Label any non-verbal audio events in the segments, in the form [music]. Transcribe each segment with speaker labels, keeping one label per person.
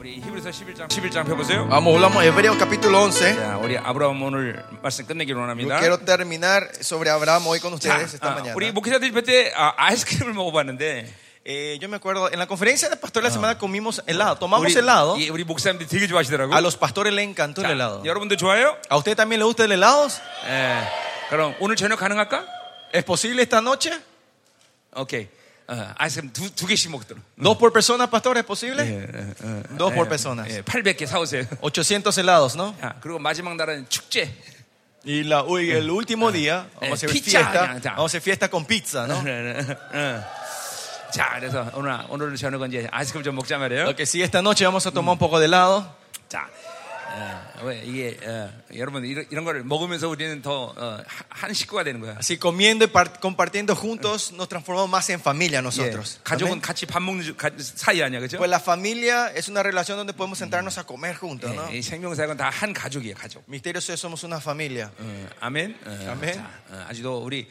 Speaker 1: 우리 히브리서 11장 11장 펴보세요.
Speaker 2: Vamos, volvamos a Hebreos capítulo 11.
Speaker 1: 자, 우리 아브라함 오늘 말씀 끝내기로
Speaker 2: Yo
Speaker 1: 합니다.
Speaker 2: quiero terminar sobre Abraham hoy con
Speaker 1: 자,
Speaker 2: ustedes esta
Speaker 1: 아,
Speaker 2: mañana.
Speaker 1: 우리 목회자들 때 아, 아이스크림을 먹어봤는데
Speaker 2: Eh, yo me acuerdo, en la conferencia de pastor la semana comimos helado, tomamos
Speaker 1: 우리,
Speaker 2: helado.
Speaker 1: 예, 우리 목사님들이 되게 좋아하시더라고.
Speaker 2: A los pastores les encantó el
Speaker 1: 자,
Speaker 2: helado.
Speaker 1: 여러분들 좋아요?
Speaker 2: ¿A usted también le gusta el helado?
Speaker 1: 예. 그럼 오늘 저녁 가능할까?
Speaker 2: ¿Es posible esta noche?
Speaker 1: 오케이. 어, 아이스크림 두, 두 개씩 먹도록.
Speaker 2: ¿Dos por persona, pastor? ¿Es posible?
Speaker 1: 예,
Speaker 2: Dos por personas.
Speaker 1: 800개 사오세요. [laughs]
Speaker 2: 800 helados, ¿no?
Speaker 1: 자, 그리고 마지막 날은 축제.
Speaker 2: Y la, uy, el último día vamos a hacer
Speaker 1: Pizza,
Speaker 2: fiesta,
Speaker 1: ya, ya.
Speaker 2: vamos a hacer fiesta con
Speaker 1: 어? [laughs]
Speaker 2: pizza, [laughs] ¿no?
Speaker 1: 네, 응. 어. 자, 그래서 오늘 오늘 저녁은 이제 아이스크림 좀 먹자 말이에요.
Speaker 2: Lo que sí, esta noche vamos a tomar un poco de helado.
Speaker 1: 자, 어, 왜 이게 어, 여러분 이런, 이런 거를 먹으면서 우리는 더 어, 한 식구가 되는 거야.
Speaker 2: Así comiendo y par- compartiendo juntos nos transformamos más en familia
Speaker 1: 예,
Speaker 2: nosotros.
Speaker 1: 가족은
Speaker 2: Amén.
Speaker 1: 같이 밥 먹는 주- 가- 사이 아니야, 그죠?
Speaker 2: Pues la familia es una relación donde podemos sentarnos a comer juntos, ¿no?
Speaker 1: 예, 이 생명사역은 다 한 가족이에요, 가족.
Speaker 2: Misterios es somos una familia.
Speaker 1: 어, 아멘. 어,
Speaker 2: 아멘.
Speaker 1: 자, 어, 아직도 우리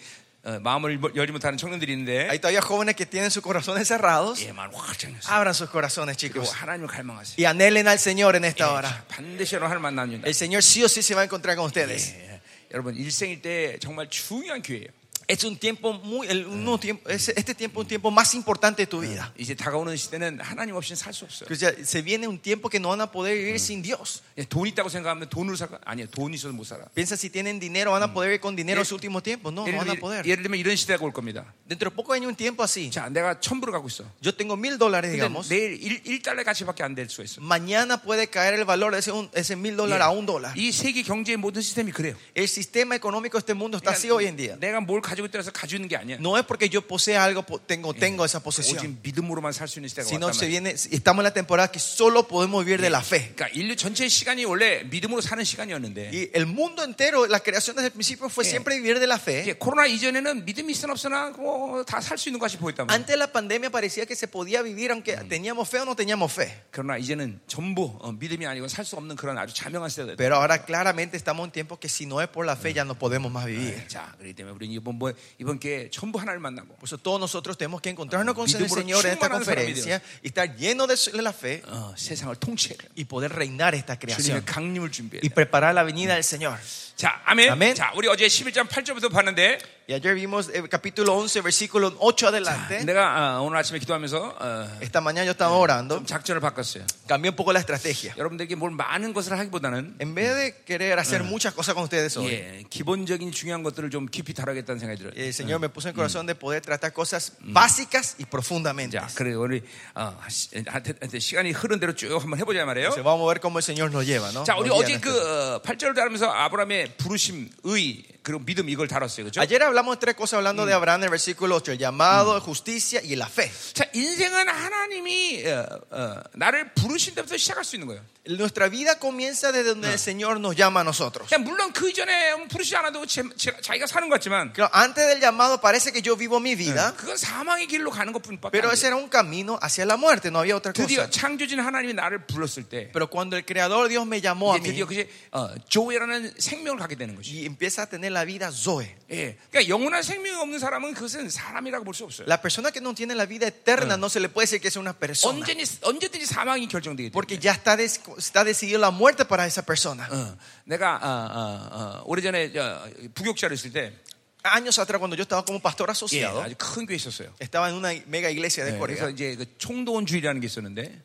Speaker 1: 어, ma음을 뭐- 열지 못하는 청년들이 있는데,
Speaker 2: Hay todavía jóvenes que tienen sus corazones cerrados.
Speaker 1: 예, 마음 확 정했어.
Speaker 2: Abran sus corazones, chicos.
Speaker 1: 하나님을 갈망하세요.
Speaker 2: Y anhelen al Señor en esta hora.
Speaker 1: 반드시 하나님 만납니다.
Speaker 2: El Señor sí o sí se va a encontrar con ustedes.
Speaker 1: 예, 여러분 일생일 때 정말 중요한 기회예요.
Speaker 2: Es un tiempo muy, el- uno tiempo- es- este tiempo es un tiempo más importante de tu vida.
Speaker 1: 이제 다가오는 시대는 하나님 없이는 살 수 없어요.
Speaker 2: Que ya se viene un tiempo que no van a poder vivir sin Dios.
Speaker 1: 예, 돈 있다고 생각하면 돈으로 살까? 아니요, 돈 있어서 못 살아.
Speaker 2: Piensa si tienen dinero, van a poder ir con dinero
Speaker 1: Ye-
Speaker 2: en su último tiempo. No, no
Speaker 1: 예를
Speaker 2: van a
Speaker 1: 들면,
Speaker 2: poder.
Speaker 1: 예를 들면 이런 시대가 올 겁니다.
Speaker 2: Dentro de poco hay un tiempo así.
Speaker 1: 자, 내가 천불을 갖고 있어.
Speaker 2: Yo tengo mil dólares,
Speaker 1: 근데 뭐 음,
Speaker 2: digamos.
Speaker 1: 내일 일, 일 달러 가치밖에 안 될 수 있어.
Speaker 2: Mañana puede caer el valor de ese un- ese
Speaker 1: 음,
Speaker 2: mil dólares a un dólar.
Speaker 1: 이 세계 경제의 모든 시스템이 그래요.
Speaker 2: El sistema económico de este mundo está así
Speaker 1: 그러니까
Speaker 2: hoy en día.
Speaker 1: 내가 뭘 가지고 있다고 해서 가지고 있는 게 아니야.
Speaker 2: No es porque yo posea algo, po- tengo, tengo esa posesión.
Speaker 1: 오직 믿음으로만 살 수 있는 시대가
Speaker 2: Sino
Speaker 1: 왔단
Speaker 2: se
Speaker 1: 말이야.
Speaker 2: viene, estamos en la temporada que solo podemos vivir de la fe.
Speaker 1: 그러니까 인류 전체의 시간이 원래 믿음으로 사는 시간이었는데
Speaker 2: Y el mundo entero, la creación desde el principio fue
Speaker 1: Sí.
Speaker 2: siempre vivir de la
Speaker 1: 이제
Speaker 2: fe.
Speaker 1: 코로나 이전에는 믿음이 있으나 없으나 뭐 다 살 수 있는 것이 보였단 말이야.
Speaker 2: Antes de la pandemia parecía que se podía vivir aunque teníamos fe o no teníamos fe.
Speaker 1: 그러나 이제는 전부 어, 믿음이 아니고 살 수 없는 그런 아주 자명한 시대가 됐다.
Speaker 2: Pero ahora claramente estamos en un tiempo que si no es por la fe ya no podemos más vivir.
Speaker 1: 자, 그렇기 때문에 우리 이번 뭐- 이번 기회에 전부 하나님 만나고
Speaker 2: Por eso todos nosotros tenemos que encontrarnos con el
Speaker 1: Vidumuro
Speaker 2: Señor en esta
Speaker 1: 충만한
Speaker 2: conferencia y estar llenos de su- de la fe
Speaker 1: 어, 세상을 통치해.
Speaker 2: y poder reinar esta creación
Speaker 1: 주님의 강림을 준비해.
Speaker 2: y preparar la venida del Señor.
Speaker 1: 자, 아멘.
Speaker 2: 아멘.
Speaker 1: 자, 우리 어제 11장 8절부터 봤는데
Speaker 2: Y ayer vimos el capítulo 11, versículo 8 adelante.
Speaker 1: 내가 어, 오늘 아침에 기도하면서 어,
Speaker 2: Esta mañana yo estaba orando.
Speaker 1: 작전을 바꿨어요.
Speaker 2: Cambié un poco la estrategia.
Speaker 1: 여러분들에게 뭘 많은 것을 하기보다는
Speaker 2: En vez de querer hacer muchas cosas con ustedes hoy,
Speaker 1: 예, 기본적인 중요한 것들을 좀 깊이 다루겠다는 생각이 들어요.
Speaker 2: el eh, Señor me puso en el corazón de poder tratar cosas básicas y profundamente.
Speaker 1: 자, 그래 우리 어, 시, 하여튼- 하여튼 시간이 흐른 대로 쭉 한번 해보자 말이에요.
Speaker 2: Se vamos a ver cómo el Señor nos lleva, ¿no?
Speaker 1: 자, 우리
Speaker 2: Nos guía en
Speaker 1: 어제
Speaker 2: este-
Speaker 1: 그 8절을 다루면서 아브라함의 부르심, 의, 그리고 믿음 아, 이걸 다뤘어요. 그렇죠? 그죠?
Speaker 2: Ayer hablamos de tres cosas hablando de Abraham en el versículo 8, el llamado, justicia y la fe.
Speaker 1: 자, 인생은 하나님이 어, 어, 나를 부르신 데부터 시작할 수 있는 거예요.
Speaker 2: Nuestra vida comienza desde donde el Señor nos llama a nosotros.
Speaker 1: 그냥 물론 그 이전에 부르시지 않아도 제- 제- 자기가 사는 것 같지만
Speaker 2: Claro, antes del llamado parece que yo vivo mi vida,
Speaker 1: 그건 사망의 길로 가는 것뿐밖에
Speaker 2: pero
Speaker 1: 안 돼요.
Speaker 2: ese era un camino hacia la muerte, no había otra
Speaker 1: 드디어
Speaker 2: cosa.
Speaker 1: 창조진 하나님이 나를 불렀을 때
Speaker 2: Pero cuando el Creador Dios me llamó a
Speaker 1: 이제
Speaker 2: mí
Speaker 1: 드디어 그게 어, 조회라는 생명을 갖게 되는 것이.
Speaker 2: y empieza a tener la vida Zoe.
Speaker 1: 예, 그러니까 영원한 생명이 없는 사람은 그것은 사람이라고 볼 수 없어요.
Speaker 2: La persona que no tiene la vida eterna no se le puede decir que es una persona,
Speaker 1: 언제든지 언제든지 사망이 결정되기 때문에.
Speaker 2: porque ya está, des- está decidida la muerte para esa persona.
Speaker 1: 어, 내가 어, 어, 어, 오래전에 저, 부교육자로 있을 때
Speaker 2: Años atrás, cuando yo estaba como pastor
Speaker 1: 예,
Speaker 2: asociado,
Speaker 1: 아주 큰 교회 있었어요.
Speaker 2: estaba en una mega iglesia de
Speaker 1: 예, 그래서
Speaker 2: Corea.
Speaker 1: 이제 그 총동원주의라는 게 있었는데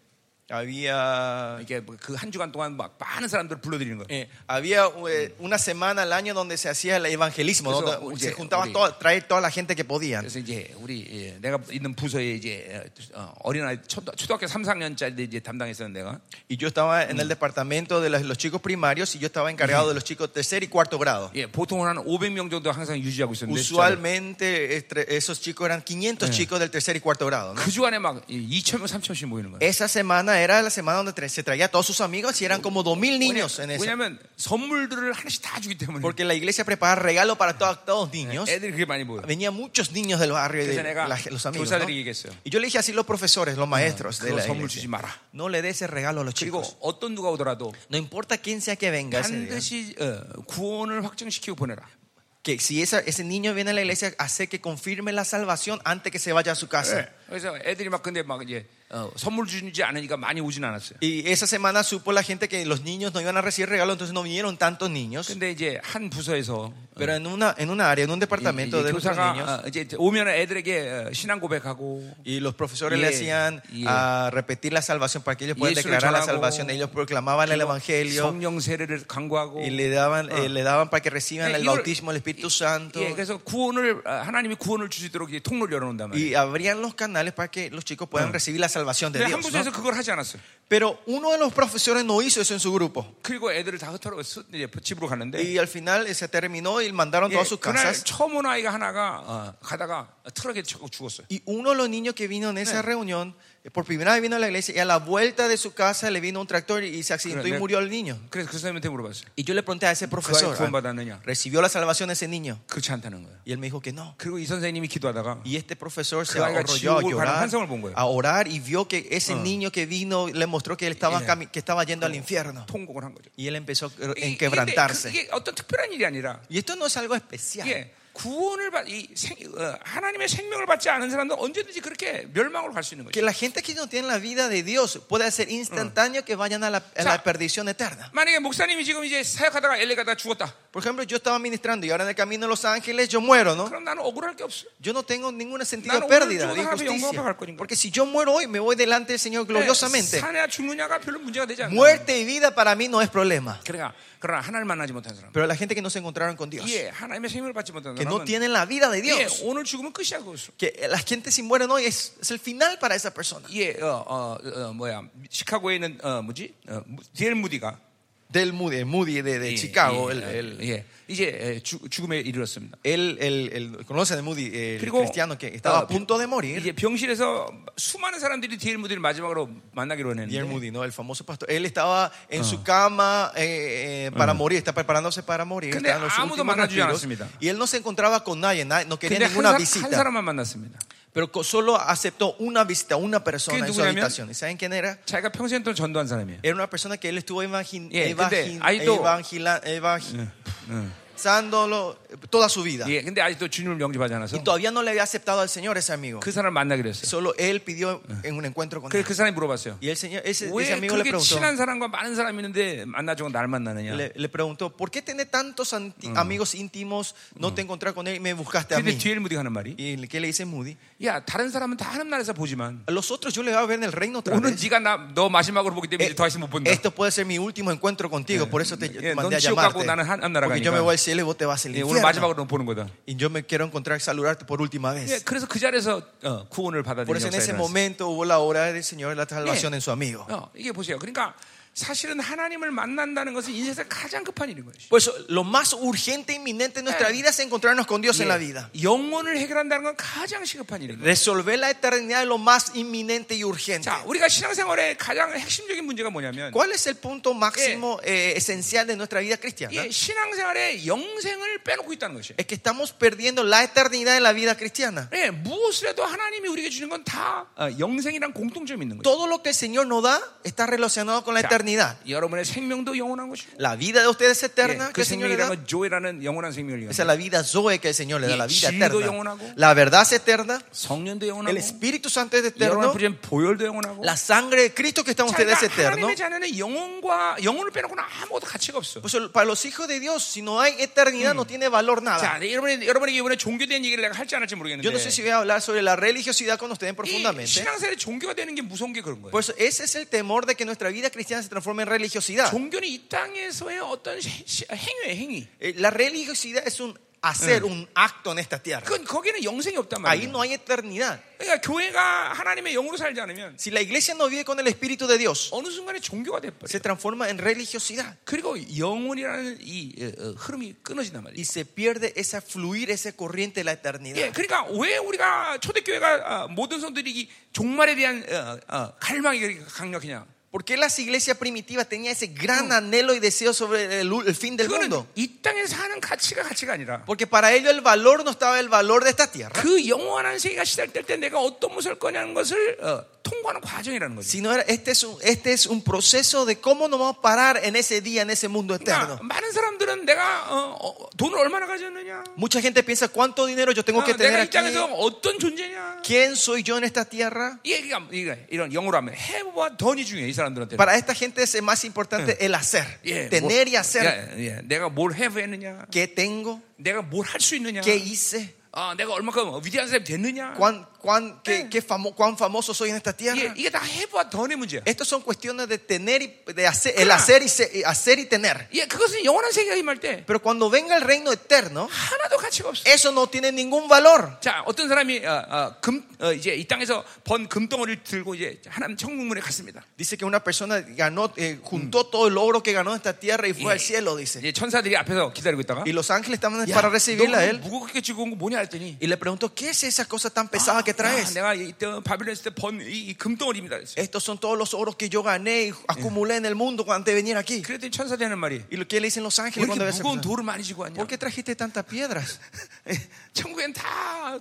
Speaker 2: Había
Speaker 1: 이게 그 한 주간 동안 막 많은 사람들을 불러들이는 거예요.
Speaker 2: Eh, había eh, una semana al año donde se hacía el evangelismo,
Speaker 1: Eso,
Speaker 2: donde
Speaker 1: oye,
Speaker 2: se juntaba
Speaker 1: oye.
Speaker 2: toda, traer toda la gente que podían.
Speaker 1: 그래서 이제 우리 예, 내가 있는 부서에 이제 어, 어린아이 초, 초등학교 3, 4학년짜리 이제 담당했었는데 내가
Speaker 2: Y yo estaba en el departamento de los, los chicos primarios y yo estaba encargado de los chicos tercer y cuarto grado.
Speaker 1: 예, 보통은 한 500명 정도 항상 유지하고 있었는데
Speaker 2: Usualmente este, esos chicos eran 500 chicos del tercer y cuarto grado. ¿no?
Speaker 1: 그 주간에 막 2,000명, 3,000씩 모이는 거예요.
Speaker 2: Esa semana era la semana donde tra- se traía a todos sus amigos y eran como 2.000 niños en esa.
Speaker 1: 왜냐하면 선물들을 하나씩 다 주기 때문에
Speaker 2: Porque la iglesia preparaba regalo para todos, todos niños.
Speaker 1: 애들이 그게 많이 모여.
Speaker 2: Venían muchos niños del barrio y
Speaker 1: 그래서
Speaker 2: de
Speaker 1: 내가
Speaker 2: la- los amigos.
Speaker 1: 교사들이
Speaker 2: ¿no?
Speaker 1: 얘기했어요.
Speaker 2: Y yo le dije así a los profesores, los maestros de
Speaker 1: 그거
Speaker 2: la
Speaker 1: 선물
Speaker 2: iglesia.
Speaker 1: 주지 마라.
Speaker 2: No le des ese regalo a los
Speaker 1: 그리고
Speaker 2: chicos.
Speaker 1: 어떤 누가 오더라도
Speaker 2: No importa quién sea que venga ese día.
Speaker 1: 반드시 어, 구원을 확정시키고 보내라.
Speaker 2: Que si esa- ese niño viene a
Speaker 1: Eh.
Speaker 2: la iglesia, hace que confirme la salvación antes que se vaya a su casa.
Speaker 1: 그래서 애들이 막 근데 막 이제 어, 선물 주지 않으니까 많이 오진 않았어요.
Speaker 2: Y esa semana supo la gente que los niños no iban a recibir regalos, entonces no vinieron tantos niños.
Speaker 1: 근데 이제 한 부서에서
Speaker 2: Pero en una, en una área, en un
Speaker 1: 이-
Speaker 2: departamento
Speaker 1: 이
Speaker 2: de los niños,
Speaker 1: 교사가 어, 이제 오면 애들에게 어, 신앙 고백하고
Speaker 2: y los profesores
Speaker 1: Yeah,
Speaker 2: le hacían
Speaker 1: yeah.
Speaker 2: ah, repetir la salvación para que ellos puedan
Speaker 1: Yesu를
Speaker 2: declarar la
Speaker 1: 전하고,
Speaker 2: salvación. Ellos proclamaban el evangelio
Speaker 1: 성령 세례를 강구하고
Speaker 2: y le
Speaker 1: Ah.
Speaker 2: daban, eh, le daban para que reciban
Speaker 1: Yeah,
Speaker 2: el
Speaker 1: 이걸-
Speaker 2: bautismo del Espíritu Santo.
Speaker 1: 예, 그래서 구원을 아, 하나님이 구원을 주시도록 이제 통로를 열어놓는단 말이에요.
Speaker 2: Y abrían los canales para que los chicos
Speaker 1: Ah.
Speaker 2: puedan recibir la salvación de
Speaker 1: 근데 한
Speaker 2: Dios. ¿no?
Speaker 1: 부서에서 그걸 하지 않았어요.
Speaker 2: Pero uno de los profesores no hizo eso en su grupo.
Speaker 1: 그리고 애들을 다 흩어놓고 스- 이제 집으로 갔는데
Speaker 2: Y al final eh, se terminó y eh, mandaron
Speaker 1: 예,
Speaker 2: todas sus
Speaker 1: 그날
Speaker 2: casas.
Speaker 1: 처음 온 아이가 하나가 어, 가다가 트럭에 쳐고 죽었어요.
Speaker 2: Y uno de los niños que vino en esa reunión, eh, por primera vez vino a la iglesia y a la vuelta de su casa le vino un tractor y se accidentó y
Speaker 1: Claro,
Speaker 2: murió el niño.
Speaker 1: 그래서 그 사람한테 물어봤어요.
Speaker 2: Y yo le pregunté a ese profesor,
Speaker 1: fue
Speaker 2: ah,
Speaker 1: embadana.
Speaker 2: ¿recibió la salvación ese niño?
Speaker 1: 그렇지 않다는 거예요.
Speaker 2: Y él me dijo que no.
Speaker 1: 그리고 이 선생님이 기도하다가
Speaker 2: Y este profesor se
Speaker 1: Que vaya
Speaker 2: arrolló a
Speaker 1: chivo, para,
Speaker 2: llorar,
Speaker 1: 환상을 본 거예요.
Speaker 2: a orar y vio que ese niño que vino le mostró que él estaba,
Speaker 1: Yeah.
Speaker 2: cami- que estaba yendo al infierno.
Speaker 1: 통곡을 한 거죠.
Speaker 2: Y él empezó a
Speaker 1: 이-
Speaker 2: quebrantarse.
Speaker 1: 근데 그게 어떤 특별한 일이 아니라
Speaker 2: Y esto no es algo especial.
Speaker 1: 이게 구원을 받, 이 생, 어, 하나님의 생명을 받지 않은 사람은 언제든지 그렇게 멸망으로 갈 수 있는
Speaker 2: Que
Speaker 1: 거죠.
Speaker 2: la gente que no tiene la vida de Dios puede ser instantáneo que vayan a la, a
Speaker 1: sea,
Speaker 2: la perdición eterna.
Speaker 1: 만약에 목사님이 지금 이제 사역하다가 LA 가다가 죽었다.
Speaker 2: Por ejemplo, yo estaba ministrando y ahora en el camino a Los Ángeles yo muero, ¿no?
Speaker 1: 그럼 나는 억울할 게 없어.
Speaker 2: Yo no tengo ningún sentido
Speaker 1: Claro,
Speaker 2: de pérdida,
Speaker 1: yo
Speaker 2: de
Speaker 1: no había ningún
Speaker 2: injusticia.
Speaker 1: papel con-
Speaker 2: Porque si yo muero hoy, me voy delante del Señor gloriosamente.
Speaker 1: 네, 사냐 죽느냐가 별로 문제가 되지 않아.
Speaker 2: Muerte y vida para mí no es problema.
Speaker 1: 그러니까 그러나 하나님 만나지 못한 사람,
Speaker 2: Pero la gente que no se encontraron con Dios,
Speaker 1: 예, 하나님의 생명을 받지 못한
Speaker 2: que no
Speaker 1: 사람은
Speaker 2: tienen la vida de
Speaker 1: 예,
Speaker 2: Dios,
Speaker 1: 오늘 죽으면 끝이야 그것은.
Speaker 2: que la gente si mueren hoy es, es el final para esa persona.
Speaker 1: 예, 어, 어, 어, 뭐야, 시카고에 있는 어, 뭐지, 어, 무- 디엘 무디가
Speaker 2: Del Moody, Moody de, de
Speaker 1: 예,
Speaker 2: Chicago,
Speaker 1: 예,
Speaker 2: el,
Speaker 1: 어,
Speaker 2: el-
Speaker 1: 예, 이제 예, 죽- 죽음에 이르렀습니다.
Speaker 2: él, él- él- conocen de Moody, el
Speaker 1: 그리고
Speaker 2: cristiano que estaba
Speaker 1: 어,
Speaker 2: a punto de morir.
Speaker 1: 이제 병실에서 수많은 사람들이 디엘 무디를 마지막으로 만나기로 했는데
Speaker 2: Pierre Moody, ¿no? El famoso pastor. Él estaba en su cama eh, eh, para morir, está preparándose para morir.
Speaker 1: 근데
Speaker 2: estaba en los
Speaker 1: 아무도
Speaker 2: últimos
Speaker 1: 만나주지
Speaker 2: respiros.
Speaker 1: 않았습니다.
Speaker 2: y él no se encontraba con nadie, nadie- no quería
Speaker 1: 근데 한,
Speaker 2: ninguna
Speaker 1: 사람, 한
Speaker 2: visita.
Speaker 1: 사람만 만났습니다.
Speaker 2: Pero co- solo aceptó una visita, una persona en su
Speaker 1: 누구냐면-
Speaker 2: habitación. ¿Y saben quién era?
Speaker 1: 자기가 평생 동안 전도한 사람이에요.
Speaker 2: Era una persona que él estuvo evangin-
Speaker 1: 예, 근데
Speaker 2: evangin-
Speaker 1: 아직도-
Speaker 2: evangila- evangelizándolo toda su vida.
Speaker 1: 예, 근데 아직도 주님을 영접하지 않아서
Speaker 2: Y todavía no le había aceptado al Señor ese amigo.
Speaker 1: 그 사람을 만나기로 했어요.
Speaker 2: Solo él pidió en un encuentro con
Speaker 1: 그래서
Speaker 2: él.
Speaker 1: 그 사람이 물어봤어요.
Speaker 2: Y el señor, ese, ese
Speaker 1: 왜
Speaker 2: amigo le
Speaker 1: 그렇게
Speaker 2: preguntó.
Speaker 1: 친한 사람과 많은 사람이 있는데 만나주고 날 만나느냐?
Speaker 2: le, le preguntó, ¿por qué tenés tantos anti- amigos íntimos? No te encontrás con él y me buscaste a
Speaker 1: 근데
Speaker 2: mí.
Speaker 1: 뒤에 무디가 하는 말이
Speaker 2: ¿Y qué le dice Moody?
Speaker 1: 야 다른 사람은 다 하는 나라에서 보지만
Speaker 2: A los otros yo les voy a ver en el reino otra
Speaker 1: 오늘
Speaker 2: vez.
Speaker 1: 네가 나 너 마지막으로 보기 때문에
Speaker 2: Eh,
Speaker 1: 이제 더 다시 못 본다.
Speaker 2: esto puede ser mi último encuentro contigo, por eso te
Speaker 1: Eh, 넌
Speaker 2: mandé a
Speaker 1: 지옥
Speaker 2: llamarte.
Speaker 1: 가고 나는 하- 하늘나라
Speaker 2: Porque yo
Speaker 1: 가니까.
Speaker 2: me voy al cielo y vos te vas al
Speaker 1: 예, 오늘
Speaker 2: infierno.
Speaker 1: 마지막으로 보는 거다.
Speaker 2: Y yo me quiero encontrar y saludarte por última
Speaker 1: 예,
Speaker 2: vez.
Speaker 1: 그래서 그 자리에서 어, 구원을
Speaker 2: Por
Speaker 1: 받아들인
Speaker 2: eso en
Speaker 1: 역사가
Speaker 2: ese
Speaker 1: 일어났어요.
Speaker 2: momento hubo la obra del Señor, la salvación
Speaker 1: Yeah.
Speaker 2: en su amigo.
Speaker 1: 어, 이게 보세요. 그러니까 사실은 하나님을 만난다는 것은 인생에서 가장 급한 일인 거예요.
Speaker 2: Por eso lo más urgente e inminente en nuestra
Speaker 1: Eh.
Speaker 2: vida es encontrarnos con Dios en la vida.
Speaker 1: 예, 영혼을 해결한다는 건 가장 시급한 일인 거예요.
Speaker 2: Resolver la eternidad es lo más inminente y urgente.
Speaker 1: 자, 우리가 신앙생활의 가장 핵심적인 문제가 뭐냐면
Speaker 2: ¿Cuál es el punto máximo eh, esencial de nuestra vida cristiana?
Speaker 1: 예, 신앙생활의 영생을 빼놓고 있다는 것이에요.
Speaker 2: Es que estamos perdiendo la eternidad en la vida cristiana.
Speaker 1: 예, 무엇이라도 하나님이 우리에게 주는 건 다 어, 영생이란 공통점이 있는 거예요.
Speaker 2: Todo lo que el Señor nos da está relacionado con la
Speaker 1: 자,
Speaker 2: eternidad.
Speaker 1: 여러분의 생명도 영원한 것이고
Speaker 2: La vida de ustedes es
Speaker 1: 예,
Speaker 2: eterna, que
Speaker 1: 그
Speaker 2: el Señor le da.
Speaker 1: 생명이라는 건 조회라는 영원한 생명을
Speaker 2: Esa es
Speaker 1: 얘기합니다.
Speaker 2: la vida Zoe que el Señor le da,
Speaker 1: Y
Speaker 2: la vida
Speaker 1: el siglo
Speaker 2: eterna.
Speaker 1: 영원하고,
Speaker 2: La verdad es eterna,
Speaker 1: 성년도
Speaker 2: el
Speaker 1: 영원하고
Speaker 2: Espíritu Santo es
Speaker 1: 여러분
Speaker 2: eterno,
Speaker 1: 부르는 보혈도 영원하고
Speaker 2: la sangre de Cristo que está en
Speaker 1: 자,
Speaker 2: ustedes es
Speaker 1: 그러니까
Speaker 2: eterno.
Speaker 1: 하나님의 자녀는 영혼과 영혼을 빼놓고는 아무것도 가치가 없어.
Speaker 2: Pues para los hijos de Dios, si no hay eternidad, no tiene valor nada.
Speaker 1: 자, 여러분 여러분에게 이번에 종교된 얘기를 내가 할지 않을지
Speaker 2: Yo no sé
Speaker 1: 모르겠는데
Speaker 2: si voy a hablar sobre la religiosidad con ustedes
Speaker 1: 이
Speaker 2: profundamente.
Speaker 1: 신앙생활이 종교가 되는 게 무서운 게 그런 거예요.
Speaker 2: Por eso ese es el temor de que nuestra vida cristiana se transforme en religiosidad.
Speaker 1: 종교는 이 땅에서의 어떤 시- 시- 행위예요, 행위.
Speaker 2: Eh, La religiosidad es un hacer, un acto en esta tierra.
Speaker 1: 그건 거기는 영생이 없단
Speaker 2: Ahí
Speaker 1: 아, 말이에요.
Speaker 2: no hay eternidad.
Speaker 1: 그러니까 교회가 하나님의 영으로 살지 않으면
Speaker 2: Si la iglesia no vive con el Espíritu de Dios,
Speaker 1: 어느 순간에 종교가 돼버려.
Speaker 2: se transforma en religiosidad
Speaker 1: 그리고 영혼이라는 이 어, 어, 흐름이 끊어진단
Speaker 2: y
Speaker 1: 말이에요.
Speaker 2: se pierde esa fluir, esa corriente de la
Speaker 1: 예,
Speaker 2: eternidad.
Speaker 1: 그러니까 왜 우리가 초대교회가 어, 모든 성들이 이 종말에 대한 어, 어, 갈망이 그렇게 강력하냐?
Speaker 2: ¿Por qué las iglesias primitivas tenían ese gran anhelo y deseo sobre el, el fin del
Speaker 1: 그거는
Speaker 2: mundo?
Speaker 1: 이 땅에 사는 가치가 가치가 아니라
Speaker 2: Porque para ellos el valor no estaba el valor de esta tierra.
Speaker 1: 그 영원한 세계가 시작될 때 내가 어떤 모습을 거냐는 것을 어, 통과하는 과정이라는 거죠.
Speaker 2: sino era, este, es un, este es un proceso de cómo nos vamos a parar en ese día, en ese mundo
Speaker 1: 그러니까
Speaker 2: eterno.
Speaker 1: 많은 사람들은 내가 어, 어, 돈을 얼마나 가졌느냐,
Speaker 2: Mucha gente piensa cuánto dinero yo tengo
Speaker 1: 어,
Speaker 2: que tener
Speaker 1: 뭐, 내가
Speaker 2: aquí,
Speaker 1: 입장에서 어떤 존재냐.
Speaker 2: quién soy yo en esta tierra.
Speaker 1: 이 얘기가 이게 이런 영어로 하면 해와 던이 중요해 이 예, 사람들한테.
Speaker 2: Para esta gente es más importante el hacer,
Speaker 1: 네, 뭐,
Speaker 2: tener y hacer.
Speaker 1: 예, 예. 내가 뭘 해했느냐,
Speaker 2: ¿Qué tengo?
Speaker 1: 내가 뭘 할 수 있느냐,
Speaker 2: ¿Qué hice?
Speaker 1: 아, 내가 얼마큼 위대한 사람이 됐느냐.
Speaker 2: ¿Cuán, cuán, qué, qué famo- ¿Cuán famoso soy en esta
Speaker 1: 이게,
Speaker 2: tierra?
Speaker 1: 이게 다 해와 던의 문제야.
Speaker 2: Estas son cuestiones de tener y de hacer, el
Speaker 1: Claro.
Speaker 2: hacer y, se- y hacer y tener.
Speaker 1: 예, 그것은 영원한 세계가 임할 때
Speaker 2: Pero cuando venga el reino eterno,
Speaker 1: 하나도 가치가 없어.
Speaker 2: eso no tiene ningún valor.
Speaker 1: 자, 어떤 사람이 어, 어, 금 어, 이제 이 땅에서 번 금덩어리를 들고 이제 하나님 천국문에 갔습니다.
Speaker 2: Dice que una persona ganó, eh, juntó todo el oro que ganó en esta tierra y fue al cielo, dice.
Speaker 1: 이제 천사들이 앞에서 기다리고 있다가
Speaker 2: Y los ángeles estaban
Speaker 1: 야,
Speaker 2: para
Speaker 1: 너
Speaker 2: recibirla a
Speaker 1: 그
Speaker 2: él.
Speaker 1: 무겁게 지고 온 거 뭐냐 했더니 아,
Speaker 2: Y le preguntó, ¿qué es esa cosa tan pesada que
Speaker 1: 야,
Speaker 2: traes?
Speaker 1: 내가 이때 바빌론 있을 때번 이 금덩어리입니다. 그랬어요.
Speaker 2: Estos son todos los oros que yo gané y acumulé en el mundo antes de venir aquí.
Speaker 1: 그랬더니 천사들이 하는 말이
Speaker 2: ¿Y lo que le dicen los
Speaker 1: 왜
Speaker 2: ángeles cuando
Speaker 1: 이렇게
Speaker 2: ves
Speaker 1: 무거운 돌을 많이 지고 왔냐?
Speaker 2: ¿Por qué trajiste tantas piedras?
Speaker 1: 천국엔 다,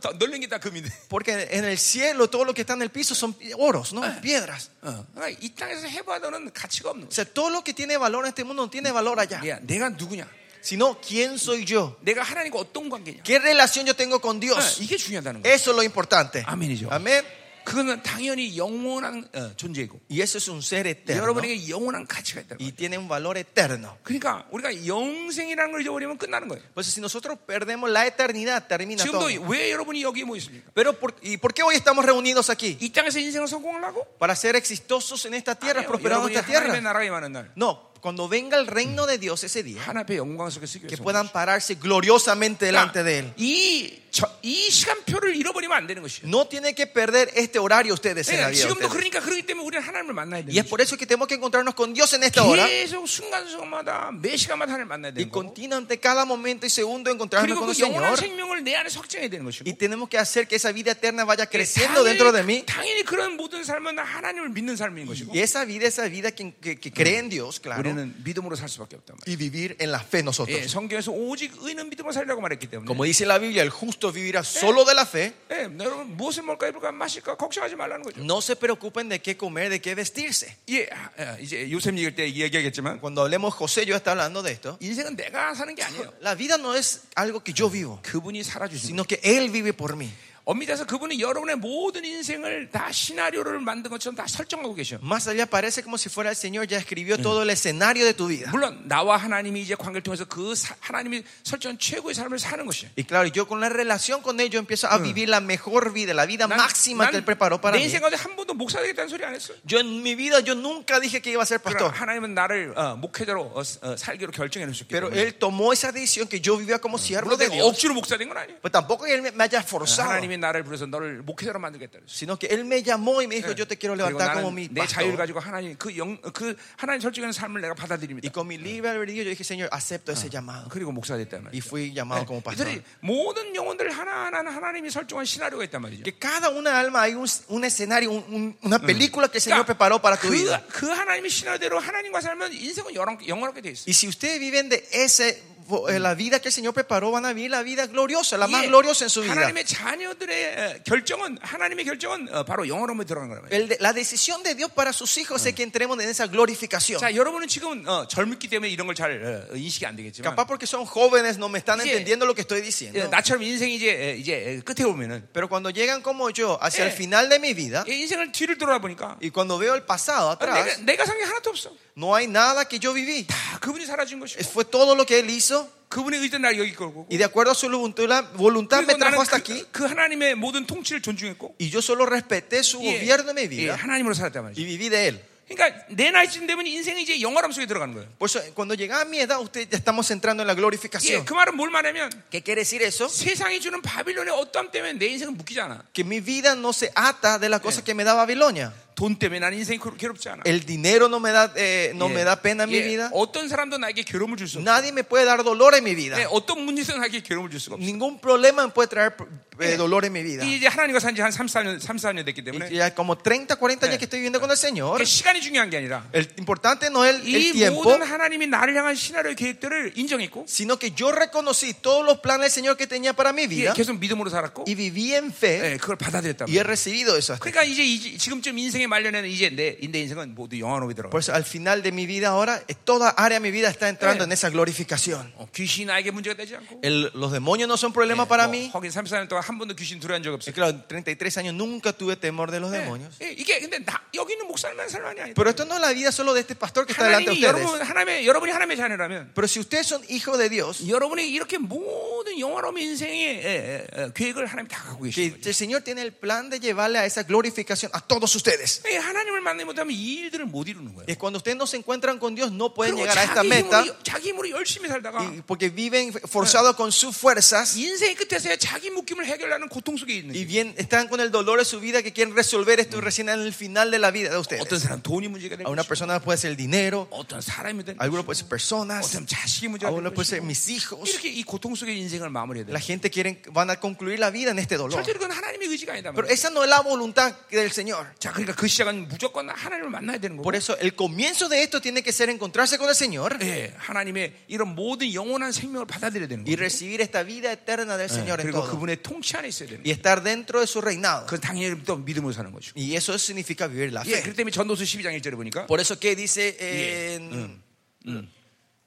Speaker 1: 다 널린 게 다 금인데.
Speaker 2: [laughs] Porque en el cielo todo lo que está en el piso son oros, no piedras.
Speaker 1: 어. 그러니까 이 땅에서 해봐도는 가치가 없는
Speaker 2: O
Speaker 1: 거야.
Speaker 2: sea, todo lo que tiene valor en este mundo no tiene valor allá.
Speaker 1: 야, 내가 누구냐?
Speaker 2: Sino, ¿quién soy yo?
Speaker 1: 내가 하나님과 어떤 관계냐?
Speaker 2: ¿Qué relación yo tengo con
Speaker 1: 어,
Speaker 2: Dios?
Speaker 1: 이게 중요하다는 거야.
Speaker 2: Eso es lo importante.
Speaker 1: Amén, yo.
Speaker 2: Ah. Amén.
Speaker 1: 그거는 당연히 영원한 어, 존재이고
Speaker 2: Y eso es un ser eterno.
Speaker 1: 여러분에게 네, 영원한 가치가 있다는 거야.
Speaker 2: Y tiene un valor eterno.
Speaker 1: 그러니까 우리가 영생이라는 걸 잊어버리면 끝나는 거예요.
Speaker 2: Pues si nosotros perdemos la eternidad, termina todo.
Speaker 1: 지금도 왜 여러분이 여기에 모여 있습니까?
Speaker 2: Pero por- ¿Y por qué hoy estamos reunidos aquí?
Speaker 1: 이 땅에서 인생을 성공하려고?
Speaker 2: Para ser exitosos en esta tierra,
Speaker 1: 아니에요.
Speaker 2: prosperando en
Speaker 1: 여러분이
Speaker 2: esta
Speaker 1: 하나님의
Speaker 2: tierra.
Speaker 1: 나라가 임하는 날
Speaker 2: No, cuando venga el reino de Dios ese día,
Speaker 1: 하나님 앞에 영광 속에 쓰기
Speaker 2: que
Speaker 1: 위해서
Speaker 2: puedan pararse gloriosamente delante de Él.
Speaker 1: 그러니까 이, 저- 이 시간표를 잃어버리면 안 되는 것이에요.
Speaker 2: No tiene que perder este horario ustedes en la
Speaker 1: 그러니까
Speaker 2: vida. de
Speaker 1: 지금도
Speaker 2: ustedes.
Speaker 1: 그러니까 그렇기 때문에 우리는 하나님을 만나야 되는
Speaker 2: Y es
Speaker 1: 거예요.
Speaker 2: por eso que tenemos que encontrarnos con Dios en esta hora
Speaker 1: 계속 순간순간마다 매 시간마다 하나님을 만나야
Speaker 2: y
Speaker 1: 되는 거고
Speaker 2: continuamente cada momento y segundo encontrarnos
Speaker 1: 그리고
Speaker 2: con el
Speaker 1: 그 영원한
Speaker 2: Señor.
Speaker 1: 생명을 내 안에 확정해야 되는 것이고 네,
Speaker 2: Y tenemos que hacer que esa vida eterna vaya creciendo dentro de
Speaker 1: 당연히,
Speaker 2: mí.
Speaker 1: 당연히 그런 모든 삶은 하나님을 믿는 삶인 것이고
Speaker 2: Y esa vida, esa vida que, que- que cree en Dios, claro.
Speaker 1: 우리는 믿음으로 살 수밖에 없단 말이에요.
Speaker 2: Y vivir en la fe
Speaker 1: 예,
Speaker 2: nosotros.
Speaker 1: 성경에서 오직 의는 믿음으로 살라고 말했기 때문에
Speaker 2: Como dice la Biblia, el justo vivirá solo de la fe.
Speaker 1: 예, 여러분 무엇을 먹을까 입을까 마실까 걱정하지 말라는 거죠.
Speaker 2: No se preocupen de qué comer, de qué vestirse.
Speaker 1: 예, 아, 아, 이제 요셉 얘기할 때 얘기하겠지만
Speaker 2: Cuando hablemos José, yo está hablando de esto.
Speaker 1: 인생은 내가 사는 게 [laughs] 아니에요.
Speaker 2: La vida no es algo que yo vivo,
Speaker 1: 그분이 살아주신 거.
Speaker 2: sino que Él vive por mí.
Speaker 1: 엄밀해서 그분이 여러분의 모든 인생을 다 시나리오를 만든 것처럼 다 설정하고 계셔.
Speaker 2: Más allá parece como si fuera el Señor ya escribió todo el escenario de tu vida.
Speaker 1: 물론 나와 하나님이 이제 관계를 통해서 그 사- 하나님이 설정한 최고의 삶을 사는 것이에요.
Speaker 2: Y claro, yo con la relación con Él, yo empiezo a vivir la mejor vida, la
Speaker 1: 음.
Speaker 2: vida máxima que Él preparó para
Speaker 1: 내
Speaker 2: mí.
Speaker 1: 인생 가운데 한 번도 목사 되겠다는 소리 안 했어.
Speaker 2: Yo en mi vida, yo nunca dije que iba a ser
Speaker 1: 그러나
Speaker 2: pastor.
Speaker 1: 하나님은 나를 어, 목회자로 어, 어, 살기로 결정해 놓으셨기
Speaker 2: Pero
Speaker 1: 때문에
Speaker 2: Él tomó esa decisión que yo vivía como siervo
Speaker 1: 물론
Speaker 2: Mm. de
Speaker 1: 내가 아.
Speaker 2: Dios.
Speaker 1: 억지로 목사 된 건 아니에요.
Speaker 2: Pues tampoco Él me- me haya forzado,
Speaker 1: 하나님이 나를 부르서 너를 목회자로 만들겠다 그랬어요.
Speaker 2: sino que Él me llamó y me dijo, yo te quiero
Speaker 1: 그리고
Speaker 2: levantar como mi
Speaker 1: 나는 내 자유를
Speaker 2: pastor.
Speaker 1: 가지고 하나님 그, 영, 그 하나님 설정하는 삶을 내가
Speaker 2: Y
Speaker 1: 받아들입니다.
Speaker 2: con mi libre albedrío yo dije, Señor, acepto ese llamado.
Speaker 1: 그리고 목사가 됐단
Speaker 2: Y
Speaker 1: 말이에요.
Speaker 2: fui
Speaker 1: Eh,
Speaker 2: llamado como pastor.
Speaker 1: 이들이 모든 영혼들 하나하나 하나님이 설정한 시나리오가 있단 말이죠.
Speaker 2: Que cada una alma hay un, un escenario, un- un- una película que el Señor
Speaker 1: 그러니까
Speaker 2: preparó para tu vida.
Speaker 1: [laughs] 그, 그 하나님의 시나리오대로 하나님과 살면 인생은 영원, 영원하게 돼 있어요.
Speaker 2: Y si ustedes viven de ese, vo- eh, la vida que el Señor preparó, van a vivir la vida gloriosa, la más
Speaker 1: 이게
Speaker 2: gloriosa en su vida.
Speaker 1: 하나님의 자녀들의 어, 결정은 하나님의 결정은 어, 바로 영원으로 들어간 거란 말이에요.
Speaker 2: El de- la decisión de Dios para sus hijos es que entremos en esa glorificación.
Speaker 1: 자, 여러분은 지금 어, 젊기 때문에 이런 걸 잘 어, 인식이 안 되겠지만
Speaker 2: Capaz porque son jóvenes no me están
Speaker 1: 이제-
Speaker 2: entendiendo lo que estoy
Speaker 1: 예,
Speaker 2: diciendo.
Speaker 1: 나처럼 인생이 이제 예, 이제 예, 끝에 오면은
Speaker 2: Pero cuando llegan como yo hacia el
Speaker 1: 예.
Speaker 2: final de mi vida
Speaker 1: 예, 인생을 뒤를 돌아보니까
Speaker 2: y cuando veo el pasado
Speaker 1: 아, 내가
Speaker 2: atrás,
Speaker 1: 내가 산게 하나도 없어.
Speaker 2: no hay nada que yo viví.
Speaker 1: 다 그분이 사라진 것이고
Speaker 2: Fue todo lo que Él hizo
Speaker 1: 그분의 의도는 날 여기 끌고 오고
Speaker 2: y de acuerdo a su voluntad voluntad me
Speaker 1: 그리고
Speaker 2: trajo
Speaker 1: 나는
Speaker 2: hasta aquí.
Speaker 1: 그, 그 하나님의 모든 통치를 존중했고
Speaker 2: Y yo solo respeté su
Speaker 1: 예,
Speaker 2: gobierno en mi
Speaker 1: 예,
Speaker 2: vida
Speaker 1: 하나님으로 살았단 말이죠.
Speaker 2: y viví de Él.
Speaker 1: 그러니까 내 나이쯤 되면 인생이 이제 영화람 속에 들어가는 거예요.
Speaker 2: Por eso, cuando llega a mi edad, ustedes ya estamos entrando en la glorificación.
Speaker 1: 예, 그 말은 뭘 말하면
Speaker 2: ¿Qué quiere decir eso?
Speaker 1: 세상이 주는 바빌론의 어떤 때문에 내 인생은 묶이지 않아.
Speaker 2: Que mi vida no se ata de la cosa que me da Babilonia.
Speaker 1: 돈 때문에 나는 인생이 괴롭- 괴롭지 않아.
Speaker 2: El dinero no me da, eh, no
Speaker 1: 예.
Speaker 2: me da pena en mi
Speaker 1: 예,
Speaker 2: vida.
Speaker 1: 어떤 사람도 나에게 괴로움을 줄 수 없어.
Speaker 2: Nadie me puede dar dolor en mi
Speaker 1: 예,
Speaker 2: vida.
Speaker 1: 어떤 문제도 나에게 괴로움을 줄 수가 없어.
Speaker 2: Ningún problema me puede traer eh,
Speaker 1: 예.
Speaker 2: dolor en mi vida.
Speaker 1: 이
Speaker 2: Y
Speaker 1: 이제 하나님과 산지 한 34년 34년 됐기 때문에
Speaker 2: ya como 30, 40 años
Speaker 1: 예.
Speaker 2: que estoy viviendo con el Señor.
Speaker 1: 그러니까 시간이 중요한 게 아니라
Speaker 2: El importante no es el, el
Speaker 1: 이
Speaker 2: tiempo,
Speaker 1: 모든 하나님이 나를 향한 시나리오 계획들을 인정했고
Speaker 2: sino que yo reconocí todos los planes del Señor que tenía para mi
Speaker 1: 예,
Speaker 2: vida
Speaker 1: 계속 믿음으로 살았고
Speaker 2: y viví en
Speaker 1: 예,
Speaker 2: fe
Speaker 1: 그걸 받아들였다.
Speaker 2: y he recibido eso. hasta-
Speaker 1: 그러니까 이제 이- 지금쯤 인생의 말년에는 이제 내, 내 인생은 모두 영화로 들어가.
Speaker 2: Por eso al final de mi vida ahora, eh, toda área de mi vida está entrando
Speaker 1: Eh.
Speaker 2: en esa glorificación.
Speaker 1: 어, 귀신이 나에게 문제가 되지 않고. 뭐,
Speaker 2: El- los demonios Eh, no son problema para mí.
Speaker 1: 거긴 34년 동안 한 번도 귀신 들어간 적 없어요.
Speaker 2: Es claro, en 33 años nunca tuve temor de los demonios.
Speaker 1: 예, 예, 이게 근데 나, 여기 있는 목사만 사람이 아니다.
Speaker 2: Pero esto no es la vida solo de este pastor que está delante
Speaker 1: 하나님이
Speaker 2: de
Speaker 1: 여러분
Speaker 2: ustedes.
Speaker 1: 하나님의 여러분이 하나님의 자녀라면
Speaker 2: Pero si ustedes son hijos de Dios,
Speaker 1: 여러분이 이렇게 모든 영화로운 인생의 예, 예, 예, 계획을 하나님 다 갖고 계신
Speaker 2: que
Speaker 1: 거예요.
Speaker 2: el Señor tiene el plan de llevarle a esa glorificación a todos ustedes.
Speaker 1: 예, 하나님을 만나지 못하면 이 일들을 못 이루는 거예요.
Speaker 2: Es cuando ustedes no se encuentran con Dios, no pueden
Speaker 1: 그리고
Speaker 2: llegar a esta
Speaker 1: 자기
Speaker 2: meta.
Speaker 1: 힘으로, 자기 힘으로 열심히 살다가
Speaker 2: y- porque viven forzados con sus fuerzas
Speaker 1: 인생의 끝에서야 자기 묶임을 해결하는 고통 속에 있는
Speaker 2: y
Speaker 1: 거예요.
Speaker 2: bien están con el dolor de su vida que quieren resolver esto recién en el final de la vida de
Speaker 1: 어떤
Speaker 2: ustedes.
Speaker 1: 사람 돈이 문제가 되는
Speaker 2: A una persona puede ser el dinero,
Speaker 1: 어떤 사람이 되는
Speaker 2: a algunos puede ser personas,
Speaker 1: 어떤 자식이
Speaker 2: a
Speaker 1: 문제가 되는
Speaker 2: algunos puede ser
Speaker 1: 것이고
Speaker 2: mis hijos.
Speaker 1: 이렇게 이 고통 속의 인생을 마무리해야
Speaker 2: La
Speaker 1: 돼요.
Speaker 2: gente quieren, van a concluir la vida en este dolor.
Speaker 1: 절대로 그건 하나님의 의지가 아니다.
Speaker 2: Pero
Speaker 1: 말이에요.
Speaker 2: esa no es la voluntad del Señor.
Speaker 1: 자, 그러니까 그 시작은 무조건 하나님을 만나야 되는 거고.
Speaker 2: Por eso el comienzo de esto tiene que ser encontrarse con el Señor
Speaker 1: 예, 하나님의 이런 모든 영원한 생명을 받아들여야 되는
Speaker 2: y
Speaker 1: 거예요.
Speaker 2: recibir esta vida eterna del Señor en
Speaker 1: 그리고
Speaker 2: todo.
Speaker 1: 그분의 통치 안에 있어야 되는
Speaker 2: Y
Speaker 1: 거예요.
Speaker 2: estar dentro de su reinado.
Speaker 1: 그건 당연히 또 믿음으로 사는 거죠.
Speaker 2: Y eso significa vivir la
Speaker 1: 예, 그렇기
Speaker 2: fe.
Speaker 1: 때문에 전도서 12장 1절에 보니까
Speaker 2: Por eso que dice en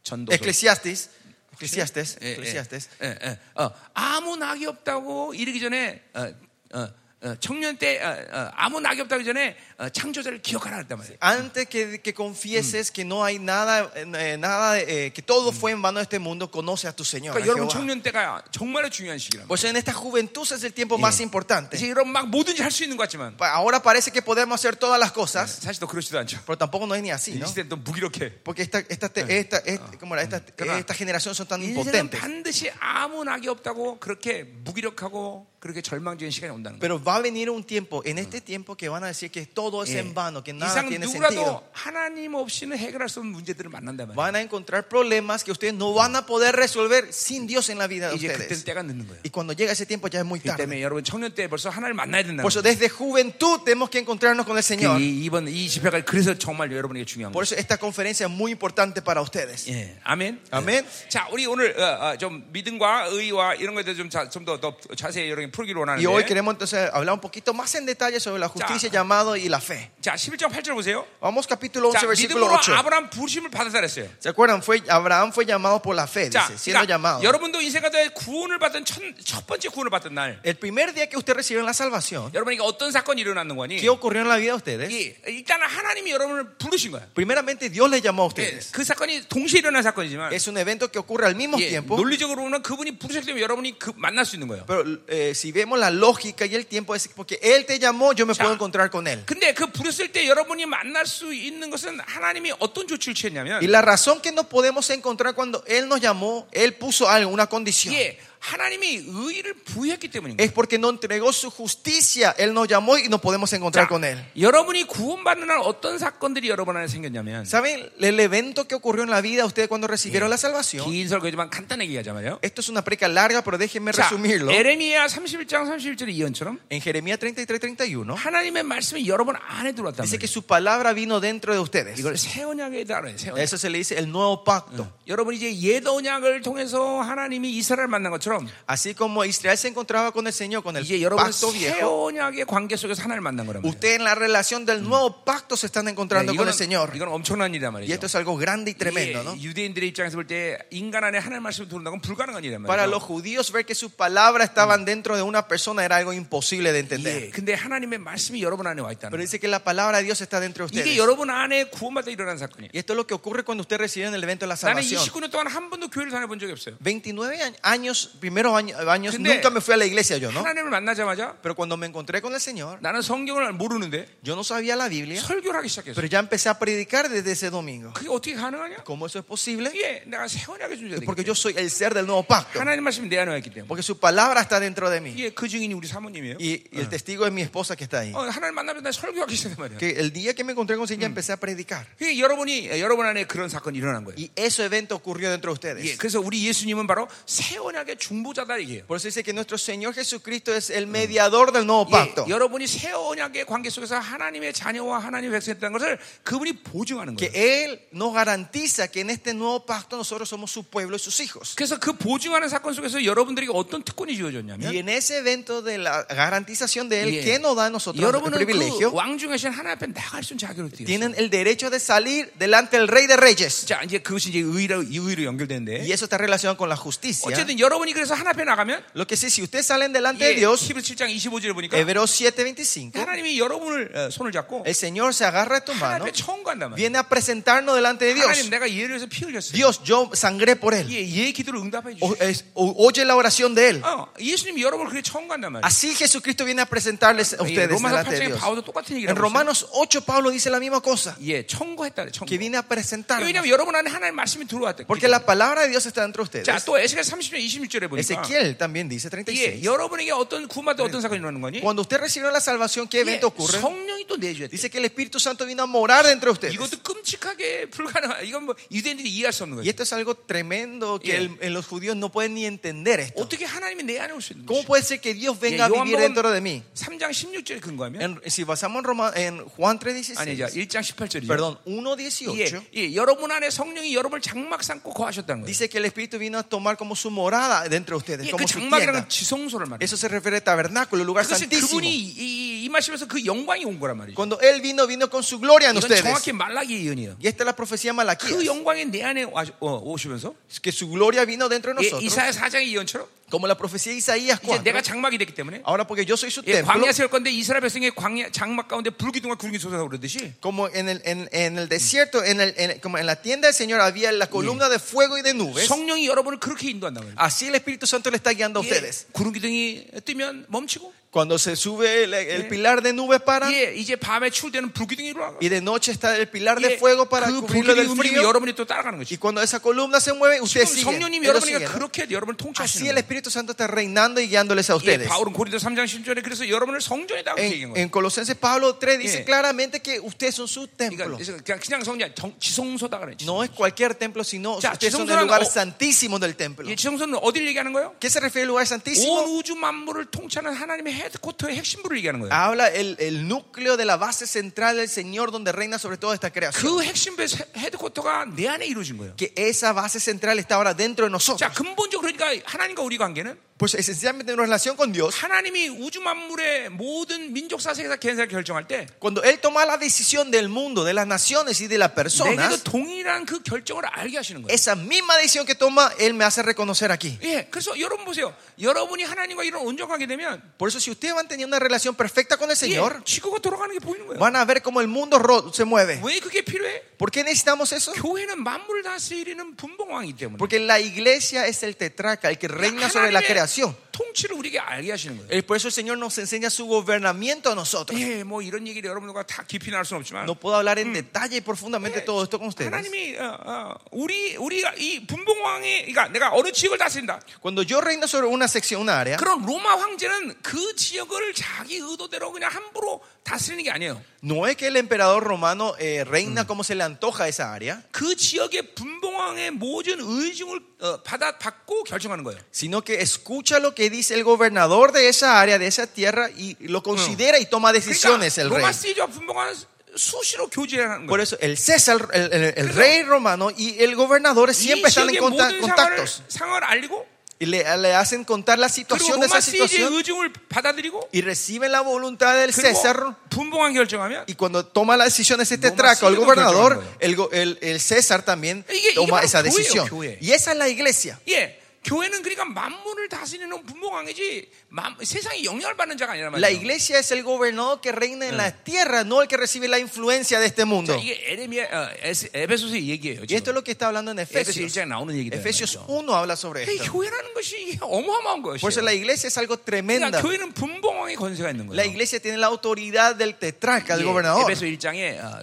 Speaker 1: 전도서
Speaker 2: Eclesiastes, Eclesiastes,
Speaker 1: 예, 예,
Speaker 2: Eclesiastes,
Speaker 1: 예, 예. 어, 아무 낙이 없다고 이르기 전에 어, 어, 어, 청년 때 어, 어, 아무 낙이 없다기 전에 어, 창조자를 기억하라 그랬단 말이에요.
Speaker 2: antes que, que confieses que no hay nada, eh, nada eh, que todo fue en vano de este mundo, conoce a tu Señor. a
Speaker 1: 그러니까 여러분
Speaker 2: Jehová.
Speaker 1: 청년 때가 정말 중요한 시기란 말이에요.
Speaker 2: Por eso en esta juventud es el tiempo más
Speaker 1: 이제
Speaker 2: importante.
Speaker 1: 이런 막 뭐든지 할 수 있는 것 같지만
Speaker 2: Pa- Ahora parece que podemos hacer todas las cosas,
Speaker 1: 사실 또 그렇지도 않죠.
Speaker 2: pero tampoco no es ni así,
Speaker 1: 이
Speaker 2: ¿no?
Speaker 1: 시대는 또 무기력해.
Speaker 2: Porque esta, esta, te- esta, esta- ¿cómo era? Esta-
Speaker 1: claro.
Speaker 2: esta generación son tan
Speaker 1: 인생은
Speaker 2: impotentes.
Speaker 1: 반드시 아무 낙이 없다고 그렇게 무기력하고 그렇게 절망적인 시간이 온다는 거예요.
Speaker 2: Pero va a venir un tiempo, en este tiempo, que van a decir que todo es
Speaker 1: Eh,
Speaker 2: en vano, que nada
Speaker 1: 예. 이상
Speaker 2: tiene sentido.
Speaker 1: 누구라도 하나님 없이는 해결할 수 없는 문제들을 만난단 말이에요.
Speaker 2: Van a encontrar problemas que ustedes no van a poder resolver sin Dios en la vida de
Speaker 1: 이제 그때
Speaker 2: ustedes.
Speaker 1: 때가 늦는 거예요.
Speaker 2: Y cuando llega ese tiempo ya es muy
Speaker 1: 그
Speaker 2: tarde.
Speaker 1: 때문에 여러분 청년 때 벌써 네 하나님 만나야 된다는
Speaker 2: Por eso
Speaker 1: 거예요. 그
Speaker 2: desde juventud tenemos que encontrarnos con el Señor.
Speaker 1: 이, 이번 이 집회가 그래서 정말 여러분에게 중요한
Speaker 2: Por
Speaker 1: 거예요.
Speaker 2: eso esta conferencia es muy importante para ustedes.
Speaker 1: 예, 아멘.
Speaker 2: 아멘.
Speaker 1: 예. 자, 우리 오늘 어, 어, 좀 믿음과 의와 이런 것에 대해서 좀좀더 더 자세히 여러분 풀기로
Speaker 2: Y hoy
Speaker 1: 원하는데.
Speaker 2: queremos entonces hablar un poquito más en detalle sobre la justicia,
Speaker 1: Ya.
Speaker 2: llamado y la fe.
Speaker 1: 자, 11장 8절 보세요.
Speaker 2: Vamos capítulo 11,
Speaker 1: 자,
Speaker 2: versículo
Speaker 1: 믿음으로
Speaker 2: 8.
Speaker 1: 아브라함 부르심을 받았다 그랬어요.
Speaker 2: ¿Se acuerdan? Fue, Abraham fue llamado por la fe,
Speaker 1: 자,
Speaker 2: dice, siendo
Speaker 1: 그러니까
Speaker 2: llamado.
Speaker 1: 여러분도 인생 가운데 구원을 받은 첫, 첫 번째 구원을 받은 날,
Speaker 2: El primer día que usted recibió la salvación,
Speaker 1: 여러분에게 어떤 사건이 일어났는 거니?
Speaker 2: ¿qué ocurrió en la vida de ustedes?
Speaker 1: 예, 일단은 하나님이 여러분을 부르신 거야.
Speaker 2: Primeramente Dios les llamó a
Speaker 1: 예,
Speaker 2: ustedes.
Speaker 1: 그 사건이 동시에 일어난 사건이지만,
Speaker 2: Es un evento que ocurre al mismo
Speaker 1: 예,
Speaker 2: tiempo,
Speaker 1: 논리적으로 보면 그분이 부르셨기 때문에 여러분이 그 만날 수 있는 거예요.
Speaker 2: pero eh, si vemos la lógica y el tiempo, es porque Él te llamó, yo me
Speaker 1: Ya.
Speaker 2: puedo encontrar con Él.
Speaker 1: 근데 그 부르실 때 여러분이 만날 수 있는 것은 하나님이 어떤 조치를 취했냐면,
Speaker 2: Y la razón que no podemos encontrar cuando Él nos llamó, Él puso algo, una condición.
Speaker 1: 예, 하나님이 의의를 부여했기 때문인 거예요.
Speaker 2: Es porque no entregó su justicia, Él nos llamó y no podemos encontrar
Speaker 1: 자,
Speaker 2: con Él.
Speaker 1: 여러분이 구원받는 날 어떤 사건들이 여러분 안에 생겼냐면,
Speaker 2: ¿Saben el evento que ocurrió en la vida de ustedes cuando recibieron la salvación?
Speaker 1: 긴 설교지만 간단하게 얘기하자면요.
Speaker 2: Esto es una preca larga, pero déjenme
Speaker 1: 자,
Speaker 2: resumirlo.
Speaker 1: 에레미야 31장 31절의 예언처럼
Speaker 2: En Jeremías 33, 31,
Speaker 1: 하나님의 말씀이 여러분 안에 들어왔단
Speaker 2: dice que
Speaker 1: 말이에요.
Speaker 2: su palabra vino dentro de ustedes.
Speaker 1: 이걸 새 언약에 따른 새 언약.
Speaker 2: Eso se le dice el nuevo pacto.
Speaker 1: 여러분 이제 옛 언약을 통해서 하나님이 이스라엘 만난 것처럼
Speaker 2: Así como Israel se encontraba con el Señor, con el
Speaker 1: 이제 여러분 네,
Speaker 2: pacto
Speaker 1: 새
Speaker 2: viejo,
Speaker 1: 언약의 관계 속에서 하나님 만난 거란 말이에요. 네,
Speaker 2: ustedes en la relación del nuevo pacto se están encontrando con el Señor.
Speaker 1: 이건 엄청난 일이란
Speaker 2: Y
Speaker 1: 말이죠.
Speaker 2: esto es algo grande y tremendo,
Speaker 1: 이게
Speaker 2: ¿no?
Speaker 1: 유대인들의 입장에서 볼 때 인간 안에 하나님 말씀을 들은다는 건 불가능한 일이란
Speaker 2: Para los
Speaker 1: 말이죠.
Speaker 2: judíos ver que sus palabras estaban dentro de una persona era algo imposible de
Speaker 1: 예,
Speaker 2: entender.
Speaker 1: 근데 하나님의 말씀이 여러분 안에 와
Speaker 2: Pero
Speaker 1: 있다는 거예요.
Speaker 2: dice que la palabra de Dios está dentro de
Speaker 1: 이게
Speaker 2: ustedes.
Speaker 1: 여러분 안에 구원받아 일어난 사건이에요.
Speaker 2: Y esto es lo que ocurre cuando ustedes reciben el evento de la
Speaker 1: 나는
Speaker 2: salvación.
Speaker 1: 어? 29년 동안 한 번도 교회를 다녀본 적이 없어요.
Speaker 2: 29 años primeros año- años
Speaker 1: 근데
Speaker 2: nunca me fui a la iglesia yo, ¿no?
Speaker 1: 하나님을 만나자마자
Speaker 2: Pero cuando me encontré con el Señor,
Speaker 1: 나는 성경을 모르는데
Speaker 2: yo no sabía la Biblia,
Speaker 1: 설교를 하기
Speaker 2: pero
Speaker 1: 시작했어.
Speaker 2: ya empecé a predicar desde ese domingo.
Speaker 1: 그게 어떻게 가능하냐?
Speaker 2: ¿Cómo eso es posible?
Speaker 1: 이게 내가 세원하게 준비돼.
Speaker 2: Porque yo soy el ser del nuevo pacto.
Speaker 1: 하나님 말씀이 내 안에 와 있기 때문에.
Speaker 2: Porque su palabra está dentro de mí.
Speaker 1: 이게 그 증인이 우리 사모님이에요.
Speaker 2: Y y el testigo es mi esposa que está ahí.
Speaker 1: 어, 하나님 만나면 나 설교하기 시작한 말이야.
Speaker 2: Que el día que me encontré con el Señor ya empecé a predicar.
Speaker 1: 그게 여러분이 여러분 안에 그런 사건이 일어난 거예요.
Speaker 2: Y ese evento ocurrió dentro de
Speaker 1: 예,
Speaker 2: ustedes.
Speaker 1: 그래서 우리 예수님은 바로 세원약의 중보자다 이게요.
Speaker 2: Por eso dice que nuestro Señor Jesucristo es el mediador del nuevo pacto.
Speaker 1: 예, 여러분이 새 언약의 관계 속에서 하나님의 자녀와 하나님의 백성이었다는 것을 그분이 보증하는 거예요.
Speaker 2: Que Él nos garantiza que en este nuevo pacto nosotros somos su pueblo y sus hijos.
Speaker 1: 그래서 그 보증하는 사건 속에서 여러분들에게 어떤 특권이 주어졌냐면
Speaker 2: Y en ese evento de la garantización de Él,
Speaker 1: 예,
Speaker 2: que nos da a nosotros el
Speaker 1: 여러분은
Speaker 2: privilegio,
Speaker 1: 그 왕중하신 하나님 앞에 나갈 수 있는 자격을 드렸어요.
Speaker 2: tienen el derecho de salir delante del Rey de Reyes.
Speaker 1: 자, 이제 그것이 이제 의로, 의로 연결되는데.
Speaker 2: Y eso está relacionado con la justicia.
Speaker 1: 어쨌든 여러분이 그래서 하나님 앞에 나가면
Speaker 2: Lo que sí, si ustedes salen delante de
Speaker 1: 예,
Speaker 2: Dios,
Speaker 1: 히브리 7장 25절을 보니까
Speaker 2: Hebreos 7:25,
Speaker 1: 하나님이 여러분을 어, 손을 잡고
Speaker 2: el Señor se agarra de tu
Speaker 1: 하나님
Speaker 2: mano,
Speaker 1: 앞에 처음 간단 말이에요.
Speaker 2: viene a presentarnos delante de Dios.
Speaker 1: 하나님 내가 예를 위해서 피 흘렸어요.
Speaker 2: Dios, yo sangré por Él.
Speaker 1: 예, 예 기도를 응답해
Speaker 2: O-
Speaker 1: 주시고.
Speaker 2: es- o- oye la oración de Él.
Speaker 1: 어, 예수님이 여러분을 그렇게 처음 간단 말이에요.
Speaker 2: Así Jesucristo viene a presentarles a
Speaker 1: 예,
Speaker 2: ustedes
Speaker 1: 로마서
Speaker 2: delante de
Speaker 1: 8장에
Speaker 2: Dios.
Speaker 1: 바울도 똑같은 얘기를
Speaker 2: En
Speaker 1: 하고 있어요.
Speaker 2: Romanos 8 Pablo dice la misma cosa,
Speaker 1: 예, 청구했다 그래, 청구. 예,
Speaker 2: que viene a presentar.
Speaker 1: 왜냐면 여러분 안에 하나님의 말씀이 들어왔대.
Speaker 2: Porque la palabra de Dios está dentro de
Speaker 1: 자,
Speaker 2: ustedes.
Speaker 1: 또 에스겔 30장 26절에 보니까
Speaker 2: Ezequiel también dice
Speaker 1: 예,
Speaker 2: 36.
Speaker 1: 여러분에게 어떤 구마다 어떤 사건이 일어나는 거니?
Speaker 2: Cuando usted recibió la salvación, ¿qué
Speaker 1: 예,
Speaker 2: evento ocurre?
Speaker 1: 성령이 또 내줘야 돼.
Speaker 2: Dice que el Espíritu Santo vino a morar dentro de ustedes.
Speaker 1: 이것도 끔찍하게 불가능한 이건 뭐 유대인들이 이해할 수 없는
Speaker 2: Y
Speaker 1: 거예요.
Speaker 2: esto es algo tremendo que
Speaker 1: Yeah.
Speaker 2: el- en los judíos no pueden ni entender esto.
Speaker 1: 어떻게 하나님이 내 안에 올 수 있는
Speaker 2: ¿Cómo
Speaker 1: 거지?
Speaker 2: puede ser que Dios venga a
Speaker 1: Yeah,
Speaker 2: vivir
Speaker 1: 요한복음-
Speaker 2: dentro de mí?
Speaker 1: 3장 16절에 근거하면
Speaker 2: En- si basamos en, Roma- en Juan
Speaker 1: 아니 이제
Speaker 2: 3.16,
Speaker 1: 1장 18절이죠.
Speaker 2: perdón, 1.18,
Speaker 1: 예, 예, 여러분 안에 성령이 여러분을 장막 삼고 거하셨다는 거예요.
Speaker 2: dice que el Espíritu vino a tomar como su morada dentro de ustedes,
Speaker 1: 예, 그
Speaker 2: como su
Speaker 1: 장막이라는
Speaker 2: tienda.
Speaker 1: 건 지성소를 말해요.
Speaker 2: Eso se refiere al tabernáculo, el lugar
Speaker 1: 그것은
Speaker 2: santísimo.
Speaker 1: 그분이 이, 이, 임하시면서 그 영광이 온 거란 말이죠.
Speaker 2: Cuando Él vino, vino con su gloria en
Speaker 1: 이건
Speaker 2: ustedes.
Speaker 1: 정확히 말라기의 예언이에요.
Speaker 2: Y esta es la profecía de
Speaker 1: 그
Speaker 2: Malaquías,
Speaker 1: 영광이 내 안에 와, 어, 오시면서
Speaker 2: que su gloria vino dentro de
Speaker 1: 예,
Speaker 2: nosotros,
Speaker 1: 이사야 4장의 예언처럼
Speaker 2: como la profecía de Isaías
Speaker 1: 이제
Speaker 2: 4.
Speaker 1: 내가 장막이 됐기 때문에
Speaker 2: Ahora porque yo soy su
Speaker 1: 예,
Speaker 2: templo,
Speaker 1: 광야 세울 건데 이스라엘 백성의 광야 장막 가운데 불기둥과 구름이 솟아서 그러듯이
Speaker 2: como en el, en, en el desierto, en, el, en- como en la tienda del Señor había la columna de fuego y de nubes.
Speaker 1: 성령이 여러분을 그렇게 인도한단 말이에요.
Speaker 2: Así el Espíritu Santo le está guiando a
Speaker 1: 예,
Speaker 2: ustedes.
Speaker 1: 구름 기둥이 뜨면 멈추고
Speaker 2: Cuando se sube el, el pilar de nubes para
Speaker 1: 예, 이제 밤에 추울 때는 불기둥이 일어나고
Speaker 2: y de noche está el pilar
Speaker 1: 예,
Speaker 2: de fuego para
Speaker 1: 그
Speaker 2: cubrirlo
Speaker 1: 불기둥이
Speaker 2: del
Speaker 1: 움직이면
Speaker 2: frío.
Speaker 1: 여러분이 또 따라가는
Speaker 2: Y
Speaker 1: 거지.
Speaker 2: cuando esa columna se mueve, ustedes siguen.
Speaker 1: 성령님이
Speaker 2: ellos
Speaker 1: 여러분에게
Speaker 2: siguen, ¿no?
Speaker 1: 그렇게 여러분을
Speaker 2: Así
Speaker 1: 통치하시는
Speaker 2: el
Speaker 1: 거예요.
Speaker 2: Espíritu Santo está reinando y guiándoles a
Speaker 1: 예,
Speaker 2: ustedes.
Speaker 1: 바울은 고린도 3장 10절에 그래서 여러분을 성전이라고 얘기한
Speaker 2: En,
Speaker 1: 거예요.
Speaker 2: en Colosenses Pablo 3 dice
Speaker 1: Yeah.
Speaker 2: claramente que ustedes son su templo.
Speaker 1: 그러니까 그냥, 그냥 성전 정, 지성소다 그래. 지성소.
Speaker 2: No es cualquier templo, sino
Speaker 1: 자,
Speaker 2: ustedes son el
Speaker 1: 지성소라는
Speaker 2: lugar
Speaker 1: 어-
Speaker 2: santísimo del templo.
Speaker 1: 이 예, 지성소는 어디를 얘기하는 거예요?
Speaker 2: ¿Qué se refiere al lugar
Speaker 1: 온
Speaker 2: santísimo?
Speaker 1: 우주 만물을 통치하는 하나님의 헤드코터의 핵심부를 얘기하는 거예요.
Speaker 2: Habla el, el núcleo de la base central del Señor donde reina sobre toda esta creación.
Speaker 1: 그 핵심부의 세- 헤드코터가 내 안에 이루어진 거예요.
Speaker 2: Que esa base central está ahora dentro de nosotros.
Speaker 1: 자, 근본적으로 그러니까 하나님과 우리 관계는
Speaker 2: Pues esencialmente en relación con Dios,
Speaker 1: 하나님이 우주 만물의 모든 민족 사색에서 계산을 결정할 때
Speaker 2: cuando Él toma la decisión del mundo, de las naciones y de las
Speaker 1: 내게도
Speaker 2: personas,
Speaker 1: 동일한 그 결정을 알게 하시는 거예요.
Speaker 2: esa misma decisión que toma, Él me hace reconocer aquí.
Speaker 1: 예, 그래서 여러분 보세요. 여러분이 하나님과 이런 온전 관계 되면
Speaker 2: Por eso si ustedes van teniendo una relación perfecta con el
Speaker 1: 예,
Speaker 2: Señor,
Speaker 1: 지구가 돌아가는 게 보이는 거예요.
Speaker 2: van a ver cómo el mundo ro- se mueve.
Speaker 1: 왜 그게 필요해?
Speaker 2: ¿Por qué necesitamos eso?
Speaker 1: 교회는 만물을 다스리는 분봉왕이기 때문에
Speaker 2: Porque la iglesia es el tetraca, el que reina sobre la creación.
Speaker 1: 통치를 우리에게 알게 하시는 거예요.
Speaker 2: Eh, Por eso el Señor nos enseña su gobernamiento a nosotros.
Speaker 1: 예, 뭐 이런 얘기를 여러분과 다 깊이 나눌 수는 없지만
Speaker 2: No puedo hablar en detalle y profundamente todo esto con ustedes.
Speaker 1: 하나님이 어, 어, 우리 우리가 이 분봉왕이 그러니까 내가 어느 지역을 다스린다.
Speaker 2: Cuando yo reino sobre una sección, una área,
Speaker 1: 그럼 로마 황제는 그 지역을 자기 의도대로 그냥 함부로 다스리는 게 아니에요.
Speaker 2: no es que el emperador romano eh,
Speaker 1: Mm.
Speaker 2: reina como se le antoja a esa área,
Speaker 1: 그 지역의 분봉왕의 모든 의중을 어, 받아 받고 결정하는 거예요.
Speaker 2: sino que escucha lo que dice el gobernador de esa área, de esa tierra, y
Speaker 1: Mm.
Speaker 2: lo considera y toma decisiones
Speaker 1: 그러니까
Speaker 2: el rey.
Speaker 1: 로마 시리와 분봉왕은 수시로 교제하는
Speaker 2: Por
Speaker 1: 거예요.
Speaker 2: eso el César, el, el- el rey romano y el gobernador
Speaker 1: 이
Speaker 2: siempre están en
Speaker 1: 지역의
Speaker 2: conta-
Speaker 1: 모든 상황을,
Speaker 2: contactos
Speaker 1: 상황을 알리고
Speaker 2: y le, le hacen contar la
Speaker 1: 그리고
Speaker 2: situación de
Speaker 1: 로마
Speaker 2: esa
Speaker 1: 시리의
Speaker 2: situación
Speaker 1: 의중을 받아들이고
Speaker 2: y reciben la voluntad del
Speaker 1: 그리고
Speaker 2: César.
Speaker 1: 분봉왕 결정하면
Speaker 2: Y cuando toma la decisión ese
Speaker 1: Roma
Speaker 2: tetraco, el
Speaker 1: sigue
Speaker 2: gobernador,
Speaker 1: controlando.
Speaker 2: el, go- el- el César también
Speaker 1: Oye, y
Speaker 2: toma
Speaker 1: que
Speaker 2: esa
Speaker 1: bueno,
Speaker 2: decisión.
Speaker 1: que bueno.
Speaker 2: Y esa es la iglesia.
Speaker 1: 예 교회는 그러니까 만물을 다스리는 분봉왕이지 만- 세상에 영향을 받는 자가 아니란
Speaker 2: La
Speaker 1: 말이에요.
Speaker 2: iglesia es el gobernador que reina en la tierra, no el que recibe la influencia de este
Speaker 1: 자,
Speaker 2: mundo.
Speaker 1: 이게 에레미야 어, 에스- 에베소서의 얘기예요.
Speaker 2: Y esto es
Speaker 1: 지금.
Speaker 2: lo que está hablando en
Speaker 1: 에베소
Speaker 2: Efesios.
Speaker 1: 1장에 나오는 얘기다.
Speaker 2: Efesios 1 habla sobre
Speaker 1: 이
Speaker 2: esto.
Speaker 1: 교회라는 것이 이게 어마어마한
Speaker 2: Por eso
Speaker 1: 것이에요.
Speaker 2: la iglesia es algo
Speaker 1: 그러니까
Speaker 2: tremenda.
Speaker 1: 교회는 분봉왕의 권세가 있는
Speaker 2: La
Speaker 1: 거예요.
Speaker 2: iglesia tiene la autoridad del tetrarca, del
Speaker 1: 예,
Speaker 2: gobernador.
Speaker 1: 에베소 1장에 어,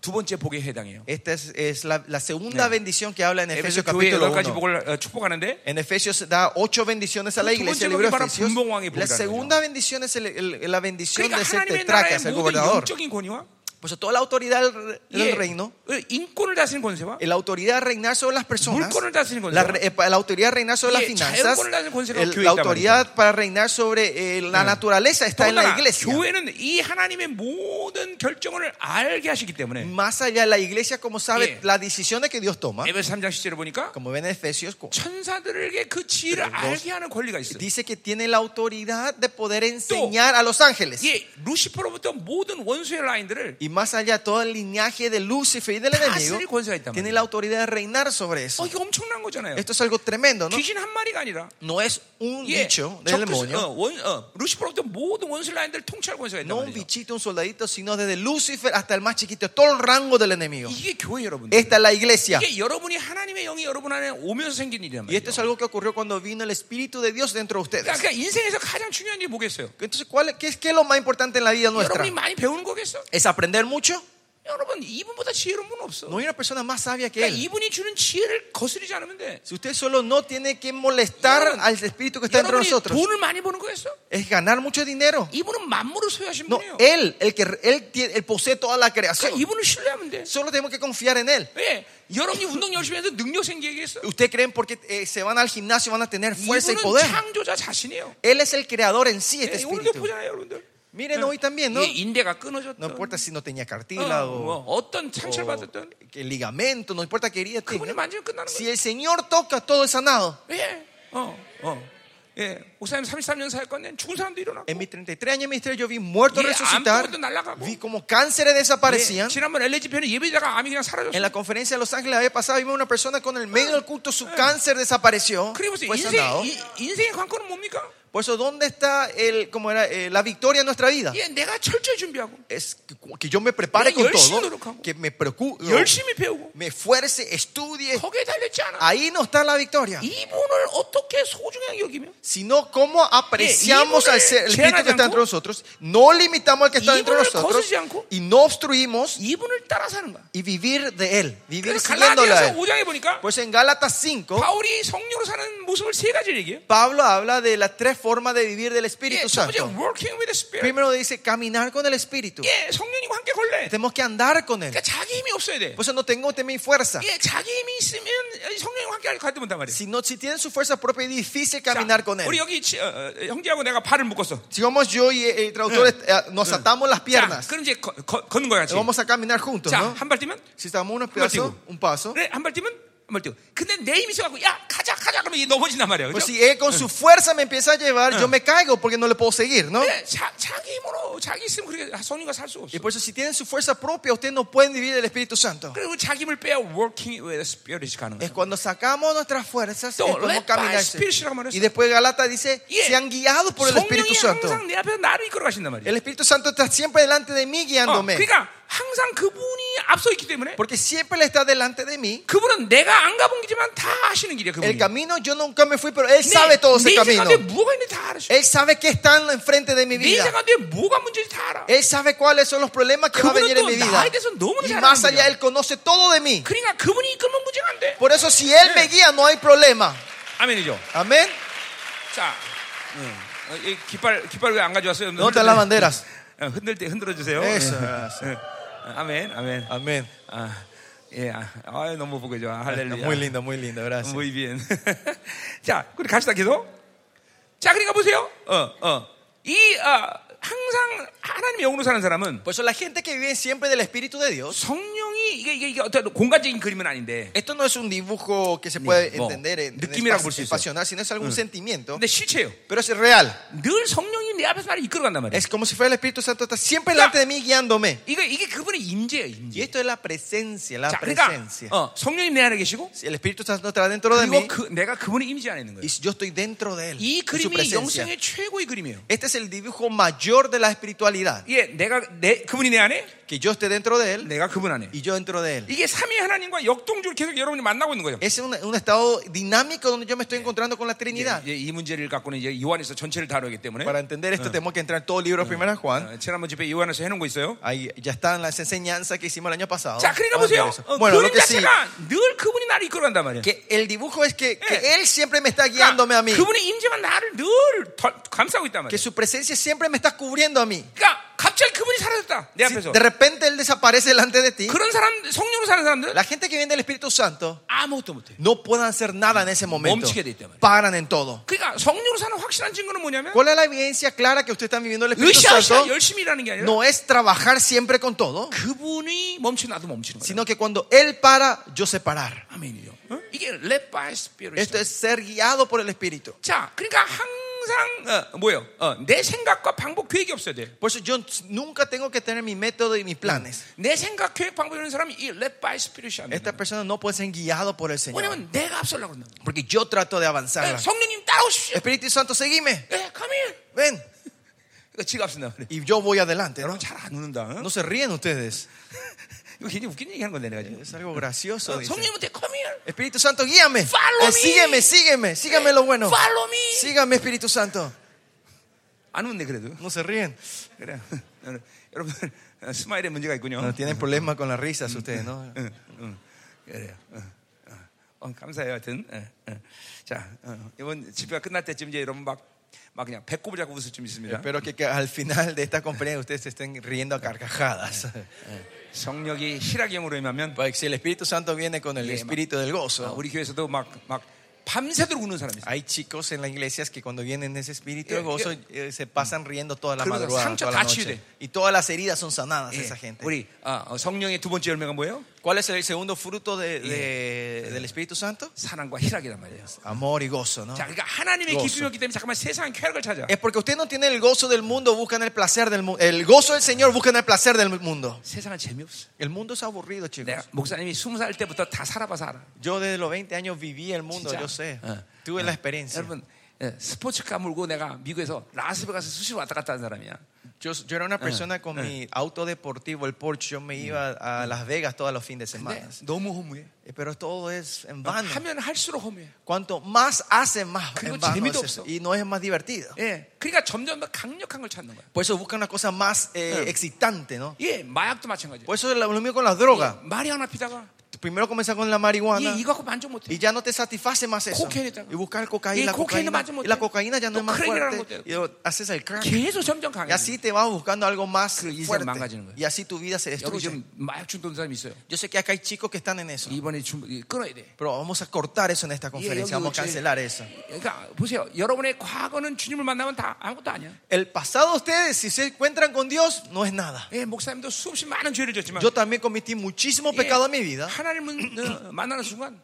Speaker 1: 두 번째 복에 해당해요.
Speaker 2: Esta es, es la, la segunda bendición que habla en
Speaker 1: 에베소
Speaker 2: Efesios
Speaker 1: 교회
Speaker 2: capítulo
Speaker 1: 여덟 가지
Speaker 2: 1.
Speaker 1: 복을 어, 축복하는데
Speaker 2: En Efesios da ocho bendiciones a la
Speaker 1: 두
Speaker 2: iglesia.
Speaker 1: 번째로
Speaker 2: el libro de
Speaker 1: 바로
Speaker 2: Efesios.
Speaker 1: 분봉왕의 복이라는
Speaker 2: La segunda bendición es el- el- la bendición
Speaker 1: 그러니까
Speaker 2: de ser
Speaker 1: 하나님의
Speaker 2: tetrarca,
Speaker 1: 나라의
Speaker 2: ser
Speaker 1: 모든
Speaker 2: gobernador.
Speaker 1: 영적인 권위와
Speaker 2: Por eso toda la autoridad del,
Speaker 1: 예,
Speaker 2: del reino,
Speaker 1: 어, 인권을 다스리는 권세와
Speaker 2: la autoridad de reinar sobre las personas,
Speaker 1: 물권을 다스리는
Speaker 2: la,
Speaker 1: 권세와
Speaker 2: re- eh, pa- la autoridad de reinar sobre las
Speaker 1: 예,
Speaker 2: finanzas,
Speaker 1: 자유권을 다스리는 권세가
Speaker 2: el-
Speaker 1: 교회에
Speaker 2: la
Speaker 1: 있단
Speaker 2: autoridad para reinar sobre eh, la naturaleza está en la
Speaker 1: 더군다나
Speaker 2: iglesia.
Speaker 1: 교회는 이 하나님의 모든 결정을 알게 하시기 때문에
Speaker 2: Más allá de la iglesia, como sabe,
Speaker 1: Yeah.
Speaker 2: las decisiones que Dios toma,
Speaker 1: 에베소 3장 10절을 보니까
Speaker 2: como ven en Efesios, cu-
Speaker 1: 천사들에게 그 지혜를 알게 하는 권리가 있어요.
Speaker 2: dice que tiene la autoridad de poder enseñar a los ángeles.
Speaker 1: 예, 루시퍼로부터 모든 원수의 라인들을
Speaker 2: Y más allá, todo el linaje de Lucifer y del enemigo
Speaker 1: 다스릴 권세가 있단
Speaker 2: tiene
Speaker 1: 말이에요.
Speaker 2: la autoridad de reinar sobre eso.
Speaker 1: 어, 이거 엄청난 거잖아요.
Speaker 2: Esto es algo tremendo, ¿no? 음, 네,
Speaker 1: 귀신 한 마리가 아니라
Speaker 2: No es un
Speaker 1: 예,
Speaker 2: bicho del
Speaker 1: 적그리스- 어,
Speaker 2: demonio,
Speaker 1: 원- 어, 루시퍼로부터 모든 원수의 라인들을 통치할 권세가 있단
Speaker 2: no un
Speaker 1: 말이에요.
Speaker 2: bichito, un soldadito, sino desde Lucifer hasta el más chiquito, todo el rango del enemigo.
Speaker 1: 이게 교회 여러분들.
Speaker 2: Esta es la iglesia.
Speaker 1: 이게 여러분이 하나님의 영이 여러분 안에 오면서 생긴 일이란 말이에요.
Speaker 2: Y esto es algo que ocurrió cuando vino el Espíritu de Dios dentro de ustedes.
Speaker 1: 그러니까 인생에서 가장 중요한 일이 뭐겠어요?
Speaker 2: Entonces, ¿cuál, qué, es- ¿qué es lo más importante en la vida nuestra?
Speaker 1: 여러분이 많이 배우는 거겠어?
Speaker 2: ¿Es aprender mucho?
Speaker 1: 여러분 이분보다 지혜로운 분 없어.
Speaker 2: No hay una persona más sabia que
Speaker 1: 그러니까
Speaker 2: él.
Speaker 1: 뭐 이분이 주는 지혜를 거스르지 않으면 돼.
Speaker 2: Si usted solo no tiene que molestar
Speaker 1: 여러분,
Speaker 2: al Espíritu
Speaker 1: 그
Speaker 2: que está dentro de
Speaker 1: 여러분이
Speaker 2: nosotros,
Speaker 1: 돈을 많이 버는 거였어?
Speaker 2: es ganar mucho dinero.
Speaker 1: 이분은 만물을 소유하신
Speaker 2: No,
Speaker 1: 분이에요.
Speaker 2: él, el que él, tiene- él posee toda la
Speaker 1: 그러니까
Speaker 2: creación.
Speaker 1: 이분을 신뢰하면 돼.
Speaker 2: Solo tenemos que confiar en él.
Speaker 1: 왜? 여러분이 운동 열심히 해서 능력 생기겠어?
Speaker 2: Ustedes creen porque eh, se van al gimnasio van a tener fuerza y
Speaker 1: 뭐 이분은
Speaker 2: poder.
Speaker 1: 창조자 자신이에요.
Speaker 2: Él es el creador en sí,
Speaker 1: 예,
Speaker 2: este
Speaker 1: 오늘도
Speaker 2: espíritu.
Speaker 1: 보잖아요, 여러분들.
Speaker 2: Miren hoy también, ¿no?
Speaker 1: 이게 인대가 끊어졌던,
Speaker 2: No importa si no tenía
Speaker 1: 어,
Speaker 2: cartílago
Speaker 1: 뭐, 어떤 상처를
Speaker 2: o
Speaker 1: 받았던
Speaker 2: que ligamento, no importa qué herida
Speaker 1: 그분이
Speaker 2: tenga.
Speaker 1: 만지면 끝나는 거예요.
Speaker 2: Si el Señor toca, todo es sanado.
Speaker 1: 예, 어, 어, 예. 목사님 33년 사역관에 죽은 사람도 일어나고.
Speaker 2: En mis 33 años de ministerio yo vi muertos
Speaker 1: Y
Speaker 2: resucitar,
Speaker 1: amputados 예, 날아가고.
Speaker 2: vi como cánceres
Speaker 1: 예,
Speaker 2: desaparecían.
Speaker 1: 지난번 LG 편에 예배자가 암이 그냥 사라졌어.
Speaker 2: En la conferencia de Los Ángeles la vez pasada vimos una persona con el medio del culto, su cáncer desapareció,
Speaker 1: 그리고 보세요.
Speaker 2: fue sanado.
Speaker 1: 인생, 이- 인생의 관건은 뭡니까?
Speaker 2: Por eso, ¿dónde está el, cómo era, eh, la victoria en nuestra vida?
Speaker 1: 예, 내가 철저히 준비하고
Speaker 2: Es
Speaker 1: 그
Speaker 2: que, que yo me prepare
Speaker 1: Mira,
Speaker 2: con
Speaker 1: 열심히
Speaker 2: todo,
Speaker 1: 노력하고.
Speaker 2: que me
Speaker 1: 어.
Speaker 2: preocupe,
Speaker 1: 열심히 배우고
Speaker 2: me esfuerce, estudie.
Speaker 1: 거기에 달렸지 네. 않아.
Speaker 2: Ahí no está la victoria.
Speaker 1: 이분을 어떻게 소중하게 여기며
Speaker 2: Sino cómo apreciamos
Speaker 1: 예, 이분을
Speaker 2: al ser, el espíritu que
Speaker 1: 제한하지
Speaker 2: está dentro de nosotros, no limitamos al que está dentro de
Speaker 1: 이분을
Speaker 2: nosotros
Speaker 1: 거스르지 않고
Speaker 2: y no obstruimos
Speaker 1: 이분을 따라 사는 거야.
Speaker 2: y vivir de él, vivir
Speaker 1: 그래서
Speaker 2: siguiéndolo a
Speaker 1: 갈라디아서
Speaker 2: él.
Speaker 1: 5장에 뭐, 보니까
Speaker 2: Por eso en Gálatas 5
Speaker 1: 바울이 성령으로 사는 모습을 세 가지를 얘기해요.
Speaker 2: Pablo habla de las tres formas de vivir del
Speaker 1: 예,
Speaker 2: Espíritu
Speaker 1: 첫 번째
Speaker 2: Santo.
Speaker 1: working with the spirit.
Speaker 2: Primero dice caminar con el Espíritu.
Speaker 1: 예, 성령님과 함께 걸래.
Speaker 2: Tenemos que andar con él.
Speaker 1: 그러니까 자기 힘이 없어야 돼.
Speaker 2: Por eso no tengo usted mi fuerza.
Speaker 1: 예, 자기 힘이 있으면 성령님과 함께 가지 못단 말이에요.
Speaker 2: Si no, si tienen su fuerza propia es difícil
Speaker 1: 자,
Speaker 2: caminar con
Speaker 1: 우리
Speaker 2: él.
Speaker 1: 여기 지- 어, 어, 형제하고 내가 발을 묶었어.
Speaker 2: Si vamos yo y el traductor eh, nos atamos las
Speaker 1: 자,
Speaker 2: piernas,
Speaker 1: 그럼 이제 거- 거- 걷는 거야 지금.
Speaker 2: vamos a caminar juntos,
Speaker 1: 자,
Speaker 2: ¿no?
Speaker 1: 한 발 뛰면
Speaker 2: Si estamos unos pasos, un ¿Eh? paso.
Speaker 1: 그래, 한발 뛰면 한발 뛰고. 근데 내 힘이 있어갖고 야 가자 가자 그러면 이게 넘어진단 말이야.
Speaker 2: Pues
Speaker 1: 그죠?
Speaker 2: si él con su fuerza me empieza a llevar, yo me caigo porque no le puedo seguir, ¿no?
Speaker 1: 그래, 자, 자기 힘으로 자기 힘으로 그렇게 성령과 살 수가 없어.
Speaker 2: Y por eso si tienen su fuerza propia, ustedes no pueden vivir el Espíritu Santo.
Speaker 1: 그리고 자기 힘을 빼야 working with the spirit 가는
Speaker 2: Es
Speaker 1: 거야.
Speaker 2: cuando sacamos nuestras fuerzas,
Speaker 1: Don't
Speaker 2: es podemos
Speaker 1: let by
Speaker 2: caminar.
Speaker 1: Spirit이라고 말했어.
Speaker 2: Y después Galata dice,
Speaker 1: Yeah.
Speaker 2: sean guiados por el Espíritu
Speaker 1: 성령이
Speaker 2: Santo.
Speaker 1: 항상 내 앞에서 나를 이끌어 가신단 말이야.
Speaker 2: El Espíritu Santo está siempre delante de mí
Speaker 1: 어,
Speaker 2: guiándome.
Speaker 1: 그러니까 항상 그분이 앞서 있기 때문에
Speaker 2: Porque siempre Él está delante de mí.
Speaker 1: 그분은 내가 안 가본 길이지만 다 아시는 길이야
Speaker 2: El
Speaker 1: 그분이.
Speaker 2: camino, yo nunca me fui, pero
Speaker 1: 내-
Speaker 2: Él sabe todo ese
Speaker 1: 내 인생
Speaker 2: camino.
Speaker 1: 가운데 뭐가 있는지 다 알아.
Speaker 2: Él sabe que está enfrente de mi
Speaker 1: 내 인생
Speaker 2: vida.
Speaker 1: 가운데 뭐가 문제인지 다 알아.
Speaker 2: Él sabe cuáles son los problemas que va a
Speaker 1: 그분은
Speaker 2: venir en
Speaker 1: 또
Speaker 2: mi vida.
Speaker 1: 나에 대해서 너무나
Speaker 2: Y
Speaker 1: 잘
Speaker 2: más
Speaker 1: 아는
Speaker 2: allá,
Speaker 1: 분이야.
Speaker 2: Él conoce todo de mí.
Speaker 1: 그러니까 그분이 이끌면 문제가 안 돼.
Speaker 2: Por eso, si Él me guía, no hay problema.
Speaker 1: 아멘이죠.
Speaker 2: Amén.
Speaker 1: 자, 응. 어, 이 깃발 깃발 왜 안 가져왔어요?
Speaker 2: No te las banderas.
Speaker 1: 어, 흔들 때 흔들어 주세요.
Speaker 2: 됐어,
Speaker 1: 예.
Speaker 2: 네, 알았어.
Speaker 1: 예. 아멘, 아멘.
Speaker 2: Amén.
Speaker 1: 아, 예, 아, 아유, 너무 보고 좋아.
Speaker 2: 네,
Speaker 1: 할렐루야.
Speaker 2: Muy lindo, muy lindo. Gracias.
Speaker 1: Muy bien. [laughs] 자, 우리 갑시다 계속. 자, 그러니까 보세요. 어,
Speaker 2: Oh,
Speaker 1: 어. 이 아, 항상 하나님 영으로 사는 사람은
Speaker 2: Por eso, Pues, la gente que vive siempre del Espíritu de Dios.
Speaker 1: 성령이 이게 이게, 이게 어떤 공간적인 그림은 아닌데.
Speaker 2: Esto no es un dibujo que se puede
Speaker 1: Ni- 뭐,
Speaker 2: entender en, en
Speaker 1: 느낌이라고
Speaker 2: espaci-
Speaker 1: 볼수 있어요.
Speaker 2: Mm. espacional, sino es algún sentimiento,
Speaker 1: 근데 실체예요.
Speaker 2: pero es real.
Speaker 1: 늘 성령이 내 내 앞에서 나를 이끌어간단 말이야.
Speaker 2: Es como si fuera el Espíritu Santo está siempre delante de mí guiándome.
Speaker 1: 이거 이게 그분의 임재예요,
Speaker 2: Y
Speaker 1: 임재.
Speaker 2: esto es la presencia, la
Speaker 1: 자, 그러니까
Speaker 2: presencia.
Speaker 1: 어, 성령님 내 안에 계시고
Speaker 2: Si El Espíritu Santo está dentro de
Speaker 1: 그리고
Speaker 2: mí
Speaker 1: 그, 내가 그분의 임재 안에 있는 거예요.
Speaker 2: y yo estoy dentro de él.
Speaker 1: 이
Speaker 2: en su
Speaker 1: 그림이
Speaker 2: presencia.
Speaker 1: 영성의 최고의 그림이에요.
Speaker 2: Este es el dibujo mayor de la espiritualidad.
Speaker 1: 예, 내가 내 그분이 내 안에,
Speaker 2: Que yo esté dentro de él
Speaker 1: 내가 그분 안에.
Speaker 2: y yo dentro de él.
Speaker 1: 이게 삼위 하나님과 역동적으로 계속 여러분이 만나고 있는 거예요.
Speaker 2: Es un, un estado dinámico donde yo me estoy encontrando con la Trinidad.
Speaker 1: 이제 이 문제를 갖고는 이제 요한에서 전체를 다루기 때문에
Speaker 2: Para entender esto tenemos que entrar en todo el libro de Primera Juan.
Speaker 1: 어, 지난번 집에 요한에서 해놓은 거 있어요.
Speaker 2: Ahí ya están las enseñanzas que hicimos el año pasado.
Speaker 1: 자, 그러니까
Speaker 2: Vamos a
Speaker 1: 보세요.
Speaker 2: ver eso.
Speaker 1: 어,
Speaker 2: Bueno, lo
Speaker 1: 그림
Speaker 2: que sí,
Speaker 1: 자체가 늘 그분이 나를 이끌어간단 말이에요.
Speaker 2: que el dibujo es que, que
Speaker 1: Eh.
Speaker 2: él siempre me está guiándome a mí.
Speaker 1: 그러니까 그분의 임재만 나를 늘 덜- 감싸고 있단
Speaker 2: Que
Speaker 1: 말이에요.
Speaker 2: su presencia siempre me está cubriendo a mí.
Speaker 1: 그러니까 갑자기 그분이 사라졌다 내
Speaker 2: Si
Speaker 1: 앞에서.
Speaker 2: de repente él desaparece delante de ti,
Speaker 1: 그런 사람 성령으로 사는 사람들
Speaker 2: la gente que viene del Espíritu Santo
Speaker 1: 아무것도 못해. 요
Speaker 2: no pueden hacer nada en ese momento.
Speaker 1: 멈추게 돼 있단 말이야.
Speaker 2: Paran en todo.
Speaker 1: 그러니까 성령으로 사는 확실한 증거는 뭐냐면
Speaker 2: ¿Cuál es la evidencia clara que usted está viviendo el Espíritu
Speaker 1: 으쌰으쌰
Speaker 2: Santo?
Speaker 1: 열심히 일하는 게 아니라
Speaker 2: No es trabajar siempre con todo,
Speaker 1: 그분이 멈추 나도 멈추는 거예요.
Speaker 2: sino que cuando él para, yo sé parar.
Speaker 1: 아멘이요. 어? 이게 led by spirit.
Speaker 2: Esto es ser guiado por el Espíritu.
Speaker 1: 자, 그러니까 항상 어, 뭐요? 어, 내 생각과 방법 계획이 없어야 돼.
Speaker 2: Por eso yo nunca tengo que tener mi método y mis planes.
Speaker 1: 내 생각 계획 방법 이런 사람이 이 led by spirit이 안 돼.
Speaker 2: Estas personas no pueden ser guiadas por el Señor.
Speaker 1: 왜냐면 내가 앞서려고 한다.
Speaker 2: Porque yo trato de
Speaker 1: 예,
Speaker 2: avanzar.
Speaker 1: 성령님 따라오십시오.
Speaker 2: Espíritu Santo, seguime.
Speaker 1: 예, 가면
Speaker 2: Ven.
Speaker 1: 그러니까 지가 앞선다 그래.
Speaker 2: Y yo voy adelante. ¿no?
Speaker 1: 잘안 웃는다. 어?
Speaker 2: No se ríen ustedes.
Speaker 1: 이거 굉장히 웃긴 얘기하는 건데 내가 지금.
Speaker 2: Es algo gracioso.
Speaker 1: 어,
Speaker 2: dice.
Speaker 1: 성령님한테 커미얼.
Speaker 2: Espíritu Santo, guíame.
Speaker 1: Follow
Speaker 2: Eh, sígueme,
Speaker 1: me.
Speaker 2: sígueme, sígueme lo bueno.
Speaker 1: Follow me.
Speaker 2: Sígame, Espíritu Santo.
Speaker 1: 안 웃네 그래도.
Speaker 2: No se ríen.
Speaker 1: [laughs] 그래. 여러분 어, 스마일에 문제가 있군요.
Speaker 2: No tienen problema con las risas ustedes, ¿no?
Speaker 1: 응, 응. 그래요. 응, 응. 어, 감사해요. 하여튼. 응, 응. 자, 어, 이번 집회가 끝날 때쯤 이제 여러분 막, 막 그냥 배꼽을 잡고 웃을 쯤 있습니다.
Speaker 2: Espero que, que al final de esta conferencia ustedes se estén riendo a carcajadas.
Speaker 1: 성력이 희락형으로 임하면
Speaker 2: Porque si el Espíritu Santo viene con el
Speaker 1: Yeah,
Speaker 2: espíritu del
Speaker 1: 어,
Speaker 2: gozo,
Speaker 1: 우리 교회에서도 막, 막 밤새도록 우는 사람이 있어요.
Speaker 2: hay chicos en las iglesias que cuando vienen ese espíritu del
Speaker 1: Yeah,
Speaker 2: gozo eh, se pasan riendo toda la
Speaker 1: Creo que
Speaker 2: madrugada,
Speaker 1: sancho Eh,
Speaker 2: toda la
Speaker 1: está
Speaker 2: noche.
Speaker 1: chido.
Speaker 2: Y todas las heridas son sanadas
Speaker 1: 예,
Speaker 2: esa gente.
Speaker 1: 우리 아, 어, 성령의 두 번째 열매가 뭐예요?
Speaker 2: ¿Cuál es el segundo fruto de- de- del Espíritu Santo?
Speaker 1: 사랑과 희락이란 말이에요.
Speaker 2: Amor y gozo, ¿no?
Speaker 1: 자, 그러니까 하나님의
Speaker 2: Gozo.
Speaker 1: 기쁨이었기 때문에 잠깐만 세상 쾌락을 찾아.
Speaker 2: Es porque usted no tiene el gozo del mundo, buscan el placer del mundo. El gozo del Señor, buscan el placer del mundo.
Speaker 1: 세상은 재미없어.
Speaker 2: El mundo es aburrido,
Speaker 1: 내가
Speaker 2: chicos.
Speaker 1: 목사님이 스무 살 때부터 다 살아봐서 알아.
Speaker 2: Yo desde los 20 años viví el mundo,
Speaker 1: 진짜.
Speaker 2: yo sé.
Speaker 1: 어,
Speaker 2: Tuve
Speaker 1: 어.
Speaker 2: la experiencia.
Speaker 1: 여러분 예, 스포츠카 몰고 내가 미국에서 라스베가스 수시로 왔다 갔다 한 사람이야.
Speaker 2: Yo, yo era una persona con mi auto deportivo, el Porsche, yo me iba a Las Mm. Vegas todos los fines de
Speaker 1: 근데
Speaker 2: semana.
Speaker 1: 너무 허무해.
Speaker 2: Eh, Pero todo es en vano.
Speaker 1: 하면 할수록 허무해.
Speaker 2: Cuanto más hace, más
Speaker 1: 그리고
Speaker 2: en vano
Speaker 1: 재미도
Speaker 2: es eso.
Speaker 1: 없어.
Speaker 2: Y no es más divertido.
Speaker 1: 예, 그러니까 점점 더 강력한 걸 찾는 거야.
Speaker 2: Por eso buscan una cosa más eh,
Speaker 1: Eh.
Speaker 2: excitante, ¿no?
Speaker 1: 예, 마약도 마찬가지.
Speaker 2: Por eso es lo lo mismo con las drogas.
Speaker 1: 말이 하나 피다가
Speaker 2: Primero comienza con la
Speaker 1: 예,
Speaker 2: marihuana.
Speaker 1: 이거 갖고 만족 못해.
Speaker 2: Y ya no te satisface más eso.
Speaker 1: Cocaine está-
Speaker 2: Y buscar cocaína.
Speaker 1: Y
Speaker 2: la
Speaker 1: cocaine
Speaker 2: cocaína.
Speaker 1: más yo me
Speaker 2: Y la
Speaker 1: tengo.
Speaker 2: cocaína ya no
Speaker 1: No
Speaker 2: es más
Speaker 1: creen que era
Speaker 2: fuerte.
Speaker 1: algo
Speaker 2: Y lo- haces el crack.
Speaker 1: 계속 점점
Speaker 2: Y
Speaker 1: 강해.
Speaker 2: así te vas buscando algo más
Speaker 1: 그 인생
Speaker 2: fuerte.
Speaker 1: 망가지는 거예요.
Speaker 2: Y así tu vida se
Speaker 1: 여기
Speaker 2: destruye.
Speaker 1: 지금 마약 중독 사람이 있어요.
Speaker 2: Yo sé que acá hay chicos que están en eso.
Speaker 1: 이번에 중 이- 끊어야 돼.
Speaker 2: Pero vamos a cortar eso en esta
Speaker 1: 여기
Speaker 2: conferencia. Vamos a
Speaker 1: 어째-
Speaker 2: cancelar eso.
Speaker 1: 그러니까 보세요. 여러분의 과거는 주님을 만나면 다 아무것도 아니야.
Speaker 2: El pasado de ustedes, si se encuentran con Dios, no es nada.
Speaker 1: 예, 목사님도 수없이 많은 죄를 졌지만
Speaker 2: Yo también cometí muchísimo
Speaker 1: 예,
Speaker 2: pecado en mi vida.
Speaker 1: 하나님을 어, 만나는 순간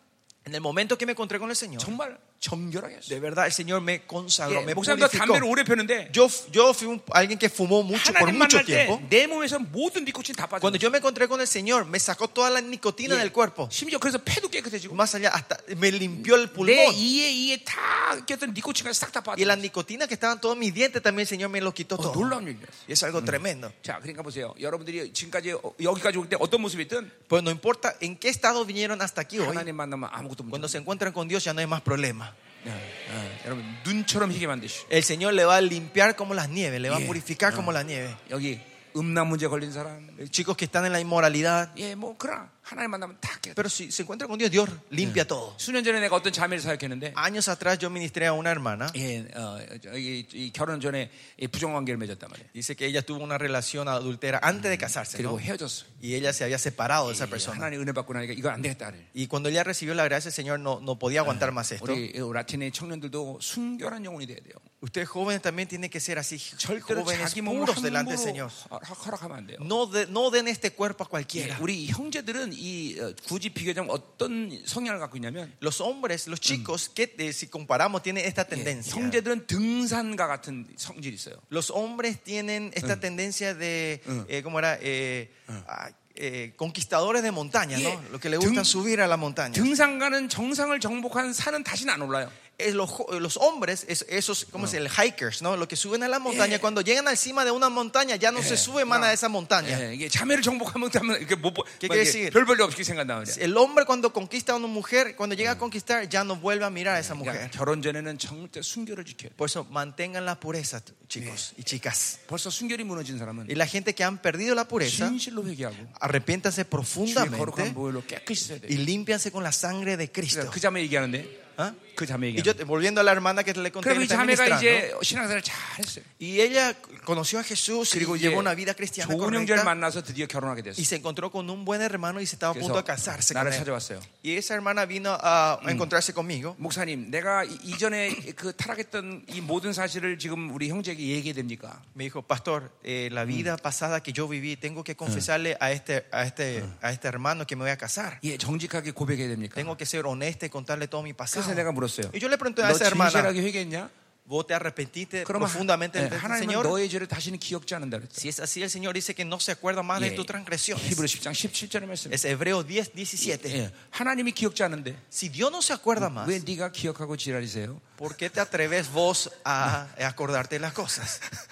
Speaker 2: En el momento que me encontré con el Señor,
Speaker 1: 정말 정결하게 했어요.
Speaker 2: de verdad el Señor me consagró,
Speaker 1: 예,
Speaker 2: me
Speaker 1: 목사님도
Speaker 2: purificó.
Speaker 1: 담배를 오래 폈는데
Speaker 2: Yo, yo fui un- alguien que fumó mucho por
Speaker 1: 하나님
Speaker 2: mucho
Speaker 1: 만날
Speaker 2: tiempo.
Speaker 1: 때 내 몸에서 모든 니코틴 다 빠져.
Speaker 2: Cuando yo me encontré con el Señor, me sacó toda la nicotina del cuerpo.
Speaker 1: 심지어 그래서 폐도 깨끗해지고
Speaker 2: Más allá, hasta me limpió el
Speaker 1: 내
Speaker 2: pulmón.
Speaker 1: 이에 이에 다 꼈던 니코틴까지 싹 다
Speaker 2: Y
Speaker 1: 빠져.
Speaker 2: la nicotina que estaban todos mis dientes también el Señor me lo quitó
Speaker 1: 어,
Speaker 2: todo.
Speaker 1: 놀라운 일이었어.
Speaker 2: Y es algo tremendo.
Speaker 1: 자, 그러니까 보세요. 여러분들이 지금까지 어, 여기까지 올 때 어떤 모습이든
Speaker 2: Pues no importa en qué estado vinieron hasta aquí hoy,
Speaker 1: 하나님 만나면 아무것도 문제.
Speaker 2: cuando se encuentran con Dios ya no hay más problema.
Speaker 1: 없어요. 예, 예. 여러분 눈처럼 희게 만드시.
Speaker 2: El Señor le va a limpiar como las nieves, le va a
Speaker 1: Yeah.
Speaker 2: purificar como la nieve.
Speaker 1: 여기 음란 문제 걸린 사람,
Speaker 2: Chicos que están en la inmoralidad,
Speaker 1: 예, 뭐 그러나 하나님 만나면 다 깨.
Speaker 2: pero si se encuentran con Dios, Dios limpia todo.
Speaker 1: 수년 전에 내가 어떤 자매를 사역했는데
Speaker 2: Años atrás yo ministré a una hermana.
Speaker 1: 예, 어, 저, 이, 이 결혼 전에 이 부정관계를 맺었단 말이에요.
Speaker 2: Dice que ella tuvo una relación adultera antes de casarse. ¿no?
Speaker 1: 그리고 헤어졌어. 요
Speaker 2: Y ella se había separado de esa persona.
Speaker 1: 하나님 은혜 받고 나니까 이건 안 되겠다 그래.
Speaker 2: Y cuando ella recibió la gracia, el Señor no, no podía aguantar más esto.
Speaker 1: 우리 라틴의 청년들도 순결한 영혼이 돼야 돼요.
Speaker 2: Ustedes jóvenes también tienen que ser así,
Speaker 1: 절대로
Speaker 2: jóvenes
Speaker 1: 자기 몸을
Speaker 2: puros delante del
Speaker 1: 함부로
Speaker 2: Señor.
Speaker 1: 허- 허락하면 안 돼요.
Speaker 2: No, de- no den este cuerpo a
Speaker 1: 예,
Speaker 2: cualquiera.
Speaker 1: 우리 형제들은 이 어, 굳이 비교하자면 어떤 성향을 갖고 있냐면
Speaker 2: Los hombres, los chicos, que eh, si comparamos, tienen esta
Speaker 1: 예,
Speaker 2: tendencia.
Speaker 1: 성제들은 등산가 같은 성질이 있어요.
Speaker 2: Los hombres tienen esta tendencia de, eh, ¿cómo era? Eh, ah, eh, conquistadores de montaña, ¿no?
Speaker 1: Yeah.
Speaker 2: Lo que le gusta
Speaker 1: Tung-
Speaker 2: subir a la montaña.
Speaker 1: 등산가는 정상을 정복한 산은 다시는 안 올라요.
Speaker 2: Es los, jo- los hombres, es- esos, ¿cómo se dice? Hikers, ¿no? Los que suben a la montaña, cuando llegan al cima de una montaña, ya Eh. no Eh. se sube más a esa montaña.
Speaker 1: 예, 이게 자매를 정복하면 하면 이렇게 못 보-
Speaker 2: 그게
Speaker 1: 막 이렇게
Speaker 2: 지금-
Speaker 1: 별별이 없게 생각나 말이야.
Speaker 2: El hombre cuando conquista a una mujer, cuando llega a conquistar, ya no vuelve a mirar a esa
Speaker 1: 그러니까
Speaker 2: mujer.
Speaker 1: 결혼 전에는 절대 순결을 지켜야 돼.
Speaker 2: Por eso mantengan la pureza, chicos y chicas.
Speaker 1: 벌써 순결이 무너진 사람은
Speaker 2: Y la gente que han perdido la pureza,
Speaker 1: 진실로 회개하고
Speaker 2: arrepiéntanse
Speaker 1: 주의 거룩한
Speaker 2: profundamente
Speaker 1: 보혈로 깨끗이 써야 돼.
Speaker 2: y límpianse con la sangre de Cristo.
Speaker 1: 그 자매 얘기하는데
Speaker 2: ¿Ah?
Speaker 1: 그 자매
Speaker 2: Y
Speaker 1: 얘기.
Speaker 2: yo, volviendo a la hermana que le conté,
Speaker 1: 그럼
Speaker 2: que
Speaker 1: 이
Speaker 2: está
Speaker 1: 자매가
Speaker 2: ministrando,
Speaker 1: 이제 신앙생활을 잘했어요.
Speaker 2: y ella conoció a Jesús y
Speaker 1: 그리고 이제
Speaker 2: llevó una vida cristiana
Speaker 1: 좋은 형제를
Speaker 2: correcta
Speaker 1: 만나서 드디어 결혼하게 됐어요.
Speaker 2: y se encontró con un buen hermano y se estaba a
Speaker 1: 그래서
Speaker 2: punto de casarse con
Speaker 1: 나를
Speaker 2: él.
Speaker 1: 찾아왔어요.
Speaker 2: Y esa hermana vino a, a encontrarse conmigo.
Speaker 1: 목사님, 내가 이- 이전에 그 타락했던 이 모든 사실을 지금 우리 형제에게 얘기해 됩니까?
Speaker 2: Me dijo, pastor, eh, la vida pasada que yo viví, tengo que confesarle a este, a este, a este hermano que me voy a casar.
Speaker 1: 예, 정직하게 고백해야 됩니까?
Speaker 2: Tengo que ser honesto y contarle todo mi
Speaker 1: 그래서
Speaker 2: pasado.
Speaker 1: 내가 물었어요. 네,
Speaker 2: Y yo le pregunté a
Speaker 1: 너
Speaker 2: esa hermana,
Speaker 1: 진실하게 회개했냐?
Speaker 2: ¿vos te arrepentiste
Speaker 1: 그러면
Speaker 2: profundamente
Speaker 1: 하- 예,
Speaker 2: del
Speaker 1: 하나님은
Speaker 2: Señor?
Speaker 1: 너의 죄를 다시는 기억지 않는다 그랬어요.
Speaker 2: Si es así, el Señor dice que no se acuerda más de
Speaker 1: 예,
Speaker 2: tus transgresiones.
Speaker 1: 히브리 10장 17절의 말씀.
Speaker 2: Es Hebreo 10, 17.
Speaker 1: 예, 하나님이 기억지 않는데
Speaker 2: Si Dios no se acuerda más,
Speaker 1: 왜 네가 기억하고 지랄이세요?
Speaker 2: ¿por qué te atreves vos a a acordarte de las cosas? [laughs]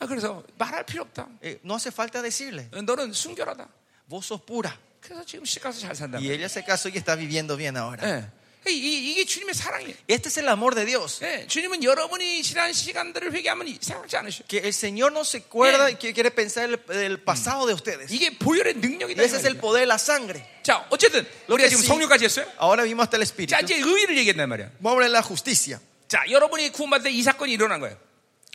Speaker 1: 아, 그래서 말할 필요 없다.
Speaker 2: Eh, no hace falta decirle,
Speaker 1: 너는 순결하다.
Speaker 2: vos sos pura.
Speaker 1: 그래서 지금 시가서 잘 산다.
Speaker 2: Y ella se casó y está viviendo bien ahora.
Speaker 1: 예. 이, 이, 이게 주님의 사랑이에요.
Speaker 2: Este es el amor de Dios.
Speaker 1: 예, 주님은 여러분이 지난 시간들을 회개하면 이- 생각지 않으셔.
Speaker 2: que el Señor no se acuerda
Speaker 1: Bien.
Speaker 2: y que quiere pensar el, el pasado de ustedes. Y
Speaker 1: 이게 보혈의 능력이다. 이
Speaker 2: ese es el
Speaker 1: 말이에요.
Speaker 2: poder de la sangre.
Speaker 1: 자, 어쨌든 우리가
Speaker 2: que
Speaker 1: 지금
Speaker 2: sí.
Speaker 1: 성령까지 했어요.
Speaker 2: Ahora vimos hasta el
Speaker 1: 자,
Speaker 2: Espíritu.
Speaker 1: 이제 의의를 얘기했단 말이야.
Speaker 2: Vamos a hablar de la justicia.
Speaker 1: 자, 여러분이 구원받을 때 이 사건이 일어난 거예요.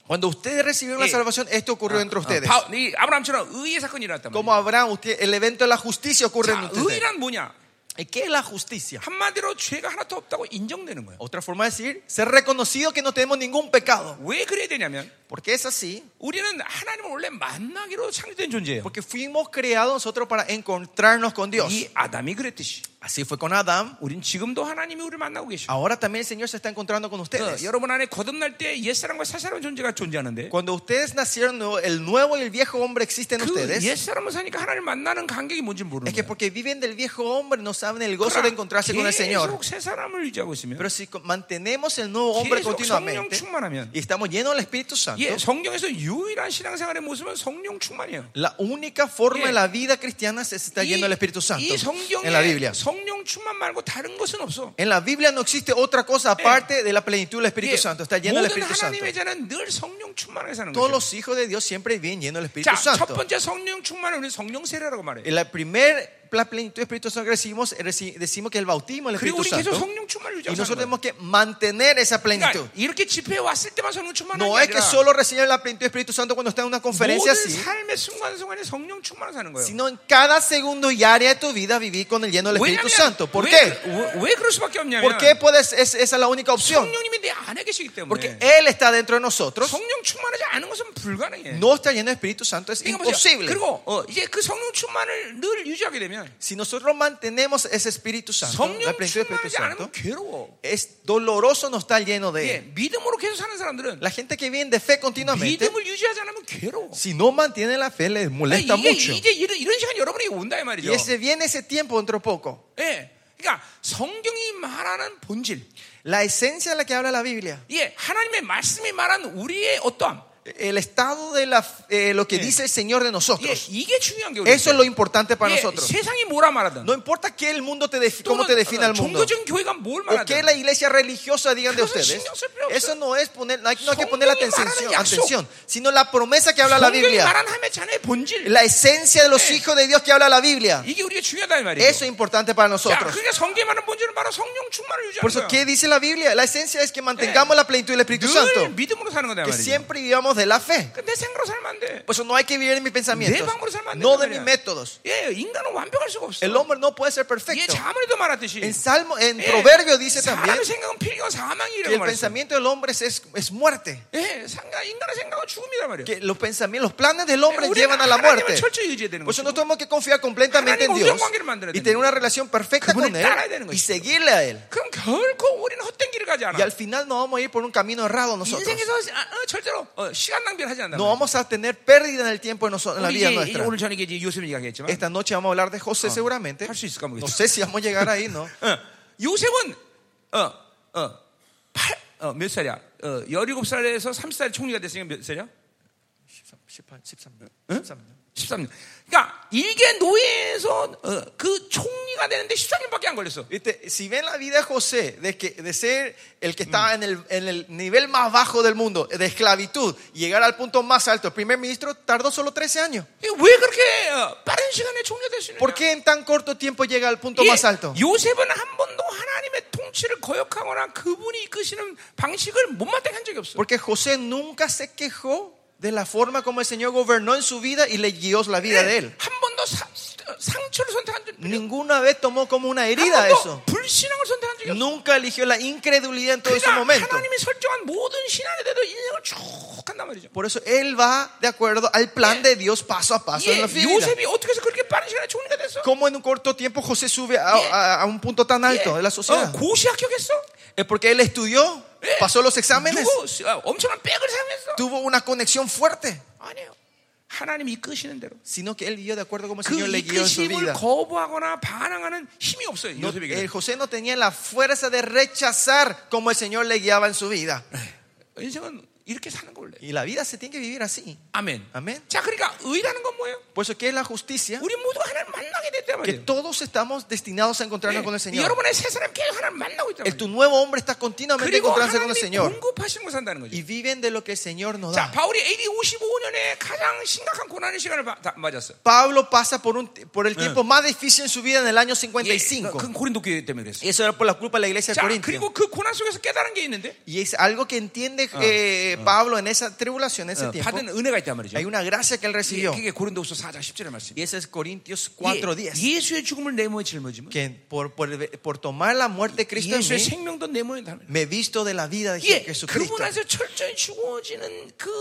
Speaker 2: Cuando ustedes recibieron la
Speaker 1: Sí. ah,
Speaker 2: salvación, esto ocurrió
Speaker 1: 어,
Speaker 2: entre ustedes.
Speaker 1: 바, 이 아브라함처럼 의의 사건이 일어났단
Speaker 2: Como
Speaker 1: 말이야.
Speaker 2: habrá usted, el evento de la justicia ocurre en
Speaker 1: 자,
Speaker 2: ustedes.
Speaker 1: 의의란 뭐냐?
Speaker 2: ¿Y ¿Qué es la justicia?
Speaker 1: 한마디로 죄가 하나도 없다고 인정되는 거예요.
Speaker 2: Otra forma de decir, ser reconocido que no tenemos ningún pecado.
Speaker 1: 왜 그래야 되냐면
Speaker 2: Porque es así.
Speaker 1: 우리는 하나님을 원래 만나기로 창조된 존재예요.
Speaker 2: Porque fuimos creados nosotros para encontrarnos con Dios.
Speaker 1: 이 아담이 그랬듯이
Speaker 2: Así fue con Adán.
Speaker 1: 우린 지금도 하나님이 우리를 만나고 계셔.
Speaker 2: Ahora también el Señor se está encontrando con
Speaker 1: 어,
Speaker 2: ustedes.
Speaker 1: 여러분 안에 거듭날 때 옛사람과 새사람 존재가 존재하는데
Speaker 2: Cuando ustedes nacieron, nuevo, el nuevo y el viejo hombre existen en
Speaker 1: 그
Speaker 2: ustedes.
Speaker 1: 옛사람을 사니까 하나님 만나는 간격이 뭔지 모르는
Speaker 2: Es que
Speaker 1: 거예요.
Speaker 2: porque viven del viejo hombre no saben el gozo de encontrarse con el Señor.
Speaker 1: 계속 새사람을 유지하고 있으면
Speaker 2: Pero si co- mantenemos el nuevo hombre
Speaker 1: 계속 성령
Speaker 2: continuamente
Speaker 1: 충만하면
Speaker 2: y estamos llenos del Espíritu Santo,
Speaker 1: 예, 성경에서 유일한 신앙생활의 모습은 성령 충만이에요.
Speaker 2: la única forma
Speaker 1: Yeah.
Speaker 2: en la vida cristiana es estar
Speaker 1: 이,
Speaker 2: lleno del Espíritu Santo
Speaker 1: 이 성경에
Speaker 2: en la Biblia.
Speaker 1: 성령 충만 말고 다른 것은 없어.
Speaker 2: En la Biblia no existe otra cosa aparte de la plenitud del
Speaker 1: 예,
Speaker 2: Espíritu Santo. Está lleno del
Speaker 1: 모든
Speaker 2: Espíritu Santo.
Speaker 1: 하나님의 자는 늘 성령 충만하게 사는
Speaker 2: Todos
Speaker 1: 거예요.
Speaker 2: los hijos de Dios siempre vienen llenos del Espíritu
Speaker 1: 자, 첫
Speaker 2: Santo.
Speaker 1: 번째 성령 충만을 우리는 성령 세례라고 말해요.
Speaker 2: En la primer la plenitud del Espíritu Santo que recibimos, eh, reci- decimos que el bautismo del
Speaker 1: 그리고
Speaker 2: Espíritu
Speaker 1: 우리 계속
Speaker 2: Santo.
Speaker 1: 성령 충만을
Speaker 2: Y
Speaker 1: 유지하는
Speaker 2: nosotros
Speaker 1: 뭐 거예요.
Speaker 2: tenemos que mantener esa plenitud.
Speaker 1: 그러니까 이렇게 집회에 왔을 때만 성령 충만한
Speaker 2: No
Speaker 1: 게
Speaker 2: es que
Speaker 1: 아니라
Speaker 2: solo reciben la plenitud del Espíritu Santo cuando están en una conferencia
Speaker 1: 모든
Speaker 2: así,
Speaker 1: 삶의 순간순간에 성령 충만을 사는 거예요.
Speaker 2: sino en cada segundo y área de tu vida vivir con el lleno del Espíritu Santo. ¿Por qué?
Speaker 1: 왜, 왜 그럴 수밖에 없냐면
Speaker 2: ¿Por qué puedes? Es, esa es la única opción.
Speaker 1: 성령님이 내 안에 계시기 때문에
Speaker 2: Porque Él está dentro de nosotros.
Speaker 1: 성령 충만하지 않은 것은 불가능해.
Speaker 2: No estar lleno del Espíritu Santo es
Speaker 1: 그러니까 보세요.
Speaker 2: imposible.
Speaker 1: 그리고 어, 이제 그 성령 충만을 늘 유지하게 되면
Speaker 2: Si nosotros mantenemos ese Espíritu Santo, la
Speaker 1: 성령
Speaker 2: plenitud del Espíritu
Speaker 1: 충만하지 않으면
Speaker 2: Santo,
Speaker 1: 괴로워.
Speaker 2: es doloroso no estar lleno de
Speaker 1: 예,
Speaker 2: Él.
Speaker 1: 믿음으로 계속 사는 사람들은
Speaker 2: La gente que viene de fe continuamente,
Speaker 1: 믿음을 유지하지 않으면 괴로워.
Speaker 2: si no mantiene la fe, les
Speaker 1: 아니,
Speaker 2: molesta
Speaker 1: 이게
Speaker 2: mucho.
Speaker 1: 이제 이런, 이런 시간 여러분이 온다 이
Speaker 2: Y
Speaker 1: 말이죠.
Speaker 2: ese viene ese tiempo dentro de poco.
Speaker 1: 예, 그러니까 성경이 말하는 본질,
Speaker 2: La esencia de la que habla la Biblia.
Speaker 1: 예, 하나님의 말씀이 말한 우리의 어떠함,
Speaker 2: El estado de la, eh, lo que dice el Señor de
Speaker 1: 예,
Speaker 2: nosotros.
Speaker 1: 이게 중요한 게 우리.
Speaker 2: Eso es lo importante para
Speaker 1: 예,
Speaker 2: nosotros.
Speaker 1: 세상이 뭐라 말하든,
Speaker 2: No importa que el mundo te defi- cómo
Speaker 1: 또는
Speaker 2: te defina el mundo.
Speaker 1: 종교적인 교회가 뭘
Speaker 2: O que
Speaker 1: 말하든,
Speaker 2: la iglesia religiosa digan de
Speaker 1: Eso
Speaker 2: ustedes.
Speaker 1: 신경 쓸 필요 없어요.
Speaker 2: Eso no es poner, no hay, no hay que poner la
Speaker 1: 성경이 말하는
Speaker 2: atención,
Speaker 1: 약속.
Speaker 2: atención, sino la promesa que habla la
Speaker 1: 성경이
Speaker 2: Biblia.
Speaker 1: 말한 하나님의 자녀의 본질,
Speaker 2: La esencia de los
Speaker 1: Sí.
Speaker 2: hijos de Dios que habla la Biblia.
Speaker 1: 이게 우리가 중요하다 이 말이죠.
Speaker 2: Eso es importante para
Speaker 1: 자,
Speaker 2: nosotros.
Speaker 1: 그러니까 성경이 말하는 본질은 바로 성령 충만을 유지하는
Speaker 2: Por eso,
Speaker 1: 거야.
Speaker 2: ¿qué dice la Biblia? La esencia es que mantengamos la plenitud del Espíritu
Speaker 1: 늘
Speaker 2: Santo.
Speaker 1: 믿음으로 사는 거다 이
Speaker 2: Que
Speaker 1: 말이죠.
Speaker 2: siempre vivamos de la fe.
Speaker 1: 그내 생각으로 살면 안 돼.
Speaker 2: Por eso no hay que vivir en mis pensamientos,
Speaker 1: 방법으로 살면 안
Speaker 2: no de
Speaker 1: 된단
Speaker 2: mis
Speaker 1: 말이야.
Speaker 2: métodos.
Speaker 1: 예, 인간은 완벽할 수가 없어.
Speaker 2: El hombre no puede ser
Speaker 1: 예,
Speaker 2: perfecto.
Speaker 1: 자문에도 말했듯이.
Speaker 2: En Salmo, en
Speaker 1: 예,
Speaker 2: Proverbio Eh, dice también
Speaker 1: 사람의 생각은 필경
Speaker 2: que
Speaker 1: 사망이라고
Speaker 2: el
Speaker 1: 말했어.
Speaker 2: pensamiento del hombre es, es muerte.
Speaker 1: 예, 상가 인간의 생각은 죽음이란 말이야.
Speaker 2: Que los pensamientos, los planes del hombre llevan a la
Speaker 1: 하나님을
Speaker 2: muerte.
Speaker 1: 철저히 의지해야 되는
Speaker 2: Por eso
Speaker 1: 거죠.
Speaker 2: nosotros tenemos que confiar completamente en
Speaker 1: 하나님과 우선
Speaker 2: Dios
Speaker 1: 관계를 만들어야
Speaker 2: y
Speaker 1: 되는
Speaker 2: tener una relación perfecta
Speaker 1: 그분을
Speaker 2: con Él
Speaker 1: 따라야 되는
Speaker 2: y
Speaker 1: 것이죠.
Speaker 2: seguirle a Él.
Speaker 1: 그럼 결코 우리는 헛된 길을 가지
Speaker 2: Y
Speaker 1: 않아.
Speaker 2: al final no vamos a ir por un camino errado nosotros.
Speaker 1: 인생에서 아, 어, 절대로 어, 시간 낭비를 하지 않는다.
Speaker 2: No vamos a tener pérdida en el tiempo de noso- en la
Speaker 1: 우리
Speaker 2: vida
Speaker 1: 이제 이-
Speaker 2: nuestra.
Speaker 1: 오늘 저녁에 이제 요셉을 이야기했지만
Speaker 2: Esta noche vamos a hablar de José seguramente.
Speaker 1: 할 수 있을까
Speaker 2: No
Speaker 1: 모르겠어.
Speaker 2: sé si vamos a llegar ahí, ¿no? [laughs]
Speaker 1: 어, 요셉은 어, 어어팔몇 살이야? 어 17살에서 30살 총리가 됐으니까 몇 살이야?
Speaker 2: ¿Eh?
Speaker 1: 13년. 그러니까 일개 노예에서 어, 그 총리가 되는데 13년밖에 안 걸렸어.
Speaker 2: Viste, Si ven la vida de José, de, que, de ser el que estaba en el, en el nivel más bajo del mundo, de esclavitud, llegar al punto más alto, el primer ministro tardó solo 13 años.
Speaker 1: 이게 왜 그렇게 어, 빠른 시간에 총리가 될 수 있느냐?
Speaker 2: ¿Por qué en tan corto tiempo llega al punto
Speaker 1: 예,
Speaker 2: más alto?
Speaker 1: 요셉은 한 번도 하나님의 통치를 거역하거나 그분이 이끄시는 방식을 못마땅히 한 적이 없어.
Speaker 2: Porque José nunca se quejó de la forma como el Señor gobernó en su vida y le guió la vida de él.
Speaker 1: 예, 한 번도 사- 상처를 선택한 적이 없어.
Speaker 2: Ninguna vez tomó como una herida
Speaker 1: 한 번도
Speaker 2: eso.
Speaker 1: 불신앙을 선택한 적이 없어.
Speaker 2: Nunca eligió la incredulidad en todo ese
Speaker 1: 그냥
Speaker 2: momento.
Speaker 1: 하나님이 설정한 모든 신앙에 대해서 인생을 쭉 간단 말이죠.
Speaker 2: Por eso él va de acuerdo al plan de Dios paso a paso
Speaker 1: 예,
Speaker 2: en la vida.
Speaker 1: 요셉이 어떻게 해서 그렇게 빠른 시간에 총리가 됐어?
Speaker 2: ¿Cómo en un corto tiempo José sube a, a- a un punto tan alto de la sociedad?
Speaker 1: 고시 예. 합격했어?
Speaker 2: Es porque él estudió,
Speaker 1: 예.
Speaker 2: pasó los exámenes,
Speaker 1: 누구 수- 아, 엄청난 백을 사용했어?
Speaker 2: tuvo una conexión fuerte,
Speaker 1: 아니에요. 하나님이 이끄시는 대로.
Speaker 2: sino que él vivió de acuerdo como el
Speaker 1: 그
Speaker 2: Señor le guió en su
Speaker 1: 이끄심을
Speaker 2: vida.
Speaker 1: 거부하거나 반항하는 힘이 없어요.
Speaker 2: No,
Speaker 1: 요셉에게.
Speaker 2: el José no tenía la fuerza de rechazar como el Señor le guiaba en su vida.
Speaker 1: 인생은 이렇게 사는 거 원래.
Speaker 2: Y la vida se tiene que vivir así.
Speaker 1: 아멘.
Speaker 2: 아멘.
Speaker 1: 자, 그러니까 의라는 건 뭐예요?
Speaker 2: Por eso, ¿qué es la justicia?
Speaker 1: 우리 모두 하나님 만나게 됐단
Speaker 2: Que
Speaker 1: 말이에요.
Speaker 2: todos estamos destinados a encontrarnos con el
Speaker 1: 예,
Speaker 2: Señor.
Speaker 1: 여러분의 세 사람 계속 하나님 만나고 있단
Speaker 2: El, tu
Speaker 1: 말이에요.
Speaker 2: nuevo hombre está continuamente
Speaker 1: 그리고
Speaker 2: encontrándose con el
Speaker 1: 하나님이
Speaker 2: Señor.
Speaker 1: 공급하시는 거 산다는 거죠.
Speaker 2: Y viven de lo que el Señor nos
Speaker 1: 자,
Speaker 2: da.
Speaker 1: 바울이 AD 55년에 가장 심각한 고난의 시간을 바- 다- 맞았어.
Speaker 2: Pablo pasa por, un, por el tiempo más difícil en su vida en el año
Speaker 1: 예, 그
Speaker 2: 55.
Speaker 1: 고린도 교회 때문에 그랬어.
Speaker 2: Eso era por la culpa de la iglesia
Speaker 1: 자,
Speaker 2: de Corintio.
Speaker 1: 그리고 그 고난 속에서 깨달은 게 있는데
Speaker 2: Y es algo que entiende eh, Pablo en esa tribulación, en ese
Speaker 1: 어,
Speaker 2: tiempo.
Speaker 1: 받은 은혜가 있단 아, 말이죠.
Speaker 2: Hay una gracia que él
Speaker 1: 예,
Speaker 2: recibió.
Speaker 1: 그게 고린도후서 4장 10절의 말씀.
Speaker 2: Y ese es Corintios
Speaker 1: 예,
Speaker 2: 4:10.
Speaker 1: 예수의 죽음을 내 몸에 짊어지면
Speaker 2: Que por, por, por tomar la muerte de Cristo en
Speaker 1: 예수의
Speaker 2: mí,
Speaker 1: 생명도 내 몸에 담아.
Speaker 2: me he visto de la vida de
Speaker 1: 예,
Speaker 2: Jesucristo.
Speaker 1: 그분 안에서 철저히 죽어지는 그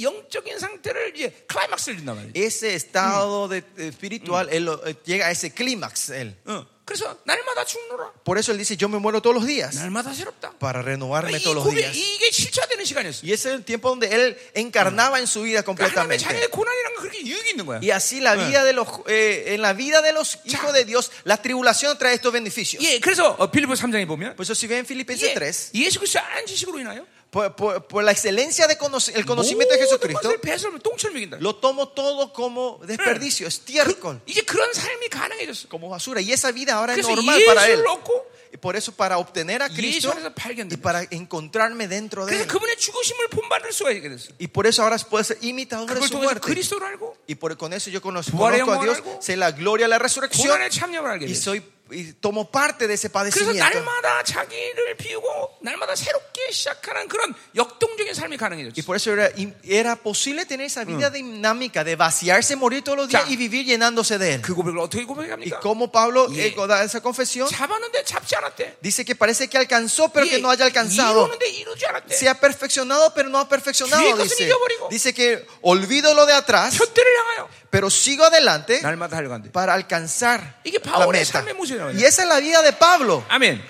Speaker 1: 영적인 상태를 이제 클라이막스를 준단 말이에요.
Speaker 2: Ese estado de- de espiritual, él lo- eh, llega a ese clímax. Él.
Speaker 1: 어, 그래서 날마다 죽노라.
Speaker 2: Por eso él dice: Yo me muero todos los días.
Speaker 1: 날마다 새롭다.
Speaker 2: Para renovarme
Speaker 1: 이
Speaker 2: todos los
Speaker 1: 고백,
Speaker 2: días.
Speaker 1: 이게 실체화되는 시간이었어.
Speaker 2: Y ese es el tiempo donde él encarnaba en su vida
Speaker 1: 그러니까 하나님의
Speaker 2: completamente.
Speaker 1: 자녀의 고난이란 건 그렇게 유익이 있는 거야.
Speaker 2: Y así la vida de los eh, en la vida de los hijos de Dios, la tribulación trae estos beneficios.
Speaker 1: 예, 그래서 어, 빌립보 3장에 보면
Speaker 2: Por eso si ven Filipenses
Speaker 1: 예,
Speaker 2: 3,
Speaker 1: 예수 그리스도의 안 지식으로 인하여
Speaker 2: por, por- por la excelencia del el conocimiento
Speaker 1: 모든
Speaker 2: de Jesucristo,
Speaker 1: 것을 배설로 똥처럼 먹인다.
Speaker 2: lo tomo todo como desperdicio,
Speaker 1: 그,
Speaker 2: estiércol,
Speaker 1: 이제 그런 삶이 가능해졌어.
Speaker 2: como basura. Y esa vida ahora es
Speaker 1: 그래서
Speaker 2: normal para él.
Speaker 1: 예수를 얻고
Speaker 2: Y por eso para obtener a
Speaker 1: 예수
Speaker 2: Cristo
Speaker 1: 안에서
Speaker 2: y
Speaker 1: 발견돼.
Speaker 2: para encontrarme dentro de
Speaker 1: 그래서
Speaker 2: él.
Speaker 1: 그분의 죽으심을 본받을 수가 있게 됐어.
Speaker 2: Y por eso ahora puedo ser imitador de
Speaker 1: 그걸
Speaker 2: su
Speaker 1: 통해서
Speaker 2: muerte.
Speaker 1: 그리스도를 알고
Speaker 2: Y por, con eso yo conozco,
Speaker 1: 부활의
Speaker 2: conozco a
Speaker 1: 영광을
Speaker 2: Dios,
Speaker 1: 알고
Speaker 2: sé la gloria, la resurrección
Speaker 1: 고난에 참여를 알게
Speaker 2: y
Speaker 1: 됐어.
Speaker 2: soy y tomo parte de ese
Speaker 1: 그래서
Speaker 2: padecimiento.
Speaker 1: 날마다 자기를 비우고 날마다 새롭게 시작하는 그런 역동적인 삶이
Speaker 2: Y
Speaker 1: 가능해졌어.
Speaker 2: por eso era, era posible tener esa vida dinámica de vaciarse, morir todos los días
Speaker 1: 자,
Speaker 2: y vivir llenándose de él.
Speaker 1: 그 고백을 어떻게
Speaker 2: Y
Speaker 1: 고백합니까?
Speaker 2: como Pablo
Speaker 1: 예.
Speaker 2: eh, da esa confesión,
Speaker 1: 잡았는데 잡지 않았대.
Speaker 2: dice que parece que alcanzó, pero
Speaker 1: 예,
Speaker 2: que no haya alcanzado.
Speaker 1: 이루는데 이루지 않았대.
Speaker 2: Se ha perfeccionado, pero no ha
Speaker 1: 뒤에
Speaker 2: perfeccionado.
Speaker 1: 것은
Speaker 2: Dice,
Speaker 1: 잊어버리고.
Speaker 2: dice que olvido lo de atrás,
Speaker 1: 곁대를 향하여
Speaker 2: pero sigo adelante
Speaker 1: 날마다 달려간대.
Speaker 2: para alcanzar
Speaker 1: 이게
Speaker 2: la
Speaker 1: 바울의
Speaker 2: meta.
Speaker 1: 삶의 모습이에요.
Speaker 2: Y esa es la vida de Pablo.
Speaker 1: 아멘.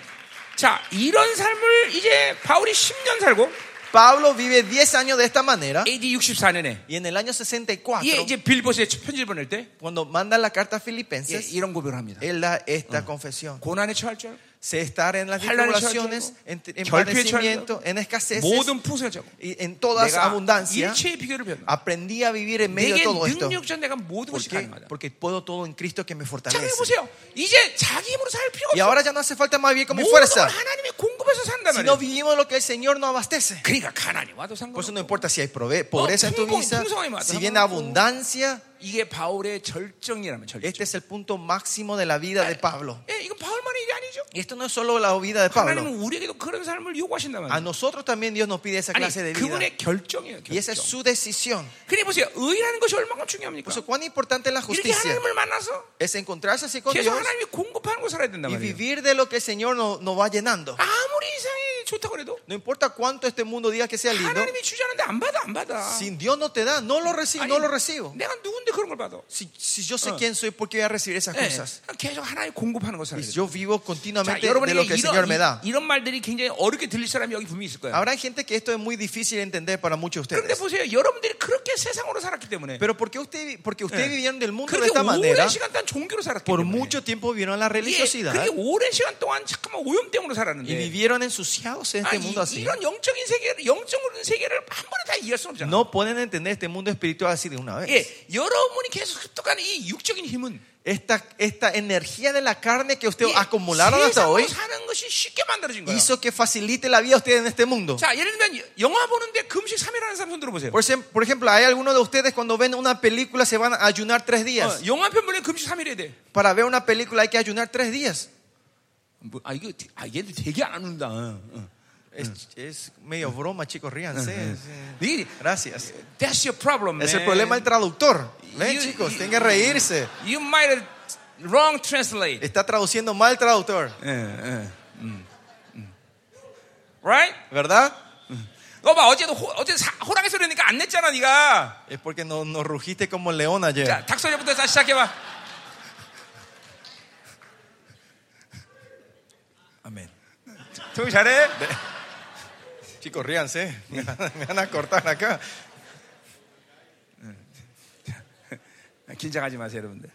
Speaker 1: 자, 이런 삶을 이제 바울이 10년 살고
Speaker 2: Pablo vive 10 años de esta manera.
Speaker 1: AD 64년에
Speaker 2: Y en el año 64,
Speaker 1: 예, 이제 빌보스에 편지를 보낼 때
Speaker 2: cuando manda la carta a
Speaker 1: 예,
Speaker 2: Filipenses,
Speaker 1: 이런 고백을 합니다.
Speaker 2: él da esta confesión.
Speaker 1: 고난에 처할 줄 알고
Speaker 2: Se estar en las
Speaker 1: 환란에
Speaker 2: tribulaciones,
Speaker 1: 처할
Speaker 2: en,
Speaker 1: 줄
Speaker 2: en
Speaker 1: 알고, 절규에 처할 줄
Speaker 2: padecimiento,
Speaker 1: 알고,
Speaker 2: en escaseces,
Speaker 1: 모든 풍성을 줄 알고
Speaker 2: y en toda esa
Speaker 1: 내가 아,
Speaker 2: abundancia.
Speaker 1: 일체의 비교를 배운다.
Speaker 2: Aprendí a vivir en medio de
Speaker 1: 내게
Speaker 2: todo esto.
Speaker 1: 능력전 내가 모든
Speaker 2: ¿Por
Speaker 1: 것이
Speaker 2: qué?
Speaker 1: 가능하다.
Speaker 2: Porque puedo todo en Cristo que me
Speaker 1: 자,
Speaker 2: fortalece.
Speaker 1: 그냥 보세요. 이제 자기 힘으로 살 필요가
Speaker 2: Y
Speaker 1: 없어.
Speaker 2: ahora ya no hace falta más vivir con mi
Speaker 1: 모든 걸
Speaker 2: fuerza,
Speaker 1: 하나님이 공급해서 사는 산단
Speaker 2: Si no
Speaker 1: 말이에요.
Speaker 2: vivimos lo que el Señor nos abastece.
Speaker 1: 그러니까 가난이 와도
Speaker 2: Por eso no
Speaker 1: 상관없고
Speaker 2: importa si hay prove- pobreza en tu
Speaker 1: 풍성-
Speaker 2: vida,
Speaker 1: 풍성함이 많다.
Speaker 2: si viene abundancia,
Speaker 1: 이게 바울의 절정이라면 절정.
Speaker 2: este es el punto máximo de la vida de Pablo.
Speaker 1: 예, 이건 바울만의 일이 아니죠.
Speaker 2: Y esto no es solo la vida de Pablo.
Speaker 1: 하나님은 우리에게도 그런 삶을 요구하신단
Speaker 2: A
Speaker 1: 말이에요.
Speaker 2: nosotros también Dios nos pide esa
Speaker 1: 아니,
Speaker 2: clase de vida.
Speaker 1: 그분의 결정이에요.
Speaker 2: Y esa es
Speaker 1: 결정.
Speaker 2: su decisión.
Speaker 1: 그래 보세요. 의라는 것이 얼마나 중요합니까?
Speaker 2: Por eso, cuán importante es la
Speaker 1: 이렇게
Speaker 2: justicia.
Speaker 1: 하나님을 만나서
Speaker 2: Es encontrarse así con
Speaker 1: 계속
Speaker 2: Dios
Speaker 1: 하나님이 공급하는 거 살아야 된단 말이에요.
Speaker 2: y vivir de lo que el Señor nos no va llenando.
Speaker 1: 아무리 이상이 좋다고 해도
Speaker 2: No importa cuánto este mundo diga que sea lindo,
Speaker 1: 하나님이 주지 않는데 안 받아 안 받아.
Speaker 2: si Dios no te da, no lo recibo,
Speaker 1: 아니,
Speaker 2: no lo recibo.
Speaker 1: 내가 누군데 그런 걸 받아?
Speaker 2: Si, si yo sé quién soy, ¿por qué voy a recibir esas
Speaker 1: 예,
Speaker 2: cosas?
Speaker 1: 계속 하나님 공급하는 거 살아야
Speaker 2: Y
Speaker 1: 돼.
Speaker 2: yo vivo
Speaker 1: 자,
Speaker 2: continuamente de lo que
Speaker 1: 여러분에게
Speaker 2: el Señor me
Speaker 1: 이런,
Speaker 2: da.
Speaker 1: 이, 이런 말들이 굉장히 어렵게 들릴 사람이 여기 분명히 있을 거예요.
Speaker 2: Habrá gente que esto es muy difícil de entender para muchos de
Speaker 1: 그런데
Speaker 2: ustedes.
Speaker 1: 보세요. 여러분들이 그렇게 세상으로 살았기 때문에
Speaker 2: Pero porque usted, porque usted vivieron del mundo de
Speaker 1: 그렇게
Speaker 2: esta manera,
Speaker 1: 오랜 시간 동안 종교로 살았기
Speaker 2: por
Speaker 1: 때문에
Speaker 2: mucho tiempo vivieron la
Speaker 1: 예,
Speaker 2: religiosidad
Speaker 1: 그렇게 오랜 시간 동안 잠깐만 오염병으로
Speaker 2: y
Speaker 1: 살았는데
Speaker 2: vivieron ensuciados en
Speaker 1: 아,
Speaker 2: este mundo
Speaker 1: 이,
Speaker 2: así.
Speaker 1: 이런 영적인 세계를 영적인 세계를 한 번에 다 이해할 수 없잖아.
Speaker 2: No pueden entender este mundo espiritual así de una vez.
Speaker 1: 예, 여러분이 계속 습득하는 이 육적인 힘은
Speaker 2: Esta, esta energía de la carne que usted
Speaker 1: 예,
Speaker 2: acumularon hasta
Speaker 1: 세상으로
Speaker 2: hoy
Speaker 1: 사는 것이 쉽게 만들어진 거예요.
Speaker 2: hizo que facilite la vida a usted en este mundo.
Speaker 1: 자, 예를 들면 영화 보는데 금식 3일 하는 사람 손 들어보세요.
Speaker 2: Por ejem- por ejemplo, hay algunos de ustedes cuando ven una película se van a ayunar tres
Speaker 1: 어,
Speaker 2: días.
Speaker 1: 영화 편 보려 금식 3일 해야 돼.
Speaker 2: Para ver una película hay que ayunar tres días.
Speaker 1: 뭐, 아 이거 되- 아 얘들 되게 안 운다. 어, 응, 응.
Speaker 2: Es, es medio broma, chicos, ríanse. Sí.
Speaker 1: 네,
Speaker 2: Gracias.
Speaker 1: That's your problem.
Speaker 2: Es el
Speaker 1: man.
Speaker 2: problema del traductor.
Speaker 1: You-
Speaker 2: Ven, chicos,
Speaker 1: you-
Speaker 2: tengan que reírse.
Speaker 1: You might have wrong translate.
Speaker 2: Está traduciendo mal el traductor,
Speaker 1: 예, 예. 음, 음. Right?
Speaker 2: ¿verdad?
Speaker 1: 너 봐 어제도 호, 어제 사- 호랑이 소리 내니까 안 냈잖아 네가.
Speaker 2: Es porque no- nos rugiste como el león ayer.
Speaker 1: 자, 닭소리부터 다시 시작해 봐.
Speaker 2: Amén.
Speaker 1: 되게 잘해.
Speaker 2: Chicos, ríanse. [laughs] Me van- me van a cortar acá.
Speaker 1: 네. 긴장하지 마세요, 여러분들.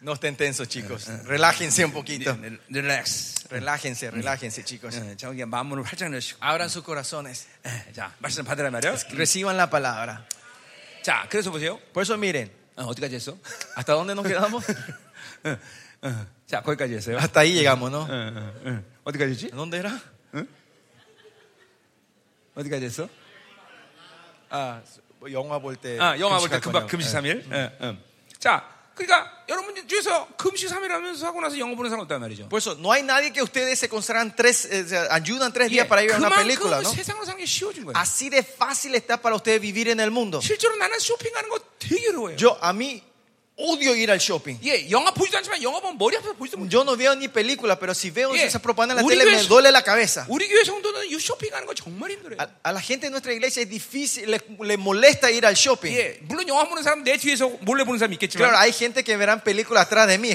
Speaker 2: No estén tensos, chicos. Relájense un
Speaker 1: 네.
Speaker 2: poquito.
Speaker 1: eh. 릴렉스.
Speaker 2: Relájense, relájense, chicos.
Speaker 1: 자, 그냥 네, 마음을 활짝 열시고.
Speaker 2: Abran sus corazones.
Speaker 1: 예, 자, 말씀 받으라 말이요.
Speaker 2: Reciban la palabra.
Speaker 1: 자, 그래서 보세요.
Speaker 2: Por eso miren,
Speaker 1: 어, 어디까지 했어?
Speaker 2: ¿hasta dónde nos quedamos?
Speaker 1: 어, 어. 자, 거기까지 했어요.
Speaker 2: Hasta ahí llegamos, ¿no?
Speaker 1: 어, 어, 어. 어디까지 했지?
Speaker 2: ¿Dónde era?
Speaker 1: 어디까지 했어?
Speaker 2: Ah, 영화 볼 때.
Speaker 1: 아, 영화 볼 때
Speaker 2: 예, 금식할 예.
Speaker 1: 금방
Speaker 2: 거냐고.
Speaker 1: 금식
Speaker 2: Eh. 음.
Speaker 1: 3일. 예, 음. 자, 그러니까 여러분 중에서 금식 3일 하면서 하고 나서 영어 보는 사람 없단 말이죠.
Speaker 2: Por eso, no hay nadie que ustedes se consagran tres, eh, se ayudan tres
Speaker 1: 예,
Speaker 2: días para ir a una
Speaker 1: 그만큼
Speaker 2: película, ¿no?
Speaker 1: 세상으로 사는 게 쉬워진 거예요.
Speaker 2: Así de fácil está para ustedes vivir en el mundo.
Speaker 1: 실제로 나는 쇼핑하는 거 되게 어려워요.
Speaker 2: Yo, a mí, odio ir al shopping.
Speaker 1: 예, 영화 보지도 않지만 영화 보면 머리 아파서 보지도 못해요.
Speaker 2: Yo no veo ni película, pero si veo
Speaker 1: Yeah.
Speaker 2: esa propaganda en la
Speaker 1: 우리
Speaker 2: tele, me
Speaker 1: 교회-
Speaker 2: duele la cabeza.
Speaker 1: 우리 교회 성도는 이 쇼핑하는 거 정말 힘들어요.
Speaker 2: A, a la gente de nuestra iglesia es difícil, le, le molesta ir al shopping.
Speaker 1: 예, 물론 영화 보는 사람 내 뒤에서 몰래 보는 사람 있겠지만
Speaker 2: Claro, hay gente que verán películas atrás de mí,
Speaker 1: 그러나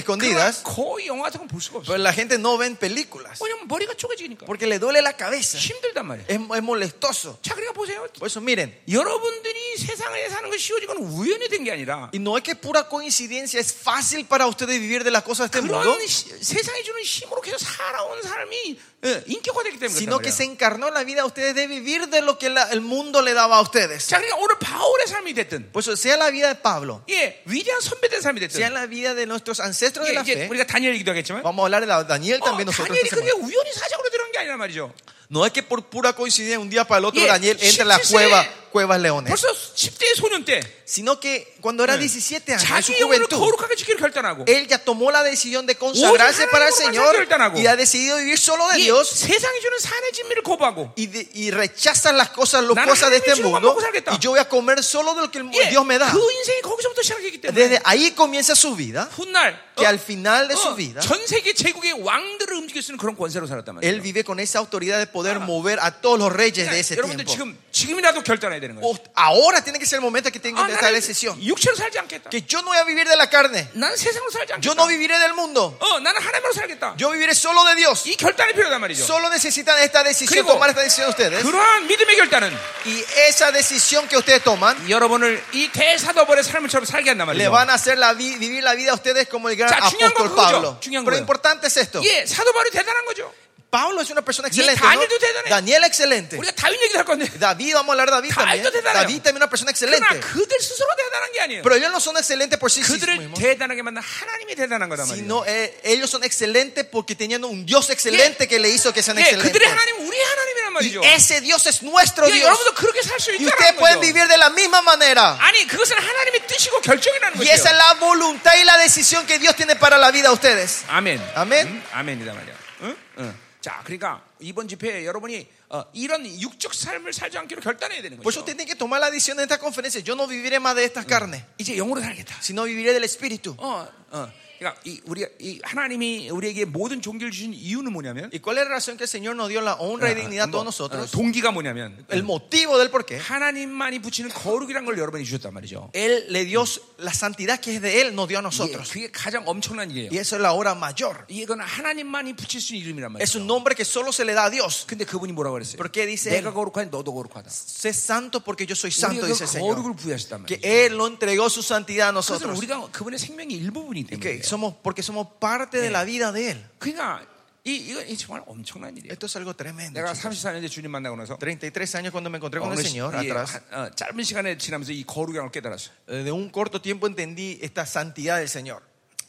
Speaker 2: escondidas,
Speaker 1: 거의 영화 같은 건볼 수가 없어요.
Speaker 2: pero la gente no ven películas
Speaker 1: 왜냐면 머리가 쪼개지니까 네.
Speaker 2: porque le duele la cabeza.
Speaker 1: 힘들단 말이에요.
Speaker 2: Es, es molestoso.
Speaker 1: 자, 그러니까 보세요.
Speaker 2: Por eso, miren,
Speaker 1: 여러분들이 세상에 사는 것이 쉬워진 건 우연이 된 게 아니라
Speaker 2: y no es que pura coincidencia, es fácil para ustedes vivir de las cosas de este mundo,
Speaker 1: 그런 시- 세상이 주는 힘으로 계속 살아온 사람이 예, 인격화되기 때문에
Speaker 2: sino que
Speaker 1: 그렇단
Speaker 2: se
Speaker 1: 말이야.
Speaker 2: encarnó en la vida a ustedes de vivir de lo que la- el mundo le daba a ustedes.
Speaker 1: 자, 그러니까 오늘 바울의 삶이 됐든
Speaker 2: Por eso, sea la vida de Pablo,
Speaker 1: 예, 위대한 선배된 삶이 됐든
Speaker 2: sea la vida de nuestros ancestros
Speaker 1: 예,
Speaker 2: de la
Speaker 1: 이제
Speaker 2: fe.
Speaker 1: 우리가 다니엘 얘기도 하겠지만
Speaker 2: Vamos a hablar de la- Daniel
Speaker 1: 어,
Speaker 2: también nosotros.
Speaker 1: 다니엘이
Speaker 2: esta
Speaker 1: 그게
Speaker 2: semana.
Speaker 1: 우연히 사적으로 들어간 게 아니란 말이죠.
Speaker 2: No es que por pura coincidencia un día para el otro
Speaker 1: Yeah,
Speaker 2: Daniel entra a las
Speaker 1: 17
Speaker 2: cuevas, cuevas leones,
Speaker 1: 벌써 10대 소년 때
Speaker 2: sino que cuando era 17 años, en su
Speaker 1: 자기 영혼을
Speaker 2: juventud,
Speaker 1: 거룩하게 지키기로 결단하고
Speaker 2: él ya tomó la decisión de consagrarse
Speaker 1: 오직
Speaker 2: para el
Speaker 1: 하나님으로만
Speaker 2: Señor
Speaker 1: 결단하고.
Speaker 2: y ha decidido vivir solo de
Speaker 1: 이
Speaker 2: Dios
Speaker 1: 세상이 주는 산의 진미를 거부하고
Speaker 2: y, de- y rechazan las cosas, las
Speaker 1: 나는
Speaker 2: cosas de este
Speaker 1: 하나님의 주는 것만
Speaker 2: mundo
Speaker 1: 먹고 살겠다.
Speaker 2: y yo voy a comer solo de lo que el-
Speaker 1: 예,
Speaker 2: Dios me da.
Speaker 1: 그 인생이 거기서부터 시작했기 때문에
Speaker 2: Desde ahí comienza su vida,
Speaker 1: 훗날
Speaker 2: que
Speaker 1: 어,
Speaker 2: al final de su
Speaker 1: 어,
Speaker 2: vida,
Speaker 1: 전 세계 제국의 왕들을 움직일 수 있는 그런 권세로 살았단 말이에요.
Speaker 2: él vive con esa autoridad de poder
Speaker 1: Ah.
Speaker 2: mover a todos los reyes de
Speaker 1: 그러니까
Speaker 2: ese
Speaker 1: 여러분들
Speaker 2: tiempo.
Speaker 1: 지금 지금이라도 결단해야 되는 거예요.
Speaker 2: O- Ahora tiene que ser el momento que tengo
Speaker 1: 아,
Speaker 2: que esta
Speaker 1: 나는
Speaker 2: decisión.
Speaker 1: 육체로 살지 않겠다.
Speaker 2: Que yo no voy a vivir de la carne.
Speaker 1: 난 세상으로 살지 않겠다.
Speaker 2: Yo no viviré del mundo.
Speaker 1: 어, 나는 하나님으로 살겠다.
Speaker 2: Yo viviré solo de Dios.
Speaker 1: 이 결단이 필요하단 말이죠.
Speaker 2: Solo necesitan esta decisión,
Speaker 1: Crigo.
Speaker 2: tomar esta decisión ustedes.
Speaker 1: 그러한 믿음의 결단은
Speaker 2: Y esa decisión que ustedes toman
Speaker 1: 여러분을 이 대사도벌의 삶처럼 살게 한단
Speaker 2: le
Speaker 1: 말이죠.
Speaker 2: van a hacer la vi- vivir la vida a ustedes como el gran
Speaker 1: 자, 중요한 건
Speaker 2: apóstol
Speaker 1: 그거죠.
Speaker 2: Pablo.
Speaker 1: 중요한
Speaker 2: Pero
Speaker 1: 거예요.
Speaker 2: importante es esto.
Speaker 1: 예, 사도벌이 대단한 거죠.
Speaker 2: Pablo es una persona
Speaker 1: 이
Speaker 2: excelente.
Speaker 1: 다니엘도 대단해.
Speaker 2: ¿no? Daniel excelente.
Speaker 1: 우리가 다윗 얘기도 할 건데.
Speaker 2: David, vamos a hablar de David también.
Speaker 1: 다윗도 대단해요.
Speaker 2: David también una persona
Speaker 1: 그러나
Speaker 2: excelente.
Speaker 1: 그들 스스로 대단한 게 아니에요.
Speaker 2: Pero ellos no son excelentes por sí
Speaker 1: 그들을
Speaker 2: mismos,
Speaker 1: 대단하게 만든 하나님이 대단한 거단 말이에요.
Speaker 2: sino eh, ellos son excelentes porque tenían un Dios excelente que le hizo que sean
Speaker 1: 예, 그들의
Speaker 2: excelentes.
Speaker 1: 하나님 우리 하나님이란
Speaker 2: Y
Speaker 1: 말이죠.
Speaker 2: ese Dios es nuestro
Speaker 1: 예,
Speaker 2: Dios.
Speaker 1: 여러분도 그렇게 살 수
Speaker 2: Y
Speaker 1: 있다는
Speaker 2: ustedes pueden
Speaker 1: 거죠.
Speaker 2: vivir de la misma manera.
Speaker 1: 아니 그것은 하나님의 뜻이고 결정이라는
Speaker 2: Y esa
Speaker 1: 거죠.
Speaker 2: es la voluntad y la decisión que Dios tiene para la vida de ustedes.
Speaker 1: 아멘.
Speaker 2: 아멘.
Speaker 1: 음, 아멘이다 말이야. 응? 응. 자, 그러니까 이번 집회에 여러분이 어, 이런 육적 삶을 살지 않기로 결단해야 되는
Speaker 2: Por eso
Speaker 1: 거죠.
Speaker 2: usted tiene que tomar la decisión en esta conferencia. Yo no viviré más de estas carnes,
Speaker 1: 이제 영으로 살겠다.
Speaker 2: sino viviré del Espíritu.
Speaker 1: 어, 어. 그러니까 이, 우리가 이 하나님이 우리에게 모든 종교를 주신 이유는 뭐냐면
Speaker 2: ¿Y cuál es la razón que el Señor nos dio la honra y dignidad a
Speaker 1: 뭐,
Speaker 2: todos
Speaker 1: 어,
Speaker 2: nosotros?
Speaker 1: 동기가 뭐냐면
Speaker 2: El motivo del por qué.
Speaker 1: 하나님만이 붙이는 거룩이란 걸 여러분이 주셨단 말이죠.
Speaker 2: Él le dio la santidad que es de Él, nos dio a
Speaker 1: 이게,
Speaker 2: nosotros.
Speaker 1: 그게 가장 엄청난
Speaker 2: Y
Speaker 1: 일이에요.
Speaker 2: eso es la obra mayor.
Speaker 1: 이건 하나님만이 붙일 수 있는 이름이란 말이에요.
Speaker 2: Es un nombre que solo se le da a Dios.
Speaker 1: 근데 그분이 뭐라고 그랬어요?
Speaker 2: Porque dice
Speaker 1: 내가
Speaker 2: él,
Speaker 1: 거룩하니 너도 거룩하다.
Speaker 2: sé santo porque yo soy santo,
Speaker 1: 우리가
Speaker 2: dice el
Speaker 1: 그
Speaker 2: Señor.
Speaker 1: 거룩을 부여하셨단
Speaker 2: Que
Speaker 1: 말이에요.
Speaker 2: Él lo entregó su santidad a
Speaker 1: 그것은
Speaker 2: nosotros.
Speaker 1: 우리가 그분의 생명의 일부분이
Speaker 2: Y
Speaker 1: 때문에
Speaker 2: que
Speaker 1: 그래요.
Speaker 2: somos, porque somos parte de la vida de Él.
Speaker 1: 그러니까 이, 이건 이 정말 엄청난 일이에요.
Speaker 2: Esto es algo tremendo.
Speaker 1: 내가
Speaker 2: chicos.
Speaker 1: 34년째 주님 만나고 나서
Speaker 2: 33 años cuando me encontré con
Speaker 1: 어느
Speaker 2: el
Speaker 1: 시-
Speaker 2: Señor
Speaker 1: 예,
Speaker 2: atrás.
Speaker 1: 한- 어, 짧은 시간에 지나면서 이 거룩이란 걸 깨달았어요.
Speaker 2: eh, De un corto tiempo entendí esta santidad del Señor.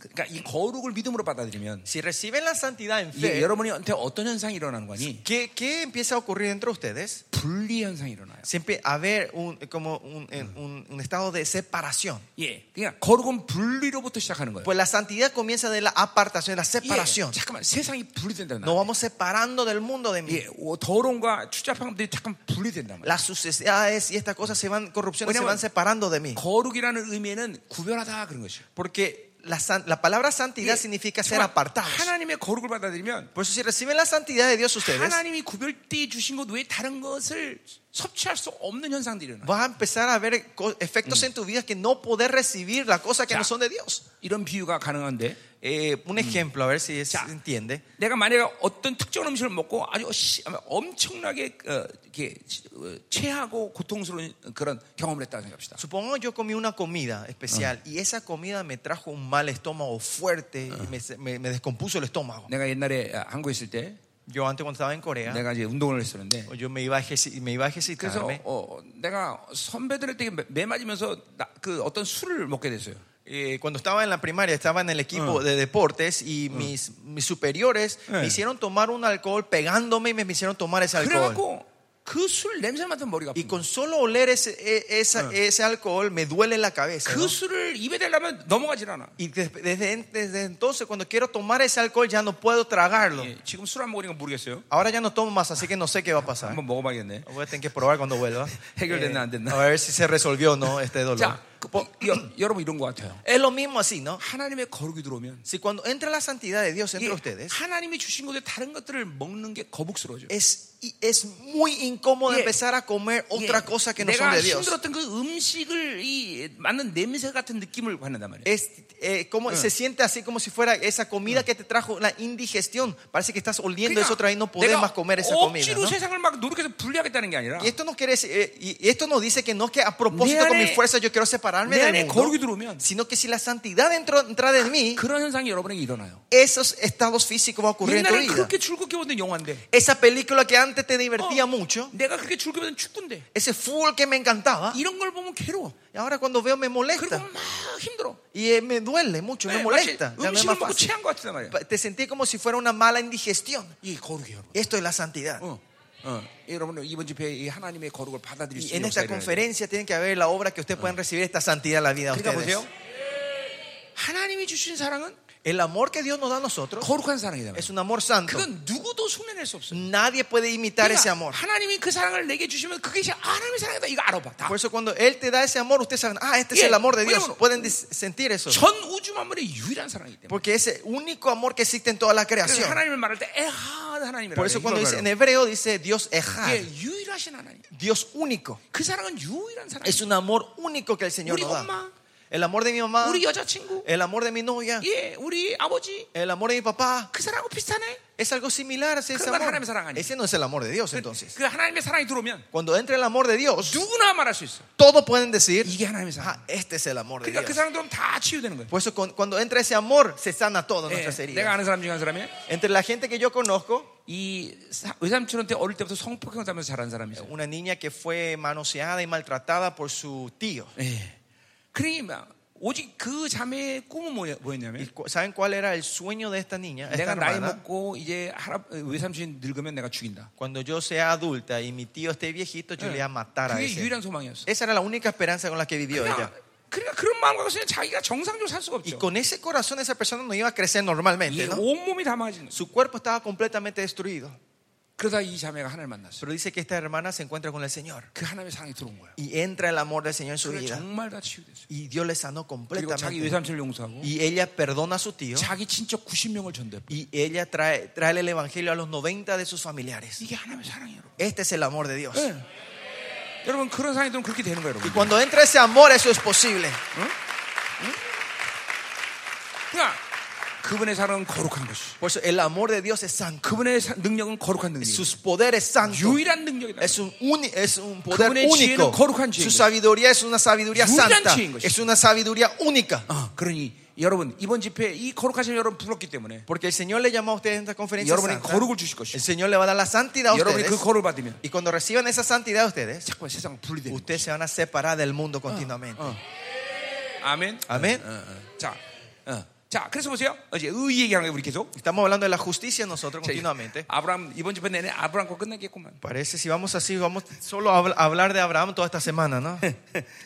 Speaker 1: 그러니까 이 거룩을 믿음으로 받아들이면
Speaker 2: Si reciben la santidad en
Speaker 1: 이게
Speaker 2: fe,
Speaker 1: 여러분한테 어떤 현상이 일어나는 거니?
Speaker 2: ¿qué, qué empieza a ocurrir entre ustedes?
Speaker 1: 분리 현상이 일어나요.
Speaker 2: Siempre a haber un, como un, en- un- un estado de separación.
Speaker 1: 예, 그러니까 거룩은 분리로부터 시작하는 거예요.
Speaker 2: 네. Pues la santidad comienza de la apartación, de
Speaker 1: 예,
Speaker 2: la separación.
Speaker 1: 잠깐만 세상이 분리된다는
Speaker 2: Nos
Speaker 1: 말.
Speaker 2: vamos separando del mundo de mí.
Speaker 1: 예, 어, 더러움과 추잡함들이 잠깐 분리된단 말이에요.
Speaker 2: Las suciedades y estas cosas se van, corrupciones se
Speaker 1: Bueno,
Speaker 2: van separando de mí.
Speaker 1: 거룩이라는 의미에는 구별하다 그런 것이죠.
Speaker 2: Porque la, san- la palabra santidad
Speaker 1: 예,
Speaker 2: significa ser
Speaker 1: 정말
Speaker 2: apartados.
Speaker 1: 하나님의 거룩을 받아들이면
Speaker 2: Por eso si reciben la santidad de Dios ustedes,
Speaker 1: 하나님이 구별되어 주신 것 외에 다른 것을 섭취할 수 없는 현상들이 일어나.
Speaker 2: vas a empezar a ver co- efectos en tu vida que no poder recibir las cosas que
Speaker 1: Ya.
Speaker 2: no son de Dios.
Speaker 1: 이런 비유가 가능한데
Speaker 2: Eh, un ejemplo, a ver si es-
Speaker 1: Ya.
Speaker 2: se entiende.
Speaker 1: 내가 만약에 어떤 특정한 음식을 먹고 아주 시- 아마 엄청나게 어, 이렇게 어, 체하고 고통스러운 그런 경험을 했다고 생각합시다.
Speaker 2: Supongo yo comí una comida especial y esa comida me trajo un mal estómago fuerte y me, me- me descompuso el estómago.
Speaker 1: 내가 옛날에 아, 한국에 있을 때
Speaker 2: Yo antes cuando estaba en Corea,
Speaker 1: 내가 이제 운동을 했었는데
Speaker 2: yo me iba a, ejerci- me iba a
Speaker 1: 그래서
Speaker 2: ejercitarme
Speaker 1: 어, 내가 선배들을 되게 매- 매 맞으면서 나- 그 어떤 술을 먹게 됐어요.
Speaker 2: Eh, cuando estaba en la primaria, estaba en el equipo de deportes y mis, mis superiores
Speaker 1: Eh.
Speaker 2: me hicieron tomar un alcohol pegándome y me hicieron tomar ese alcohol.
Speaker 1: 그래갖고 그 술 냄새 맡으면 머리가 아픈
Speaker 2: Y
Speaker 1: 거예요.
Speaker 2: con solo oler ese, e- esa- ese alcohol me duele la cabeza.
Speaker 1: 그
Speaker 2: ¿no?
Speaker 1: 술을 입에 대려면 넘어가질 않아.
Speaker 2: Y des- desde, en- desde entonces, cuando quiero tomar ese alcohol, ya no puedo tragarlo.
Speaker 1: 예, 지금 술 안 먹으니까 모르겠어요.
Speaker 2: Ahora ya no tomo más, así que no sé qué va a pasar.
Speaker 1: 한번 먹어봐야겠네.
Speaker 2: Voy a tener que probar cuando vuelva. Eh,
Speaker 1: 해결됐나 안 됐나?
Speaker 2: a ver si se resolvió o no este dolor.
Speaker 1: 자, 그, 뭐, 여, 여러분 이런 것 같아요.
Speaker 2: Es lo mismo así, ¿no?
Speaker 1: 하나님의 거룩이 들어오면
Speaker 2: Si cuando entra la santidad de Dios
Speaker 1: 이게
Speaker 2: entre ustedes,
Speaker 1: 하나님이 주신 것에 다른 것들을 먹는 게 거북스러워져.
Speaker 2: es, y es muy incómodo
Speaker 1: Yeah.
Speaker 2: empezar a comer otra
Speaker 1: 예,
Speaker 2: cosa que no son
Speaker 1: 내가
Speaker 2: de Dios.
Speaker 1: 힘들었던 그 음식을 이 맞는 냄새 같은 느낌을 받는단 말이에요.
Speaker 2: Es, eh, como, Se siente así como si fuera esa comida que te trajo la indigestión. Parece que estás oliendo eso otra vez y no podés más comer esa comida.
Speaker 1: 그러니까 억지로
Speaker 2: ¿no?
Speaker 1: 세상을 막 노력해서 분리하겠다는 게 아니라
Speaker 2: Y esto no quiere decir, eh, y esto no dice que no es que a propósito
Speaker 1: 내
Speaker 2: con
Speaker 1: 안에-
Speaker 2: mi fuerza yo quiero separarme
Speaker 1: 내
Speaker 2: del
Speaker 1: 안에
Speaker 2: mundo,
Speaker 1: 거룩이 들어오면-
Speaker 2: sino que si la santidad entra, entra de mí,
Speaker 1: 그런 현상이 여러분에게 일어나요.
Speaker 2: esos estados físicos van a ocurrir en tu
Speaker 1: 옛날에
Speaker 2: vida.
Speaker 1: 그렇게 즐겁게 보던 영화인데
Speaker 2: Esa película que antes te divertía
Speaker 1: 어,
Speaker 2: mucho,
Speaker 1: 내가 그렇게 즐겁게 보던 축구인데
Speaker 2: ese fútbol que me encantaba,
Speaker 1: 이런 걸 보면 괴로워.
Speaker 2: y ahora cuando veo me
Speaker 1: 그리고
Speaker 2: molesta
Speaker 1: 막 힘들어.
Speaker 2: y eh, me duele mucho, me
Speaker 1: 네, 마치
Speaker 2: molesta. Ya no es
Speaker 1: 음식을
Speaker 2: más
Speaker 1: 먹고
Speaker 2: fácil.
Speaker 1: 체한 것 같단 말이야.
Speaker 2: Pa- Te sentí como si fuera una mala indigestión.
Speaker 1: 이 거룩이 여러분.
Speaker 2: Esto es la santidad.
Speaker 1: 어, 어. 여러분 이번 집회 이 하나님의 거룩을 받아들일 수
Speaker 2: Y en
Speaker 1: 있는
Speaker 2: esta
Speaker 1: 역사를 해야 돼요.
Speaker 2: conferencia tienen que haber la obra que ustedes puedan recibir esta santidad en Ah. la vida de
Speaker 1: 그러니까
Speaker 2: ustedes.
Speaker 1: 보세요. 하나님이 주신 사랑은
Speaker 2: El amor que Dios nos da a nosotros
Speaker 1: 거룩한 사랑이다. 말이에요.
Speaker 2: es un amor santo.
Speaker 1: 그건 누구도 소멸할 수 없어요.
Speaker 2: Nadie puede imitar ese
Speaker 1: 그러니까
Speaker 2: amor.
Speaker 1: 하나님이 그 사랑을 내게 주시면 그게 이제 하나님의 사랑이다. 이거 알아봐. 다.
Speaker 2: Por eso cuando Él te da ese amor, ustedes saben, ah, este es
Speaker 1: Yeah.
Speaker 2: el amor de Dios.
Speaker 1: 왜냐면-
Speaker 2: Pueden dis- sentir eso.
Speaker 1: 전 우주 만물의 유일한 사랑이기 때문에.
Speaker 2: Porque es el único amor que existe en toda la
Speaker 1: 그래서
Speaker 2: creación.
Speaker 1: 하나님을 말할 때 에하 하나님이라고.
Speaker 2: Por eso
Speaker 1: 그래요.
Speaker 2: cuando dice en
Speaker 1: 이걸
Speaker 2: hebreo, dice Dios Ejad,
Speaker 1: 말해요. 예, 유일하신 하나님.
Speaker 2: Dios único.
Speaker 1: 그 사랑은 유일한 사랑.
Speaker 2: Es un amor único que el Señor
Speaker 1: 우리
Speaker 2: nos
Speaker 1: 엄마.
Speaker 2: da. El amor de mi
Speaker 1: 아.
Speaker 2: mamá,
Speaker 1: 우리 여자친구.
Speaker 2: el amor de mi novia,
Speaker 1: 예, 우리 아버지.
Speaker 2: el amor de mi papá.
Speaker 1: 그 사람하고 비슷하네.
Speaker 2: Es algo similar a ese
Speaker 1: 그런 건
Speaker 2: amor.
Speaker 1: 하나님의 사랑 아니에요.
Speaker 2: Ese no es el amor de Dios entonces.
Speaker 1: 그 하나님의 사랑이 들어오면
Speaker 2: Cuando entra el amor de Dios,
Speaker 1: 누구나 말할 수 있어.
Speaker 2: todos pueden decir,
Speaker 1: 이게 하나님의 사랑.
Speaker 2: ah, este es el amor de
Speaker 1: 그러니까 그
Speaker 2: Dios.
Speaker 1: 사랑 들어오면 다 치유되는 거예요.
Speaker 2: Por eso con- cuando entra ese amor, se sana todas
Speaker 1: 예,
Speaker 2: nuestras
Speaker 1: 내가
Speaker 2: heridas.
Speaker 1: 아는 사람 중에 한 사람이
Speaker 2: Entre la gente que yo conozco,
Speaker 1: 이 사- 외삼촌한테 어릴 때부터 성폭행 당하면서 자란 사람이 있어요.
Speaker 2: una niña que fue manoseada y maltratada por su tío.
Speaker 1: 예. 그러니 막 오직 그 자매의 꿈은 뭐야-
Speaker 2: ¿Y
Speaker 1: 뭐였냐면
Speaker 2: cu- ¿Saben cuál era el sueño de esta niña? Esta
Speaker 1: 내가 나이
Speaker 2: hermana?
Speaker 1: 먹고 이제 할아, 외삼촌이 늙으면 내가 죽인다.
Speaker 2: Cuando yo sea adulta y mi tío esté viejito, Eh. yo le voy a matar a
Speaker 1: 그게
Speaker 2: ese.
Speaker 1: 유일한 소망이었어.
Speaker 2: Esa era la única esperanza con la que vivió ella.
Speaker 1: 그러니까, 그러니까 그런 마음과 그냥 자기가 정상적으로 살 수가
Speaker 2: Y
Speaker 1: 없죠.
Speaker 2: con ese corazón esa persona no iba a crecer
Speaker 1: 이
Speaker 2: normalmente, ¿no?
Speaker 1: 온몸이 다 망해지는 거예요.
Speaker 2: Su cuerpo estaba completamente destruido.
Speaker 1: 그러다 이 자매가 하나님을 만났어.
Speaker 2: Pero dice que esta hermana se encuentra con el Señor.
Speaker 1: 그 하나님의 사랑이 들어온 거야.
Speaker 2: Y entra el amor del Señor en su
Speaker 1: 그래
Speaker 2: vida.
Speaker 1: 정말 다 치유됐어.
Speaker 2: Y Dios le sanó
Speaker 1: 그리고 자기
Speaker 2: completamente.
Speaker 1: 외삼촌을 용서하고
Speaker 2: Y ella perdona a su tío.
Speaker 1: 자기 친척 90명을 전대.
Speaker 2: Y ella trae, trae el evangelio a los 90 de sus familiares.
Speaker 1: 이게 하나님의 사랑이에요. 여러분.
Speaker 2: Este es el amor de Dios.
Speaker 1: Eh. 예. 여러분 그런 사랑이 들면 그렇게 되는 거예요,
Speaker 2: Y
Speaker 1: 여러분.
Speaker 2: cuando entra ese amor, eso es posible.
Speaker 1: 그러니까 그분의 사랑은 거룩한 것이.
Speaker 2: Por eso el amor de Dios es santo.
Speaker 1: 그분의 사- 능력은 거룩한 능력.
Speaker 2: Sus poderes santos.
Speaker 1: 유일한 능력이다.
Speaker 2: Es un, uni- es un poder
Speaker 1: 그분의 지혜는
Speaker 2: único.
Speaker 1: 거룩한 지혜인
Speaker 2: Su
Speaker 1: 것이죠.
Speaker 2: sabiduría es una sabiduría
Speaker 1: 유일한
Speaker 2: santa.
Speaker 1: 지혜인 것이죠.
Speaker 2: Es una sabiduría única.
Speaker 1: 어, 그러니 여러분 이번 집회 이 거룩하신 여러분 불렀기 때문에
Speaker 2: Porque el Señor le llamó a ustedes en esta conferencia.
Speaker 1: 여러분이
Speaker 2: santa.
Speaker 1: 거룩을 주실 것이고
Speaker 2: El Señor le va a dar la santidad a
Speaker 1: 여러분이 그
Speaker 2: ustedes.
Speaker 1: 거룩을 받으면
Speaker 2: Y cuando reciban esa santidad a ustedes,
Speaker 1: 자꾸 세상 분리되는
Speaker 2: ustedes se van a separar del mundo continuamente.
Speaker 1: 어. 아멘.
Speaker 2: 아멘.
Speaker 1: 어, 어. 자, 어. 자, 그래서 보세요. 어제 의 얘기하는 거 우리 계속.
Speaker 2: Estamos hablando de la justicia nosotros
Speaker 1: 자,
Speaker 2: continuamente.
Speaker 1: 아브람 이번 집회 내내 아브람 거 끝나겠구만. [laughs]
Speaker 2: Parece si vamos así, vamos solo a habl- a hablar de Abraham toda esta semana, ¿no?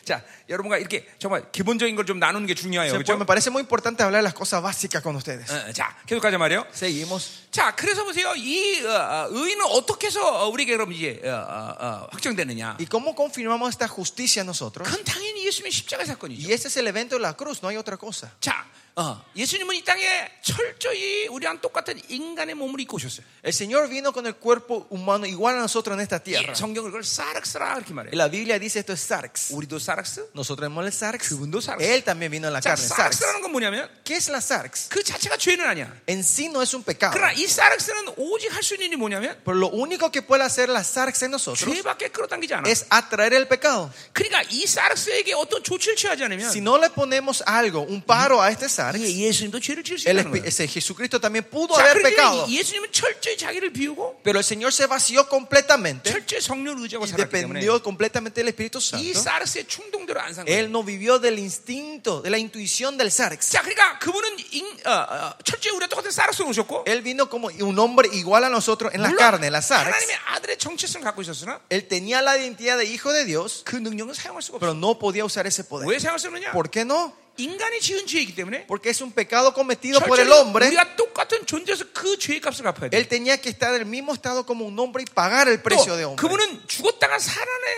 Speaker 1: 자, 여러분과 이렇게 정말 기본적인 걸 좀 나누는 게 중요해요.
Speaker 2: Entonces, pues,
Speaker 1: 그렇죠?
Speaker 2: me parece muy importante hablar de las cosas básicas con ustedes.
Speaker 1: 어, 자, 계속 가자 말이요.
Speaker 2: Seguimos.
Speaker 1: 자, 그래서 보세요. 이 어, 어, 의는 어떻게 해서 어, 우리에게 그럼 이제 어, 어, 어, 확정되느냐?
Speaker 2: ¿Y cómo confirmamos esta justicia nosotros?
Speaker 1: 그건 당연히 예수님의 십자가 사건이죠.
Speaker 2: Y ese es el evento de la cruz, no hay otra cosa.
Speaker 1: 자, 어, 예수님은 이 땅에 철저히 우리랑 똑같은 인간의 몸을 입고 오셨어요.
Speaker 2: El Señor vino con el cuerpo humano igual a nosotros en esta tierra.
Speaker 1: 예, 성경을 그걸 사락스라 이렇게
Speaker 2: Y
Speaker 1: 말해요.
Speaker 2: La Biblia dice esto es sarx.
Speaker 1: 우리도 사락스?
Speaker 2: Nosotros hemos el sarx.
Speaker 1: 그분도 sarx.
Speaker 2: Él también vino en la
Speaker 1: 자,
Speaker 2: carne. Sarx.
Speaker 1: 사락스라는 건 뭐냐면
Speaker 2: ¿Qué es la sarx?
Speaker 1: 그 자체가 죄는 아니야.
Speaker 2: En sí no es un pecado.
Speaker 1: 그러나 이 사락스는 오직 할 수 있는 일이 뭐냐면
Speaker 2: Pero lo único que puede hacer la sarx en nosotros
Speaker 1: 죄밖에 끌어당기지 않아.
Speaker 2: es atraer el pecado.
Speaker 1: 그러니까 이 사락스에게 어떤 조치를 취하지 않으면
Speaker 2: Si no le ponemos algo, un paro a este sarx,
Speaker 1: 예, 예수님도 죄를 지을 수
Speaker 2: el
Speaker 1: 있다는
Speaker 2: espi-
Speaker 1: 거예요.
Speaker 2: ese Jesucristo también pudo
Speaker 1: 자,
Speaker 2: haber
Speaker 1: 그러니까
Speaker 2: pecado.
Speaker 1: 이- 예수님은 철저히 자기를 비우고
Speaker 2: Pero el Señor se vació completamente
Speaker 1: 철저히 성령을 의지하고
Speaker 2: y
Speaker 1: 살았기 때문에
Speaker 2: dependió completamente del
Speaker 1: 이
Speaker 2: Espíritu Santo.
Speaker 1: 사르스의 충동대로 안 산 거예요.
Speaker 2: Él no vivió del instinto, de la intuición del sarx.
Speaker 1: 자, 그러니까 그분은 인- 어, 어, 철저히 우리와 똑같은 사르스로 오셨고
Speaker 2: Él vino como un hombre igual a nosotros en la
Speaker 1: 물론
Speaker 2: carne, en la sarx.
Speaker 1: 하나님의 아들의 정체성을 갖고 있었으나
Speaker 2: Él tenía la identidad de hijo de Dios,
Speaker 1: 그 능력은 사용할 수가 없어요.
Speaker 2: pero no podía usar ese poder.
Speaker 1: 왜 사용할 수 없느냐?
Speaker 2: ¿Por qué no?
Speaker 1: 인간이 지은 죄이기 때문에
Speaker 2: Porque es un pecado cometido por el
Speaker 1: 철저히
Speaker 2: hombre.
Speaker 1: 우리가 똑같은 존재에서 그 죄의 값을 갚아야 돼.
Speaker 2: Él tenía que estar en el mismo estado como un hombre y pagar el precio de
Speaker 1: 또
Speaker 2: hombre.
Speaker 1: 그분은 죽었다가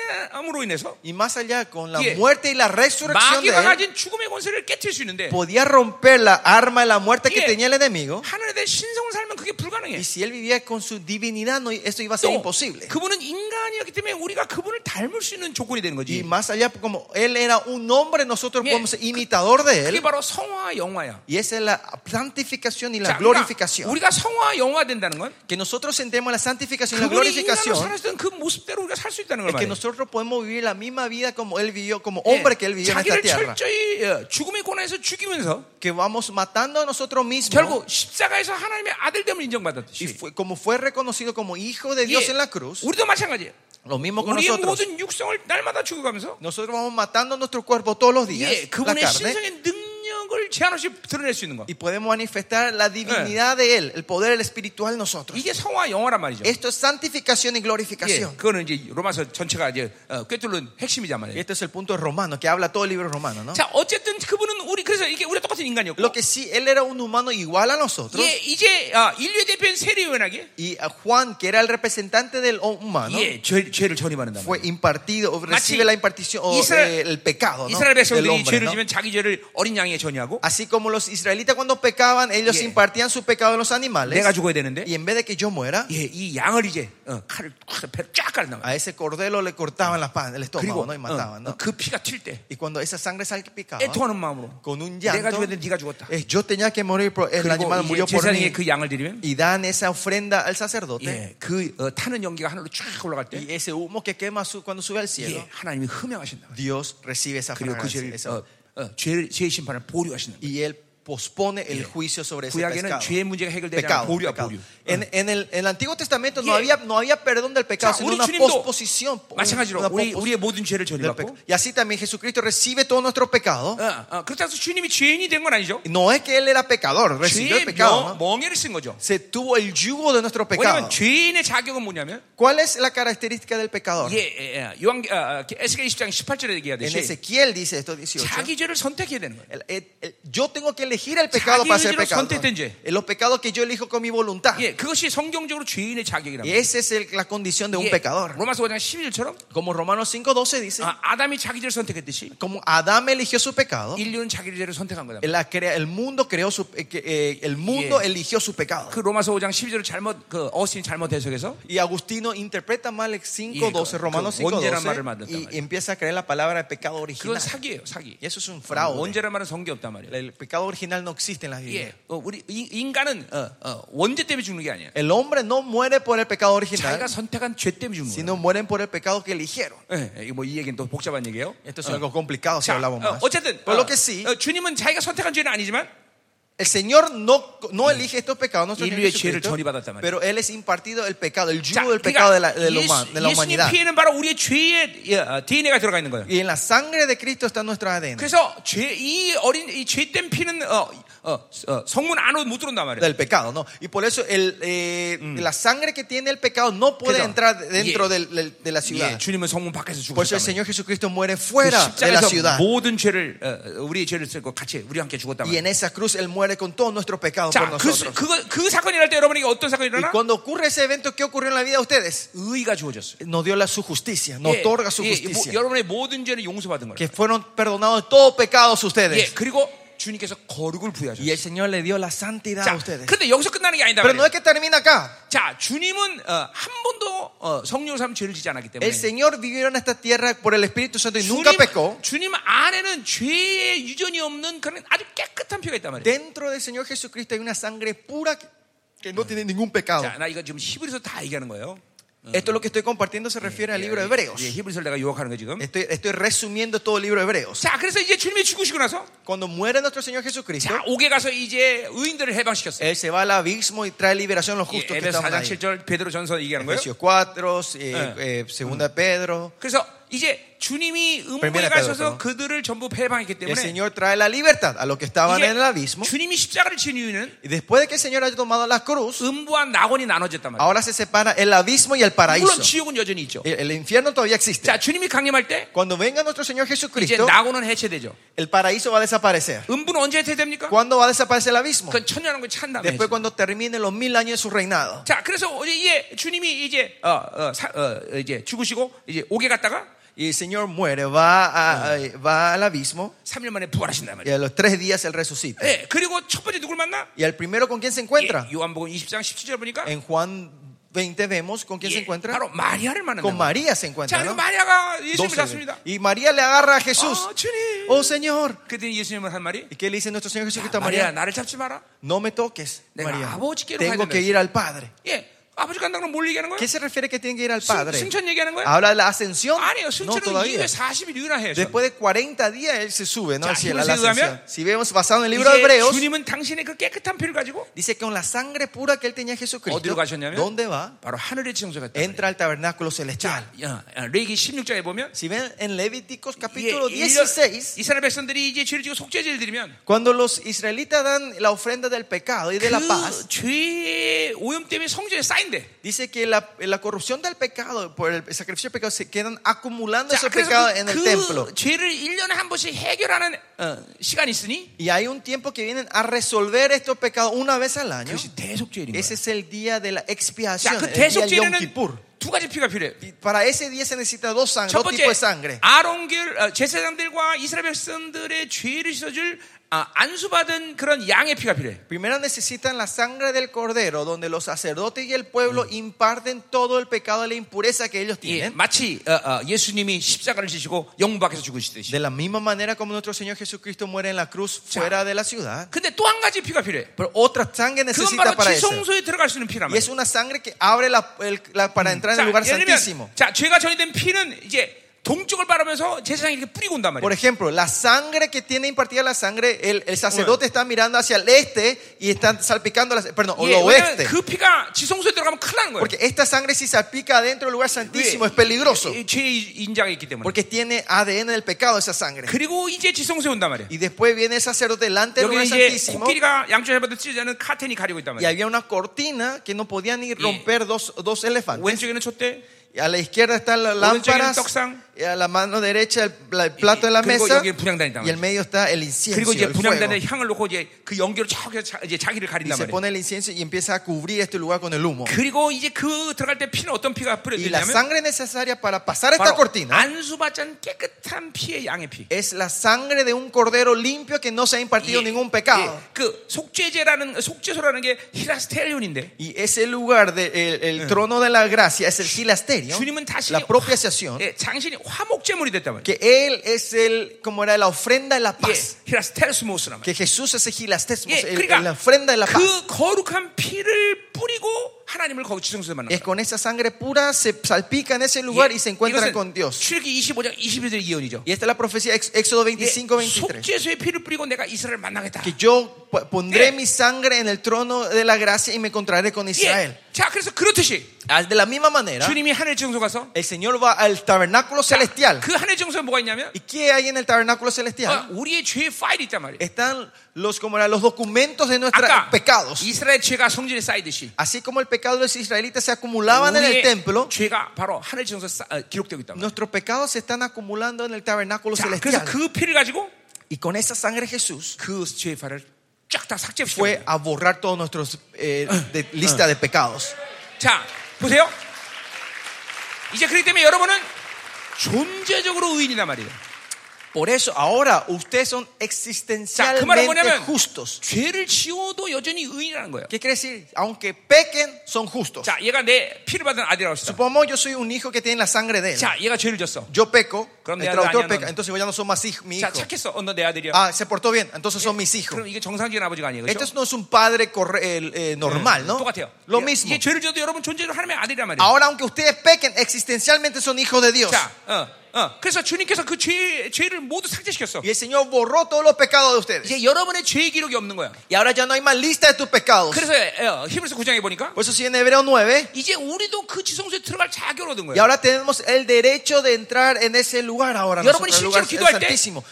Speaker 1: 살아남으로 인해서
Speaker 2: Y más allá, con la
Speaker 1: Yeah.
Speaker 2: muerte y la resurrección de
Speaker 1: 마귀가
Speaker 2: él,
Speaker 1: 가진 죽음의 권세를 깨뜨릴 수 있는데
Speaker 2: podía romper la arma de la muerte que
Speaker 1: Yeah.
Speaker 2: tenía el enemigo.
Speaker 1: 하늘에 대해 신성을 살면 그게 불가능해.
Speaker 2: Y si él vivía con su divinidad, no, esto iba a ser
Speaker 1: 또
Speaker 2: imposible.
Speaker 1: 그분은 인간이었기 때문에 우리가 그분을 닮을 수 있는 조건이 되는
Speaker 2: Y
Speaker 1: 거지.
Speaker 2: más allá, como él era un hombre, nosotros
Speaker 1: Yeah.
Speaker 2: podemos ser imitador de
Speaker 1: 그게
Speaker 2: él.
Speaker 1: 바로 성화 영화야.
Speaker 2: Y esa es la santificación y la
Speaker 1: 자, 그러니까
Speaker 2: glorificación.
Speaker 1: 우리가 성화 영화 된다는 건
Speaker 2: Que nosotros entremos en la santificación y la
Speaker 1: 그분이 인간으로
Speaker 2: glorificación
Speaker 1: 살았던 그 모습대로 우리가 살 수 있다는 걸
Speaker 2: es que
Speaker 1: 말해요.
Speaker 2: nosotros podemos vivir la misma vida como él vivió, como
Speaker 1: 예,
Speaker 2: hombre que él vivió en esta
Speaker 1: 자기를
Speaker 2: tierra.
Speaker 1: 철저히 어, 죽음의 고난에서 죽이면서
Speaker 2: Que vamos matando a nosotros mismos.
Speaker 1: 결국 십자가에서 하나님의 아들됨을
Speaker 2: Y
Speaker 1: 인정받았듯이
Speaker 2: fue- como fue reconocido como hijo de
Speaker 1: 예,
Speaker 2: Dios en la cruz,
Speaker 1: 우리도 마찬가지예요.
Speaker 2: lo mismo con
Speaker 1: 우리의
Speaker 2: nosotros.
Speaker 1: 모든 육성을 날마다 죽어가면서
Speaker 2: Nosotros vamos matando nuestro cuerpo todos los días,
Speaker 1: 예,
Speaker 2: la
Speaker 1: 그분의
Speaker 2: carne.
Speaker 1: 신성의 능력을 제한 없이 드러낼 수 있는 거.
Speaker 2: y podemos manifestar la divinidad de Él, el poder espiritual en nosotros.
Speaker 1: 이게 성화 영화란 말이죠.
Speaker 2: Esto es santificación y
Speaker 1: 예,
Speaker 2: glorificación.
Speaker 1: 그거는 이제 로마서 전체가 이제 어, 꿰뚫는 핵심이란 말이에요.
Speaker 2: Este es el punto romano que habla todo el libro romano, ¿no?
Speaker 1: 자, 어쨌든 그분은 우리 그래서 이게 우리 똑같은 인간이었고,
Speaker 2: Lo que sí, Él era un humano igual a nosotros.
Speaker 1: 예, 이제 아, 인류의 대표인 세례요한에게
Speaker 2: Y a Juan, que era el representante del humano,
Speaker 1: 예, 죄, 죄를 전임하는다.
Speaker 2: fue impartido, o
Speaker 1: Machi,
Speaker 2: recibe la impartición, o,
Speaker 1: Israel-
Speaker 2: eh, el pecado ¿no?
Speaker 1: 이스라엘
Speaker 2: del
Speaker 1: 백성들이
Speaker 2: hombre.
Speaker 1: 죄를
Speaker 2: ¿no?
Speaker 1: 지면 자기 죄를 어린 양에 전이하고 먹고
Speaker 2: Así como los israelitas cuando pecaban, ellos
Speaker 1: Yeah.
Speaker 2: impartían su pecado a los animales.
Speaker 1: 내가 죽어야 되는데
Speaker 2: Y en vez de que yo muera,
Speaker 1: 예, 이 양을 이제 어, 칼을 쫙 배로 쫙 갈라놔.
Speaker 2: a ese cordero le cortaban las pan, el
Speaker 1: 그리고
Speaker 2: estómago ¿no? y mataban.
Speaker 1: 어,
Speaker 2: ¿no?
Speaker 1: 그 피가 튈 때
Speaker 2: Y cuando esa sangre salpicaba,
Speaker 1: 애통하는 마음으로
Speaker 2: con un
Speaker 1: 내가
Speaker 2: llanto,
Speaker 1: 죽어야 되는데 네가 죽었다.
Speaker 2: es, eh, yo tenía que morir, pero el animal
Speaker 1: 예, 그리고
Speaker 2: murió
Speaker 1: 이제
Speaker 2: por
Speaker 1: 제사장에게
Speaker 2: mí.
Speaker 1: 그 양을 드리면
Speaker 2: Y dan esa ofrenda al sacerdote.
Speaker 1: 예, 그 어, 타는 연기가 하늘로 쫙 올라갈 때
Speaker 2: Y ese humo que quema su- cuando sube al cielo,
Speaker 1: 예, 하나님이 흠양하신다.
Speaker 2: Dios recibe esa
Speaker 1: 그리고 그
Speaker 2: fragancia.
Speaker 1: 죄를
Speaker 2: esa-
Speaker 1: 어, 어, 죄, 죄의 심판을 보류하시는 거예요.
Speaker 2: y él pospone el juicio sobre ese
Speaker 1: 구약에는
Speaker 2: pescado.
Speaker 1: 죄의 문제가 해결되지 않아
Speaker 2: Pecado,
Speaker 1: 보류야
Speaker 2: pecado. Ah.
Speaker 1: 보류.
Speaker 2: En, en el, en el Antiguo Testamento no
Speaker 1: Yeah.
Speaker 2: había, no había perdón del pecado,
Speaker 1: 자,
Speaker 2: sino
Speaker 1: 우리
Speaker 2: una
Speaker 1: 주님도
Speaker 2: posposición.
Speaker 1: 마찬가지로
Speaker 2: una
Speaker 1: 우리
Speaker 2: pospos-
Speaker 1: 우리의 모든 죄를
Speaker 2: del pecado.
Speaker 1: 저리받고
Speaker 2: Y así también Jesucristo recibe todo nuestro pecado.
Speaker 1: 어, 어, 그렇다고 해서 주님이 죄인이 된 건 아니죠.
Speaker 2: No es que él era pecador, recibió el
Speaker 1: 죄의
Speaker 2: pecado.
Speaker 1: 명-
Speaker 2: ¿no?
Speaker 1: 멍에를 쓴 거죠.
Speaker 2: Se tuvo el yugo de nuestro pecado.
Speaker 1: 왜냐하면 죄인의 자격은 뭐냐면
Speaker 2: ¿Cuál es la característica del pecador?
Speaker 1: 예, 예, 예. 요한 아, 아, 에스겔 20장 18절에
Speaker 2: En
Speaker 1: 얘기하듯이
Speaker 2: Ezequiel dice esto 18.
Speaker 1: 자기 죄를 선택해야 되는 거예요.
Speaker 2: El- el- el- yo tengo que elegir el pecado
Speaker 1: 자기
Speaker 2: para ser
Speaker 1: 의지로
Speaker 2: pecado.
Speaker 1: 선택된 죄.
Speaker 2: Eh, Los pecados que yo elijo con mi voluntad.
Speaker 1: 예, 그것이 성경적으로 죄인의 자격이라는
Speaker 2: Y
Speaker 1: 거예요.
Speaker 2: esa es el- la condición de un
Speaker 1: 예,
Speaker 2: pecador.
Speaker 1: 로마서 5장 11절처럼
Speaker 2: Como Romanos 5:12 dice,
Speaker 1: 아, 담이 자기 죄를 선택했듯이
Speaker 2: como Adán eligió su pecado,
Speaker 1: 인류는 자기 죄를 선택한 거다.
Speaker 2: la crea- el mundo creó su eh, que, eh, el mundo
Speaker 1: Yeah.
Speaker 2: eligió su pecado.
Speaker 1: 그 로마서 5장 12절을 잘못 그 어스틴 잘못 해석해서
Speaker 2: Y Agustino interpreta mal el 5:12,
Speaker 1: Yeah, 그-
Speaker 2: Romanos
Speaker 1: 그 원죄란 말을
Speaker 2: 5:12
Speaker 1: 만든단
Speaker 2: y
Speaker 1: 말이야.
Speaker 2: empieza a creer la palabra pecado
Speaker 1: 그건
Speaker 2: original.
Speaker 1: 사기예요, 사기.
Speaker 2: Y eso es un fraude.
Speaker 1: 원죄란 말은 성기 없단 말이에요.
Speaker 2: El pecado original no existe en la
Speaker 1: 예,
Speaker 2: Biblia.
Speaker 1: 어, 우리 이- 인간은 어, 어, 원죄 때문에 죽는 게 아니야.
Speaker 2: El hombre no muere por el pecado
Speaker 1: 자기가
Speaker 2: original,
Speaker 1: 선택한 죄 때문에 죽는 거야.
Speaker 2: sino mueren por el pecado que eligieron.
Speaker 1: 예, 예, 뭐이 얘기는 또 복잡한 얘기예요.
Speaker 2: Esto es algo complicado si
Speaker 1: 자,
Speaker 2: hablamos
Speaker 1: 어,
Speaker 2: más.
Speaker 1: 어쨌든
Speaker 2: Por lo
Speaker 1: 어,
Speaker 2: que sí,
Speaker 1: 어, 주님은 자기가 선택한 죄는 아니지만
Speaker 2: el Señor no, no elige estos pecados, nuestro Señor
Speaker 1: 인류의
Speaker 2: Jesucristo,
Speaker 1: 죄를 전이받았단 말이에요.
Speaker 2: pero Él es impartido el pecado,
Speaker 1: 자,
Speaker 2: el
Speaker 1: 그러니까
Speaker 2: yugo del pecado de la, de la huma- de la
Speaker 1: 예수, 님
Speaker 2: humanidad.
Speaker 1: 피에는 바로 우리의 죄의 DNA가 들어가 있는 거예요.
Speaker 2: Y en la sangre de Cristo está nuestro ADN.
Speaker 1: 그래서 죄, 이 어린 이 죄된 피는 어, 어, 어, 성문 안으로 못 들어온단 말이에요.
Speaker 2: Del pecado, ¿no? Y por eso el, eh, la sangre que tiene el pecado no puede
Speaker 1: Claro.
Speaker 2: entrar dentro
Speaker 1: Yeah.
Speaker 2: del- del- de la ciudad.
Speaker 1: 예, 주님은 성문 밖에서
Speaker 2: Por
Speaker 1: 죽으셨단
Speaker 2: eso el
Speaker 1: 말이에요.
Speaker 2: Señor Jesucristo muere
Speaker 1: 그
Speaker 2: fuera de la
Speaker 1: 십자가에서
Speaker 2: ciudad.
Speaker 1: 모든 죄를 어, 우리의 죄를 쓰고 같이 우리 함께 죽었단
Speaker 2: Y
Speaker 1: 말이에요.
Speaker 2: en esa cruz Él muere con todos nuestros pecados por
Speaker 1: 자, 그, 수-
Speaker 2: nosotros.
Speaker 1: 그거, 그 사건이 일어날 때 여러분에게 어떤 사건이
Speaker 2: Y
Speaker 1: 일어나?
Speaker 2: cuando ocurre ese evento, ¿qué ocurrió en la vida de ustedes?
Speaker 1: 의가 주어졌어요.
Speaker 2: Nos dio la, su justicia, nos
Speaker 1: 예,
Speaker 2: otorga su
Speaker 1: 예,
Speaker 2: justicia.
Speaker 1: 뭐, 여러분의 모든 죄를 용서받은
Speaker 2: que
Speaker 1: 거예요.
Speaker 2: fueron perdonados de todos pecados
Speaker 1: 예,
Speaker 2: ustedes.
Speaker 1: 그리고 주님께서 거룩을 부여하셨어요.
Speaker 2: Y el Señor le dio la santidad a
Speaker 1: 자,
Speaker 2: ustedes.
Speaker 1: 근데 여기서 끝나는 게 아니다.
Speaker 2: Pero no
Speaker 1: 말이에요.
Speaker 2: es que termina acá.
Speaker 1: 자, 주님은 어, 한 번도 어, 성령을 삼 죄를 지지 않았기 때문에
Speaker 2: El Señor vivió en esta tierra por el Espíritu Santo y nunca pecó.
Speaker 1: 주님, 주님 안에는 죄의 유전이 없는 그런 아주 깨끗한 피가 있단 말이에요.
Speaker 2: Dentro del Señor Jesucristo hay una sangre pura que- que no tiene ningún pecado.
Speaker 1: 자, 나 이거 지금 히브리서 다 얘기하는 거예요.
Speaker 2: Esto es lo que estoy compartiendo se refiere al libro de Hebreos. Eh.
Speaker 1: 예, 히브리서를 내가 요약하는 거 지금.
Speaker 2: Estoy, estoy resumiendo todo el libro de Hebreos.
Speaker 1: 자, 그래서 이제 주님이 죽으시고 나서
Speaker 2: Cuando muere nuestro Señor Jesucristo,
Speaker 1: 자, 옥에 가서 이제 의인들을 해방시켰어요.
Speaker 2: Él se va al abismo y trae liberación a los
Speaker 1: 예,
Speaker 2: justos Eh, que
Speaker 1: 에베소
Speaker 2: estaban
Speaker 1: 4장
Speaker 2: ahí.
Speaker 1: 7절 베드로 전서 얘기하는 거예요.
Speaker 2: Efesios 4, eh, eh, segunda de Pedro.
Speaker 1: 그래서 이제 주님이 음부에
Speaker 2: Primera
Speaker 1: 가셔서
Speaker 2: Pedro.
Speaker 1: 그들을 전부 해방했기
Speaker 2: El
Speaker 1: 때문에
Speaker 2: Señor trae la libertad a los que estaban en el
Speaker 1: 이제
Speaker 2: abismo.
Speaker 1: 주님이 십자가를 친 이유는
Speaker 2: Y después de que el Señor haya tomado la cruz,
Speaker 1: 음부와 낙원이 나눠졌단 말이에요.
Speaker 2: ahora se separa el abismo y el
Speaker 1: 물론
Speaker 2: paraíso.
Speaker 1: 지옥은 여전히 있죠.
Speaker 2: El el infierno todavía existe.
Speaker 1: 자, 주님이 강림할 때
Speaker 2: Cuando venga nuestro Señor
Speaker 1: 이제
Speaker 2: Jesucristo,
Speaker 1: 낙원은 해체되죠.
Speaker 2: el paraíso va a desaparecer.
Speaker 1: 음부는 언제 해체됩니까?
Speaker 2: ¿Cuándo va a desaparecer el abismo?
Speaker 1: 그건 천년왕국 찬 다음에.
Speaker 2: Después
Speaker 1: 해체.
Speaker 2: cuando termine los mil años de su reinado.
Speaker 1: 자, 그래서 이제 주님이 이제 어, 어, 사- 어, 이제 죽으시고 이제 옥에 갔다가
Speaker 2: Y el Señor muere, va, a- a- va al abismo
Speaker 1: 3일 만에 부활하신단
Speaker 2: y
Speaker 1: 말이에요.
Speaker 2: a los tres días Él resucita.
Speaker 1: 예, 그리고 첫 번째 누굴 만나?
Speaker 2: ¿Y el primero con quién se
Speaker 1: 예,
Speaker 2: encuentra?
Speaker 1: 요한복음 20장 17절 보니까
Speaker 2: En Juan 20 vemos con quién se
Speaker 1: 예,
Speaker 2: encuentra.
Speaker 1: 바로 마리아를
Speaker 2: Con
Speaker 1: 만난다.
Speaker 2: María se
Speaker 1: 자,
Speaker 2: encuentra.
Speaker 1: 그리고
Speaker 2: ¿no?
Speaker 1: 마리아가 예수님을
Speaker 2: 12.
Speaker 1: 잡습니다.
Speaker 2: Y María le agarra a Jesús.
Speaker 1: 아, 주님.
Speaker 2: Oh Señor.
Speaker 1: 그랬더니 예수님은 한 말이
Speaker 2: ¿Y qué le dice nuestro Señor Jesucristo a
Speaker 1: 마리아
Speaker 2: María?
Speaker 1: 나를 잡지 마라.
Speaker 2: No me toques,
Speaker 1: 내가
Speaker 2: María.
Speaker 1: 아버지께로 가야
Speaker 2: Tengo que
Speaker 1: 된다.
Speaker 2: ir al Padre.
Speaker 1: 예, 아버지 간다는 걸 뭘 얘기하는 거야?
Speaker 2: ¿Qué se refiere que tienen que ir al
Speaker 1: 승-
Speaker 2: Padre?
Speaker 1: 승천 얘기하는 거야?
Speaker 2: ¿Habla de la ascensión?
Speaker 1: 아니에요.
Speaker 2: No,
Speaker 1: 승천은
Speaker 2: todavía.
Speaker 1: 2회 40일이나 해요. 저는.
Speaker 2: Después de 40 días él se sube ¿no?
Speaker 1: Ya,
Speaker 2: al cielo, a la
Speaker 1: ¿quién se
Speaker 2: ascensión.
Speaker 1: llama?
Speaker 2: Si vemos basado en el libro de
Speaker 1: 이제
Speaker 2: Hebreos,
Speaker 1: 주님은 당신의 그 깨끗한 피를 가지고
Speaker 2: dice que con la sangre pura que él tenía Jesucristo,
Speaker 1: 어디로 가셨냐면
Speaker 2: ¿dónde va?
Speaker 1: 바로 하늘의 지성소에 갔다.
Speaker 2: Entra al tabernáculo celestial.
Speaker 1: 야, 야, 레기 16장에 보면
Speaker 2: Si ven en Levíticos
Speaker 1: 이게
Speaker 2: capítulo
Speaker 1: 일년-
Speaker 2: 16,
Speaker 1: 이스라엘 백성들이 이제 죄를 지고 속죄제를 드리면
Speaker 2: cuando los israelitas dan la ofrenda del pecado y de la paz,
Speaker 1: 그 죄의 오염 때문에 성전에 쌓인대.
Speaker 2: dice que la, la corrupción del pecado, por el sacrificio del pecado, se quedan acumulando
Speaker 1: 자,
Speaker 2: esos pecados
Speaker 1: 그래서
Speaker 2: en
Speaker 1: 그,
Speaker 2: el
Speaker 1: 그
Speaker 2: templo.
Speaker 1: 죄를 1년에 한 번씩 해결하는 어, 시간이 있으니
Speaker 2: Y hay un tiempo que vienen a resolver estos pecados una vez al año.
Speaker 1: 그것이 대속죄인 거예요.
Speaker 2: Ese es el día de la
Speaker 1: 자,
Speaker 2: expiación,
Speaker 1: 그
Speaker 2: el día de Yom
Speaker 1: 대속죄는
Speaker 2: Kippur.
Speaker 1: 두 가지 피가 필요해요.
Speaker 2: Y para ese día se necesita dos sangre,
Speaker 1: 첫
Speaker 2: dos tipos
Speaker 1: 번째
Speaker 2: de sangre.
Speaker 1: 아론길 어, 제사장들과 이스라엘 백성들의 죄를 씻어줄 아, 안수받은 그런 양의 피가 필요해.
Speaker 2: Primero necesitan la sangre del cordero, donde los sacerdotes y el pueblo imparten todo el pecado y la impureza que ellos
Speaker 1: 예,
Speaker 2: tienen.
Speaker 1: 마치 어, 어, 예수님이 십자가를 지시고 영밖에서 죽으시듯이.
Speaker 2: De la misma manera como nuestro Señor Jesucristo muere en la cruz fuera de la ciudad.
Speaker 1: 근데 또 한 가지 피가 필요해.
Speaker 2: Pero otra sangre
Speaker 1: 그건
Speaker 2: necesita
Speaker 1: 네, 바로
Speaker 2: para eso.
Speaker 1: 지성소에 들어갈 수 있는 피란
Speaker 2: Y
Speaker 1: 말이야.
Speaker 2: es una sangre que abre la, el- la- para entrar en el lugar
Speaker 1: 예를 뭐. 들면,
Speaker 2: santísimo.
Speaker 1: 자, 죄가 전이된 피는 이제 동쪽을 바라면서 제사장에 이렇게 뿌리고 온단
Speaker 2: Por
Speaker 1: 말이야.
Speaker 2: ejemplo, la sangre que tiene impartida la sangre, el, el sacerdote está mirando hacia el este y están salpicando, la- perdón, o
Speaker 1: 예, 왜냐면
Speaker 2: el oeste.
Speaker 1: 그 피가 지성소에 들어가면 큰일 나는 거예요.
Speaker 2: Porque esta sangre si salpica dentro del lugar santísimo es peligroso.
Speaker 1: 이 죄의 인자가 있기 때문에.
Speaker 2: Porque tiene ADN del pecado esa sangre.
Speaker 1: 그리고 이제 지성소에 온단 말이야.
Speaker 2: Y después viene el sacerdote delante del
Speaker 1: 여기
Speaker 2: lugar
Speaker 1: 이제
Speaker 2: santísimo.
Speaker 1: 코끼리가 양쪽에 잡아도 찢지 않은 카텐이 가리고 있단
Speaker 2: Y
Speaker 1: 말이야.
Speaker 2: había una cortina que no podían ni romper dos, dos elefantes.
Speaker 1: 왼쪽에는 촛대,
Speaker 2: Y a la izquierda están las
Speaker 1: Oren쪽에는
Speaker 2: lámparas.
Speaker 1: 떡상.
Speaker 2: Y a la mano derecha el, pla- el plato de la
Speaker 1: 그리고
Speaker 2: mesa.
Speaker 1: 여기는 분향단이 있단
Speaker 2: Y el
Speaker 1: 말이야.
Speaker 2: medio está el incienso.
Speaker 1: 그리고 이제
Speaker 2: el fuego.
Speaker 1: 분양단에 향을 놓고 이제 그 연기로 촥 해서 자- 이제 자기를
Speaker 2: Y
Speaker 1: 가린단
Speaker 2: se
Speaker 1: 말이야.
Speaker 2: pone el incienso y empieza a cubrir este lugar con el humo.
Speaker 1: 그리고 이제 그 들어갈 때 피는 어떤 피가
Speaker 2: Y la
Speaker 1: 뿌려지냐면
Speaker 2: sangre necesaria para pasar esta
Speaker 1: 바로
Speaker 2: cortina
Speaker 1: 안수받지 않은 깨끗한 피의 양의 피.
Speaker 2: es la sangre de un cordero limpio que no se ha impartido ningún pecado.
Speaker 1: 예, 그 속죄제라는 속죄소라는 게 히라스테리온인데
Speaker 2: Y ese lugar, del el, el trono de la gracia, es el gilasterio,
Speaker 1: 주님은 다시
Speaker 2: la propiciación,
Speaker 1: 예, 장신이 화목제물이 됐단 말이에요.
Speaker 2: que él es el, como era la ofrenda de la
Speaker 1: 예,
Speaker 2: paz.
Speaker 1: 히라스테르스모스란 말이에요.
Speaker 2: Que Jesús es el gilasterio,
Speaker 1: 예,
Speaker 2: el- el- la ofrenda de la paz.
Speaker 1: 그 거룩한 피를 뿌리고 하나님을 거기 지성소에 만나.
Speaker 2: Es con esa sangre pura se salpica en ese lugar y se encuentra con Dios.
Speaker 1: 예, 출기 25장 21절 예언이죠.
Speaker 2: Y esta es la profecía ex- Éxodo
Speaker 1: 예,
Speaker 2: 25, 23.
Speaker 1: 속죄소에 피를 뿌리고 내가 이스라엘 만나겠다.
Speaker 2: Que yo p- pondré
Speaker 1: Yeah.
Speaker 2: mi sangre en el trono de la gracia y me encontraré con Israel.
Speaker 1: 예, 자, 그래서 그렇듯이
Speaker 2: Ah, De la misma manera,
Speaker 1: 주님이 하늘 지성소 가서
Speaker 2: el Señor va al tabernáculo celestial.
Speaker 1: 그 하늘 지성소에 뭐가 있냐면
Speaker 2: ¿Y qué hay en el tabernáculo
Speaker 1: 어,
Speaker 2: celestial?
Speaker 1: 우리의 죄의 파일이 있단 말이에요.
Speaker 2: Están los, como era, los documentos de nuestros
Speaker 1: 아까
Speaker 2: pecados.
Speaker 1: 이스라엘 죄가 성전에 쌓이듯이
Speaker 2: Así como el pecado de los israelitas se acumulaban en el
Speaker 1: 우리의
Speaker 2: templo,
Speaker 1: 죄가 바로 하늘 지성소 기록되고 있다.
Speaker 2: nuestros pecados se están acumulando en el tabernáculo
Speaker 1: 자, 그래서
Speaker 2: celestial.
Speaker 1: 그 피를 가지고
Speaker 2: Y con esa sangre Jesús
Speaker 1: 그 죄의 파일을 쫙 다 삭제시켜.
Speaker 2: fue a borrar todos nuestros eh, de- lista de pecados.
Speaker 1: 자, 보세요. 이제 그렇기 때문에 여러분은 존재적으로 의인이란 말이에요.
Speaker 2: Por eso ahora ustedes son
Speaker 1: 말은
Speaker 2: existencialmente
Speaker 1: 뭐냐면-
Speaker 2: justos.
Speaker 1: 죄를 지워도 여전히 의인이라는 거예요.
Speaker 2: ¿Qué quiere decir? Aunque pequen, son justos.
Speaker 1: 자, 얘가 내 피를 받은 아들이라고 했어.
Speaker 2: Supongamos yo soy un hijo que tiene la sangre de él.
Speaker 1: 자, 얘가 죄를 졌어.
Speaker 2: Yo peco,
Speaker 1: 그럼
Speaker 2: el
Speaker 1: 내 아들
Speaker 2: traductor
Speaker 1: 아니야,
Speaker 2: peca,
Speaker 1: 너는.
Speaker 2: entonces yo ya no soy más hij- mi
Speaker 1: 자,
Speaker 2: hijo.
Speaker 1: 착했어. 어, 너 내 아들이야.
Speaker 2: Ah, se portó bien, entonces son mis hijos.
Speaker 1: 그럼 이게 정상적인 아버지가 아니에요.
Speaker 2: Este
Speaker 1: 그렇죠?
Speaker 2: no es un padre corre- el, eh, normal, ¿no?
Speaker 1: 똑같아요.
Speaker 2: Lo
Speaker 1: 이게-
Speaker 2: mismo.
Speaker 1: 이게 죄를 져도 여러분 존재적으로 하나님의 아들이란 말이에요.
Speaker 2: Ahora, aunque ustedes pequen, existencialmente son hijos de Dios.
Speaker 1: 자, 어, 어. 그래서 주님께서 그 죄, 죄를 모두 삭제시켰어.
Speaker 2: Y el Señor borró todos los pecados de ustedes.
Speaker 1: 이제 여러분의 죄의 기록이 없는 거야.
Speaker 2: Y ahora ya no hay más lista de tus pecados.
Speaker 1: 그래서 어, 히브리서 9장에 보니까
Speaker 2: Por eso si en Hebreo 9,
Speaker 1: 이제 우리도 그 지성소에 들어갈 자격을 얻은
Speaker 2: y
Speaker 1: 거예요.
Speaker 2: ahora tenemos el derecho de entrar en ese lugar ahora,
Speaker 1: 여러분이
Speaker 2: nosotros, el lugar
Speaker 1: 실제로 기도할 때-
Speaker 2: santísimo.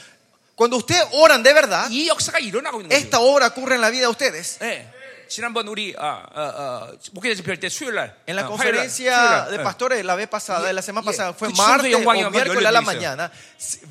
Speaker 2: Cuando ustedes oran de verdad,
Speaker 1: 이 역사가 일어나고 있는 거예요.
Speaker 2: esta obra ocurre en la vida de ustedes.
Speaker 1: 예. 지난번 우리 아, 어, 어, 목회자 집회할 때 수요일 날,
Speaker 2: En
Speaker 1: 어, 화요일 날,
Speaker 2: la conferencia
Speaker 1: 수요일
Speaker 2: de
Speaker 1: 날,
Speaker 2: pastores la vez pasada, de la semana
Speaker 1: 예.
Speaker 2: pasada, fue
Speaker 1: 그 지성소의
Speaker 2: martes o
Speaker 1: 영광이 아마
Speaker 2: miércoles a
Speaker 1: 열려져
Speaker 2: la
Speaker 1: 있어요.
Speaker 2: mañana,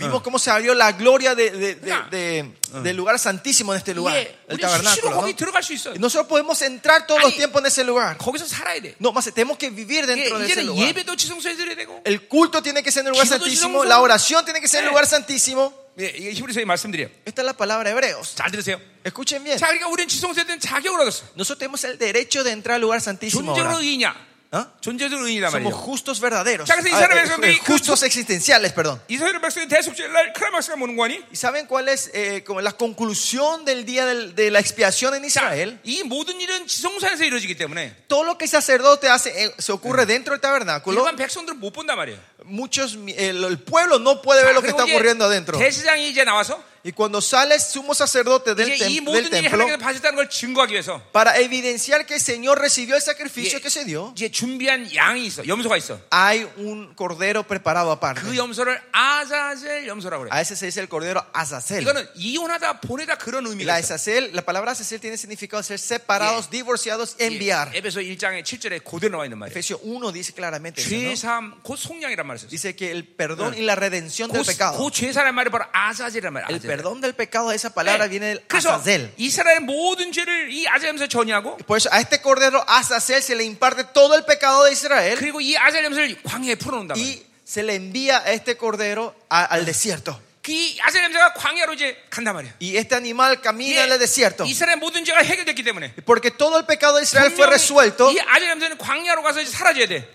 Speaker 2: vimos cómo se abrió la gloria de- de- de- de- del lugar santísimo en este
Speaker 1: 예.
Speaker 2: lugar,
Speaker 1: 예,
Speaker 2: el
Speaker 1: 우리 수시로
Speaker 2: tabernáculo. ¿no?
Speaker 1: 거기 들어갈 수 있어.
Speaker 2: Y nosotros podemos entrar todos los
Speaker 1: 아니,
Speaker 2: tiempos en ese lugar.
Speaker 1: 거기서 살아야 돼.
Speaker 2: No, más tenemos que vivir
Speaker 1: 예,
Speaker 2: dentro de ese
Speaker 1: 이제는
Speaker 2: lugar.
Speaker 1: 예배도 지성소에 드려야 되고.
Speaker 2: El culto tiene que ser en el lugar
Speaker 1: 기도도
Speaker 2: santísimo,
Speaker 1: 지성소.
Speaker 2: la oración tiene que ser en el
Speaker 1: 예.
Speaker 2: lugar santísimo.
Speaker 1: 예, 이게 히브리서의 말씀드려요.
Speaker 2: Esta es la palabra de hebreos.
Speaker 1: 잘 들으세요.
Speaker 2: Escuchen bien.
Speaker 1: 자, 그러니까 우리는 지성소에 대한 자격을 얻었어.
Speaker 2: Nosotros tenemos el derecho de entrar al lugar santísimo.
Speaker 1: 존재로
Speaker 2: ahora.
Speaker 1: 의냐?
Speaker 2: ¿Ah?
Speaker 1: 존재로 의인이란
Speaker 2: Somos
Speaker 1: 말이에요.
Speaker 2: justos verdaderos.
Speaker 1: 자, 그래서 이
Speaker 2: Ah,
Speaker 1: 사람의
Speaker 2: eh,
Speaker 1: 성경이
Speaker 2: eh, justos existenciales, perdón.
Speaker 1: 이스라엘 백성의 대속죄 날 크라막스가 모는 거 아니?
Speaker 2: ¿Y saben cuál es eh, como la conclusión del día del- de la expiación en
Speaker 1: 자,
Speaker 2: Israel?
Speaker 1: 이 모든 일은 지성소에서 이루어지기 때문에
Speaker 2: Todo lo que el sacerdote hace eh, se ocurre dentro del tabernáculo.
Speaker 1: 일반 백성들은 못 본단 말이에요.
Speaker 2: Muchos, mi- el, el pueblo no puede ver lo que
Speaker 1: 그리고
Speaker 2: está
Speaker 1: 이제
Speaker 2: ocurriendo adentro.
Speaker 1: 대시장이 이제 나와서
Speaker 2: Y cuando sale el sumo sacerdote del,
Speaker 1: 이제 이
Speaker 2: tem- del
Speaker 1: 모든 일이
Speaker 2: templo
Speaker 1: 하나님께서 받으셨다는 걸 증거하기 위해서
Speaker 2: para evidenciar que el Señor recibió el sacrificio
Speaker 1: 예,
Speaker 2: que se dio,
Speaker 1: 이제 준비한 양이 있어. 염소가 있어.
Speaker 2: hay un cordero preparado
Speaker 1: 그
Speaker 2: aparte.
Speaker 1: 염소를 아자젤 염소라고 그래.
Speaker 2: A ese se dice el cordero Azazel.
Speaker 1: 이거는 이혼하다 보내다 그런 의미가
Speaker 2: La
Speaker 1: 있어.
Speaker 2: Azazel, la palabra Azazel tiene significado ser separados, divorciados, enviar.
Speaker 1: 예, 에베소 1장의 7절에 고대로 나와 있는 말이에요.
Speaker 2: Efesios 1 dice claramente eso, ¿no?
Speaker 1: 죄삼 곧 속량이란 말을 썼어.
Speaker 2: Dice que el perdón y la redención del pecado.
Speaker 1: 그 죄사란 말이 바로 아자젤이란 말이야.
Speaker 2: El
Speaker 1: 아자젤.
Speaker 2: perdón del pecado, esa palabra
Speaker 1: 예.
Speaker 2: viene del
Speaker 1: 그래서
Speaker 2: Azazel.
Speaker 1: 이스라엘의 모든 죄를 이 아자젤 염소에 전이하고
Speaker 2: Por eso a este cordero Azazel se le imparte todo el pecado de Israel.
Speaker 1: 그리고 이 아자젤 염소를 광야에 풀어놓는다. 말이야.
Speaker 2: y se le envía a este cordero a- al desierto.
Speaker 1: 그 아세 냄새가 광야로 이제 간단 말이야.
Speaker 2: Y este animal camina en el desierto.
Speaker 1: 이스라엘 모든 죄가 해결됐기 때문에.
Speaker 2: Porque todo el pecado de Israel fue
Speaker 1: 분명히
Speaker 2: resuelto.
Speaker 1: 이 아세 냄새는 광야로 가서 이제 사라져야 돼.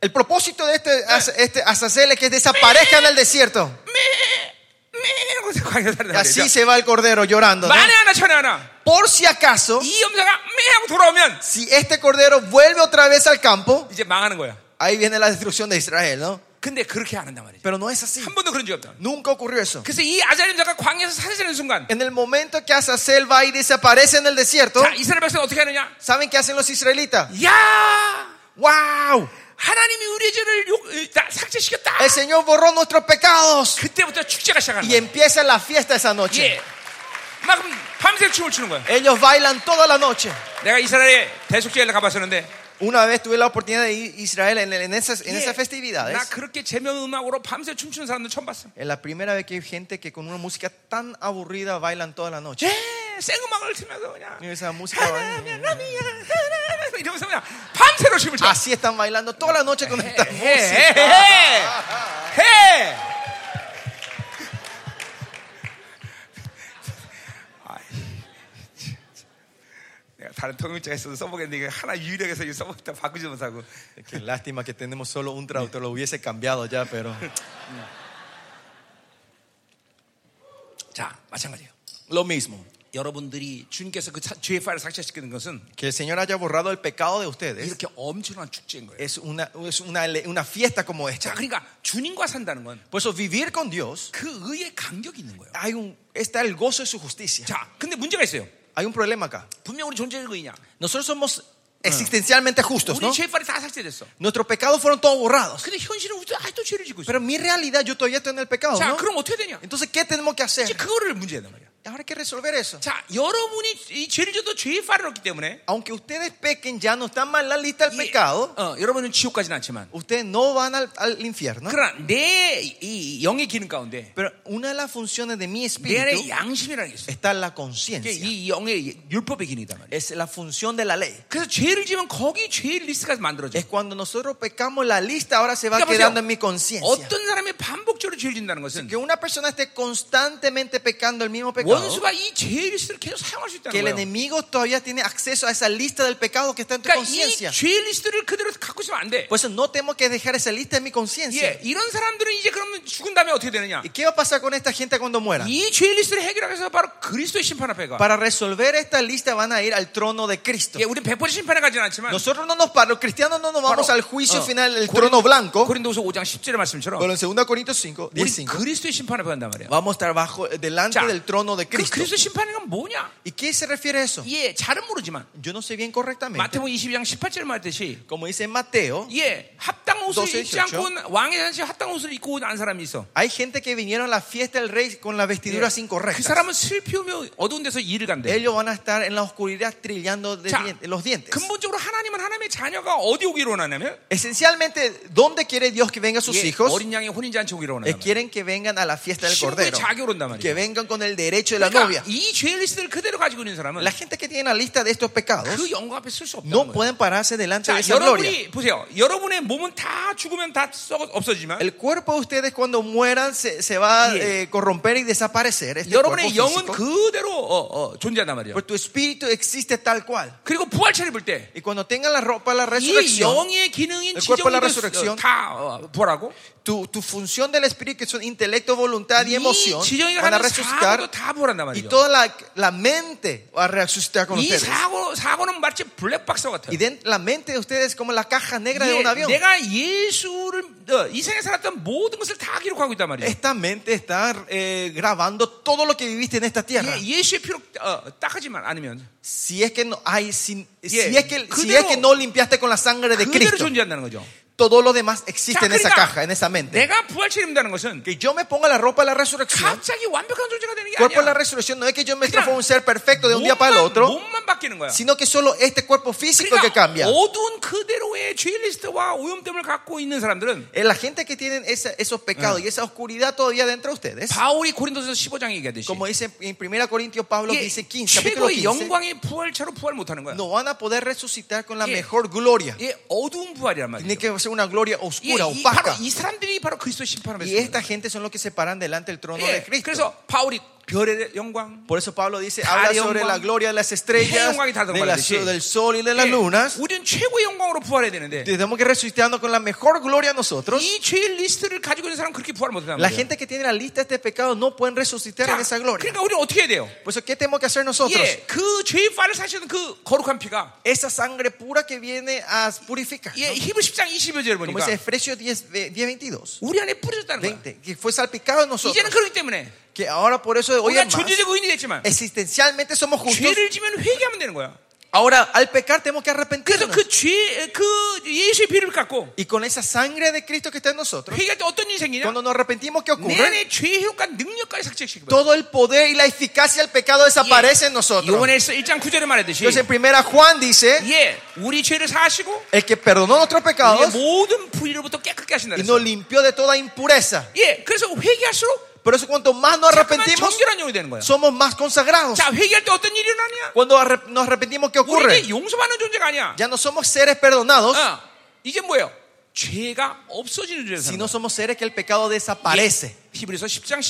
Speaker 2: El propósito de este, az- este Azazel es que desaparezca en el desierto.
Speaker 1: 매 광야
Speaker 2: Y
Speaker 1: 사라져.
Speaker 2: así se va el cordero llorando. ¿no?
Speaker 1: 만에 하나 천에 하나
Speaker 2: Por si acaso,
Speaker 1: 이 염소가 매 하고 돌아오면
Speaker 2: si este cordero vuelve otra vez al campo,
Speaker 1: 이제 망하는 거야.
Speaker 2: ahí viene la destrucción de Israel, ¿no?
Speaker 1: 근데 그렇게 안 한단 말이지.
Speaker 2: Pero no es así.
Speaker 1: 한 번도 그런 적 없다.
Speaker 2: Nunca ocurrió eso.
Speaker 1: 그래서 이 아세 냄새가 광야에서 사라지는 순간,
Speaker 2: En el momento que Azazel va y desaparece en el desierto,
Speaker 1: 자 이스라엘 백성은 어떻게 하느냐?
Speaker 2: ¿saben qué hacen los israelitas?
Speaker 1: 야
Speaker 2: ¡Wow!
Speaker 1: 하나님이 우리의 죄를 욕, 으, 다- 삭제시켰다.
Speaker 2: El Señor borró nuestros pecados.
Speaker 1: 그때부터 축제가 시작하는
Speaker 2: Y
Speaker 1: 거야.
Speaker 2: empieza la fiesta esa noche.
Speaker 1: 예. 막 밤새 춤을 추는 거야.
Speaker 2: Ellos bailan toda la noche.
Speaker 1: 내가 이스라엘에 대속제를 가봤었는데
Speaker 2: Una vez tuve la oportunidad de ir a Israel en, en esas, en
Speaker 1: 예.
Speaker 2: esas festividades.
Speaker 1: 나 그렇게 재미없는 음악으로 밤새 춤추는 사람도 처음 봤어.
Speaker 2: Es la primera vez que hay gente que con una música tan aburrida bailan toda la noche.
Speaker 1: 예, 생음악을 틀면서 그냥
Speaker 2: Y esa [laughs] música
Speaker 1: 하나면 라미야 하나면 이러면서 그냥 밤새로 춤을 춰.
Speaker 2: Así están bailando toda la noche [laughs] con esta
Speaker 1: 아, 해, 해,
Speaker 2: música.
Speaker 1: 해, 해. 아이, 참. 내가 다른 통역자가 있어도 써보겠는데 이거 하나 유일하게 해서 이거 써보겠다 바꾸지 못하고
Speaker 2: Qué lástima que tenemos solo un traductor, lo hubiese cambiado ya, pero.
Speaker 1: 자 마찬가지예요
Speaker 2: Lo mismo.
Speaker 1: 여러분들이 주님께서 그 사- 죄의 파일을 삭제시키는 것은
Speaker 2: Que el Señor haya borrado el pecado de ustedes
Speaker 1: 이렇게 엄청난 축제인 거예요
Speaker 2: es una, es una, le- una fiesta como
Speaker 1: 자
Speaker 2: esta.
Speaker 1: 그러니까 주님과 산다는 건 그
Speaker 2: Por eso, vivir con Dios,
Speaker 1: 의의 간격이 있는 거예요
Speaker 2: hay un, está el gozo de su justicia.
Speaker 1: 자 근데 문제가 있어요
Speaker 2: Hay un problema acá.
Speaker 1: 분명 우리 존재는 의냐
Speaker 2: Nosotros somos ah, existencialmente justos,
Speaker 1: 우리
Speaker 2: ¿no?
Speaker 1: 죄의 파일이 다 삭제됐어
Speaker 2: Nuestros pecados fueron todos borrados.
Speaker 1: 근데 현실은 우리도 아직도 죄를 짓고 있어
Speaker 2: Pero en mi realidad, yo todavía estoy en el pecado,
Speaker 1: 자
Speaker 2: ¿no?
Speaker 1: 그럼 어떻게 되냐
Speaker 2: Entonces, ¿qué tenemos que
Speaker 1: 이제
Speaker 2: hacer?
Speaker 1: 그거를 문제다 말이야.
Speaker 2: Ahora hay que resolver eso.
Speaker 1: 자, 여러분이 이 죄를 져도 죄의 파를 없기 때문에
Speaker 2: Aunque ustedes pequen, ya no están mal en la lista del
Speaker 1: 이-
Speaker 2: pecado.
Speaker 1: 어, 여러분은 지옥까지는 않지만
Speaker 2: Ustedes no van al, al infierno.
Speaker 1: 그러나 내 이- 이 영의 기능 가운데
Speaker 2: Pero una de las funciones de mi
Speaker 1: 내 안에
Speaker 2: espíritu
Speaker 1: 양심이라는 게 있어.
Speaker 2: está la
Speaker 1: 이게
Speaker 2: conciencia.
Speaker 1: 이 영의 율법의 기능이다 말이야.
Speaker 2: Es la función de la ley.
Speaker 1: 그래서 죄를 지면 거기 죄의 리스트가 만들어져.
Speaker 2: Es cuando nosotros pecamos, la lista ahora se va
Speaker 1: 그러니까
Speaker 2: quedando
Speaker 1: 보세요.
Speaker 2: en mi conciencia.
Speaker 1: 어떤 사람이 반복적으로 죄를 진다는 것은
Speaker 2: Que una persona esté constantemente pecando el mismo pecado.
Speaker 1: 원수가 이 죄의 리스트를 계속 사용할 수
Speaker 2: Que
Speaker 1: 있다는
Speaker 2: el
Speaker 1: 거예요.
Speaker 2: enemigo todavía tiene acceso a esa lista del pecado que está en tu
Speaker 1: 그러니까 이
Speaker 2: conciencia.
Speaker 1: 죄의 리스트를 그대로 갖고 있으면 안 돼.
Speaker 2: Por eso no tenemos que dejar esa lista en mi
Speaker 1: 예,
Speaker 2: conciencia.
Speaker 1: 이런 사람들은 이제 그러면 죽은 다음에 어떻게 되느냐?
Speaker 2: ¿Y qué va a pasar con esta gente cuando muera?
Speaker 1: 이 죄의 리스트를 해결하기 위해서 바로 그리스도의 심판 앞에 가.
Speaker 2: Para resolver esta lista van a ir al trono de Cristo.
Speaker 1: 예, 우리 100% 심판에 가지는 않지만
Speaker 2: Nosotros no nos para, los cristianos no nos vamos
Speaker 1: Bueno,
Speaker 2: al juicio
Speaker 1: ah,
Speaker 2: final, el
Speaker 1: Corin-
Speaker 2: trono blanco.
Speaker 1: 고린도서 5장 10절의 말씀처럼
Speaker 2: Pero en 2 Corintios 5,
Speaker 1: 우리
Speaker 2: 10,
Speaker 1: 그리스도의 심판을 받는단 말이야.
Speaker 2: vamos a estar bajo, eh, delante
Speaker 1: 자,
Speaker 2: del trono de
Speaker 1: 그
Speaker 2: Cristo.
Speaker 1: 그리스도 심판이란 뭐냐?
Speaker 2: ¿Y qué se refiere a eso?
Speaker 1: 예, 잘은 모르지만
Speaker 2: Yo no sé bien correctamente.
Speaker 1: 마태복음 22장 18절 말했듯이
Speaker 2: Como dice Mateo,
Speaker 1: 예, 합당 옷을
Speaker 2: 너세
Speaker 1: 입지 않고
Speaker 2: 지었죠?
Speaker 1: 온 왕의 잔치 합당 옷을 입고 온 안 사람이 있어.
Speaker 2: hay gente que vinieron a la fiesta del rey con las
Speaker 1: 예,
Speaker 2: vestiduras
Speaker 1: 그
Speaker 2: incorrectas.
Speaker 1: 사람은 슬피우며 어두운 데서 일을 간대.
Speaker 2: Ellos van a estar en la oscuridad trillando de
Speaker 1: 자,
Speaker 2: dien- los dientes.
Speaker 1: 근본적으로 하나님은 하나님의 자녀가 어디 오기로 원하냐면
Speaker 2: Esencialmente, ¿dónde quiere Dios que vengan sus
Speaker 1: 예,
Speaker 2: hijos?
Speaker 1: 어린 양의 혼인 잔치 오기로
Speaker 2: Eh,
Speaker 1: 원한다.
Speaker 2: quieren que vengan a la fiesta del
Speaker 1: 신부의
Speaker 2: cordero.
Speaker 1: 자격으로 온단
Speaker 2: Que
Speaker 1: 말이야.
Speaker 2: vengan con el derecho de la
Speaker 1: 그러니까
Speaker 2: novia.
Speaker 1: 이 죄의 리스트를 그대로 가지고 있는 사람은
Speaker 2: La gente que tiene la lista de estos pecados
Speaker 1: 그 영광 앞에 쓸 수 없다는
Speaker 2: no
Speaker 1: 거예요.
Speaker 2: pueden pararse delante
Speaker 1: 자,
Speaker 2: de esa gloria.
Speaker 1: 여러분이 보세요. 여러분의 몸은 다 죽으면 다 썩어 없어지만
Speaker 2: El cuerpo de ustedes cuando mueran se, se va a
Speaker 1: Yeah.
Speaker 2: eh, corromper y desaparecer. Este
Speaker 1: 여러분의
Speaker 2: cuerpo
Speaker 1: 영은
Speaker 2: físico.
Speaker 1: 그대로 어, 어, 존재한단 말이에요.
Speaker 2: Pero tu espíritu existe tal cual.
Speaker 1: 그리고 부활체를 볼 때 이
Speaker 2: Y cuando tengan la ropa de la resurrección,
Speaker 1: 영의 기능인
Speaker 2: El cuerpo de la
Speaker 1: 지정이도
Speaker 2: resurrección.
Speaker 1: 다 어, 부활하고
Speaker 2: tu, tu función del espíritu, que son intelecto, voluntad y
Speaker 1: 이
Speaker 2: emoción,
Speaker 1: 지정이가
Speaker 2: van a
Speaker 1: 하는 사고도
Speaker 2: resucitar.
Speaker 1: 다 부활한단
Speaker 2: Y
Speaker 1: 말이죠.
Speaker 2: toda la, la mente va a resucitar con
Speaker 1: 이
Speaker 2: ustedes.
Speaker 1: 사고 사고는 마치 블랙박스
Speaker 2: Y
Speaker 1: 같아요.
Speaker 2: den, la mente de ustedes es como la caja negra de
Speaker 1: 예,
Speaker 2: un avión.
Speaker 1: 내가 예수를 어, 이 세상에 살았던 모든 것을 다 기록하고 있단 말이에요.
Speaker 2: Esta mente está eh, grabando todo lo que viviste en esta tierra.
Speaker 1: 예, 예수의 피로 어, 닦아지만 않으면
Speaker 2: Si es que no hay, si,
Speaker 1: Yeah.
Speaker 2: si es que,
Speaker 1: 그대로-
Speaker 2: si es que no limpiaste con la sangre de
Speaker 1: 그대로
Speaker 2: Cristo,
Speaker 1: 존재한다는 거죠.
Speaker 2: todo lo demás existe
Speaker 1: 자,
Speaker 2: en esa
Speaker 1: 그러니까
Speaker 2: caja, en esa mente.
Speaker 1: 내가 부활체를 입는다는 것은
Speaker 2: Que yo me ponga la ropa de la resurrección,
Speaker 1: 갑자기 완벽한 존재가 되는 게
Speaker 2: cuerpo de la
Speaker 1: 아니야.
Speaker 2: resurrección, no es que yo me
Speaker 1: 그냥
Speaker 2: transforme en un ser perfecto de un día para el
Speaker 1: 몸만,
Speaker 2: otro,
Speaker 1: 몸만 바뀌는 거야.
Speaker 2: sino que solo este cuerpo físico que
Speaker 1: 그러니까
Speaker 2: cambia.
Speaker 1: 어두운 그대로의 이렇게 죄 리스트와 오염됨을 갖고 있는 사람들은
Speaker 2: Eh, La gente que tienen esa- esos pecados y esa oscuridad todavía dentro de ustedes,
Speaker 1: 바울이 고린도서 15장 얘기하듯이
Speaker 2: como dice en 1 Corintios, Pablo
Speaker 1: 이게
Speaker 2: dice 15, capítulo
Speaker 1: 최고의
Speaker 2: 15,
Speaker 1: 영광의 부활차로 부활 못하는 거야.
Speaker 2: no van a poder resucitar con la
Speaker 1: Yeah.
Speaker 2: mejor gloria.
Speaker 1: 이게 어두운 부활이란 말이야.
Speaker 2: Tiene que ser una gloria
Speaker 1: 이게
Speaker 2: oscura,
Speaker 1: 이-
Speaker 2: opaca.
Speaker 1: 바로 이 사람들이 바로 그리스도 심판을
Speaker 2: Y esta gente son los que se paran delante del trono de Cristo.
Speaker 1: 예, 그래서 바울이 별의 영광,
Speaker 2: Por eso Pablo dice,
Speaker 1: Dale,
Speaker 2: habla sobre
Speaker 1: 영광.
Speaker 2: la gloria de las estrellas,
Speaker 1: 영광이 다른
Speaker 2: de la-
Speaker 1: 말이지.
Speaker 2: del sol y de las
Speaker 1: 예,
Speaker 2: lunas. 네.
Speaker 1: 우리는 최고의 영광으로 부활해야 되는데
Speaker 2: Tenemos que resucitarnos con la mejor gloria nosotros.
Speaker 1: 이 죄의 리스트를 가지고 있는 사람 은 그렇게 부활 못한다.
Speaker 2: La gente que tiene la lista de este pecado no pueden resucitar en esa gloria.
Speaker 1: 그러니까 우리는 어떻게 해야 돼요?
Speaker 2: Por eso, ¿qué tenemos que hacer nosotros?
Speaker 1: 예, 그 죄의 파를 사시는 그 거룩한 피가
Speaker 2: Esa sangre pura que viene a purificar. ¿no?
Speaker 1: 예, 히브리 10장 20절
Speaker 2: Como
Speaker 1: 보니까
Speaker 2: dice Efesios 10, ve- 10, 22.
Speaker 1: 우리 안에 뿌려졌다는 거야.
Speaker 2: 20, que fue salpicado en nosotros.
Speaker 1: 이제는 그렇기 때문에
Speaker 2: Que ahora por eso hoy
Speaker 1: 우리가
Speaker 2: es más,
Speaker 1: 존재적 의인이 됐지만
Speaker 2: existencialmente somos justos.
Speaker 1: 죄를 지면 회개하면 되는 거야.
Speaker 2: Ahora al pecar tenemos que
Speaker 1: 그래서
Speaker 2: arrepentirnos.
Speaker 1: 그 죄, 그 예수의 피를 갖고
Speaker 2: Y con esa sangre de Cristo que está en nosotros,
Speaker 1: 회개할 때 어떤 일이 생기냐?
Speaker 2: cuando nos arrepentimos, ¿qué
Speaker 1: 내
Speaker 2: ocurre?
Speaker 1: 안에 죄의 효과 능력까지 삭제시키고.
Speaker 2: Todo el poder y la eficacia del pecado desaparece en nosotros.
Speaker 1: 요번에서 1장 9절에 말했듯이
Speaker 2: Entonces en primera Juan dice,
Speaker 1: 예, 우리 죄를 사시고
Speaker 2: el que perdonó nuestros
Speaker 1: 우리의
Speaker 2: pecados
Speaker 1: 모든 불의로부터 깨끗게 하신다
Speaker 2: y nos
Speaker 1: 그랬어.
Speaker 2: limpió de toda impureza.
Speaker 1: 예, 그래서 회개할수록
Speaker 2: Por eso cuanto más nos
Speaker 1: 잠깐만
Speaker 2: arrepentimos,
Speaker 1: 정결한 영이 되는 거야.
Speaker 2: somos más consagrados.
Speaker 1: 자, 회개할 때 어떤 일이 일어나냐?
Speaker 2: Cuando arre- nos arrepentimos, ¿qué ocurre? Ah.
Speaker 1: 우리 용서받는 존재가 아니야.
Speaker 2: Ya no somos seres perdonados,
Speaker 1: 어, 이제 뭐예요? 죄가 없어지는 죄를 사는
Speaker 2: sino
Speaker 1: 거야.
Speaker 2: somos seres que el pecado desaparece.
Speaker 1: 히브리서 10장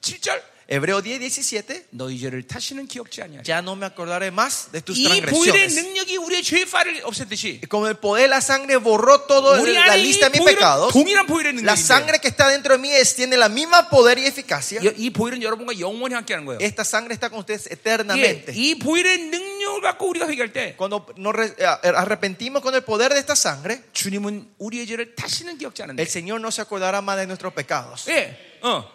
Speaker 1: 17절
Speaker 2: Hebreo 10, 17.
Speaker 1: 너희 죄를 다시는 기억지 아니하리.
Speaker 2: Ya no me acordaré más de tus
Speaker 1: 이 보일의
Speaker 2: transgresiones.
Speaker 1: 능력이 우리의 죄의 파를 없앴듯이
Speaker 2: Y Como el poder de la sangre borró toda
Speaker 1: 우리
Speaker 2: la
Speaker 1: 안에 이
Speaker 2: lista de mis
Speaker 1: 보일은
Speaker 2: pecados,
Speaker 1: 동일한 보일의
Speaker 2: la
Speaker 1: 능력인데
Speaker 2: sangre que está dentro de mí es- tiene la misma poder y eficacia.
Speaker 1: 여- 이 보일은 여러분과 영원히 함께하는 거예요.
Speaker 2: Esta sangre está con ustedes
Speaker 1: 예,
Speaker 2: eternamente.
Speaker 1: 이 보일의 능력을 갖고 우리가 회개할 때
Speaker 2: Cuando nos re- eh, arrepentimos con el poder de esta sangre,
Speaker 1: 주님은 우리의 죄를 다시는 기억지 않는다.
Speaker 2: el Señor no se acordará más de nuestros pecados.
Speaker 1: 예, 어,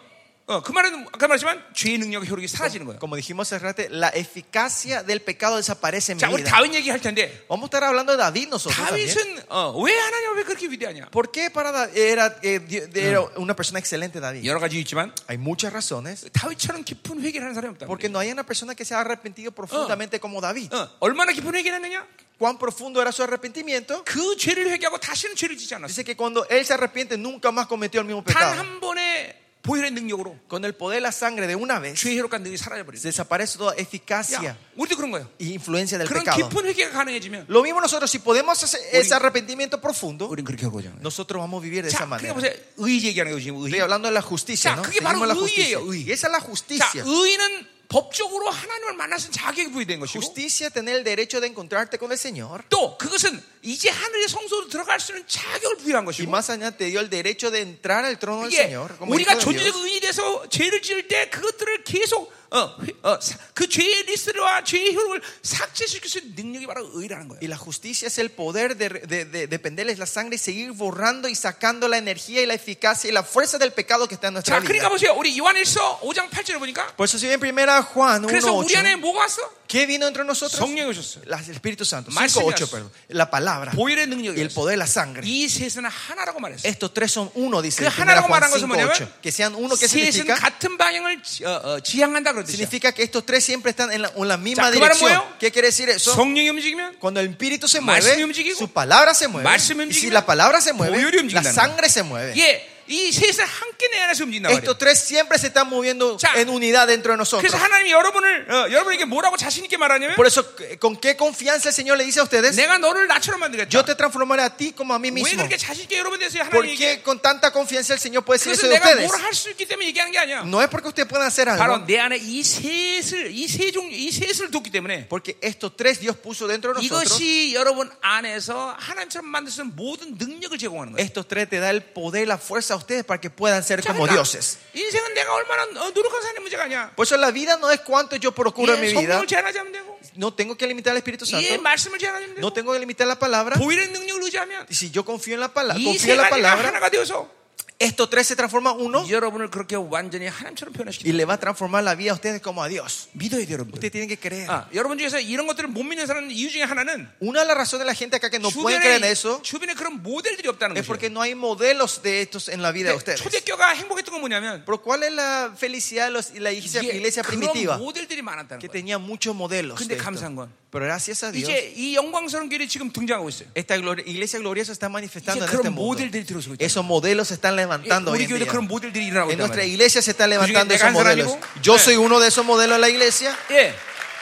Speaker 1: 어, 그 말은 아까 말했지만 죄의 능력의 효력이 사라지는 거예요.
Speaker 2: Como dijimos hace rato, la eficacia del pecado desaparece en mi
Speaker 1: 자, 우리
Speaker 2: vida.
Speaker 1: 다윗 얘기할 텐데
Speaker 2: Vamos a estar hablando de David nosotros. también.
Speaker 1: 다윗은 어, 왜 하나님 왜 그렇게 위대하냐?
Speaker 2: ¿Por qué para Da- era, eh, Di- era una persona excelente David?
Speaker 1: 여러 가지 있지만
Speaker 2: Hay 무chas razones.
Speaker 1: 다윗처럼 깊은 회개를 하는 사람이 없다.
Speaker 2: Porque no hay una persona que se ha arrepentido profundamente como David.
Speaker 1: 어, 얼마나 깊은 회개를 했느냐?
Speaker 2: ¿Cuán profundo era su arrepentimiento?
Speaker 1: 그 죄를 회개하고 다시는 죄를 짓지 않았어.
Speaker 2: Dice que cuando él se arrepiente nunca más cometió el mismo
Speaker 1: 단
Speaker 2: pecado.
Speaker 1: 한 번의 보혈의 능력으로
Speaker 2: Con el poder de la sangre de una vez
Speaker 1: 죄의 효력과 능력이 사라져버리는.
Speaker 2: desaparece toda
Speaker 1: 야,
Speaker 2: eficacia
Speaker 1: 우리도 그런 거예요.
Speaker 2: e influencia del
Speaker 1: 그런
Speaker 2: pecado.
Speaker 1: 깊은 회개가 가능해지면
Speaker 2: Lo mismo nosotros, si podemos hacer ese arrepentimiento profundo,
Speaker 1: 우리는 그렇게 하고자 하는 거예요.
Speaker 2: nosotros vamos a vivir de
Speaker 1: 자,
Speaker 2: esa
Speaker 1: 그러니까
Speaker 2: manera.
Speaker 1: 보세요. 의의 얘기하는 거예요, 지금
Speaker 2: Estoy
Speaker 1: 의의.
Speaker 2: hablando de la justicia,
Speaker 1: 자,
Speaker 2: ¿no?
Speaker 1: 그게
Speaker 2: Seguimos
Speaker 1: 바로
Speaker 2: la justicia.
Speaker 1: 의예요, 의.
Speaker 2: Y esa es la
Speaker 1: 자,
Speaker 2: justicia.
Speaker 1: 의는 법적으로 하나님을 만날 수 있는 자격이 부여된 것이고
Speaker 2: Justicia, tener el derecho de encontrarte con el Señor.
Speaker 1: 또 그것은 이제 하늘의 성소로 들어갈 수 있는 자격을 부여한
Speaker 2: Y
Speaker 1: 것이고 그러니까
Speaker 2: más allá te dio el derecho de entrar al trono del
Speaker 1: 이게
Speaker 2: Señor. Como
Speaker 1: 우리가
Speaker 2: hijo de Dios.
Speaker 1: 존재적 의인이 돼서 죄를 지을 때 그것들을 계속 어, 회- 어, 사- 그 죄의 리스트와 죄의 효력을 삭제시킬 수 있는 능력이 바로 의라는
Speaker 2: Y
Speaker 1: 거예요
Speaker 2: la justicia es el poder de, de, de- de penderles la sangre y seguir borrando y sacando la energía y la eficacia y la fuerza del pecado que está en nuestra
Speaker 1: 자
Speaker 2: vida.
Speaker 1: 그러니까 보세요 우리 요한일서 5장 8절을 보니까
Speaker 2: Por eso si bien primera Juan
Speaker 1: 그래서 우리 안에
Speaker 2: 1.8
Speaker 1: 뭐가 왔어?
Speaker 2: ¿Qué vino entre nosotros?
Speaker 1: 성령이 오셨어요
Speaker 2: La- el Espíritu Santo.
Speaker 1: Más
Speaker 2: 5.8,
Speaker 1: señas.
Speaker 2: perdón. La palabra
Speaker 1: 보혈의
Speaker 2: y
Speaker 1: 능력이
Speaker 2: el
Speaker 1: 왔어
Speaker 2: poder de la sangre.
Speaker 1: 이 셋은 하나라고 말했어
Speaker 2: Estos tres son uno, dice
Speaker 1: 그
Speaker 2: en primera
Speaker 1: 하나라고
Speaker 2: Juan
Speaker 1: 말한 것은
Speaker 2: 5.8.
Speaker 1: 뭐냐면
Speaker 2: Que sean uno, ¿qué
Speaker 1: 셋은
Speaker 2: significa?
Speaker 1: 같은 방향을 지- 어, 어, 지향한다 그런 뜻이야
Speaker 2: Significa que estos tres siempre están en la, en la
Speaker 1: 자,
Speaker 2: misma
Speaker 1: 그 말은
Speaker 2: dirección.
Speaker 1: 뭐예요?
Speaker 2: ¿Qué quiere decir eso?
Speaker 1: 성령이 움직이면
Speaker 2: Cuando el espíritu se
Speaker 1: 말씀이
Speaker 2: mueve,
Speaker 1: 움직이고,
Speaker 2: su palabra se mueve.
Speaker 1: 말씀이
Speaker 2: Y si
Speaker 1: 움직이면
Speaker 2: la palabra se mueve,
Speaker 1: 보혈이
Speaker 2: la
Speaker 1: 움직인다는
Speaker 2: sangre se mueve.
Speaker 1: 예, 이 셋은 함께 내 안에서 움직인단 말이에요
Speaker 2: Estos tres siempre se están moviendo
Speaker 1: 자,
Speaker 2: en unidad dentro de nosotros.
Speaker 1: 그래서 하나님이 여러분을 어, 여러분에게 뭐라고 자신 있게 말하냐면
Speaker 2: Por eso, eh, ¿con qué confianza el Señor le dice a ustedes?
Speaker 1: 내가 너를 나처럼 만들겠다.
Speaker 2: Yo te transformaré a ti como a mí
Speaker 1: 왜
Speaker 2: mismo.
Speaker 1: 그렇게 자신 있게 여러분 대해서
Speaker 2: ¿Por
Speaker 1: 하나님이
Speaker 2: qué con tanta confianza el Señor puede decir eso
Speaker 1: 그것은
Speaker 2: de
Speaker 1: 내가
Speaker 2: ustedes?
Speaker 1: 뭘 할 수 있기 때문에 얘기하는 게 음, 아니야. 뭐.
Speaker 2: No es porque ustedes puedan hacer
Speaker 1: 바로
Speaker 2: algo,
Speaker 1: 내 안에 이 셋을 이세종이 셋을 돕기 때문에
Speaker 2: porque estos tres Dios puso dentro
Speaker 1: 그렇죠,
Speaker 2: de nosotros.
Speaker 1: 이것이 여러분 안에서 하나님처럼 만들 수 있는 모든 능력을 제공하는 거예요.
Speaker 2: Estos tres te da el poder, la fuerza a ustedes para que puedan ser
Speaker 1: 자,
Speaker 2: como
Speaker 1: 그러니까
Speaker 2: dioses.
Speaker 1: 인생은 내가 얼마나 어, 노력한 사람의 문제가 아니야.
Speaker 2: Por eso la vida no es cuánto yo procuro en mi
Speaker 1: 예,
Speaker 2: vida.
Speaker 1: 성령을 제한하자면 되고,
Speaker 2: No tengo que limitar al Espíritu
Speaker 1: 예,
Speaker 2: Santo.
Speaker 1: 말씀을 제한하자면 되고,
Speaker 2: No tengo que limitar la palabra.
Speaker 1: 보일의 능력을 의지하면
Speaker 2: Y si yo confío en la palabra,
Speaker 1: 이
Speaker 2: confío
Speaker 1: 세
Speaker 2: en
Speaker 1: 가지가
Speaker 2: la palabra,
Speaker 1: 하나가 되어서
Speaker 2: estos tres se transforman en
Speaker 1: 어?
Speaker 2: uno
Speaker 1: 여러분을 그렇게 완전히 하나님처럼
Speaker 2: y
Speaker 1: 표현하시기
Speaker 2: le va a transformar la vida a ustedes como a Dios.
Speaker 1: 믿어야 돼요, 여러분들.
Speaker 2: Ustedes tienen que creer.
Speaker 1: 아, 여러분 중에서 이런 것들을 못 믿는 사람 이유 중에 하나는
Speaker 2: Una de las razones de la gente acá que no pueden creer en
Speaker 1: 주변에,
Speaker 2: eso
Speaker 1: 주변에 그런 모델들이 없다는
Speaker 2: es porque
Speaker 1: 거죠.
Speaker 2: no hay modelos de estos en la vida de ustedes.
Speaker 1: 초대교가 행복했던 건 뭐냐면
Speaker 2: Pero ¿cuál es la felicidad de los- la iglesia,
Speaker 1: 이게
Speaker 2: iglesia
Speaker 1: 그런
Speaker 2: primitiva?
Speaker 1: 모델들이 많았다는
Speaker 2: Que
Speaker 1: 거예요.
Speaker 2: tenía muchos modelos. de
Speaker 1: 근데
Speaker 2: esto.
Speaker 1: 감사한 건
Speaker 2: Pero gracias a Dios,
Speaker 1: 이제 이 영광스러운 교회 지금 등장하고 있어요.
Speaker 2: esta glori- iglesia gloriosa está manifestando
Speaker 1: 이제
Speaker 2: en
Speaker 1: 그런
Speaker 2: este mundo.
Speaker 1: 모델들이 들어서고 있잖아요.
Speaker 2: Esos modelos se están levantando hoy
Speaker 1: 우리
Speaker 2: en
Speaker 1: 교회도
Speaker 2: día.
Speaker 1: 그런 모델들이 일어나고
Speaker 2: En
Speaker 1: 있단
Speaker 2: nuestra
Speaker 1: 말이에요.
Speaker 2: iglesia se están levantando esos
Speaker 1: 내가 한
Speaker 2: modelos.
Speaker 1: 사람이고,
Speaker 2: Yo
Speaker 1: 네.
Speaker 2: soy uno de esos modelos en la iglesia.
Speaker 1: 예,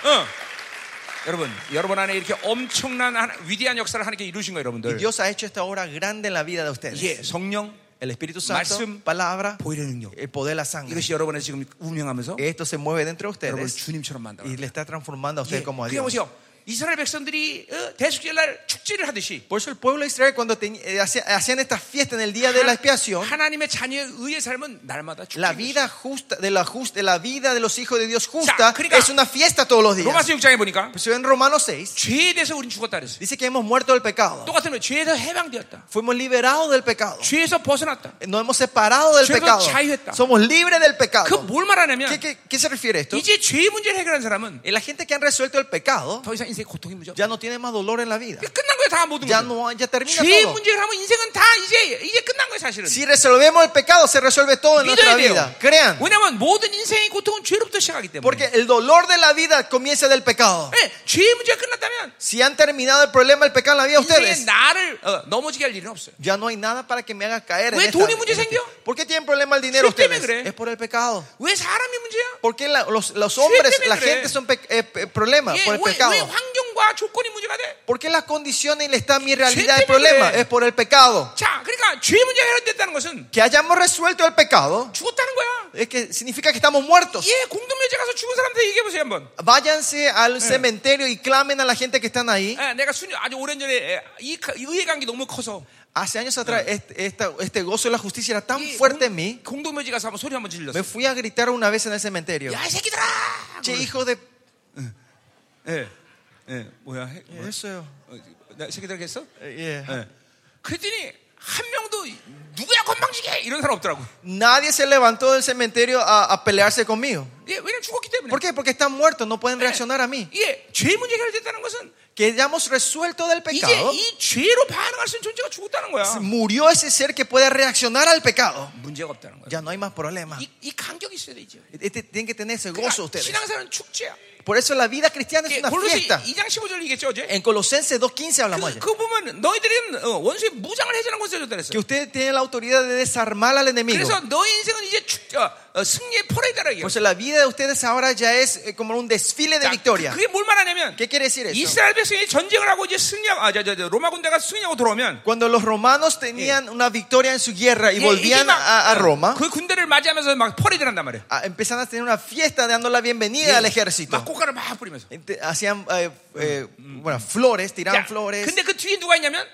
Speaker 1: 어. 여러분, 여러분 안에 이렇게 엄청난 하나- 위대한 역사를 하나님께 이루신 거예요,
Speaker 2: Y
Speaker 1: 여러분들.
Speaker 2: Dios ha hecho esta obra grande en la vida de
Speaker 1: 예,
Speaker 2: ustedes.
Speaker 1: 성령
Speaker 2: El Espíritu Santo,
Speaker 1: Marxum,
Speaker 2: palabra,
Speaker 1: 보이는 능력.
Speaker 2: el poder de la sangre.
Speaker 1: 이것이 여러분의 지금 운명하면서
Speaker 2: Esto se mueve dentro de
Speaker 1: 여러분
Speaker 2: ustedes
Speaker 1: 주님처럼 만들어.
Speaker 2: y le está transformando a
Speaker 1: 예,
Speaker 2: ustedes como a
Speaker 1: 그게
Speaker 2: Dios.
Speaker 1: 보세요. 이스라엘 백성들이 어, 대속절날 축제를 하듯이
Speaker 2: Por eso el pueblo de Israel cuando teni- eh, hacía- hacían estas fiestas en el día de la
Speaker 1: 예.
Speaker 2: expiación,
Speaker 1: 하나님의 자녀의 의의 삶은 날마다 축제.
Speaker 2: la vida justa de la justa, de la vida de los hijos de Dios
Speaker 1: 자,
Speaker 2: justa
Speaker 1: 그러니까
Speaker 2: es una fiesta todos los días.
Speaker 1: 로마서 6장에 보니까
Speaker 2: Pues en Romanos 6
Speaker 1: 죄에 대해서 우린 죽었다 그랬어요.
Speaker 2: dice que hemos muerto del pecado.
Speaker 1: 똑같은 거예요. 어. 죄에서 해방되었다.
Speaker 2: Fuimos liberados del pecado.
Speaker 1: 죄에서 벗어났다.
Speaker 2: Nos hemos separado del
Speaker 1: Fuimos
Speaker 2: pecado.
Speaker 1: 자유했다.
Speaker 2: Somos libres del pecado.
Speaker 1: 그 뭘 말하냐면
Speaker 2: ¿Qué, qué- qué se refiere esto?
Speaker 1: 이제 죄의 문제를 해결한 사람은
Speaker 2: La gente que han resuelto el pecado
Speaker 1: 더 이상 인생의 고통이 문제 없어.
Speaker 2: ya no tiene más dolor en la vida.
Speaker 1: 끝난 거예요, 다 모든
Speaker 2: Ya,
Speaker 1: 거.
Speaker 2: no, ya termina
Speaker 1: 죄의
Speaker 2: todo.
Speaker 1: 문제를 하면 인생은 다 이제 이제 끝난 거예요, 사실은.
Speaker 2: Si resolvemos el pecado, se resuelve todo en nuestra
Speaker 1: 믿어야 돼요.
Speaker 2: vida. Crean.
Speaker 1: 왜냐면 모든 인생의 고통은 죄로부터 시작하기 때문에.
Speaker 2: Porque el dolor de la vida comienza del pecado.
Speaker 1: 예, 죄의 문제가 끝났다면
Speaker 2: Si han terminado el problema del pecado en la vida
Speaker 1: 인생에
Speaker 2: de ustedes,
Speaker 1: 나를 어, 넘어지게 할 일은 없어요.
Speaker 2: ya no hay nada para que me haga caer en
Speaker 1: ¿왜
Speaker 2: esta-
Speaker 1: 돈이 문제
Speaker 2: en este-
Speaker 1: 생겨?
Speaker 2: ¿Por qué tienen problema el dinero
Speaker 1: ¿술 때문에
Speaker 2: ustedes?
Speaker 1: 그래?
Speaker 2: Es por el pecado.
Speaker 1: 왜 사람이 문제야?
Speaker 2: ¿Por qué la- los, los hombres,
Speaker 1: 때문에
Speaker 2: la
Speaker 1: 그래?
Speaker 2: gente son pe- eh, pe- problema?
Speaker 1: 예,
Speaker 2: Por el
Speaker 1: 왜, 왜
Speaker 2: pecado.
Speaker 1: 환경과 조건이 문제가 돼?
Speaker 2: ¿Por qué las condiciones y la está mi realidad
Speaker 1: 때문에
Speaker 2: el problema?
Speaker 1: 그래.
Speaker 2: Es por el pecado.
Speaker 1: 자, 그러니까 죄 문제가 해결됐다는 것은
Speaker 2: Que hayamos resuelto el pecado
Speaker 1: 죽었다는 거야.
Speaker 2: es que significa que estamos muertos.
Speaker 1: 예, 공동묘지 가서 죽은 사람들 얘기해 보세요 한번.
Speaker 2: Váyanse al cementerio y clamen a la gente que están ahí.
Speaker 1: 예, 내가 수년 아주 오랜 전에 예, 이 가- 이 의의 관계 너무 커서
Speaker 2: Hace años atrás, este, esta- este gozo de la justicia era tan
Speaker 1: 이
Speaker 2: fuerte en mí.
Speaker 1: 공동묘지 가서 한번 소리 한번
Speaker 2: Me
Speaker 1: 질렀어.
Speaker 2: fui a gritar una vez en el cementerio.
Speaker 1: 야, 이 새끼들아!
Speaker 2: Che, hijo de.
Speaker 1: 예, 예, 뭐야? 해- 뭐,
Speaker 2: Eso.
Speaker 1: 어, 나 새끼들에게 했어?
Speaker 2: eh,
Speaker 1: 예. 그랬더니 한 명도 누구야 건방지게 이런 사람 없더라고.
Speaker 2: Nadie se levantó del cementerio a, a pelearse conmigo.
Speaker 1: 예, 왜냐면 죽었기 때문에.
Speaker 2: ¿Por qué? Porque están muertos, no pueden reaccionar a mí.
Speaker 1: 이게 죄 문제 해결됐다는 것은
Speaker 2: Que hayamos resuelto del
Speaker 1: 이제
Speaker 2: pecado.
Speaker 1: 이 죄로 반응할 수 있는 존재가 죽었다는 거야.
Speaker 2: Murió ese ser que puede reaccionar al pecado.
Speaker 1: 문제가 없다는 거야.
Speaker 2: Ya no hay más problema.
Speaker 1: 이, 이 간격이 있어야 되죠.
Speaker 2: Este- tienen que tener ese
Speaker 1: 그러니까
Speaker 2: gozo ustedes.
Speaker 1: 신앙사는 축제야.
Speaker 2: Por eso la vida cristiana es una
Speaker 1: 골로새
Speaker 2: fiesta.
Speaker 1: 2장 15절 얘기했죠 어제.
Speaker 2: En Colosenses 2.15 hablamos
Speaker 1: 그,
Speaker 2: ayer.
Speaker 1: 그 보면 너희들은 어, 원수의 무장을 해제하는 것을 줬다
Speaker 2: Que
Speaker 1: 그랬어요.
Speaker 2: ustedes tienen la autoridad de desarmar al enemigo.
Speaker 1: 그래서 너희 인생은 이제 축, 어, 어, 승리의 포레이다라 이게.
Speaker 2: Por eso la vida de ustedes ahora ya es eh, como un desfile de victoria.
Speaker 1: 그게 뭘 말하냐면
Speaker 2: ¿Qué quiere decir eso?
Speaker 1: 이스라엘 백성이 전쟁을 하고 이제 승리하고 아, 저, 저, 저, 로마 군대가 승리하고 들어오면
Speaker 2: Cuando los romanos tenían una victoria en su guerra y
Speaker 1: 예, 이게
Speaker 2: volvían
Speaker 1: 막,
Speaker 2: a, a Roma,
Speaker 1: 그 군대를 맞이하면서 막 퍼레이드를 한단 말이에요.
Speaker 2: a- empezaban a tener una fiesta dando la bienvenida al
Speaker 1: 막
Speaker 2: ejército.
Speaker 1: 꽃가루 막 뿌리면서.
Speaker 2: Ente- Hacían eh, eh, bueno, flores,
Speaker 1: 자,
Speaker 2: tiraban flores.
Speaker 1: 근데 그 뒤에 누가 있냐면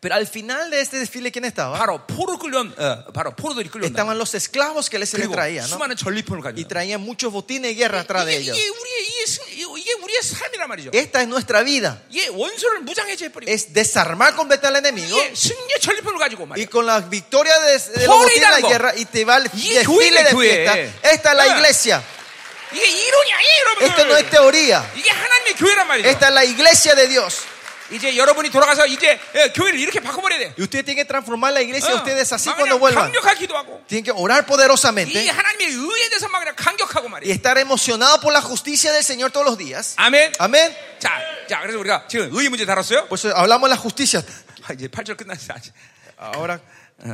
Speaker 2: Pero al final de este desfile, ¿quién estaba?
Speaker 1: 어? 바로 포로 끌려온 어, 바로 포로들이 끌려온다.
Speaker 2: Estaban los esclavos que les se les
Speaker 1: 그리고
Speaker 2: traían, ¿no?
Speaker 1: 수많은 전리품을
Speaker 2: Y
Speaker 1: 가지고.
Speaker 2: traían muchos botines de guerra atrás de
Speaker 1: 이게,
Speaker 2: ellos.
Speaker 1: 이게 우리의 이게, 승- 이게 우리의 삶이란 말이죠.
Speaker 2: Esta es nuestra vida.
Speaker 1: 이게 원수를 무장해제해버리고
Speaker 2: Es desarmar completamente al enemigo
Speaker 1: 이게 승리의 전리품을 가지고
Speaker 2: y
Speaker 1: 말이야.
Speaker 2: con la victoria de, de los
Speaker 1: Por
Speaker 2: botines de la
Speaker 1: ir algo.
Speaker 2: guerra y te va al
Speaker 1: Y 교회네,
Speaker 2: desfile de
Speaker 1: 교회.
Speaker 2: fiesta. Esta es la
Speaker 1: Ah.
Speaker 2: iglesia.
Speaker 1: 이게 이론이 아니에요,
Speaker 2: Esto no es
Speaker 1: 여러분.
Speaker 2: teoría.
Speaker 1: 이게 하나님의 교회란 말이죠.
Speaker 2: Esta es la iglesia de Dios.
Speaker 1: 이제 여러분이 돌아가서 이제 예, 교회를 이렇게 바꿔버려야 돼.
Speaker 2: Y usted tiene que transformar la iglesia de
Speaker 1: 어, 네.
Speaker 2: ustedes así
Speaker 1: 막
Speaker 2: cuando
Speaker 1: 그냥
Speaker 2: vuelvan.
Speaker 1: 강력하게 기도하고
Speaker 2: Tienen que orar
Speaker 1: 이
Speaker 2: poderosamente
Speaker 1: 하나님의 의에 대해서 막 그냥 강격하고
Speaker 2: y
Speaker 1: 말이야.
Speaker 2: estar emocionado por la justicia del Señor todos los días.
Speaker 1: 아멘.
Speaker 2: Amén.
Speaker 1: 자, 자, 그래서 우리가 지금 의의 문제 다뤘어요.
Speaker 2: Pues eh, hablamos de la justicia.
Speaker 1: 아, 이제 8절 끝났어. 아직.
Speaker 2: Ahora,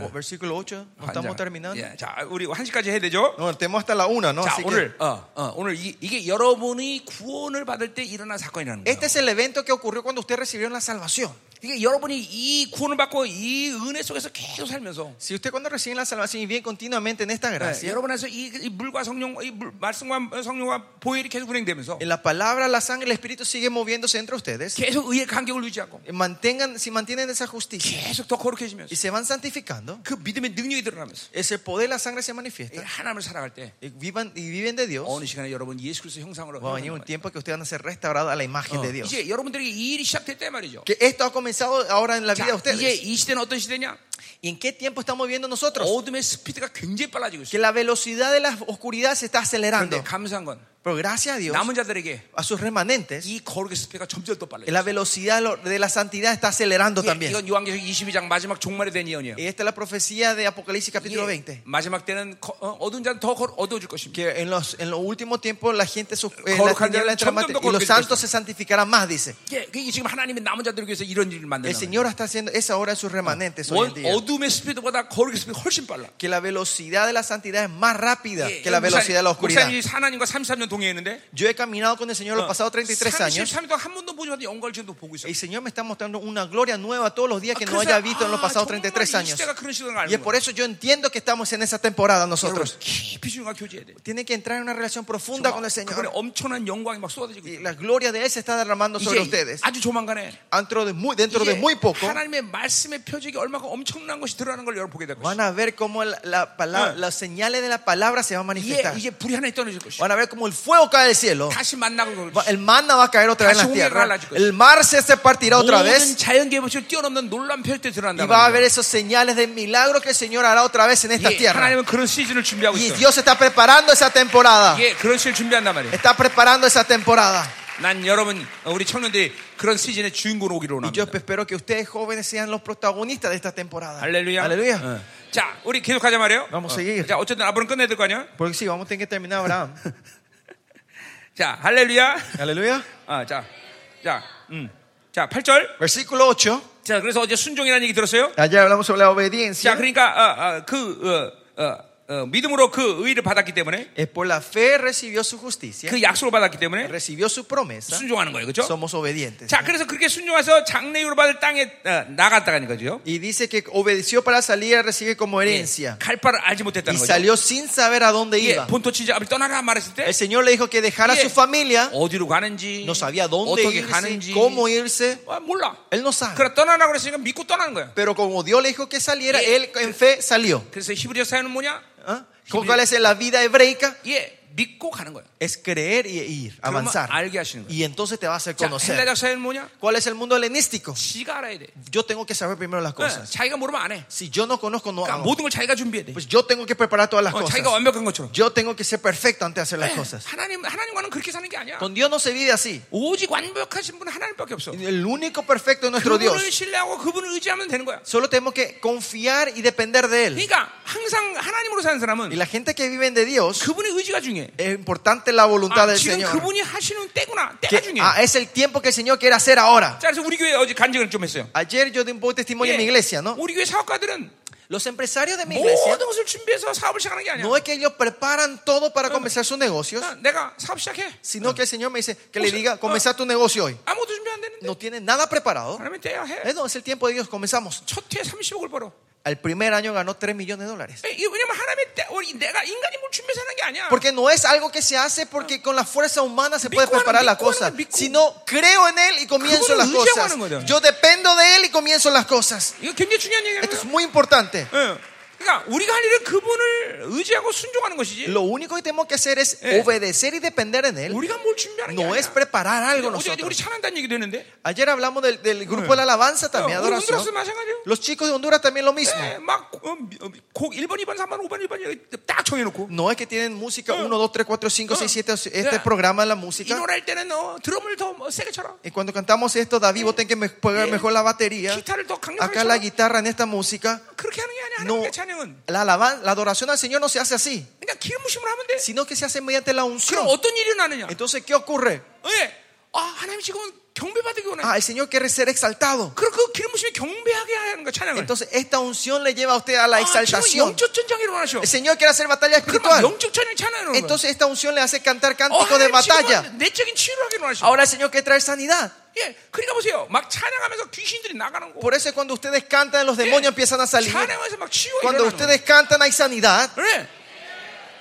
Speaker 2: o- versículo 8, no estamos terminando.
Speaker 1: 예, 자, 우리 1시까지 해야 되죠.
Speaker 2: Ah, No, tenemos hasta la 1, ¿no?
Speaker 1: 자,
Speaker 2: Así que-
Speaker 1: 오늘 어, 어, 오늘 이, 게 여러분이 구원을 받을 때 일어난 사건이라는 거예요.
Speaker 2: Este es el evento que ocurrió cuando ustedes recibieron la salvación.
Speaker 1: 이게 여러분이 이 구원을 받고 이 은혜 속에서 계속 살면서
Speaker 2: Si usted cuando reciben la salvación y viene continuamente en esta
Speaker 1: 예,
Speaker 2: gracia,
Speaker 1: 여러분 안에서 이, 이 물과 성령, 이 물, 말씀과 성령과 보혈이 계속 진행되면서
Speaker 2: en la palabra, la sangre, el espíritu sigue moviéndose entre ustedes.
Speaker 1: 계속 의의 간격을 유지하고
Speaker 2: Mantengan, si mantienen esa justicia
Speaker 1: 계속 더 거룩해지면서
Speaker 2: y se van santificando,
Speaker 1: 그 믿음의 능력이 드러나면서
Speaker 2: ese poder de la sangre se
Speaker 1: 이
Speaker 2: manifiesta.
Speaker 1: 하나님을 살아갈 때
Speaker 2: Y vivan, y viven de Dios.
Speaker 1: 어느 시간에 여러분 예수 그리스도 형상으로
Speaker 2: Va a venir un tiempo que ustedes van a ser restaurados a la imagen de Dios.
Speaker 1: 이제 여러분들이 이 일이 시작됐단 말이죠.
Speaker 2: Que esto ha comenzado ahora en la vida de
Speaker 1: 자, 이제
Speaker 2: ustedes.
Speaker 1: 이 시대는 어떤 시대냐?
Speaker 2: ¿Y en qué tiempo estamos viviendo nosotros?
Speaker 1: 어둠의 스피드가 굉장히 빨라지고
Speaker 2: Oh, Que
Speaker 1: 있어요.
Speaker 2: la velocidad de la oscuridad se está
Speaker 1: 그런데
Speaker 2: acelerando.
Speaker 1: 감사한 건
Speaker 2: Pero gracias a Dios,
Speaker 1: 남은 자들에게
Speaker 2: a sus remanentes,
Speaker 1: 이 거룩의 스피드가 점점 더 빨라요.
Speaker 2: la velocidad de la santidad está acelerando también.
Speaker 1: 이건 요한계시록 22장 마지막 종말에 대한 예언이에요.
Speaker 2: Y eh, esta es la profecía de Apocalipsis capítulo 20.
Speaker 1: 마지막 때는 거- 어, 어두운 자는 더 거- 어두워질 것입니다.
Speaker 2: Que en los, en los últimos tiempos la gente su- eh,
Speaker 1: Corujal de-
Speaker 2: la tiniebla entrará más-
Speaker 1: 점점 더
Speaker 2: y los
Speaker 1: corujal
Speaker 2: santos
Speaker 1: 됐어.
Speaker 2: se santificarán más, dice.
Speaker 1: 이게 이게 지금 하나님이 남은 자들을 위해서 이런 일을
Speaker 2: El
Speaker 1: 만드는
Speaker 2: Señor está haciendo esa obra de sus remanentes hoy
Speaker 1: 원-
Speaker 2: en día.
Speaker 1: 어둠의 스피드보다 거룩의 스피드 훨씬 빨라.
Speaker 2: Que la velocidad de la santidad es más rápida
Speaker 1: 예,
Speaker 2: que la velocidad de la oscuridad.
Speaker 1: 목사님이 하나님과 33년 동행했는데 어,
Speaker 2: Yo he caminado con el Señor los pasados 33 años
Speaker 1: 33년 동안 한 번도 보지 못한 영광을 지금도 보고 있어요.
Speaker 2: y el Señor me está mostrando una gloria nueva todos los días que no
Speaker 1: 그래서,
Speaker 2: haya visto en los
Speaker 1: 아,
Speaker 2: pasados
Speaker 1: 정말 이
Speaker 2: 33 años.
Speaker 1: 시대가 그런 시대가 아는
Speaker 2: Y es por
Speaker 1: 거예요.
Speaker 2: eso yo entiendo que estamos en esa temporada
Speaker 1: 여러분,
Speaker 2: nosotros.
Speaker 1: 깊이 주님과 교제해야 돼.
Speaker 2: Tiene que entrar en una relación profunda con el
Speaker 1: 그분의
Speaker 2: Señor.
Speaker 1: 엄청난 영광이 막 쏟아지고
Speaker 2: Y
Speaker 1: 있어요.
Speaker 2: la gloria de Él se está derramando sobre
Speaker 1: 이제
Speaker 2: ustedes.
Speaker 1: 아주 조만간에
Speaker 2: Dentro de muy, dentro de
Speaker 1: 이제
Speaker 2: muy poco
Speaker 1: 하나님의 말씀의 표적이 얼마큼 엄청난 것이 드러나는 걸 여러분 보게 될
Speaker 2: van
Speaker 1: 것이에요.
Speaker 2: a ver cómo la, la
Speaker 1: Ah.
Speaker 2: palabra- las señales de la palabra se van a
Speaker 1: 이게,
Speaker 2: manifestar.
Speaker 1: 이게 불이 하나 떨어질 것이에요.
Speaker 2: Van a ver cómo el fuego cae del cielo.
Speaker 1: 다시 만나고 그럴
Speaker 2: Va-
Speaker 1: 것이에요.
Speaker 2: El manna va a caer otra vez en
Speaker 1: Casi
Speaker 2: la
Speaker 1: un
Speaker 2: tierra.
Speaker 1: milagro.
Speaker 2: El mar se, se partirá otra
Speaker 1: 모든
Speaker 2: vez.
Speaker 1: 자연계의 법칙을 뛰어넘는 놀라운 표적들이
Speaker 2: Y va a
Speaker 1: 드러난다.
Speaker 2: haber esas señales de milagro que el Señor hará otra vez en esta
Speaker 1: 예,
Speaker 2: tierra.
Speaker 1: 하나님은 그런 시즌을 준비하고
Speaker 2: Y
Speaker 1: 있어.
Speaker 2: Dios está preparando esa temporada.
Speaker 1: 예, 그런 시즌을 준비한단 [laughs] 말이에요.
Speaker 2: Está preparando esa temporada.
Speaker 1: 난 여러분 어, 우리 청년들이 그런 시즌의 주인공으로 오기를
Speaker 2: Y yo
Speaker 1: 원합니다.
Speaker 2: espero que ustedes jóvenes sean los protagonistas de esta temporada.
Speaker 1: 할렐루야.
Speaker 2: Aleluya.
Speaker 1: 어. 자, 우리 계속 가자 말이에요.
Speaker 2: Vamos a
Speaker 1: 어.
Speaker 2: seguir.
Speaker 1: 자, 어쨌든 앞으로는 끝내야 될 거 아니야?
Speaker 2: Porque sí, vamos a tener que terminar, Abraham.
Speaker 1: 자, 할렐루야.
Speaker 2: Aleluya.
Speaker 1: 아, 자. 자, 음. 자, 8절.
Speaker 2: Versículo 8.
Speaker 1: 자, 그래서 어제 순종이라는 얘기 들었어요?
Speaker 2: Allá hablamos sobre la
Speaker 1: 자,
Speaker 2: obediencia.
Speaker 1: 그러니까 어, 어, 그 어, 어, 어, 믿음으로 그 의를 받았기 때문에
Speaker 2: Es por la fe recibió su justicia,
Speaker 1: 그 약속을 받았기 때문에
Speaker 2: recibió su promesa.
Speaker 1: 순종하는 거예요. 그렇죠?
Speaker 2: Somos obedientes.
Speaker 1: 자, 그래서 그렇게 순종해서 장래유로 받을 땅에 어, 나갔다는 거죠.
Speaker 2: Y dice que obedeció para salir, recibe como herencia.
Speaker 1: 갈 바를 알지
Speaker 2: Y
Speaker 1: 못했다는 거죠.
Speaker 2: salió sin saber a dónde
Speaker 1: 예,
Speaker 2: iba.
Speaker 1: 본토 친정 아버지 떠나라 말했을 때
Speaker 2: El Señor le dijo que dejara a su familia.
Speaker 1: 어디로 가는지
Speaker 2: No sabía dónde
Speaker 1: 그 어떻게
Speaker 2: irse,
Speaker 1: 가는지
Speaker 2: cómo irse.
Speaker 1: 아, 몰라.
Speaker 2: Él no sabe.
Speaker 1: 그래 떠나라고 그랬으니까 믿고 떠나는 거야.
Speaker 2: Pero como Dios le dijo que saliera,
Speaker 1: Yeah.
Speaker 2: él en fe salió.
Speaker 1: 그래서 히브리어 사회는 뭐냐?
Speaker 2: ¿Ah? ¿Cuál es la vida hebreica?
Speaker 1: 예, 믿고 가는 거야.
Speaker 2: Es creer y ir,
Speaker 1: 그러면
Speaker 2: avanzar.
Speaker 1: 알게 하시는 거야.
Speaker 2: Y entonces te va a hacer
Speaker 1: 자,
Speaker 2: conocer.
Speaker 1: 헬라적 사회는 뭐냐?
Speaker 2: ¿Cuál es el mundo helenístico?
Speaker 1: 지가 알아야 돼.
Speaker 2: Yo tengo que saber primero las
Speaker 1: 예,
Speaker 2: cosas.
Speaker 1: 자기가 모르면 안 해.
Speaker 2: Si yo no conozco, no
Speaker 1: 그러니까
Speaker 2: hago.
Speaker 1: 모든 걸 자기가 준비해야 돼.
Speaker 2: Pues yo tengo que preparar todas las
Speaker 1: 어, 자기가
Speaker 2: cosas.
Speaker 1: 완벽한 것처럼.
Speaker 2: Yo tengo que ser perfecto antes de hacer las
Speaker 1: 예,
Speaker 2: cosas.
Speaker 1: 하나님 하나님과는 그렇게 사는 게 아니야.
Speaker 2: Con Dios no se vive así.
Speaker 1: 오직 완벽하신 분은 하나님밖에 없어.
Speaker 2: El único perfecto es nuestro
Speaker 1: 그분을
Speaker 2: Dios.
Speaker 1: 신뢰하고 그분을 의지하면 되는 거야.
Speaker 2: Solo tenemos que confiar y depender de Él.
Speaker 1: 그러니까 항상 하나님으로 사는
Speaker 2: Y
Speaker 1: 사람은
Speaker 2: la gente que viven de Dios,
Speaker 1: 그분의 의지가 중요해.
Speaker 2: es importante la voluntad
Speaker 1: 아,
Speaker 2: del
Speaker 1: 지금
Speaker 2: Señor.
Speaker 1: 그분이 하시는 때구나. 때가
Speaker 2: Que,
Speaker 1: 중요해.
Speaker 2: ah, es el tiempo que el Señor quiere hacer ahora.
Speaker 1: 자, 그래서 우리 교회 어제 간증을 좀 했어요.
Speaker 2: Ayer yo di un poco de testimonio en mi
Speaker 1: 예,
Speaker 2: iglesia, ¿no?
Speaker 1: 우리 교회 사업가들은
Speaker 2: Los empresarios de mi iglesia
Speaker 1: 모든 것을 준비해서 사업을 시작하는 게 아니야.
Speaker 2: no es que ellos preparan todo para comenzar sus negocios,
Speaker 1: 나- 내가 사업 시작해.
Speaker 2: sino que el Señor me dice que
Speaker 1: O
Speaker 2: le
Speaker 1: sea,
Speaker 2: diga,
Speaker 1: ah.
Speaker 2: comenzar tu negocio hoy.
Speaker 1: 아무것도 준비 안 되는데.
Speaker 2: No tienen nada preparado.
Speaker 1: 하나님 때야 해.
Speaker 2: Eh, no, es el tiempo de Dios, comenzamos.
Speaker 1: 첫 해에 30억을 벌어.
Speaker 2: Al primer año ganó 3 millones de dólares.
Speaker 1: 에, 이게 왜냐면 하나님의 때, 우리 내가 인간이 뭘 준비해서 하는 게 아니야.
Speaker 2: Porque no es algo que se hace porque con la fuerza humana se
Speaker 1: Bicu
Speaker 2: puede
Speaker 1: hagan,
Speaker 2: preparar la
Speaker 1: bicu hagan,
Speaker 2: cosa,
Speaker 1: bicu.
Speaker 2: sino creo en Él y comienzo
Speaker 1: Kubo는
Speaker 2: las
Speaker 1: 의지하고
Speaker 2: cosas.
Speaker 1: 하는 거죠.
Speaker 2: Yo dependo de Él y comienzo las cosas.
Speaker 1: 이거 굉장히 중요한 얘기예요.
Speaker 2: Esto es muy importante.
Speaker 1: 예. 그러니까 우리가 할 일은 그분을 의지하고 순종하는 것이지.
Speaker 2: Lo único que tenemos que hacer es
Speaker 1: Eh.
Speaker 2: obedecer y depender en Él.
Speaker 1: 우리가 뭘 준비하는 게
Speaker 2: No es
Speaker 1: 아니야.
Speaker 2: preparar algo
Speaker 1: 어제 어디 우리
Speaker 2: nosotros.
Speaker 1: 찬한다는 얘기도 했는데.
Speaker 2: Ayer hablamos del, del grupo
Speaker 1: Eh.
Speaker 2: de la alabanza
Speaker 1: 어,
Speaker 2: también,
Speaker 1: 우리 혼자서
Speaker 2: adoración.
Speaker 1: 마찬가지예요.
Speaker 2: Los chicos de Honduras también lo mismo.
Speaker 1: 예, 막 어, 어, 곡 1번, 2번, 3번, 5번, 1번 이렇게 딱 정해놓고
Speaker 2: No es que tienen música
Speaker 1: Eh.
Speaker 2: 1, 2, 3, 4, 5, 6,
Speaker 1: Eh.
Speaker 2: 7, este
Speaker 1: Eh.
Speaker 2: programa de la
Speaker 1: 이
Speaker 2: música.
Speaker 1: 노래 할 때는 어, 드럼을 더 뭐 세게 쳐라.
Speaker 2: Y cuando cantamos esto, David, vos tenés que me- pegar
Speaker 1: Eh.
Speaker 2: mejor la batería.
Speaker 1: 기타를 더 강력하게
Speaker 2: Acá la
Speaker 1: 쳐라.
Speaker 2: guitarra en esta música.
Speaker 1: 그렇게 하는 게 아니야.
Speaker 2: No,
Speaker 1: 하나님의 찬양은
Speaker 2: la, alaban- la adoración al Señor no se hace así,
Speaker 1: 그냥 기름부심을 하면 돼.
Speaker 2: sino que se hace mediante la unción.
Speaker 1: 그럼 어떤 일이 나느냐?
Speaker 2: Entonces, ¿qué ocurre?
Speaker 1: 예. 아, 하나님 지금 경배받기 원해.
Speaker 2: Ah, el Señor quiere ser exaltado.
Speaker 1: 그럼 그 기름부심이 경배하게 하는 거야, 찬양을.
Speaker 2: Entonces, esta unción le lleva a usted a la
Speaker 1: 아, 지금
Speaker 2: exaltación.
Speaker 1: 영적 전쟁이 일어나셔.
Speaker 2: El Señor quiere hacer batalla
Speaker 1: 그럼
Speaker 2: espiritual.
Speaker 1: 그러니까 영적 전쟁 찬양을 하는 거야.
Speaker 2: Entonces, esta unción le hace cantar
Speaker 1: 어,
Speaker 2: cánticos de
Speaker 1: 하나님
Speaker 2: batalla.
Speaker 1: 지금은 내적인 치유를 하게 원하셔.
Speaker 2: Ahora el Señor quiere traer sanidad.
Speaker 1: 예, 그러니까 보세요. 막 찬양하면서 귀신들이 나가는 거.
Speaker 2: Por eso es cuando ustedes cantan, los demonios empiezan a salir.
Speaker 1: 찬양하면서 막 치유가
Speaker 2: Cuando
Speaker 1: 일어나는 거야.
Speaker 2: ustedes cantan, hay sanidad.
Speaker 1: 그래.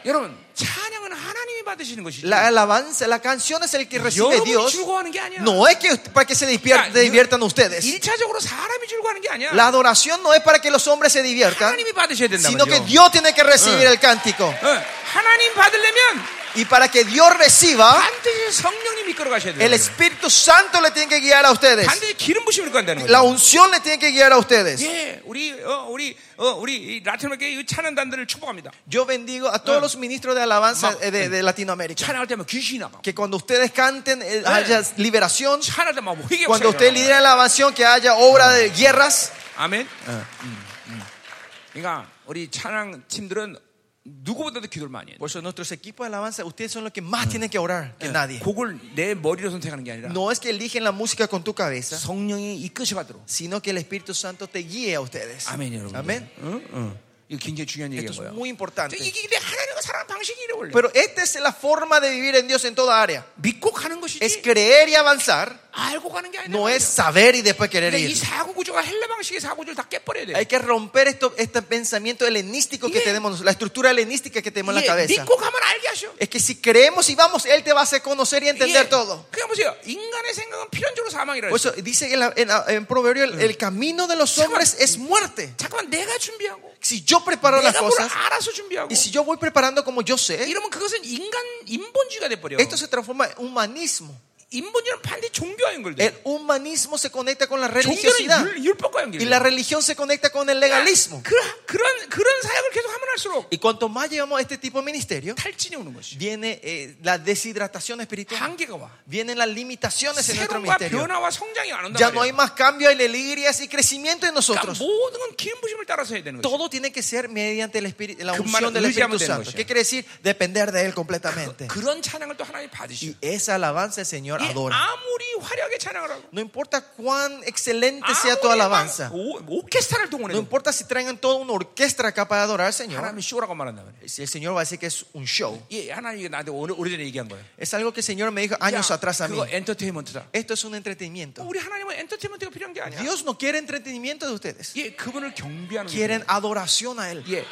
Speaker 1: 여러분, 찬양은 하나님이 받으시는 것이지.
Speaker 2: La alabanza, la canción es el que recibe
Speaker 1: 여러분이
Speaker 2: Dios.
Speaker 1: 즐거워하는 게 아니야.
Speaker 2: No es que para que se diviertan,
Speaker 1: 그러니까
Speaker 2: diviertan ustedes.
Speaker 1: 1차적으로 사람이 즐거워하는 게 아니야.
Speaker 2: La adoración no es para que los hombres se diviertan,
Speaker 1: 하나님이 받으셔야 된다
Speaker 2: sino que
Speaker 1: 말이죠.
Speaker 2: Dios tiene que recibir el cántico.
Speaker 1: 어, 하나님 받으려면
Speaker 2: Y para que Dios
Speaker 1: 어?
Speaker 2: reciba,
Speaker 1: 반드시 성령님 이끌어 가셔야 돼요.
Speaker 2: el Espíritu Santo le tiene que guiar a ustedes.
Speaker 1: 반드시 기름 부심을 끌고 간다는
Speaker 2: La
Speaker 1: 거예요.
Speaker 2: unción le tiene que guiar a ustedes.
Speaker 1: 예, 우리 어, 우리 어, 우리 이 라틴어계 이 찬양 단들을 축복합니다.
Speaker 2: Yo bendigo a todos los ministros de alabanza
Speaker 1: Ma-
Speaker 2: eh, de, de Latinoamérica.
Speaker 1: 찬양할 때면 귀신이 나가.
Speaker 2: Que cuando ustedes canten eh, haya liberación.
Speaker 1: 찬양할 때막 회개가
Speaker 2: Cuando
Speaker 1: 없어요.
Speaker 2: usted lidera la alabación, que haya obra de guerras.
Speaker 1: 아멘. 음, 음. 그러니까 우리 찬양 팀들은 누구보다도 기도를 많이 해요.
Speaker 2: Por eso nuestros equipos de alabanza, ustedes son los que más tienen que orar que nadie.
Speaker 1: 곡을 내 머리로 선택하는 게 아니라
Speaker 2: No es que eligen la música con tu cabeza,
Speaker 1: 성령이 이끄셔가도록.
Speaker 2: sino que el Espíritu Santo te guíe a ustedes.
Speaker 1: 아멘 여러분.
Speaker 2: Amén.
Speaker 1: 응? 응. 이거 굉장히 중요한 얘기인
Speaker 2: Esto es
Speaker 1: 거예요.
Speaker 2: muy importante.
Speaker 1: 이게 이게 하나님과 사랑 방식이래 원래.
Speaker 2: Pero esta es la forma de vivir en Dios en toda área.
Speaker 1: 믿고 가는
Speaker 2: Es
Speaker 1: 것이지
Speaker 2: creer y avanzar,
Speaker 1: 알고 가는 게 아니라.
Speaker 2: no es saber y después querer
Speaker 1: 근데 이
Speaker 2: ir.
Speaker 1: 사고 구조가 헬라 방식의 사고 구조를 다 깨버려야 돼.
Speaker 2: Hay que romper esto, este pensamiento helenístico que
Speaker 1: Yeah.
Speaker 2: tenemos, la estructura helenística que tenemos en la
Speaker 1: 예,
Speaker 2: cabeza.
Speaker 1: 믿고 가면 알게 하셔.
Speaker 2: Es que si creemos y vamos, Él te va a hacer conocer y entender
Speaker 1: 예,
Speaker 2: todo.
Speaker 1: 그냥 보세요. 인간의 생각은 필연적으로 사망이라.
Speaker 2: Por
Speaker 1: 했어.
Speaker 2: eso dice en, la- en la- en Proverbio: el, el camino de los hombres es muerte.
Speaker 1: 잠깐만 내가 준비하고
Speaker 2: Si yo preparo las
Speaker 1: 내가 뭘
Speaker 2: cosas
Speaker 1: 알아서 준비하고
Speaker 2: y si yo voy preparando como yo sé,
Speaker 1: 이러면 그것은 인간 인본주의가 돼 버려.
Speaker 2: esto se transforma en humanismo.
Speaker 1: 인본주의는 반드시 종교와 연결돼.
Speaker 2: El humanismo se conecta con la religiosidad
Speaker 1: 종교는 율, 율법과 연결돼.
Speaker 2: y la religión se conecta con el legalismo.
Speaker 1: 그, 그런 그런 사역을 계속 하면 할수록
Speaker 2: Y cuanto más llevamos este tipo de ministerio,
Speaker 1: 탈진이 오는 것이.
Speaker 2: viene eh, la deshidratación espiritual,
Speaker 1: 한계가 와.
Speaker 2: vienen las limitaciones en nuestro
Speaker 1: 새로움과
Speaker 2: ministerio.
Speaker 1: 변화와 성장이 안 온다.
Speaker 2: Ya no hay más cambio, hay alegrías y crecimiento en
Speaker 1: 그러니까
Speaker 2: nosotros. Pues
Speaker 1: 모든 건 기름 부심을 따라서 해야 되는 거지.
Speaker 2: Todo tiene que ser mediante el espíritu- la
Speaker 1: Que
Speaker 2: unción
Speaker 1: humano-
Speaker 2: del Espíritu
Speaker 1: 의지하면 되는
Speaker 2: Santo.
Speaker 1: 것이야.
Speaker 2: ¿Qué quiere decir? Depender de Él completamente.
Speaker 1: 그런 찬양을 또 하나님 받으셔.
Speaker 2: Y esa alabanza el Señor
Speaker 1: 예,
Speaker 2: adora.
Speaker 1: 아무리 화려하게 찬양을 하고
Speaker 2: No importa cuán excelente sea tu
Speaker 1: 아무리
Speaker 2: Ah, alabanza.
Speaker 1: 막 오- 오케스트라를
Speaker 2: No
Speaker 1: 동원해도
Speaker 2: importa si traigan toda una orquesta acá para adorar al Señor.
Speaker 1: 하나님이 쇼라고 말한다 말이야.
Speaker 2: El Señor va a decir que es un show.
Speaker 1: 예, 하나님이 나한테 오늘 오래전에 얘기한 거예요.
Speaker 2: Es algo que el Señor me dijo años
Speaker 1: 야,
Speaker 2: atrás a mí.
Speaker 1: 그거 엔터테인먼트다.
Speaker 2: Esto es un entretenimiento.
Speaker 1: 우리 하나님은 엔터테인먼트가 필요한 게 아니야.
Speaker 2: Dios no quiere entretenimiento de ustedes.
Speaker 1: 예, 그분을 경배하는
Speaker 2: Quieren adoración a Él.
Speaker 1: 거예요. 예.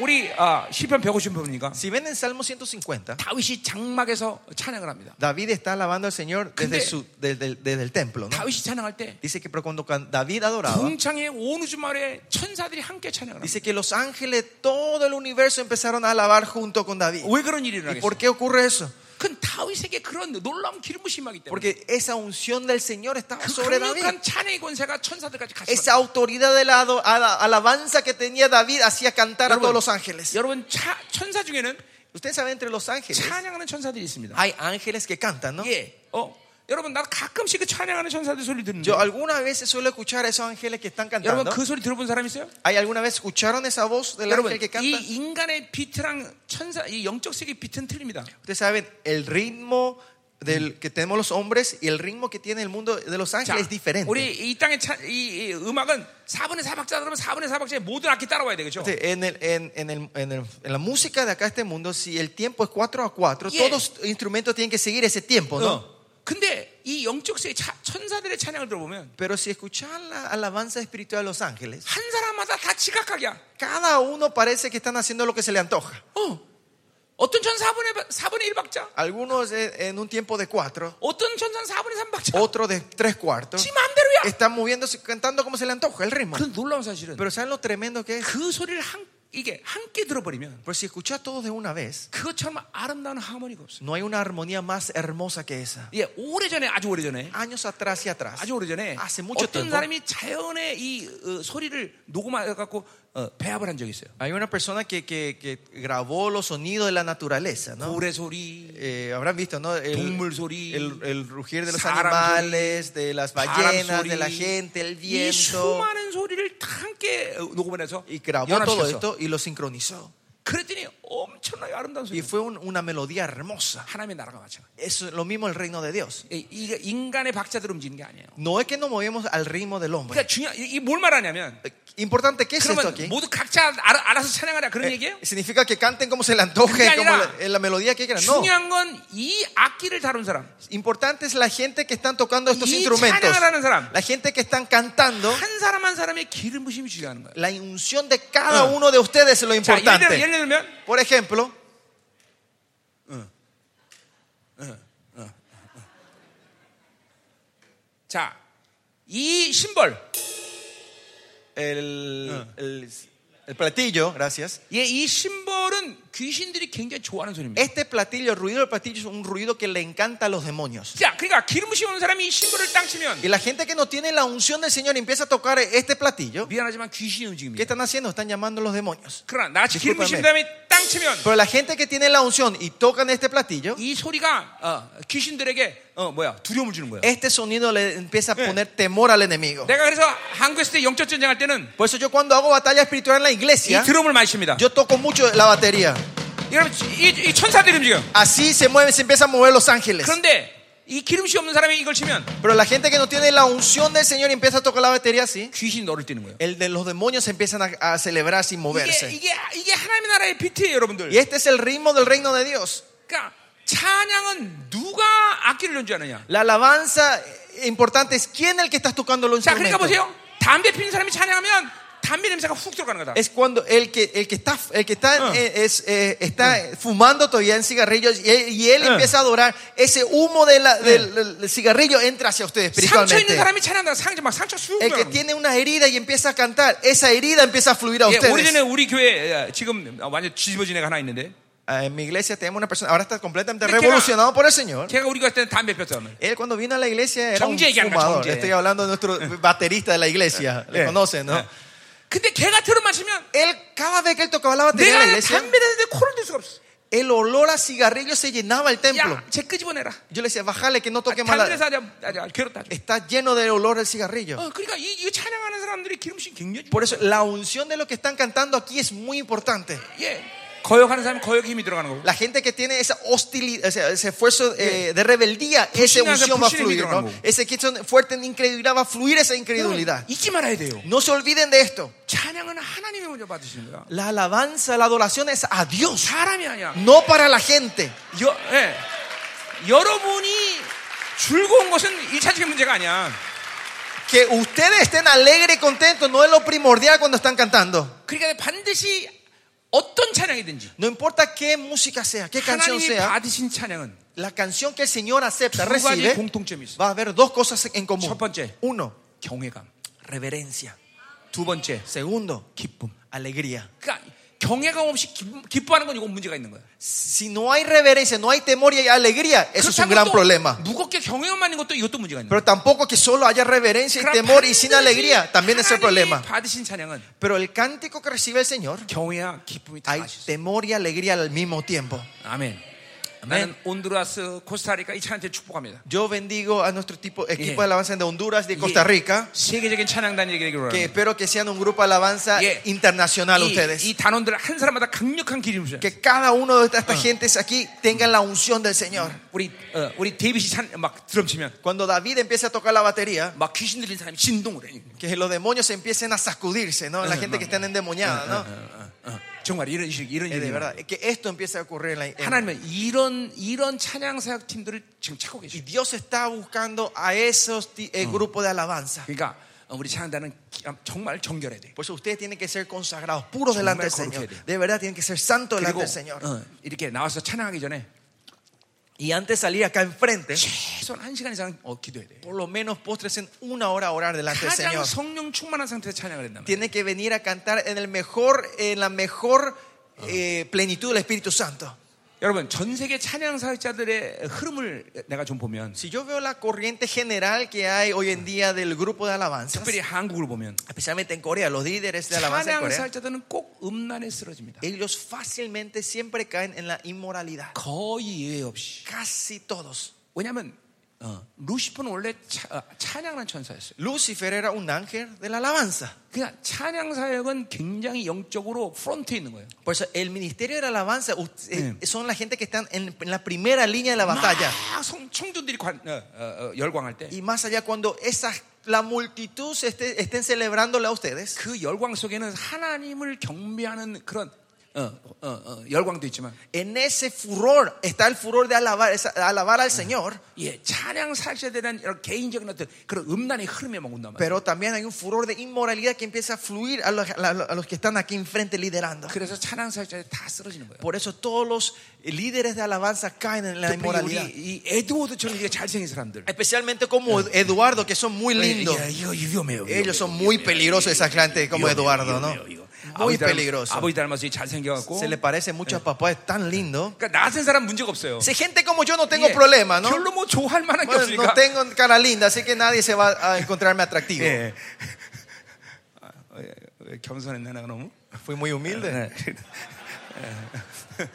Speaker 1: 우리 아, 시편 150편이니까
Speaker 2: Si ven en Salmo 150,
Speaker 1: 다윗이 장막에서 찬양을 합니다.
Speaker 2: David está alabando al Señor desde,
Speaker 1: 근데-
Speaker 2: su, desde, el- desde el templo. ¿no?
Speaker 1: 다윗이 찬양할 때
Speaker 2: Dice que pero cuando can- David adoraba,
Speaker 1: 궁창의 온 우주 마을에 천사들이 함께 찬양을 합니다.
Speaker 2: dice que los ángeles de todo el universo empezaron a alabar junto con David.
Speaker 1: 왜 그런 일이
Speaker 2: ¿Y por
Speaker 1: 일어나겠어요?
Speaker 2: qué ocurre eso?
Speaker 1: 그 다윗에게 그런 놀라운 기름 부심이 있기 때문에
Speaker 2: Porque esa unción del Señor estaba
Speaker 1: 그
Speaker 2: sobre David.
Speaker 1: 강력한 찬양의 권세가 천사들까지 같이
Speaker 2: Esa autoridad de la ado- ala- alabanza que tenía David hacía cantar a todos los ángeles.
Speaker 1: 여러분 차- 천사 중에는
Speaker 2: Ustedes saben, entre los ángeles
Speaker 1: 찬양하는 천사들이 있습니다.
Speaker 2: hay ángeles que cantan, ¿no?
Speaker 1: 예. 어. 여러분 나 가끔씩 그 찬양하는 천사들 소리 듣는데
Speaker 2: Yo algunas veces suelo escuchar a esos ángeles que están
Speaker 1: 여러분
Speaker 2: cantando.
Speaker 1: 그 소리 들어본 사람 있어요?
Speaker 2: ¿Hay alguna vez escucharon esa voz del
Speaker 1: 여러분
Speaker 2: ángel que
Speaker 1: 이
Speaker 2: canta?
Speaker 1: 인간의 비트랑 천사 이 영적 세계 비트는 틀립니다.
Speaker 2: Ustedes saben, el ritmo del que tenemos los hombres y el ritmo que tiene el mundo de los
Speaker 1: 자,
Speaker 2: ángeles es diferente.
Speaker 1: 우리 이 땅의 차, 이, 이 음악은 4분의 4박자 들으면 4분의 4박자에 모든 악기 따라와야 되겠죠.
Speaker 2: Entonces, Este, En, el- en- en el- en el- en la música de acá, este mundo, si el tiempo es 4 a 4,
Speaker 1: Yeah.
Speaker 2: todos los instrumentos tienen que seguir ese tiempo, ¿no?
Speaker 1: 어. 근데 이 영적 세계 차- 천사들의 찬양을 들어보면
Speaker 2: Pero si escuchan la alabanza espiritual de los ángeles,
Speaker 1: 한 사람마다 다 지각하기야.
Speaker 2: cada uno parece que están haciendo lo que se le antoja.
Speaker 1: 어. 어떤 천사 4분의 4분의 1박자,
Speaker 2: Algunos eh, en un tiempo de 4,
Speaker 1: 어떤 천사 4분의 3박자.
Speaker 2: otro de 3 cuartos.
Speaker 1: 지 마음대로야.
Speaker 2: Están moviéndose, cantando como se le antoja el ritmo.
Speaker 1: 그 놀라운 사실은
Speaker 2: Pero ¿saben lo tremendo que es?
Speaker 1: 그 소리를 한 이게 함께 들어버리면
Speaker 2: Pero si escuchas todos de una vez,
Speaker 1: 그것처럼 아름다운 하모니가 없어요.
Speaker 2: no hay una armonía más hermosa que esa.
Speaker 1: 예, 오래전에 아주 오래전에
Speaker 2: Años atrás y atrás,
Speaker 1: 아주 오래전에
Speaker 2: hace mucho
Speaker 1: 어떤
Speaker 2: tiempo,
Speaker 1: 사람이 자연의 이 어, 소리를 녹음해 갖고 어, 배합을 한 적이 있어요.
Speaker 2: hay una persona que, que- que grabó los sonidos de la naturaleza, ¿no?
Speaker 1: 고래 소리,
Speaker 2: Eh, habrán visto, ¿no?
Speaker 1: 동물
Speaker 2: El,
Speaker 1: 소리,
Speaker 2: el- el rugir de los
Speaker 1: 사람
Speaker 2: animales, de las ballenas,
Speaker 1: 바람
Speaker 2: de la
Speaker 1: 소리,
Speaker 2: gente, el
Speaker 1: 이
Speaker 2: viento.
Speaker 1: 수많은 소리를 다 함께 어, 녹음을 해서
Speaker 2: Y grabó todo
Speaker 1: 연합시켰어.
Speaker 2: esto y lo sincronizó.
Speaker 1: 그랬더니 엄청나게 아름다운
Speaker 2: Y
Speaker 1: 소리.
Speaker 2: fue un- una melodía hermosa.
Speaker 1: 하나님의 나라가 마찬가지.
Speaker 2: Es lo mismo el reino de Dios.
Speaker 1: 이게 인간의 박자대로 움직이는 게 아니에요.
Speaker 2: No es que nos movemos al ritmo del hombre.
Speaker 1: 그러니까 중요 이뭘 말하냐면
Speaker 2: Eh, Importante, ¿qué es esto
Speaker 1: 그러면
Speaker 2: aquí?
Speaker 1: 모두 각자 알아, 알아서 찬양하라 그런 얘기예요?
Speaker 2: Eh, ¿Significa que canten como se le antoje,
Speaker 1: 그게
Speaker 2: como
Speaker 1: 아니라
Speaker 2: la, en la melodía que quieran? No.
Speaker 1: 중요한 건 이 악기를 다룬 사람
Speaker 2: Importante es la gente que están tocando estos
Speaker 1: Y
Speaker 2: instrumentos.
Speaker 1: 찬양하라는 사람.
Speaker 2: La gente que están cantando.
Speaker 1: 한 사람 한 사람의 기름 부심이 중요한 거예요.
Speaker 2: La unción de cada
Speaker 1: Ah.
Speaker 2: uno de ustedes es lo
Speaker 1: 자, 예를 들면, 예를
Speaker 2: importante.
Speaker 1: 들면
Speaker 2: Por ejemplo,
Speaker 1: 자, 이 심벌,
Speaker 2: el, el- el platillo, gracias.
Speaker 1: 예, 이 심벌은 귀신들이 굉장히 좋아하는 소리입니다.
Speaker 2: Este platillo, el ruido del platillo, es un ruido que le encanta a los demonios.
Speaker 1: 자, 그러니까 기름 부심 오는 사람이 신부를 땅 치면
Speaker 2: Y la gente que no tiene la unción del Señor y empieza a tocar este platillo,
Speaker 1: 미안하지만 귀신이
Speaker 2: ¿qué
Speaker 1: 움직입니다.
Speaker 2: están haciendo? Están llamando a los demonios.
Speaker 1: 그러나 나같이 기름 부심
Speaker 2: Discúlpame.
Speaker 1: 다음에 땅 치면
Speaker 2: Pero la gente que tiene la unción y tocan este platillo,
Speaker 1: 이 소리가 어, 귀신들에게 어, 뭐야 두려움을 주는 거야.
Speaker 2: este sonido le empieza a poner temor al enemigo.
Speaker 1: 내가 그래서 한국에서 때 영적 전쟁할 때는
Speaker 2: Por eso yo cuando hago batalla espiritual en la
Speaker 1: 이
Speaker 2: iglesia,
Speaker 1: 드럼을 많이 칩니다.
Speaker 2: yo toco mucho la batería.
Speaker 1: 여러분 이, 이 천사들이 움직여.
Speaker 2: Así se mueven, se empiezan a mover los ángeles.
Speaker 1: 그런데 이 기름시 없는 사람이 이걸 치면
Speaker 2: Pero la gente que no tiene la unción del Señor y empieza a tocar la batería así,
Speaker 1: 귀신이 너를 뛰는 거예요.
Speaker 2: el de los demonios empiezan a, a celebrar sin
Speaker 1: 이게,
Speaker 2: moverse.
Speaker 1: 이게 이게 하나님의 나라의 비트예요, 여러분들.
Speaker 2: Y este es el ritmo del reino de Dios.
Speaker 1: 그러니까 찬양은 누가 악기를 연주하느냐.
Speaker 2: La alabanza eh, importante es quién el que estás tocando los
Speaker 1: 자, 그러니까
Speaker 2: instrumentos.
Speaker 1: 보세요. 담배 피는 사람이 찬양하면 담배 냄새가 훅 들어가는 거다.
Speaker 2: Es cuando el que, el que está, el que está,
Speaker 1: Ah.
Speaker 2: eh, es, eh, está fumando todavía en cigarrillos y él, y él
Speaker 1: Ah.
Speaker 2: empieza a adorar, ese humo de la- del, del cigarrillo entra hacia
Speaker 1: 상처 있는
Speaker 2: usted espiritualmente.
Speaker 1: 사람이 찬양한다. 상처 막 상처 쑥.
Speaker 2: El que
Speaker 1: 들어가는 거야.
Speaker 2: tiene una herida y empieza a cantar, esa herida empieza a fluir a
Speaker 1: 예, 오래전에
Speaker 2: ustedes.
Speaker 1: 우리 교회 에, 지금 완전 뒤집어진 애가 하나 있는데
Speaker 2: Ah, En mi iglesia tenemos una persona, ahora está completamente
Speaker 1: Pero que
Speaker 2: revolucionado por el Señor.
Speaker 1: 걔가 우리 교회 때는 담배 폈잖아요.
Speaker 2: Él cuando vino a la iglesia era un
Speaker 1: Chongje 얘기하는 거야,
Speaker 2: fumador.
Speaker 1: Chongje.
Speaker 2: Estoy hablando de nuestro baterista de la iglesia, le
Speaker 1: Eh.
Speaker 2: conocen, ¿no?
Speaker 1: 근데 걔가 들어만 치면
Speaker 2: Él, cada vez que él tocaba la batería
Speaker 1: 내가
Speaker 2: en la iglesia,
Speaker 1: 담배 냄새 코를 들 수가 없어.
Speaker 2: el olor a cigarrillo se llenaba el templo.
Speaker 1: 야, 쟤 끄집어내라.
Speaker 2: Yo le decía, bájale que no toque más
Speaker 1: 담배
Speaker 2: la...
Speaker 1: 냄새 아주 아주 괴롭다. 아주.
Speaker 2: Está lleno del olor del cigarrillo.
Speaker 1: 어, 그러니까 이, 이 찬양하는 사람들이 기름신 굉장히 중요해요.
Speaker 2: Por eso la unción de lo que están cantando aquí es muy importante.
Speaker 1: 예. 거역하는 사람은 거역 힘이 들어가는 거고.
Speaker 2: La gente que tiene esa hostilidad, o sea, ese esfuerzo eh, de rebeldía, esa
Speaker 1: Pushing hace
Speaker 2: unción va a
Speaker 1: pushing
Speaker 2: fluir.
Speaker 1: 들어가는
Speaker 2: ¿no?
Speaker 1: 거고.
Speaker 2: Ese que son fuerte en incredulidad va a fluir esa incredulidad.
Speaker 1: 잊지 말아야 돼요.
Speaker 2: No se olviden de esto.
Speaker 1: 찬양은 하나님이 먼저 받으시는 거야.
Speaker 2: La alabanza, la adoración es a Dios,
Speaker 1: 사람이 아니야.
Speaker 2: no para la gente.
Speaker 1: 여, 예. 여러분이 즐거운 것은 일차적인 문제가 아니야.
Speaker 2: Que ustedes estén alegres y contentos no es lo primordial cuando están cantando.
Speaker 1: 그러니까 반드시 어떤 찬양이든지
Speaker 2: No importa qué música sea, qué canción
Speaker 1: 하나님이
Speaker 2: sea,
Speaker 1: 받으신 찬양은
Speaker 2: la canción que el Señor acepta,
Speaker 1: 두 가지
Speaker 2: recibe,
Speaker 1: 공통점이 있어.
Speaker 2: va a haber dos cosas en común.
Speaker 1: 첫 번째.
Speaker 2: Uno,
Speaker 1: 경외감.
Speaker 2: reverencia.
Speaker 1: 두 번째,
Speaker 2: Segundo,
Speaker 1: 기쁨.
Speaker 2: alegría.
Speaker 1: 그러니까 경외감 없이 기, 기뻐하는 건 이건 문제가 있는 거야.
Speaker 2: Si no hay reverencia, no hay temor y hay alegría, eso es un
Speaker 1: 그렇다고
Speaker 2: gran
Speaker 1: 또
Speaker 2: problema.
Speaker 1: 무겁게 경외만 있는 것도 이것도 문제가 있는 거야.
Speaker 2: Pero tampoco que solo haya reverencia y
Speaker 1: 그러나
Speaker 2: temor y sin
Speaker 1: 반드시
Speaker 2: alegría, también es el
Speaker 1: 하나님이
Speaker 2: problema.
Speaker 1: 받으신 찬양은
Speaker 2: Pero el cántico que recibe el Señor,
Speaker 1: 경외와 기쁨이 다
Speaker 2: hay
Speaker 1: 있어.
Speaker 2: temor y alegría al mismo tiempo.
Speaker 1: 아멘. 나는 온두라스, 코스타리카 이 찬양한테 축복합니다.
Speaker 2: Yo bendigo a nuestro tipo, equipo
Speaker 1: Yeah.
Speaker 2: de alabanza de Honduras, de
Speaker 1: 이게
Speaker 2: Costa Rica,
Speaker 1: 세계적인 찬양단 얘기를
Speaker 2: que
Speaker 1: 하는
Speaker 2: espero que sean un grupo de alabanza
Speaker 1: Mm. Yeah.
Speaker 2: internacional
Speaker 1: 거예요.
Speaker 2: ustedes.
Speaker 1: 이, 이 단원들 한 사람마다 강력한 기름이 있어요.
Speaker 2: que cada uno de estas
Speaker 1: Mm.
Speaker 2: gentes aquí tengan la unción del Señor.
Speaker 1: 우리 어, 우리 데이빗이 찬, 막 드럼 치면
Speaker 2: Cuando David empieza a tocar la batería,
Speaker 1: 막 귀신 들린 사람이 진동을 해.
Speaker 2: que los demonios empiecen a sacudirse, ¿no? La
Speaker 1: Mm.
Speaker 2: gente que está endemoniada,
Speaker 1: 어,
Speaker 2: ¿no?
Speaker 1: 어, 어. 정말 이런 식 이런
Speaker 2: Es de
Speaker 1: 일이
Speaker 2: verdad, es que esto empieza a ocurrir en la en-
Speaker 1: 하나님은 이런 이런 찬양 사역 팀들을 지금 찾고
Speaker 2: Y
Speaker 1: 계셔.
Speaker 2: Dios está buscando a esos ti- eh, grupos de alabanza.
Speaker 1: 그러니까 어, 우리 찬양단은 기- 아, 정말 정결해야 돼.
Speaker 2: Por eso ustedes tienen que ser consagrados, puros delante del Señor.
Speaker 1: 거룩해야 돼.
Speaker 2: De verdad tienen que ser santos delante
Speaker 1: 그리고
Speaker 2: del Señor.
Speaker 1: 어, 이렇게 나와서 찬양하기 전에
Speaker 2: Y antes de salir acá enfrente,
Speaker 1: 최소한 한 시간 이상 어, 기도해야 돼.
Speaker 2: por lo menos póstrense una hora a orar delante del
Speaker 1: 가장
Speaker 2: Señor.
Speaker 1: 성령 충만한 상태에서 찬양을 했단 말이야.
Speaker 2: Tienen que venir a cantar en el mejor, en la mejor eh, plenitud del Espíritu Santo.
Speaker 1: 여러분 전 세계 찬양 사역자들의 흐름을 내가 좀 보면
Speaker 2: Si yo veo la corriente general que hay hoy en día del grupo de alabanza,
Speaker 1: 특별히 한국을 보면
Speaker 2: especialmente en Corea, los líderes de alabanza en
Speaker 1: 찬양
Speaker 2: Corea,
Speaker 1: 사역자들은 꼭 음란에 쓰러집니다.
Speaker 2: ellos fácilmente siempre caen en la inmoralidad.
Speaker 1: 거의 예외 없이.
Speaker 2: Casi todos.
Speaker 1: 왜냐하면 어, 루시퍼는 원래 차- 어, 찬양하는 천사였어요.
Speaker 2: Lucifer era un ángel de la alabanza.
Speaker 1: 그냥 찬양 사역은 굉장히 영적으로 프론트에 있는 거예요.
Speaker 2: Por eso el ministerio de la alabanza ut- eh, son la gente que están en, en la primera línea de la
Speaker 1: 아,
Speaker 2: batalla.
Speaker 1: 막 성, 청중들이 관- 어, 어, 어, 열광할 때 그
Speaker 2: Y más allá, cuando esa, la multitud se esté- estén celebrándole a ustedes,
Speaker 1: 그 열광 속에는 하나님을 경배하는 그런 어, 어, 어, 열광도 있지만
Speaker 2: en ese furor está el furor de alabar, esa- alabar al Señor.
Speaker 1: 예, 찬양 사역에 대한 이런 개인적인 어떤 그런 음란의 흐름에 막 온단 말이에요.
Speaker 2: Pero también hay un furor de inmoralidad que empieza a fluir a los, a los- a los que están aquí enfrente liderando.
Speaker 1: 그래서 찬양 사역자들이 다 쓰러지는 거예요.
Speaker 2: Por eso todos los líderes de alabanza caen en la
Speaker 1: 특별히
Speaker 2: inmoralidad.
Speaker 1: 우리 아, 이 에드워드처럼 이게 잘생긴 사람들.
Speaker 2: Especialmente como Eduardo, que son muy lindos.
Speaker 1: 야, 이거 위험해요. 위험해요,
Speaker 2: Ellos son
Speaker 1: 위험해요,
Speaker 2: muy peligrosos, esa gente como
Speaker 1: 위험해요,
Speaker 2: Eduardo, ¿no?
Speaker 1: 위험해요, 이거. 아버지,
Speaker 2: muy
Speaker 1: 닮,
Speaker 2: peligroso.
Speaker 1: 아버지 닮았으니 잘생겨갖고.
Speaker 2: Se le parece mucho a papá, es tan lindo.
Speaker 1: 그러니까 나 같은 사람 문제가 없어요.
Speaker 2: Si gente como yo no tengo
Speaker 1: 예,
Speaker 2: problema, ¿no?
Speaker 1: 별로 뭐 좋아할 만한 게
Speaker 2: Bueno,
Speaker 1: 없으니까.
Speaker 2: no tengo cara linda, así que nadie se va a encontrarme atractivo.
Speaker 1: 예. 아, 어, 예. 왜 겸손했나 내가 너무?
Speaker 2: Fui muy
Speaker 1: 네. Eh,
Speaker 2: humilde.
Speaker 1: 예.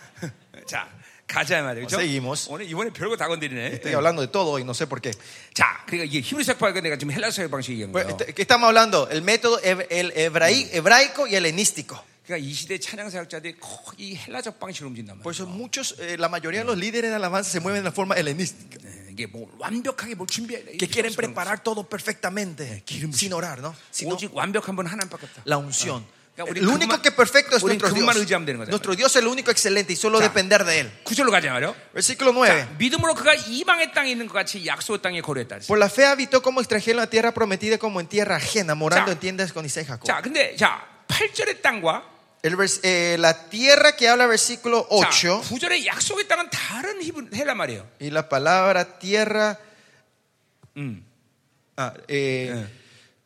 Speaker 1: [laughs] 자, 가자 어, 말이에요. 그죠?
Speaker 2: Seguimos.
Speaker 1: 오늘 이번에 별거 다 건드리네.
Speaker 2: Estoy hablando de todo y no sé por qué.
Speaker 1: 자, 그러니까 이게 히브리서 방식 내가 지금 헬라서 의 방식 얘기한
Speaker 2: Bueno,
Speaker 1: 거예요.
Speaker 2: este- ¿Qué estamos hablando? El método heb- el hebraí- hebraico y helenístico.
Speaker 1: 그러니까 이 시대 찬양 사역자들이 거의 헬라적 방식으로 움직인단 말이에요.
Speaker 2: Por eso muchos, eh, la mayoría de los líderes de alabanza se mueven de la forma helenística.
Speaker 1: 네, 이게 뭐 완벽하게 뭘 준비해.
Speaker 2: Que quieren preparar todo perfectamente, sin orar, ¿no? Sin-
Speaker 1: 오직 완벽한 분 하나님밖에 없다.
Speaker 2: la unción.
Speaker 1: Ya,
Speaker 2: El
Speaker 1: 우리
Speaker 2: único
Speaker 1: 그분만-
Speaker 2: que es perfecto es
Speaker 1: 우리
Speaker 2: nuestro
Speaker 1: 그분만
Speaker 2: Dios.
Speaker 1: 의지하면 되는 거잖아요.
Speaker 2: Nuestro Dios es el único excelente y solo
Speaker 1: Ya.
Speaker 2: depender de Él.
Speaker 1: 구절로 가자 말이요.
Speaker 2: Versículo 9.
Speaker 1: 믿음으로 그가 이방의 땅에 있는 것 같이 약속의 땅에 거류했다. 그랬어요.
Speaker 2: Por la fe habitó como extranjero en la tierra prometida como en tierra ajena, morando
Speaker 1: Ya.
Speaker 2: en tiendas con Isaí y Jacob.
Speaker 1: 자, 근데 자 8절의 땅과
Speaker 2: El vers- eh, la tierra que habla versículo
Speaker 1: 자,
Speaker 2: 8
Speaker 1: 9절의 약속의 땅은 다른 히브 헬라 말이에요.
Speaker 2: y la palabra tierra ah, eh,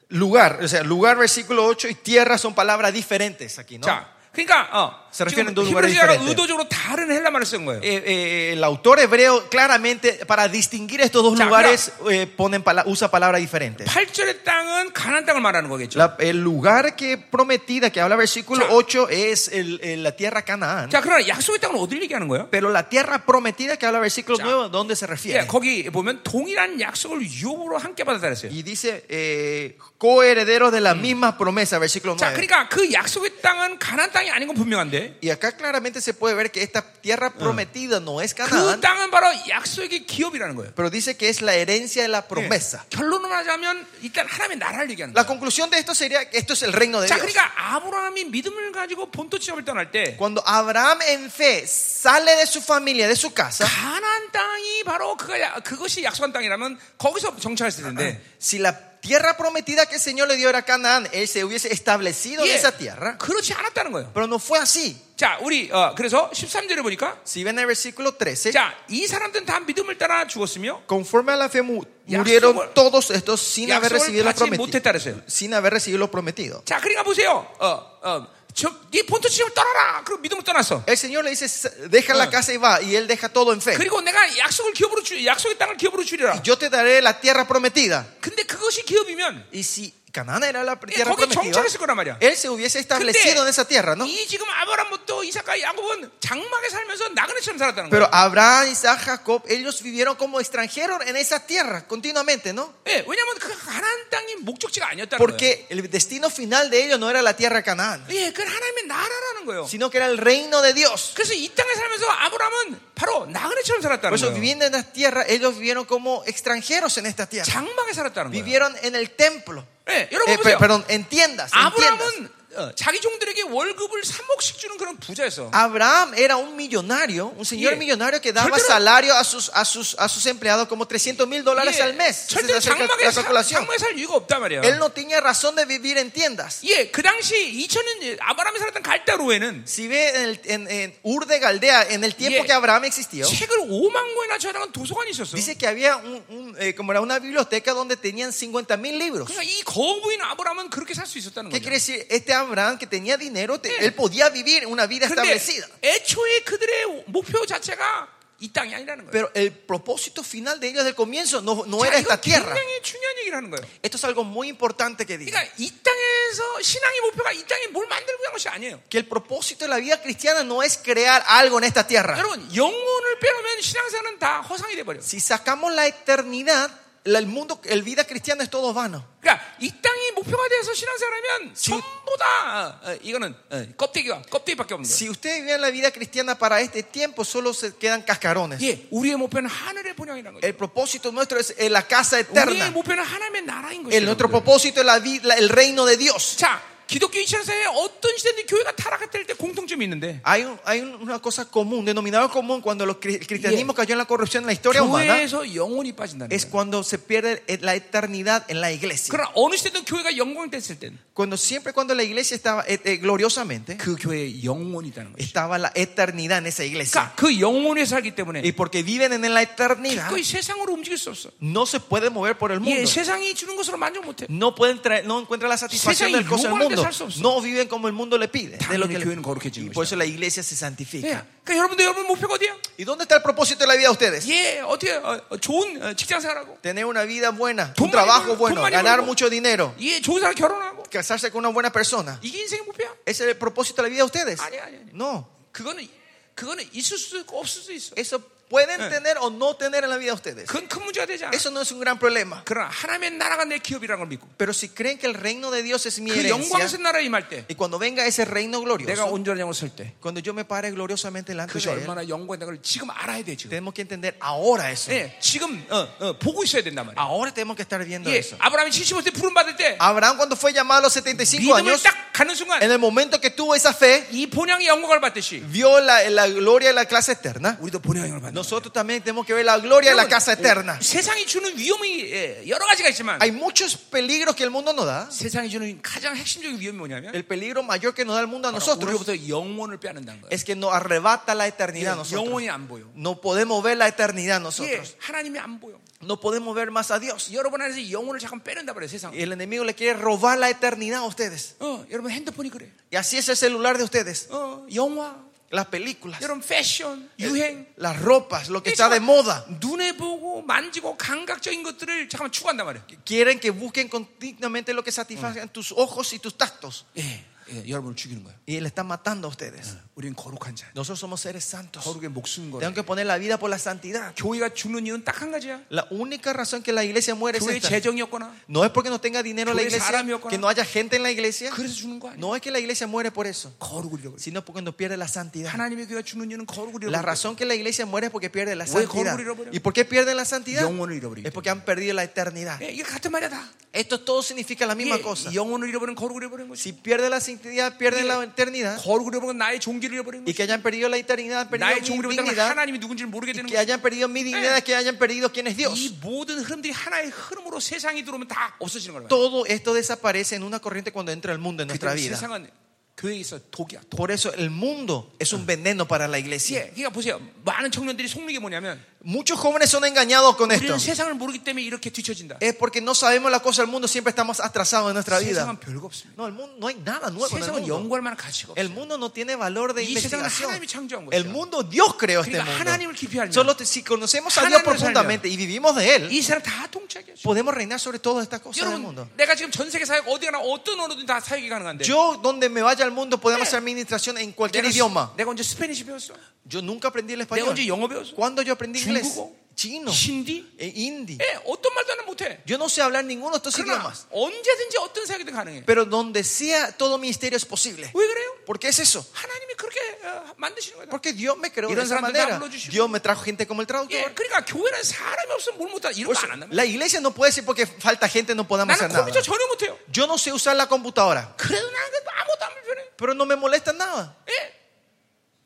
Speaker 2: lugar, o sea, lugar versículo 8 y tierra son palabras diferentes aquí, ¿no?
Speaker 1: 자, 그러니까 어,
Speaker 2: Se
Speaker 1: 지금
Speaker 2: refieren dos lugares
Speaker 1: 히브리서가
Speaker 2: diferentes.
Speaker 1: 의도적으로 다른 헬라 말을 쓴 거예요.
Speaker 2: Eh, eh, el autor hebreo claramente para distinguir estos dos
Speaker 1: Ya,
Speaker 2: lugares eh, ponen pala- usa palabras diferentes.
Speaker 1: 8절의 땅은 가나안 땅을 말하는 거겠죠.
Speaker 2: La- el lugar que prometida que habla versículo
Speaker 1: Ya.
Speaker 2: 8 es el- el- la tierra Canaán.
Speaker 1: 자, 그러나 약속의 땅은 어디를 얘기하는 거예요?
Speaker 2: Pero la tierra prometida que habla versículo
Speaker 1: Ya.
Speaker 2: 9, ¿dónde se
Speaker 1: 예,
Speaker 2: refiere?
Speaker 1: 거기 보면 동일한 약속을 유업으로 함께 받았다 그랬어요.
Speaker 2: Y dice, eh, coherederos de la misma promesa, versículo
Speaker 1: 자,
Speaker 2: 9.
Speaker 1: 그러니까 그 약속의 땅은 가나안 땅이 아닌 건 분명한데
Speaker 2: Y acá claramente se puede ver que esta tierra prometida no es
Speaker 1: 그
Speaker 2: Canaán,
Speaker 1: 땅은 바로 약속의 기업이라는 거예요.
Speaker 2: pero dice que es la herencia de la
Speaker 1: 예,
Speaker 2: promesa.
Speaker 1: 결론을 하자면 일단 하나님의 나라를 얘기하는
Speaker 2: La
Speaker 1: 거예요.
Speaker 2: conclusión de esto sería que esto es el reino de
Speaker 1: 자,
Speaker 2: Dios.
Speaker 1: 그러니까 아브라함이 믿음을 가지고 본토 지역을 떠날 때
Speaker 2: Cuando Abraham en fe sale de su familia, de su casa,
Speaker 1: 가나안 땅이 바로 그가 야- 그것이 약속한 땅이라면 거기서 정착했을 텐데
Speaker 2: si la tierra prometida que el Señor le dio era Canaán, él se hubiese establecido en
Speaker 1: 예,
Speaker 2: esa tierra,
Speaker 1: 그렇지 않았다는 거예요.
Speaker 2: pero no fue así.
Speaker 1: 자, 우리 어, 그래서 13절에 보니까
Speaker 2: Si ven el versículo 13,
Speaker 1: 자, 이 사람들은 다 믿음을 따라 죽었으며
Speaker 2: Conforme a la fe mu-
Speaker 1: Ya,
Speaker 2: murieron
Speaker 1: sobre-
Speaker 2: todos estos sin haber
Speaker 1: 약속을
Speaker 2: recibido lo
Speaker 1: 받지
Speaker 2: prometido.
Speaker 1: 못했다 그랬어요.
Speaker 2: Sin haber recibido lo prometido.
Speaker 1: 자, 그러니까 보세요. 어, 어, 저, 네 본토 지역을 떠나라. 그럼 믿음을 떠났어.
Speaker 2: El Señor le dice, "S- deja la
Speaker 1: Ah.
Speaker 2: casa y va, y él deja todo en fe.
Speaker 1: 그리고 내가 약속을 기업으로 주, 약속의 땅을 기업으로 주리라.
Speaker 2: Yo te daré la tierra prometida.
Speaker 1: 근데 그것이 기업이면
Speaker 2: Y si Canaán era la
Speaker 1: 예,
Speaker 2: tierra
Speaker 1: 거기
Speaker 2: prometida,
Speaker 1: 정착했을 거란 말이야.
Speaker 2: él se hubiese establecido en esa tierra, ¿no?
Speaker 1: 이 지금 아브라함부터 이삭과 야곱은 장막에 살면서 나그네처럼 살았다는 거예요.
Speaker 2: Pero Abraham, Isaac, Jacob, ellos vivieron como extranjeros en esa tierra continuamente, ¿no?
Speaker 1: 예, 왜냐하면 그 가나안 땅이 목적지가 아니었다는 거예요.
Speaker 2: Porque el destino final de ellos no era la tierra Canaán,
Speaker 1: 예, 그 하나님의 나라라는 거예요.
Speaker 2: sino que era el reino de Dios.
Speaker 1: 그래서 이 땅에 살면서 아브라함은 바로 나그네처럼
Speaker 2: Por
Speaker 1: 살았다는
Speaker 2: eso
Speaker 1: 거예요.
Speaker 2: viviendo en esta tierra, ellos vivieron como extranjeros en esta tierra.
Speaker 1: 장막에 살았다는 거예요.
Speaker 2: Vivieron en el templo.
Speaker 1: 예,
Speaker 2: Eh,
Speaker 1: 여러분
Speaker 2: pe-
Speaker 1: 보세요.
Speaker 2: perdón, en tiendas. en tiendas.
Speaker 1: 아브라함은 어, 자기 종들에게 월급을 3억씩 주는 그런 부자였어.
Speaker 2: Abraham era un millonario, un señor
Speaker 1: Yeah.
Speaker 2: millonario que daba
Speaker 1: Yo creo-
Speaker 2: salario a sus, a sus, a sus empleados como 300 mil dólares
Speaker 1: 예,
Speaker 2: al mes. Esa es
Speaker 1: 절대
Speaker 2: la, cerca-
Speaker 1: 장막에,
Speaker 2: la
Speaker 1: 사-
Speaker 2: calculación.
Speaker 1: 장막에 살 이유가 없단 말이야.
Speaker 2: Él no tenía razón de vivir en tiendas.
Speaker 1: 예, 그 당시 2000년 아브라함이 살았던 갈대로에는
Speaker 2: Si ve en, el- en- en Ur de Galdea, en el tiempo
Speaker 1: Yeah.
Speaker 2: que Abraham existió,
Speaker 1: 책을 5만 권이나 저장한 도서관이 있었어.
Speaker 2: dice que había un, un, eh, como era una biblioteca donde tenían 50 mil libros.
Speaker 1: 그러니까 이 거부인 아브라함은 그렇게 살 수 있었다는
Speaker 2: ¿Qué
Speaker 1: 거죠.
Speaker 2: quiere decir? Este Abraham que tenía dinero, te- él podía vivir una vida
Speaker 1: 그런데
Speaker 2: establecida.
Speaker 1: 애초에 그들의 목표 자체가 이 땅이 아니라는 거예요.
Speaker 2: Pero el propósito final de ellos del comienzo no, no
Speaker 1: 자,
Speaker 2: era
Speaker 1: 이거
Speaker 2: esta tierra.
Speaker 1: 굉장히 중요한 얘기를 하는 거예요.
Speaker 2: Esto es algo muy importante que diga.
Speaker 1: 그러니까 이 땅에서 신앙의 목표가 이 땅에 뭘 만들고 하는 것이 아니에요.
Speaker 2: Que el propósito de la vida cristiana no es crear algo en esta tierra.
Speaker 1: 여러분 영혼을 빼놓으면 신앙생활은 다 허상이 돼버려.
Speaker 2: Si sacamos la eternidad, la- el mundo, el vida cristiana es todo vano.
Speaker 1: 그러니까 이 땅이 목표가 돼서 신앙생활하면
Speaker 2: 지금-
Speaker 1: 전부 다 어, 어, 이거는 어, 껍데기가 껍데기밖에 없는 거예요.
Speaker 2: Si ustedes viven la vida cristiana para este tiempo, solo se quedan cascarones.
Speaker 1: 예, 우리의 목표는 하늘의 본향이라는 거죠.
Speaker 2: El propósito nuestro es eh, la casa
Speaker 1: 우리의
Speaker 2: eterna.
Speaker 1: 목표는 하나님의 나라인 것이죠.
Speaker 2: El nuestro
Speaker 1: 여러분들.
Speaker 2: propósito es la vi- la- el reino de Dios.
Speaker 1: 자, 기독교 이천세에 어떤 시대든 교회가 타락했을 때 공통점이 있는데
Speaker 2: Hay, un- hay un- una cosa común, denominador común, cuando los cri- el cristianismo cayó en la corrupción en la historia humana,
Speaker 1: 교회에서 영혼이 빠진다는
Speaker 2: es
Speaker 1: 거예요.
Speaker 2: cuando se pierde eh, la eternidad en la iglesia.
Speaker 1: 그러나 어느 시대든 교회가 영광됐을 때는
Speaker 2: Cuando siempre cuando la iglesia estaba eh, eh, gloriosamente,
Speaker 1: 그 교회의 영혼이 있다는 거죠.
Speaker 2: estaba la eternidad en esa iglesia.
Speaker 1: 그러니까 그 영혼에 살기 때문에
Speaker 2: Y porque viven en la eternidad,
Speaker 1: 거의 세상으로 움직일 수 없어.
Speaker 2: no se puede mover por el
Speaker 1: 예,
Speaker 2: mundo.
Speaker 1: 세상이 주는 것으로 만족 못해. 뭐
Speaker 2: No pueden traer, no encuentran la satisfacción
Speaker 1: 세상이
Speaker 2: del cosa del
Speaker 1: 요구하는
Speaker 2: mundo.
Speaker 1: 수
Speaker 2: mundo,
Speaker 1: 살수 없어.
Speaker 2: no viven como el mundo le pide. de lo
Speaker 1: 당연히
Speaker 2: que le-
Speaker 1: 교회는 거룩해지는
Speaker 2: y por eso la iglesia se santifica.
Speaker 1: 예, 그러니까 여러분도 여러분 목표가 어디야?
Speaker 2: ¿Y dónde está el propósito de la vida de ustedes?
Speaker 1: 예, 어떻게 어, 어, 좋은 어, 직장 생활하고,
Speaker 2: Tener una vida buena,
Speaker 1: Don
Speaker 2: un trabajo
Speaker 1: Mario,
Speaker 2: bueno,
Speaker 1: Don Mario,
Speaker 2: ganar
Speaker 1: Don-
Speaker 2: mucho dinero,
Speaker 1: 예, 좋은 사람 결혼하고
Speaker 2: casarse con una buena persona.
Speaker 1: 이게 인생의 목표야?
Speaker 2: ¿Ese es el propósito de la vida de ustedes?
Speaker 1: 아니 아니, 아니.
Speaker 2: No.
Speaker 1: 그거는 그거는 있을 수도 있고 없을 수도 있어.
Speaker 2: Eso pueden
Speaker 1: Eh.
Speaker 2: tener o no tener en la vida de ustedes.
Speaker 1: 그건 큰 문제가 되지 않아.
Speaker 2: Eso no es un gran problema.
Speaker 1: 그러나 하나님의 나라가 내 기업이라는 걸 믿고
Speaker 2: Pero si creen que el reino de Dios es mi
Speaker 1: 그
Speaker 2: herencia,
Speaker 1: 영광스러운 나라에 임할 때
Speaker 2: y cuando venga ese reino
Speaker 1: 내가
Speaker 2: glorioso,
Speaker 1: 온전한 영을 쓸 때.
Speaker 2: cuando yo me pare gloriosamente delante
Speaker 1: 그것이
Speaker 2: de él,
Speaker 1: 얼마나 영광인 걸 지금 알아야 돼 지금.
Speaker 2: tenemos que entender ahora eso.
Speaker 1: 예, 지금 어, 어, 보고 있어야 된단 말이야.
Speaker 2: Ahora tenemos que estar viendo
Speaker 1: 예,
Speaker 2: eso.
Speaker 1: 아브라함이 75세 부름 받을 때
Speaker 2: Abraham cuando fue llamado a los 75
Speaker 1: 믿음을
Speaker 2: años,
Speaker 1: 딱 가는 순간
Speaker 2: en el momento que tuvo esa fe,
Speaker 1: 이 본향의 영광을 받듯이
Speaker 2: vio la, la gloria de la clase eterna.
Speaker 1: 우리도 본향의 영광을 받는.
Speaker 2: Nosotros también tenemos que ver la gloria de la casa eterna.
Speaker 1: 여러분, 세상이 주는 위험이 예, 여러 가지가 있지만
Speaker 2: Hay muchos peligros que el mundo nos da.
Speaker 1: 세상이 주는 가장 핵심적인 위험이 뭐냐면
Speaker 2: El peligro mayor que nos da el mundo a
Speaker 1: 바로
Speaker 2: nosotros
Speaker 1: 우리로부터 영혼을 빼앗는다는 거예요.
Speaker 2: es que nos arrebata la eternidad a
Speaker 1: 예,
Speaker 2: nosotros.
Speaker 1: 영혼이 안 보여.
Speaker 2: No podemos ver la eternidad
Speaker 1: 예,
Speaker 2: nosotros.
Speaker 1: 하나님이 안 보여.
Speaker 2: No podemos ver más a Dios.
Speaker 1: 여러분 안에서 영혼을 잠깐 빼낸다 그래 세상.
Speaker 2: El enemigo le quiere robar la eternidad a ustedes.
Speaker 1: 어, 여러분 핸드폰이 그래.
Speaker 2: Y así es el celular de ustedes.
Speaker 1: 어, 영화,
Speaker 2: Las películas,
Speaker 1: 여러분 패션, 유행.
Speaker 2: las ropas, lo que
Speaker 1: 이게
Speaker 2: está de
Speaker 1: 잠깐
Speaker 2: moda.
Speaker 1: 눈에 보고 만지고 감각적인 것들을 잠깐 추구한단 말이에요.
Speaker 2: Quieren que busquen continuamente lo que satisfacen tus ojos y tus tactos.
Speaker 1: 예, 예, 여러분을 죽이는 거예요.
Speaker 2: Y le están matando a ustedes.
Speaker 1: 우리는 거룩한 자.
Speaker 2: Nosotros somos seres santos.
Speaker 1: 거룩에 목숨 걸어.
Speaker 2: Tengo que poner la vida por la santidad.
Speaker 1: 교회가 죽는 이유는 딱 한 가지야.
Speaker 2: La única razón que la iglesia muere es
Speaker 1: 교회
Speaker 2: esta.
Speaker 1: 재정이었거나
Speaker 2: No es porque no tenga dinero la
Speaker 1: 교회
Speaker 2: iglesia,
Speaker 1: 사람이었거나.
Speaker 2: que no haya gente en la iglesia.
Speaker 1: 그래서 죽는 거 아니야.
Speaker 2: No es que la iglesia muere por eso,
Speaker 1: 거룩을 잃어버려.
Speaker 2: sino porque cuando pierde la santidad.
Speaker 1: 하나님의 교회가 죽는 이유는 거룩을
Speaker 2: La
Speaker 1: 잃어버려.
Speaker 2: razón que la iglesia muere es porque pierde la
Speaker 1: Oye,
Speaker 2: santidad.
Speaker 1: 거룩을 잃어버려.
Speaker 2: ¿Y por qué pierden la santidad?
Speaker 1: 영혼을 잃어버리기
Speaker 2: Es porque han perdido la eternidad.
Speaker 1: 예, 이게 같은 말이야 다.
Speaker 2: Esto todo significa la misma
Speaker 1: 예,
Speaker 2: cosa.
Speaker 1: 영혼을 잃어버린 거룩을 잃어버린
Speaker 2: Si
Speaker 1: 거지.
Speaker 2: pierden la santidad, pierden la eternidad.
Speaker 1: 거룩을 잃어버린 건 나의 종기를 잃어버린
Speaker 2: Y
Speaker 1: 거지.
Speaker 2: que 하yan perdido la eternidad, han perdido
Speaker 1: 나의
Speaker 2: mi
Speaker 1: 종기를 잃어버린 건
Speaker 2: dignidad.
Speaker 1: 하나님이 누군지를 모르게 되는
Speaker 2: Que Eh.
Speaker 1: 거지.
Speaker 2: hayan perdido mi dignidad, que hayan perdido quién es
Speaker 1: 이
Speaker 2: Dios.
Speaker 1: 모든 흐름들이 하나의 흐름으로 세상이 들어오면 다 없어지는 거란 말이야.
Speaker 2: Todo esto desaparece en una corriente cuando entra el mundo en nuestra
Speaker 1: 그때
Speaker 2: vida.
Speaker 1: 세상은 교회에 있어 독이야. 독.
Speaker 2: Por eso el mundo es un veneno para la
Speaker 1: 예,
Speaker 2: iglesia.
Speaker 1: 그러니까 보세요. 많은 청년들이 속는 게 뭐냐면
Speaker 2: Muchos jóvenes son engañados con esto.
Speaker 1: 우리는 세상을 모르기 네, 때문에 이렇게 뒤처진다.
Speaker 2: Es porque no sabemos la cosa del mundo, siempre estamos atrasados en nuestra vida.
Speaker 1: 세상은 별거 없습니다.
Speaker 2: No, el mundo no hay nada nuevo. en el
Speaker 1: 세상은
Speaker 2: mundo.
Speaker 1: 연구할 만한 가치가
Speaker 2: El
Speaker 1: 없어요.
Speaker 2: mundo no tiene valor de
Speaker 1: 이 세상은
Speaker 2: investigación.
Speaker 1: 하나님이 창조한
Speaker 2: El
Speaker 1: 것이야.
Speaker 2: mundo Dios creó este
Speaker 1: 그러니까 하나님을
Speaker 2: mundo.
Speaker 1: 깊이 알면
Speaker 2: Solo te- si conocemos a Dios
Speaker 1: 하나님을
Speaker 2: profundamente y vivimos de él,
Speaker 1: 이 세상 다 동착이야. 지금.
Speaker 2: podemos reinar sobre todas estas cosas del mundo.
Speaker 1: 여러분, 내가 지금 전 세계 사역 어디 가나 어떤 언어든 다 사역이 가능한데.
Speaker 2: Yo donde me vaya al mundo podemos
Speaker 1: 네.
Speaker 2: hacer administración en cualquier
Speaker 1: 내가,
Speaker 2: idioma.
Speaker 1: 내가 언제 스페니시 배웠어?
Speaker 2: Yo nunca aprendí el
Speaker 1: 내가
Speaker 2: español.
Speaker 1: 언제 영어 배웠어?
Speaker 2: Cuando yo aprendí inglés,
Speaker 1: 중국어?
Speaker 2: chino,
Speaker 1: 힌디?
Speaker 2: e hindi.
Speaker 1: 예, 어떤 말도 나 못해.
Speaker 2: Yo no sé hablar ninguno de estos
Speaker 1: 그러나
Speaker 2: idiomas.
Speaker 1: 언제든지 어떤 사역이든 가능해.
Speaker 2: Pero donde sea todo ministerio es
Speaker 1: 왜
Speaker 2: posible.
Speaker 1: 그래요?
Speaker 2: ¿Por qué es eso?
Speaker 1: 하나님이 그렇게 어, 만드시는 거다.
Speaker 2: Porque Dios me creó de
Speaker 1: 이런
Speaker 2: esa
Speaker 1: 사람들 다
Speaker 2: manera.
Speaker 1: 불러주시고.
Speaker 2: Dios me trajo gente como el
Speaker 1: 예,
Speaker 2: traductor.
Speaker 1: 그러니까 교회는 사람이 없으면 뭘 못하. 이런
Speaker 2: Por eso,
Speaker 1: 거안 한다.
Speaker 2: la iglesia no puede decir porque falta gente no podamos
Speaker 1: 나는
Speaker 2: hacer nada.
Speaker 1: 컴퓨터 전혀 못해요.
Speaker 2: Yo no sé usar la computadora,
Speaker 1: 그래도 나는 그래도 아무것도 안 불편해.
Speaker 2: pero no me molesta nada.
Speaker 1: 예,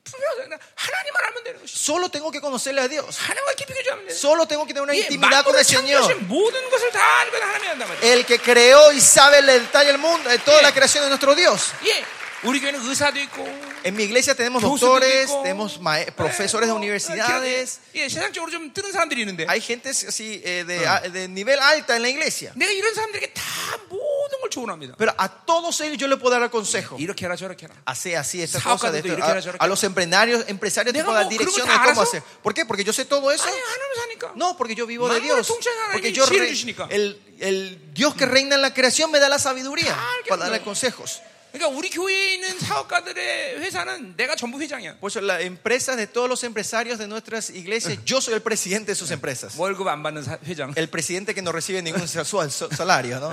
Speaker 1: 불편해. 나 하나님만 알면 되는 것이.
Speaker 2: Solo tengo que conocerle a Dios.
Speaker 1: 하나님과 깊이 교제하면 돼.
Speaker 2: Solo tengo que tener una
Speaker 1: 예,
Speaker 2: intimidad con
Speaker 1: 만물을
Speaker 2: el Señor.
Speaker 1: 창조하신 모든 것을 다 알고 있는 하나님이 한단 말이야.
Speaker 2: El que creó y sabe el detalle del mundo, de toda
Speaker 1: Sí.
Speaker 2: la creación de nuestro Dios.
Speaker 1: 예, 우리 교회는 의사도 있고.
Speaker 2: En mi iglesia tenemos
Speaker 1: 어, 교수도
Speaker 2: doctores,
Speaker 1: 있고,
Speaker 2: tenemos mae-
Speaker 1: 예,
Speaker 2: profesores de
Speaker 1: 뭐,
Speaker 2: universidades.
Speaker 1: 그런- 예, 세상적으로 좀 뜨는 사람들이 있는데.
Speaker 2: Hay gente así eh, de,
Speaker 1: Ah.
Speaker 2: a- de nivel alta en la iglesia.
Speaker 1: 내가 이런 사람들에게 다 모든 걸 조언합니다.
Speaker 2: Pero a todos ellos yo les puedo dar el consejo.
Speaker 1: 이렇게 해라 저렇게 해라.
Speaker 2: Así, así, esta
Speaker 1: Saoca
Speaker 2: cosa de
Speaker 1: de
Speaker 2: esto.
Speaker 1: tu-
Speaker 2: A,
Speaker 1: 이렇게 해라,
Speaker 2: a los empresarios, empresarios te
Speaker 1: 내가
Speaker 2: puedo dar
Speaker 1: 뭐 그런
Speaker 2: dirección
Speaker 1: 거
Speaker 2: de
Speaker 1: 다
Speaker 2: cómo
Speaker 1: 알아서?
Speaker 2: hacer. ¿Por qué? Porque yo sé todo eso.
Speaker 1: 아니 하나님 사니까.
Speaker 2: No, porque yo vivo de
Speaker 1: Manuel,
Speaker 2: Dios.
Speaker 1: tú un chaval,
Speaker 2: Porque
Speaker 1: alguien
Speaker 2: yo
Speaker 1: cielo
Speaker 2: re-
Speaker 1: ju시니까.
Speaker 2: el, el Dios que reina en la creación me da la sabiduría
Speaker 1: Ah, el que-
Speaker 2: para darle
Speaker 1: no.
Speaker 2: consejos.
Speaker 1: 그러니까 우리 교회에 있는 사업가들의 회사는 내가 전부 회장이야.
Speaker 2: Por eso las empresas de todos los empresarios de nuestras iglesias, yo soy el presidente de sus empresas.
Speaker 1: 월급 안 받는 사- 회장.
Speaker 2: El presidente que no recibe ningún sal- sal- salario, ¿no?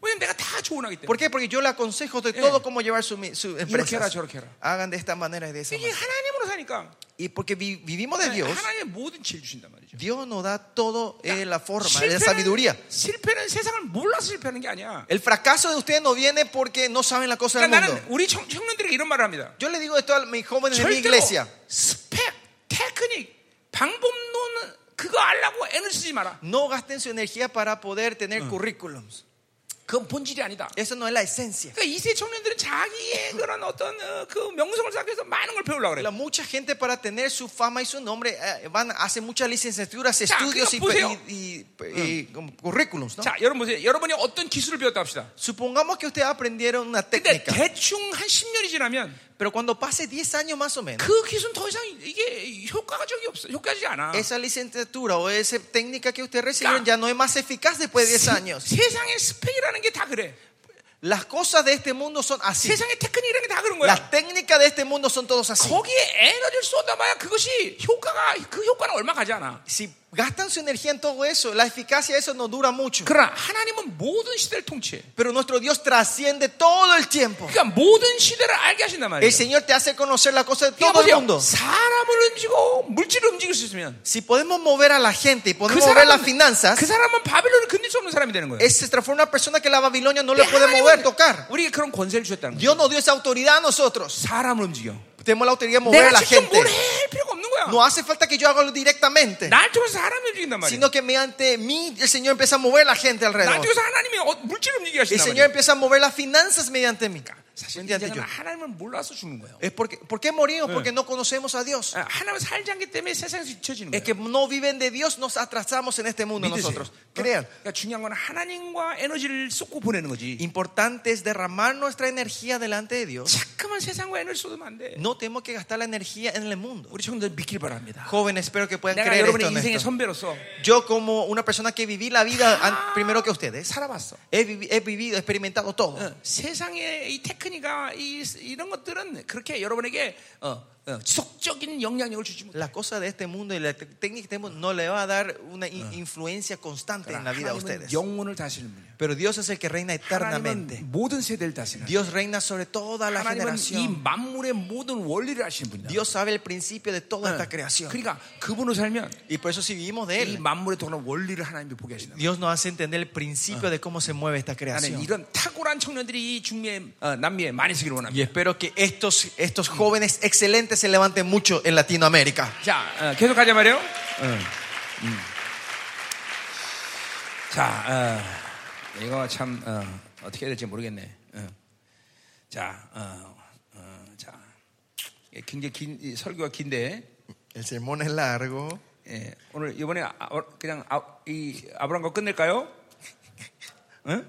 Speaker 1: 왜냐면 내가 다 조언하기 때문에.
Speaker 2: ¿Por qué? Porque yo le aconsejo de
Speaker 1: Eh.
Speaker 2: todo cómo llevar su, mi- su
Speaker 1: 이렇게 해라
Speaker 2: empresa.
Speaker 1: 저렇게 해라.
Speaker 2: Hagan de esta manera y de esa
Speaker 1: 이게
Speaker 2: manera.
Speaker 1: 하나님으로 사니까 예,
Speaker 2: Y porque vi- vivimos
Speaker 1: Eh,
Speaker 2: de 네, Dios,
Speaker 1: 하나님의 모든 지혜 주신단 말이죠.
Speaker 2: Dios nos da todo eh, la forma, la sabiduría.
Speaker 1: 실패는, 실패는 세상을 몰라서 실패하는 게 아니야.
Speaker 2: El fracaso de ustedes no viene porque no saben la cosa del
Speaker 1: 그러니까
Speaker 2: mundo.
Speaker 1: 나는 우리 청, 청년들에게 이런 말을 합니다.
Speaker 2: Yo le digo esto a mis
Speaker 1: 네,
Speaker 2: jóvenes de mi
Speaker 1: 절대로
Speaker 2: iglesia.
Speaker 1: 스펙, 테크닉, 방법론은 그거 알라고 애를 쓰지 마라.
Speaker 2: No gasten su energía para poder tener currículums.
Speaker 1: 그건 본질이 아니다.
Speaker 2: Eso no es la esencia.
Speaker 1: 그러니까 이세 청년들은 자기의 그런 어떤 어, 그 명성을 쌓기 위해서 많은 걸 배우려고 그래.
Speaker 2: La mucha gente para tener su fama y su nombre eh, van hace muchas licenciaturas,
Speaker 1: 자,
Speaker 2: estudios y,
Speaker 1: 그냥
Speaker 2: y, y- y- como currículums, ¿no?
Speaker 1: 자, 여러분 보세요. 여러분이 어떤 기술을 배웠다 합시다.
Speaker 2: Supongamos que ustedes aprendieron una
Speaker 1: 근데
Speaker 2: técnica,
Speaker 1: 대충 한 10년이 지나면
Speaker 2: pero cuando pase 10 años más o menos,
Speaker 1: 그 기술은 더 이상 이게 효과가 적이 없어. 효과지 않아.
Speaker 2: esa licenciatura o esa técnica que ustedes recibieron ya no es más eficaz después de 10 años.
Speaker 1: 세상의 스펙이라는 게 다 그래.
Speaker 2: Las cosas de este mundo son así.
Speaker 1: 세상의 테크닉이라는 게 다 그런 거야.
Speaker 2: Las técnicas de este mundo son todos así.
Speaker 1: 거기에 에너지를 쏟아봐야 그것이 효과가 그 효과는 얼마 가지 않아.
Speaker 2: Si gastan su energía en todo eso, la eficacia de eso no dura mucho.
Speaker 1: 그러나 하나님은 모든 시대를 통치해.
Speaker 2: Pero nuestro Dios trasciende todo el tiempo.
Speaker 1: 그러니까 모든 시대를 알게 하신단
Speaker 2: El
Speaker 1: 말이에요.
Speaker 2: Señor te hace conocer la cosa de
Speaker 1: 그러니까
Speaker 2: todo el
Speaker 1: 보세요.
Speaker 2: mundo.
Speaker 1: 사람을 움직이고 물질을 움직일 수 있으면
Speaker 2: Si podemos mover a la gente y
Speaker 1: 그
Speaker 2: podemos mover las
Speaker 1: 사람은,
Speaker 2: finanzas,
Speaker 1: 그 사람은 바빌론을 건들 수 없는 사람이 되는 거예요.
Speaker 2: es- se transforma en una persona que la Babilonia no le
Speaker 1: 근데
Speaker 2: puede mover,
Speaker 1: 하나님은
Speaker 2: tocar.
Speaker 1: 우리에게 그런 권세를 주셨다는 거예요.
Speaker 2: Dios nos dio esa autoridad a nosotros.
Speaker 1: 사람을 움직여.
Speaker 2: Tenemos la autoridad de mover a
Speaker 1: 내가
Speaker 2: la
Speaker 1: 직접
Speaker 2: gente.
Speaker 1: 뭘 할 필요가 없는 거야.
Speaker 2: No hace falta que yo haga directamente,
Speaker 1: 날 통해서 사람을 움직인단 말이야.
Speaker 2: sino que mediante mí el Señor empieza a mover a la gente
Speaker 1: 날
Speaker 2: alrededor.
Speaker 1: 통해서 하나님이 어- 물질을 움직이게
Speaker 2: El
Speaker 1: 하신단
Speaker 2: Señor
Speaker 1: 말이야.
Speaker 2: empieza a mover las finanzas mediante mí.
Speaker 1: 사실
Speaker 2: Mediante
Speaker 1: 인생은
Speaker 2: yo.
Speaker 1: 하나님을 몰라서 죽는 거예요.
Speaker 2: Es porque, ¿Por qué morimos? Porque no conocemos a Dios.
Speaker 1: 아, 하나님을 살지 않기 때문에 세상에서 잊혀지는
Speaker 2: Es
Speaker 1: 거예요.
Speaker 2: que no viven de Dios, nos atrasamos en este mundo
Speaker 1: 믿으세요.
Speaker 2: nosotros. Crean.
Speaker 1: 그러니까 중요한 건 하나님과 에너지를 쏟고 보내는 거지.
Speaker 2: Importante es derramar nuestra energía delante de Dios.
Speaker 1: 자꾸만 세상과 에너지 쏟으면 안 돼.
Speaker 2: No tenemos que gastar la energía en el mundo.
Speaker 1: 우리 청년들 믿길 바랍니다.
Speaker 2: Jóvenes, espero que puedan
Speaker 1: 그 내가
Speaker 2: creer esto,
Speaker 1: 여러분의
Speaker 2: en
Speaker 1: 인생의
Speaker 2: esto.
Speaker 1: 선배로서
Speaker 2: Yo como una persona que viví la vida an- primero que ustedes,
Speaker 1: 살아봤어.
Speaker 2: he, vivi- he vivido, experimentado todo.
Speaker 1: 어, 세상의 이 테크니까 이, 이런 것들은 그렇게 여러분에게 어, 어, 지속적인 영향력을 주지 못해.
Speaker 2: La cosa de este mundo y la te- técnica que tenemos no le va a dar una in- influencia constante en la vida a
Speaker 1: 네, 하나님은
Speaker 2: ustedes.
Speaker 1: 영혼을 다스리는 분이야.
Speaker 2: Pero Dios es el que reina eternamente.
Speaker 1: 하나님은 모든 세대를 다스리는 분이야.
Speaker 2: Dios reina sobre toda la
Speaker 1: 하나님은 이
Speaker 2: generación.
Speaker 1: 만물의 모든 원리를 아시는 분이다.
Speaker 2: Dios sabe el principio de
Speaker 1: Ah.
Speaker 2: toda esta creación.
Speaker 1: 그러니까 그분으로 살면
Speaker 2: Y por eso si vivimos de
Speaker 1: 이
Speaker 2: Él,
Speaker 1: 만물의 동안 원리를 하나님이 보게 하신다.
Speaker 2: Dios nos hace entender el principio de cómo se mueve esta
Speaker 1: 나는
Speaker 2: creación.
Speaker 1: 이런 탁월한 청년들이 이 중미에 어, 남미에 많이 쓰기를
Speaker 2: Y
Speaker 1: 원합니다.
Speaker 2: espero que estos, estos jóvenes excelentes se levanten mucho en Latinoamérica.
Speaker 1: 자, 어, 계속 가자 말이요. 응. 음. 자, 어, 이거 참 어, 떻게 해야 될지 모르겠네. 어. 자, 어, 어, 자, 이게 굉장히 긴이 설교가 긴데
Speaker 2: El sermón es largo.
Speaker 1: 예, 오늘 이번에 아, 어, 그냥 아, 이 아브라함 거 끝낼까요? 응?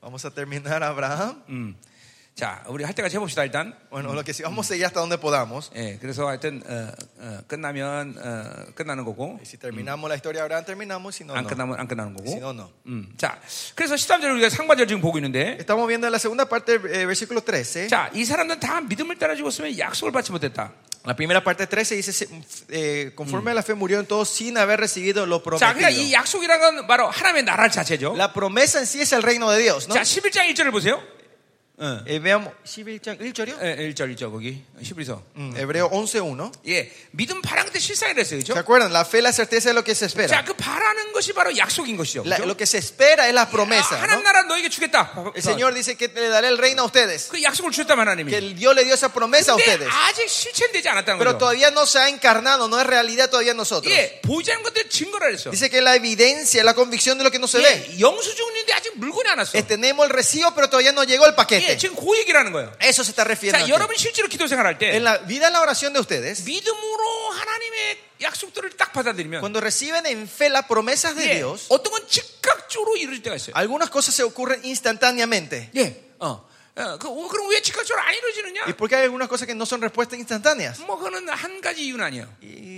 Speaker 2: Vamos a terminar, Abraham.
Speaker 1: 음. 자, 우리 할 때까지 해봅시다 일단.
Speaker 2: Bueno, lo que sí, vamos a seguir hasta donde podamos.
Speaker 1: 예, 그래서 하여튼 어, 어, 끝나면 어, 끝나는 거고
Speaker 2: Y Si terminamos la historia de Abraham, terminamos. Si no,
Speaker 1: 안
Speaker 2: no.
Speaker 1: 끝나면 안 끝나는 거고.
Speaker 2: Si no, no.
Speaker 1: 음, 자, 그래서 13절 우리가 상관절 지금 보고 있는데,
Speaker 2: Estamos viendo la segunda parte, eh, versículo 13.
Speaker 1: 자, 이 사람들은 다 믿음을 따라 죽었으면 약속을 받지 못했다.
Speaker 2: La primera parte 13 dice, se- eh, conforme a la fe murieron todos sin haber recibido lo
Speaker 1: 자, 그러니까 이
Speaker 2: prometido.
Speaker 1: 약속이라는 건 바로 하나님의 나라 자체죠.
Speaker 2: La promesa en sí es el reino de Dios, ¿no?
Speaker 1: 자, 11장 1절을 보세요. 응.
Speaker 2: Eh, veamos, 11장 1절이요?
Speaker 1: 예, 1절 1절 거기 11서.
Speaker 2: Mm, Hebreo 11.1.
Speaker 1: 예, 믿음 바라는 때 실상이 됐어요,
Speaker 2: ¿Se
Speaker 1: 그렇죠?
Speaker 2: acuerdan? La fe es la certeza de lo que se espera.
Speaker 1: 자, 그 바라는 것이 바로 약속인 것이죠.
Speaker 2: La-
Speaker 1: 그죠?
Speaker 2: lo que se espera es la
Speaker 1: 아,
Speaker 2: promesa.
Speaker 1: 하나님
Speaker 2: ¿no?
Speaker 1: 나라 너에게 주겠다.
Speaker 2: El Señor dice que le daré el reino a ustedes.
Speaker 1: 그 약속을 주셨다면 어, 하나님이.
Speaker 2: Que el Dios le dio esa promesa a
Speaker 1: 근데
Speaker 2: ustedes.
Speaker 1: 아직 실천되지 않았다는 거죠.
Speaker 2: Pero todavía no se ha encarnado, no es realidad todavía en nosotros.
Speaker 1: 예, 보이지 않는 것들 증거라 그랬어.
Speaker 2: Dice que la evidencia, la convicción de lo que no se ve.
Speaker 1: 예, 영수증인데 아직 물건이 안 왔어.
Speaker 2: Eh, tenemos el recibo, pero todavía no llegó el
Speaker 1: 예,
Speaker 2: paquete.
Speaker 1: 지금 그 얘기라는 거예요.
Speaker 2: Eso se está
Speaker 1: 자,
Speaker 2: refiriendo. aquí.
Speaker 1: 여러분 실제로 기도 생활할 때
Speaker 2: En la vida, en la oración de ustedes,
Speaker 1: 믿음으로 하나님의 약속들을 딱 받아들이면
Speaker 2: cuando reciben en fe las promesas de
Speaker 1: 예,
Speaker 2: Dios,
Speaker 1: 어떤 건 즉각적으로 이루어질 때가 있어요.
Speaker 2: algunas cosas se ocurren
Speaker 1: 아,
Speaker 2: instantáneamente.
Speaker 1: 예, 어, 어, 그, 어, 그럼 왜 즉각적으로 안 이루어지느냐?
Speaker 2: ¿Y por qué hay algunas cosas que no son respuestas instantáneas?
Speaker 1: 뭐 그거는 한 가지 이유는 아니에요.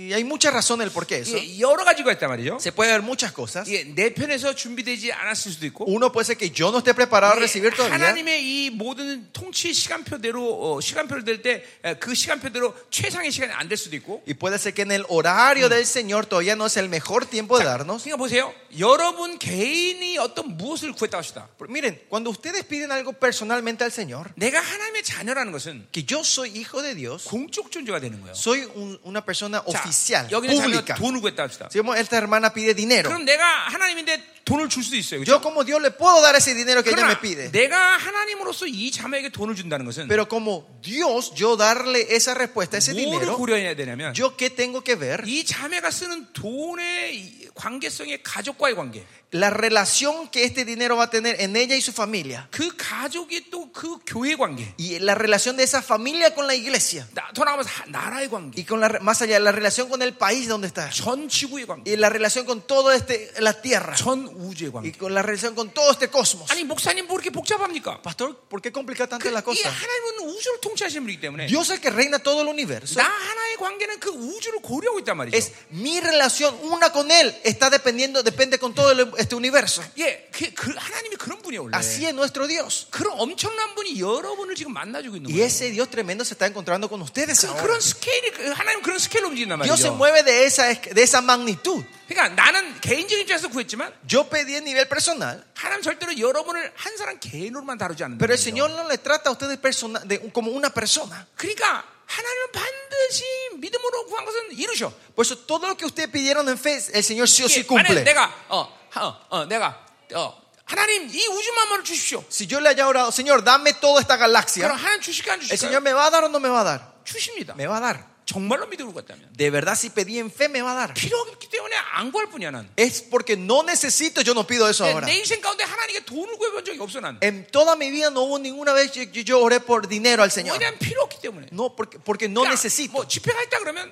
Speaker 2: Y hay muchas razones del por qué eso.
Speaker 1: 예, 여러 가지가 있단 말이죠.
Speaker 2: Se puede ver muchas cosas.
Speaker 1: 예, 내 편에서 준비되지 않았을 수도 있고.
Speaker 2: Uno puede ser que yo no esté preparado a
Speaker 1: 예,
Speaker 2: recibir todavía.
Speaker 1: 하나님의 이 모든 통치 시간표대로 어, 시간표를 될 때 그 시간표대로 최상의 시간이 안 될 수도 있고
Speaker 2: Y puede ser que en el horario del Señor todavía no es el mejor tiempo de darnos.
Speaker 1: 그러니까 보세요. 여러분 개인이 어떤 무엇을 구했다 하시다.
Speaker 2: Pero Miren, cuando ustedes piden algo personalmente al Señor,
Speaker 1: 내가 하나님의 자녀라는 것은
Speaker 2: que yo soy hijo de Dios,
Speaker 1: 공적 존재가 되는 거예요.
Speaker 2: soy un- una persona
Speaker 1: 자,
Speaker 2: oficial,
Speaker 1: 여기는 자녀가
Speaker 2: pública.
Speaker 1: 돈을 구했다 합시다.
Speaker 2: Si vemos, esta hermana pide dinero.
Speaker 1: 그럼 내가 하나님인데 돈을 줄 수도 있어요. 그렇죠?
Speaker 2: Yo como Dios le puedo dar ese dinero que ella me
Speaker 1: 그러나
Speaker 2: pide.
Speaker 1: 내가 하나님으로서 이 자매에게 돈을 준다는 것은
Speaker 2: Pero como Dios, yo darle esa respuesta, ese
Speaker 1: 뭐를
Speaker 2: dinero,
Speaker 1: 고려해야 되냐면
Speaker 2: yo qué tengo que ver
Speaker 1: 이 자매가 쓰는 돈의 이 관계성의 가족과의 관계.
Speaker 2: la relación que este dinero va a tener en ella y su familia
Speaker 1: 그 가족이 또 그 교회 관계,
Speaker 2: y la relación de esa familia con la iglesia
Speaker 1: 나, 더 나가면서 하- 나라의 관계,
Speaker 2: y con la, más allá la relación con el país donde está
Speaker 1: 전 지구의 관계,
Speaker 2: y la relación con toda este, la tierra
Speaker 1: 전 우주의 관계.
Speaker 2: y con la relación con todo este cosmos.
Speaker 1: 아니 목사님 뭐 이렇게 복잡합니까? 그
Speaker 2: Pastor, ¿por qué complica tanto la
Speaker 1: 이
Speaker 2: cosa?
Speaker 1: 하나님은 우주를 통치하시는 분이기 때문에
Speaker 2: Dios es el que reina todo el universo.
Speaker 1: 나 하나의 관계는 그 우주를 고려하고 있단 말이죠.
Speaker 2: Es mi relación una con él está dependiendo depende con todo el- este universo.
Speaker 1: 예, 그, 그 하나님이 그런 분이에요 원래.
Speaker 2: Así es nuestro Dios.
Speaker 1: 그런 엄청난 분이 여러분을 지금 만나주고 있는
Speaker 2: Y
Speaker 1: 거예요.
Speaker 2: ese Dios tremendo se está encontrando con ustedes.
Speaker 1: 그,
Speaker 2: ahora.
Speaker 1: 그런 스케일이 그 하나님 그런 스케일로 움직인단
Speaker 2: Dios se
Speaker 1: 말이죠.
Speaker 2: mueve de esa de esa magnitud.
Speaker 1: 그러니까 나는 개인적인 입장에서 구했지만
Speaker 2: Yo pedí en nivel personal,
Speaker 1: 하나님 절대로 여러분을 한 사람 개인으로만 다루지 않는다.
Speaker 2: pero el
Speaker 1: 말이죠.
Speaker 2: Señor no le trata a ustedes persona- de- como una persona.
Speaker 1: 그러니까 하나님은 반드시 믿음으로 구한 것은 이루셔.
Speaker 2: Por eso todo lo que ustedes pidieron en fe, el Señor sí o sí
Speaker 1: 이게 만약에
Speaker 2: cumple.
Speaker 1: 내가 어, 어, 어, 내가 어, 하나님 이 우주 만물을 주십시오.
Speaker 2: Si yo le haya orado, Señor, dame toda esta galaxia.
Speaker 1: 그럼 하나님 주실까 안
Speaker 2: ¿El
Speaker 1: 주실까요?
Speaker 2: Señor me va a dar o no me va a dar?
Speaker 1: 주십니다.
Speaker 2: Me va a dar.
Speaker 1: 정말로 믿음으로 갔다면
Speaker 2: De verdad, si pedí en fe, me va a dar.
Speaker 1: 필요 없기 때문에 안 구할 뿐이야 난.
Speaker 2: Es porque no necesito, yo no pido eso
Speaker 1: 내,
Speaker 2: ahora.
Speaker 1: 예, 내 인생 가운데 하나님께 돈을 구해본 적이 없어 난.
Speaker 2: En toda mi vida no hubo ninguna vez que yo, yo oré por dinero al Señor.
Speaker 1: 왜냐면 필요 없기 때문에.
Speaker 2: No, porque, porque no
Speaker 1: 그러니까
Speaker 2: necesito.
Speaker 1: 뭐 집회가 있다 그러면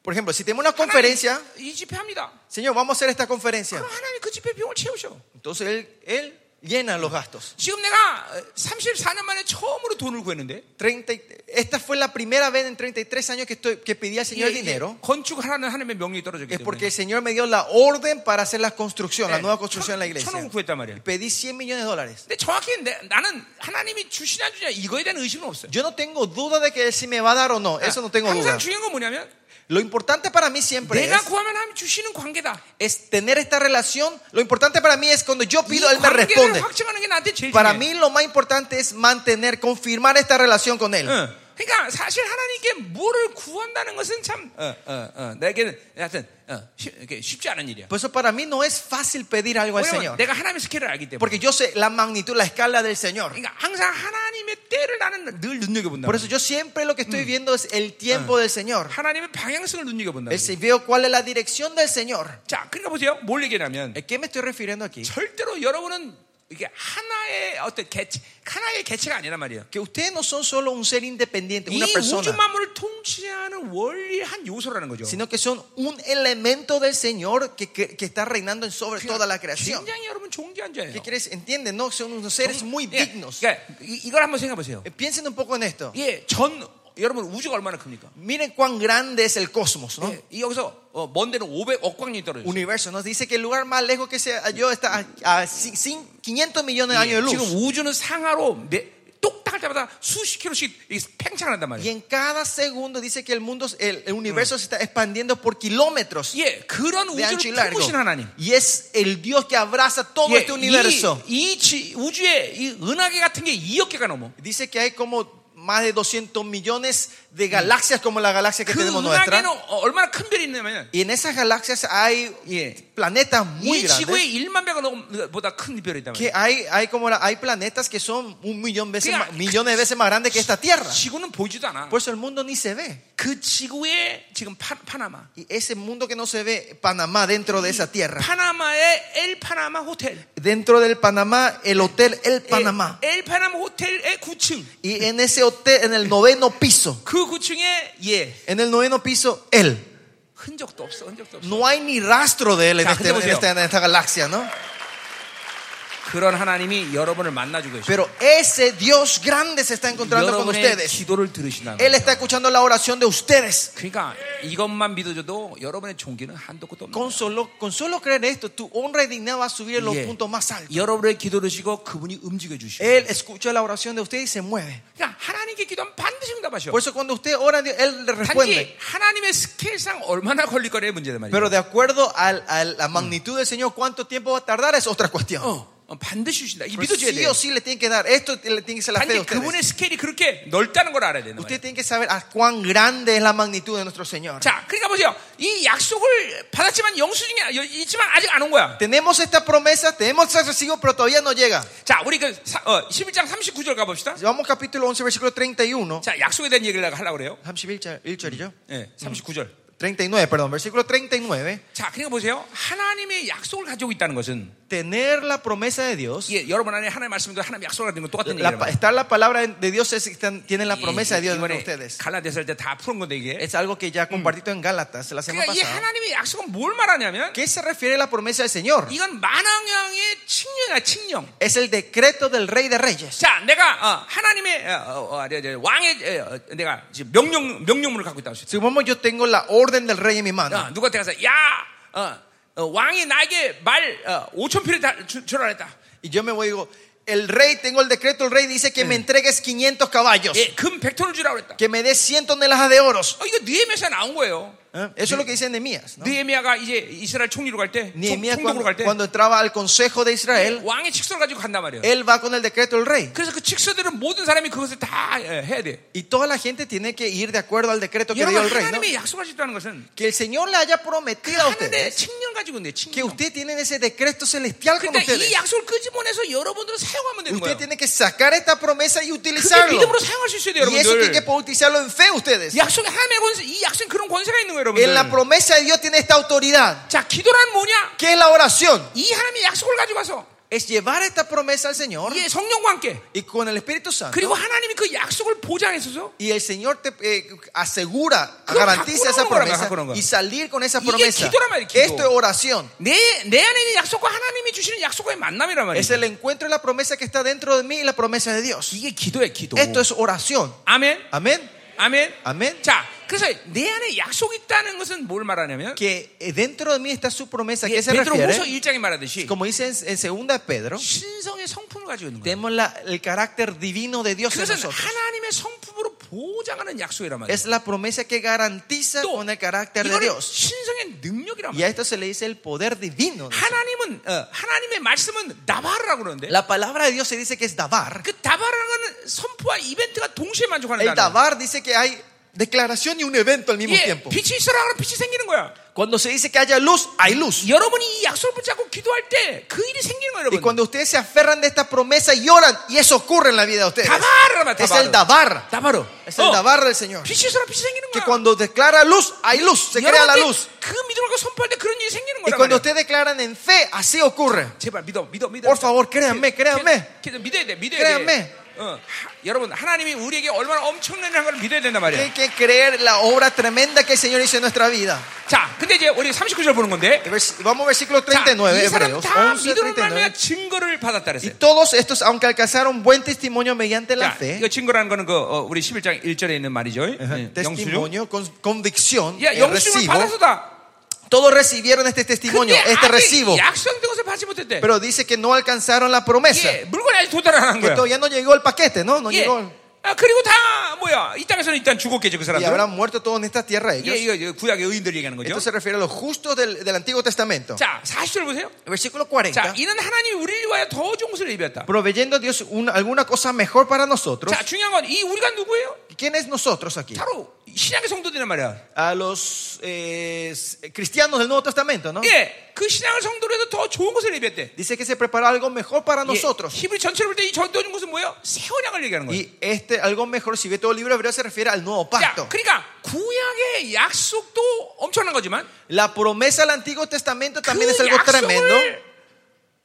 Speaker 2: Por ejemplo, si tenemos una conferencia,
Speaker 1: 하나님 이 집회 합니다.
Speaker 2: Señor, vamos a hacer esta conferencia.
Speaker 1: 그럼 하나님 그 집회 비용을 채우셔.
Speaker 2: Entonces Él, él llena los gastos.
Speaker 1: 지금 내가 34년 만에 처음으로 돈을 구했는데
Speaker 2: 30 y- esta fue la primera vez en 33 años que, estoy, que pedí al Señor
Speaker 1: 이게- 이게
Speaker 2: dinero.
Speaker 1: 건축하라는 하나님의 명령이 떨어졌기
Speaker 2: Es
Speaker 1: 때문에
Speaker 2: porque el Señor me dio la orden para hacer la construcción, la
Speaker 1: 네,
Speaker 2: nueva construcción en la
Speaker 1: 천- 천억을
Speaker 2: iglesia.
Speaker 1: 구했단 말이야.
Speaker 2: Pedí 100 millones de dólares.
Speaker 1: 근데 정확히 내, 나는 하나님이 주시냐 안 주냐 이거에 대한 의심은 없어요. 그러니까
Speaker 2: Yo no tengo duda de que él si me va a dar o
Speaker 1: Ah,
Speaker 2: no. Eso no tengo
Speaker 1: 항상
Speaker 2: duda.
Speaker 1: 중요한 건 뭐냐면
Speaker 2: Lo importante para mí siempre es,
Speaker 1: 내가 구하면 하나님 주시는 관계다.
Speaker 2: es tener esta relación. Lo importante para mí es cuando yo
Speaker 1: 이
Speaker 2: pido, él me responde.
Speaker 1: 관계를 확증하는 게 나한테 제일
Speaker 2: Para
Speaker 1: 중요해.
Speaker 2: mí lo más importante es mantener, confirmar esta relación con él.
Speaker 1: 응. 그러니까 사실 하나님께 뭐를 구한다는 것은 참 어, 어, 어, 내게는 하여튼 어, 쉬- 이렇게 쉽지 않은 일이야.
Speaker 2: Por Pues eso para mí no es fácil pedir algo al
Speaker 1: 왜냐면
Speaker 2: Señor.
Speaker 1: 내가 하나님의 스케일을 알기 때문에.
Speaker 2: Porque yo sé la magnitud, la escala del Señor.
Speaker 1: 그러니까 항상 하나님의 때를 나는 늘 눈여겨본다.
Speaker 2: Por eso yo siempre lo que estoy viendo es el tiempo del Señor.
Speaker 1: 하나님의 방향성을 눈여겨본다.
Speaker 2: El, veo cuál es la dirección del Señor.
Speaker 1: 자, 그러니까 보세요. 뭘 얘기냐면
Speaker 2: ¿A qué me estoy refiriendo aquí?
Speaker 1: 절대로 여러분은 이게 하나의 어떤 개체, 하나의 개체가 아니란 말이에요.
Speaker 2: Que ustedes no son solo un ser independiente,
Speaker 1: 이
Speaker 2: una
Speaker 1: 우주
Speaker 2: persona.
Speaker 1: 만물을 통치하는 원리 한 요소라는 거죠.
Speaker 2: sino que son un elemento del Señor que, que- que está reinando en sobre toda la creación.
Speaker 1: 굉장히 여러분 존귀한 자예요.
Speaker 2: ¿Qué quieres? ¿Entienden? No, son unos seres muy
Speaker 1: 예,
Speaker 2: dignos.
Speaker 1: 그러니까 이- 이걸 한번 생각해 보세요.
Speaker 2: Eh, Piensen un poco en esto.
Speaker 1: 예, 전 여러분 우주가 얼마나 큽니까?
Speaker 2: Miren cuán grande es el cosmos, ¿no?
Speaker 1: 예, 이 여기서 어, 먼 데는 500억 광년이 떨어져 있어요.
Speaker 2: Universo nos dice que el lugar más lejos que se halló está a, a cin- cin- 500 millones de años de
Speaker 1: 예,
Speaker 2: luz.
Speaker 1: 지금 우주는 상하로 매- 똑딱할 때마다 수십 킬로씩 이 팽창한단
Speaker 2: Y
Speaker 1: 말이에요.
Speaker 2: en cada segundo dice que el mundo, el, el universo se está expandiendo por kilómetros
Speaker 1: 예, 그런
Speaker 2: de ancho y
Speaker 1: 우주를
Speaker 2: largo.
Speaker 1: 품으신 하나님.
Speaker 2: Y es el Dios que abraza todo
Speaker 1: 예,
Speaker 2: este universo.
Speaker 1: 이, 이 지- 우주에 이 은하계 같은 게 2억 개가 넘어.
Speaker 2: Dice que hay como más de 200 millones de galaxias como la galaxia que
Speaker 1: 그
Speaker 2: tenemos nuestra.
Speaker 1: 은하계는 어- 얼마나 큰 별이 있냐면
Speaker 2: Y en esas galaxias hay eh,
Speaker 1: 예.
Speaker 2: planetas muy
Speaker 1: 이
Speaker 2: grandes.
Speaker 1: 지구의 1만 배가 넘- 보다 큰 별이 있단
Speaker 2: Que
Speaker 1: 말이야.
Speaker 2: hay, hay, como la- hay planetas que son un millón veces
Speaker 1: Mira,
Speaker 2: más- millones de veces más grandes que esta Tierra.
Speaker 1: 지구는 보이지도 않아.
Speaker 2: Por eso el mundo ni se ve.
Speaker 1: 그 지구에 지금 파, 나마
Speaker 2: Y ese mundo que no se ve, Panamá dentro de esa
Speaker 1: 아.
Speaker 2: Tierra.
Speaker 1: 파나마의 엘 파나마 호텔.
Speaker 2: Dentro del Panamá, el hotel El Panamá.
Speaker 1: 예, 엘, 엘 파나마 호텔의 9층.
Speaker 2: Y en ese hotel, en el noveno piso,
Speaker 1: 그 9층에 예.
Speaker 2: en el noveno piso, él.
Speaker 1: 흔적도 없어. 흔적도 없어.
Speaker 2: No hay ni rastro de él en,
Speaker 1: Ya,
Speaker 2: este- en
Speaker 1: 근데 보세요.
Speaker 2: esta, en esta galaxia, ¿no?
Speaker 1: 그런 하나님이 여러분을 만나 주고 계십니다.
Speaker 2: Pero ese Dios grande se está encontrando con
Speaker 1: 여러분의
Speaker 2: ustedes.
Speaker 1: 기도를 들으신다.
Speaker 2: Él está escuchando la oración de ustedes.
Speaker 1: 그러니까 이것만 믿어줘도 여러분의 종기는 한도 끝도 없는
Speaker 2: Con solo, con solo creer esto, tu honra y dignidad va a subir en los
Speaker 1: 예.
Speaker 2: puntos más altos.
Speaker 1: 여러분의 기도를 주시고 그분이 움직여 주시고
Speaker 2: Él escucha la oración de usted y se mueve.
Speaker 1: 그러니까 하나님께 기도하면 반드시 응답하셔
Speaker 2: Por eso cuando usted ora, a Dios, Él le
Speaker 1: 단지
Speaker 2: responde.
Speaker 1: 하나님의 스케일상 얼마나 걸릴 거냐의 문제란 말이야
Speaker 2: Pero de acuerdo al- a la magnitud del Señor, cuánto tiempo va a tardar es otra cuestión.
Speaker 1: 어, 어, 반드시 주신다 이
Speaker 2: Pero
Speaker 1: 믿어줘야
Speaker 2: sí
Speaker 1: 돼요
Speaker 2: o sí le tienen que dar. Esto le tiene que ser la fe de
Speaker 1: 단지
Speaker 2: ustedes.
Speaker 1: 그분의 스케일이 그렇게 넓다는 걸 알아야 되는
Speaker 2: Usted
Speaker 1: 거예요
Speaker 2: tiene que saber a cuán grande es la magnitud de nuestro Señor.
Speaker 1: 자 그러니까 보세요 이 약속을 받았지만 영수증이 아- 있지만 아직 안 온 거야
Speaker 2: Tenemos esta promesa, tenemos este recibo, pero todavía no llega.
Speaker 1: 자 우리 그 사- 어, 11장 39절 가봅시다
Speaker 2: Vamos capítulo 11, versículo 31.
Speaker 1: 자 약속에 대한 얘기를 내가 하려고 그래요
Speaker 2: 31절, 1절이죠.
Speaker 1: 예, 39절
Speaker 2: 39, perdón, versículo 39.
Speaker 1: 자, 그러니까 보세요. 하나님의 약속을 가지고 있다는 것은
Speaker 2: Tener la promesa de Dios.
Speaker 1: 예, 여러분 안에 하나님의 말씀도 하나님의 약속을 가진 건 똑같은
Speaker 2: La,
Speaker 1: 얘기예요.
Speaker 2: estar la palabra de Dios es, están- tienen la promesa de Dios dentro
Speaker 1: 이번에
Speaker 2: de ustedes.
Speaker 1: 갈라디아서 할 때 다 푸는 건데 이게.
Speaker 2: Es algo que ya compartí en Gálatas la semana
Speaker 1: 그러니까 이
Speaker 2: pasada.
Speaker 1: 하나님의 약속은 뭘 말하냐면
Speaker 2: ¿Qué se refiere a la promesa del Señor?
Speaker 1: 이건 만왕형의 칙령이야, 칙령.
Speaker 2: Es el decreto del Rey de Reyes.
Speaker 1: 자, 내가 어, 하나님의 어, 어, 어, 아니, 아니, 왕의 어, 어, 내가 지금 명령 명령문을 갖고 있다고 했어요.
Speaker 2: Supongamos yo tengo la orden del Rey en mi mano.
Speaker 1: 어, 누가 대가서 야, 어, 어, 왕이 나에게 말 어, 5천 피를 다 주- 주라 했다.
Speaker 2: Y yo me voy y digo, el Rey, tengo el decreto, el Rey dice que me entregues 500 caballos,
Speaker 1: 예, 금 100톤을 주라 그랬다.
Speaker 2: que me des 100 toneladas de oros.
Speaker 1: 어, 이거 느헤미야에서 나온 거예요.
Speaker 2: ¿Eh? Eso es lo que dice Nehemías. ¿no?
Speaker 1: 느헤미야가 이제 이스라엘 총리로 갈 때, 총-
Speaker 2: Nehemías
Speaker 1: 총독으로
Speaker 2: cuando,
Speaker 1: 갈 때, 예,
Speaker 2: cuando entraba al Consejo de Israel,
Speaker 1: 왕의 직서를 가지고 간단 말이에요.
Speaker 2: él va con el decreto del Rey.
Speaker 1: 그래서 그 직서들은 모든 사람이 그것을 다 예, 해야 돼.
Speaker 2: Y toda la gente tiene que ir de acuerdo al decreto que dio
Speaker 1: 여러분
Speaker 2: el Rey. ¿no?
Speaker 1: 하나님이 약속하셨다는 것은
Speaker 2: Que el Señor le haya prometido a
Speaker 1: 하늘의
Speaker 2: ustedes
Speaker 1: 칭령 가지고 있는
Speaker 2: que
Speaker 1: 칭령.
Speaker 2: ustedes tienen ese decreto celestial con
Speaker 1: 그러니까 이
Speaker 2: ustedes.
Speaker 1: 약속을 끄집어내서 여러분들은 사용하면 되는 거예요.
Speaker 2: Usted tiene que sacar esta promesa y
Speaker 1: 그게
Speaker 2: utilizarlo.
Speaker 1: 믿음으로 사용할 수 있어야 돼요,
Speaker 2: Y eso tiene que
Speaker 1: 여러분들.
Speaker 2: utilizarlo en fe ustedes.
Speaker 1: 약속에 하나님의 권세, 이 약속에 그런 권세가 있는 거예요,
Speaker 2: En la
Speaker 1: 여러분들.
Speaker 2: promesa de Dios tiene esta autoridad.
Speaker 1: 자, 기도란 뭐냐?
Speaker 2: ¿Qué es la oración?
Speaker 1: 이 하나님의 약속을 가지고 와서
Speaker 2: Es llevar esta promesa al Señor
Speaker 1: 이 성령과 함께
Speaker 2: y con el Espíritu Santo.
Speaker 1: 그리고 하나님이 그 약속을 보장해서
Speaker 2: Y el Señor te eh, asegura,
Speaker 1: Creo que
Speaker 2: garantiza esa
Speaker 1: 갖고 나오는
Speaker 2: promesa
Speaker 1: 거라,
Speaker 2: y salir con esa
Speaker 1: 이게
Speaker 2: promesa.
Speaker 1: 기도란 말이에요, 기도.
Speaker 2: Esto es oración.
Speaker 1: 내, 내 안에 있는 약속과 하나님이 주시는 약속과의 만남이란 말이에요.
Speaker 2: Es el encuentro de la promesa que está dentro de mí y la promesa de Dios.
Speaker 1: 이게 기도예요, 기도.
Speaker 2: Esto es oración.
Speaker 1: 아멘.
Speaker 2: Amén.
Speaker 1: 아멘.
Speaker 2: Amén.
Speaker 1: 자, 그래서 내 안에 약속이 있다는 것은 뭘 말하냐면
Speaker 2: Que eh, dentro de mí está su promesa. ¿A
Speaker 1: 이게
Speaker 2: ¿Qué se
Speaker 1: 베드로후서
Speaker 2: refiere?
Speaker 1: 1장에 말하듯이
Speaker 2: Como dice en, en segunda de Pedro,
Speaker 1: 신성의 성품을 가지고 있는 거예요.
Speaker 2: tenemos la- el carácter divino de Dios en
Speaker 1: 그것은
Speaker 2: nosotros.
Speaker 1: 하나님의 성품으로 보장하는 약속이란 말이에요.
Speaker 2: Es la promesa que garantiza
Speaker 1: 또
Speaker 2: con el carácter de
Speaker 1: 이거는
Speaker 2: Dios.
Speaker 1: 신성의 능력이란
Speaker 2: Y
Speaker 1: 말이에요.
Speaker 2: a esto se le dice el poder divino.
Speaker 1: 하나님은 어, 하나님의 말씀은 나바르라고 그러는데
Speaker 2: La palabra de Dios se dice que es davar.
Speaker 1: 그 다바르라는 건 선포와 이벤트가 동시에 만족하는 단어.
Speaker 2: El davar dice que hay declaración y un evento al mismo
Speaker 1: 예,
Speaker 2: tiempo.
Speaker 1: 빛이 있어라 그러면 빛이 생기는 거야.
Speaker 2: Cuando se dice que haya luz, hay luz.
Speaker 1: 여러분이 이 약속을 붙잡고 기도할 때 그 일이 생기는 거예요,
Speaker 2: Y
Speaker 1: 여러분.
Speaker 2: cuando ustedes se aferran de esta promesa y oran, y eso ocurre en la vida de ustedes.
Speaker 1: 다바르라 말이야,
Speaker 2: Es
Speaker 1: 다바르.
Speaker 2: el davar.
Speaker 1: 다바로. 어,
Speaker 2: Es el davar del Señor.
Speaker 1: 빛이 있어라 빛이 생기는
Speaker 2: Que
Speaker 1: 거야.
Speaker 2: cuando declara luz, hay luz. Se crea la
Speaker 1: 여러분들이
Speaker 2: luz.
Speaker 1: 그 믿음을 갖고 선포할 때 그런 일이 생기는
Speaker 2: Y
Speaker 1: 거란
Speaker 2: cuando
Speaker 1: 말이야.
Speaker 2: ustedes declaran en fe, así ocurre.
Speaker 1: 제발 믿어, 믿어, 믿어.
Speaker 2: Por favor, créanme, créanme.
Speaker 1: 그- 그- 믿어야 돼, 믿어야
Speaker 2: Créanme.
Speaker 1: 돼. 어, 하- 여러분 하나님이 우리에게 얼마나 엄청난 걸 믿어야 된단 말이야.
Speaker 2: Hay que creer la obra tremenda que el Señor hizo en nuestra vida.
Speaker 1: 자, 근데 이제 우리 39절 보는 건데.
Speaker 2: Vers- Vamos al versículo
Speaker 1: 자,
Speaker 2: 39,
Speaker 1: 이 사람
Speaker 2: Hebreos
Speaker 1: 다
Speaker 2: 11,
Speaker 1: 믿음을 말미암아
Speaker 2: 39.
Speaker 1: 증거를 받았다
Speaker 2: Y
Speaker 1: 그랬어요.
Speaker 2: todos estos, aunque alcanzaron buen testimonio mediante la
Speaker 1: 자, 이거
Speaker 2: fe,
Speaker 1: 증거라는 거는 그 어, 우리 11장 1절에 있는 말이죠. 예, 영수증.
Speaker 2: testimonio, con, convicción,
Speaker 1: 야,
Speaker 2: eh,
Speaker 1: 영수증을
Speaker 2: Uh-huh. recibo,
Speaker 1: 받아서다.
Speaker 2: todos recibieron este testimonio,
Speaker 1: 근데
Speaker 2: este recibo,
Speaker 1: 아직 약속된 것을 받지 못했대.
Speaker 2: pero dice que no alcanzaron la promesa,
Speaker 1: 예, 물건이 아직 도달 안 한
Speaker 2: que
Speaker 1: 거야.
Speaker 2: todavía no llegó el paquete, ¿no? No
Speaker 1: 예.
Speaker 2: llegó. el-
Speaker 1: 아, 그리고 다 뭐야 이 땅에서는 일단 죽었겠죠 그
Speaker 2: Y
Speaker 1: 사람들.
Speaker 2: habrán muerto todos en esta tierra
Speaker 1: 예,
Speaker 2: ellos.
Speaker 1: 이거, 이거 구약의 의인들 얘기하는 거죠.
Speaker 2: Esto se refiere a los justos del, del Antiguo Testamento.
Speaker 1: 자, 40절 보세요.
Speaker 2: Versículo
Speaker 1: 자,
Speaker 2: 40.
Speaker 1: 이는 하나님이 우리를 위하여 더 좋은 것을 예비했다.
Speaker 2: Proveyendo Dios un- alguna cosa mejor para nosotros.
Speaker 1: 자, 중요한 건 이 우리가 누구예요?
Speaker 2: ¿Quién es nosotros aquí?
Speaker 1: 바로 신약의 성도들이란 말이야.
Speaker 2: A los eh, cristianos del Nuevo Testamento, ¿no?
Speaker 1: 예, 그 신약을 성도로 해서 더 좋은 것을 예비했대.
Speaker 2: Dice que se prepara algo mejor para
Speaker 1: 예,
Speaker 2: nosotros.
Speaker 1: 히브리 전체를 볼 때 이 더 좋은 것은 뭐예요? 새 언약을 얘기하는 거예요.
Speaker 2: Y este algo mejor, si ve todo el libro hebreo, se refiere al nuevo
Speaker 1: 자,
Speaker 2: pacto.
Speaker 1: 그러니까 구약의 약속도 엄청난 거지만
Speaker 2: La promesa del Antiguo Testamento
Speaker 1: 그
Speaker 2: también es algo tremendo,
Speaker 1: 약속을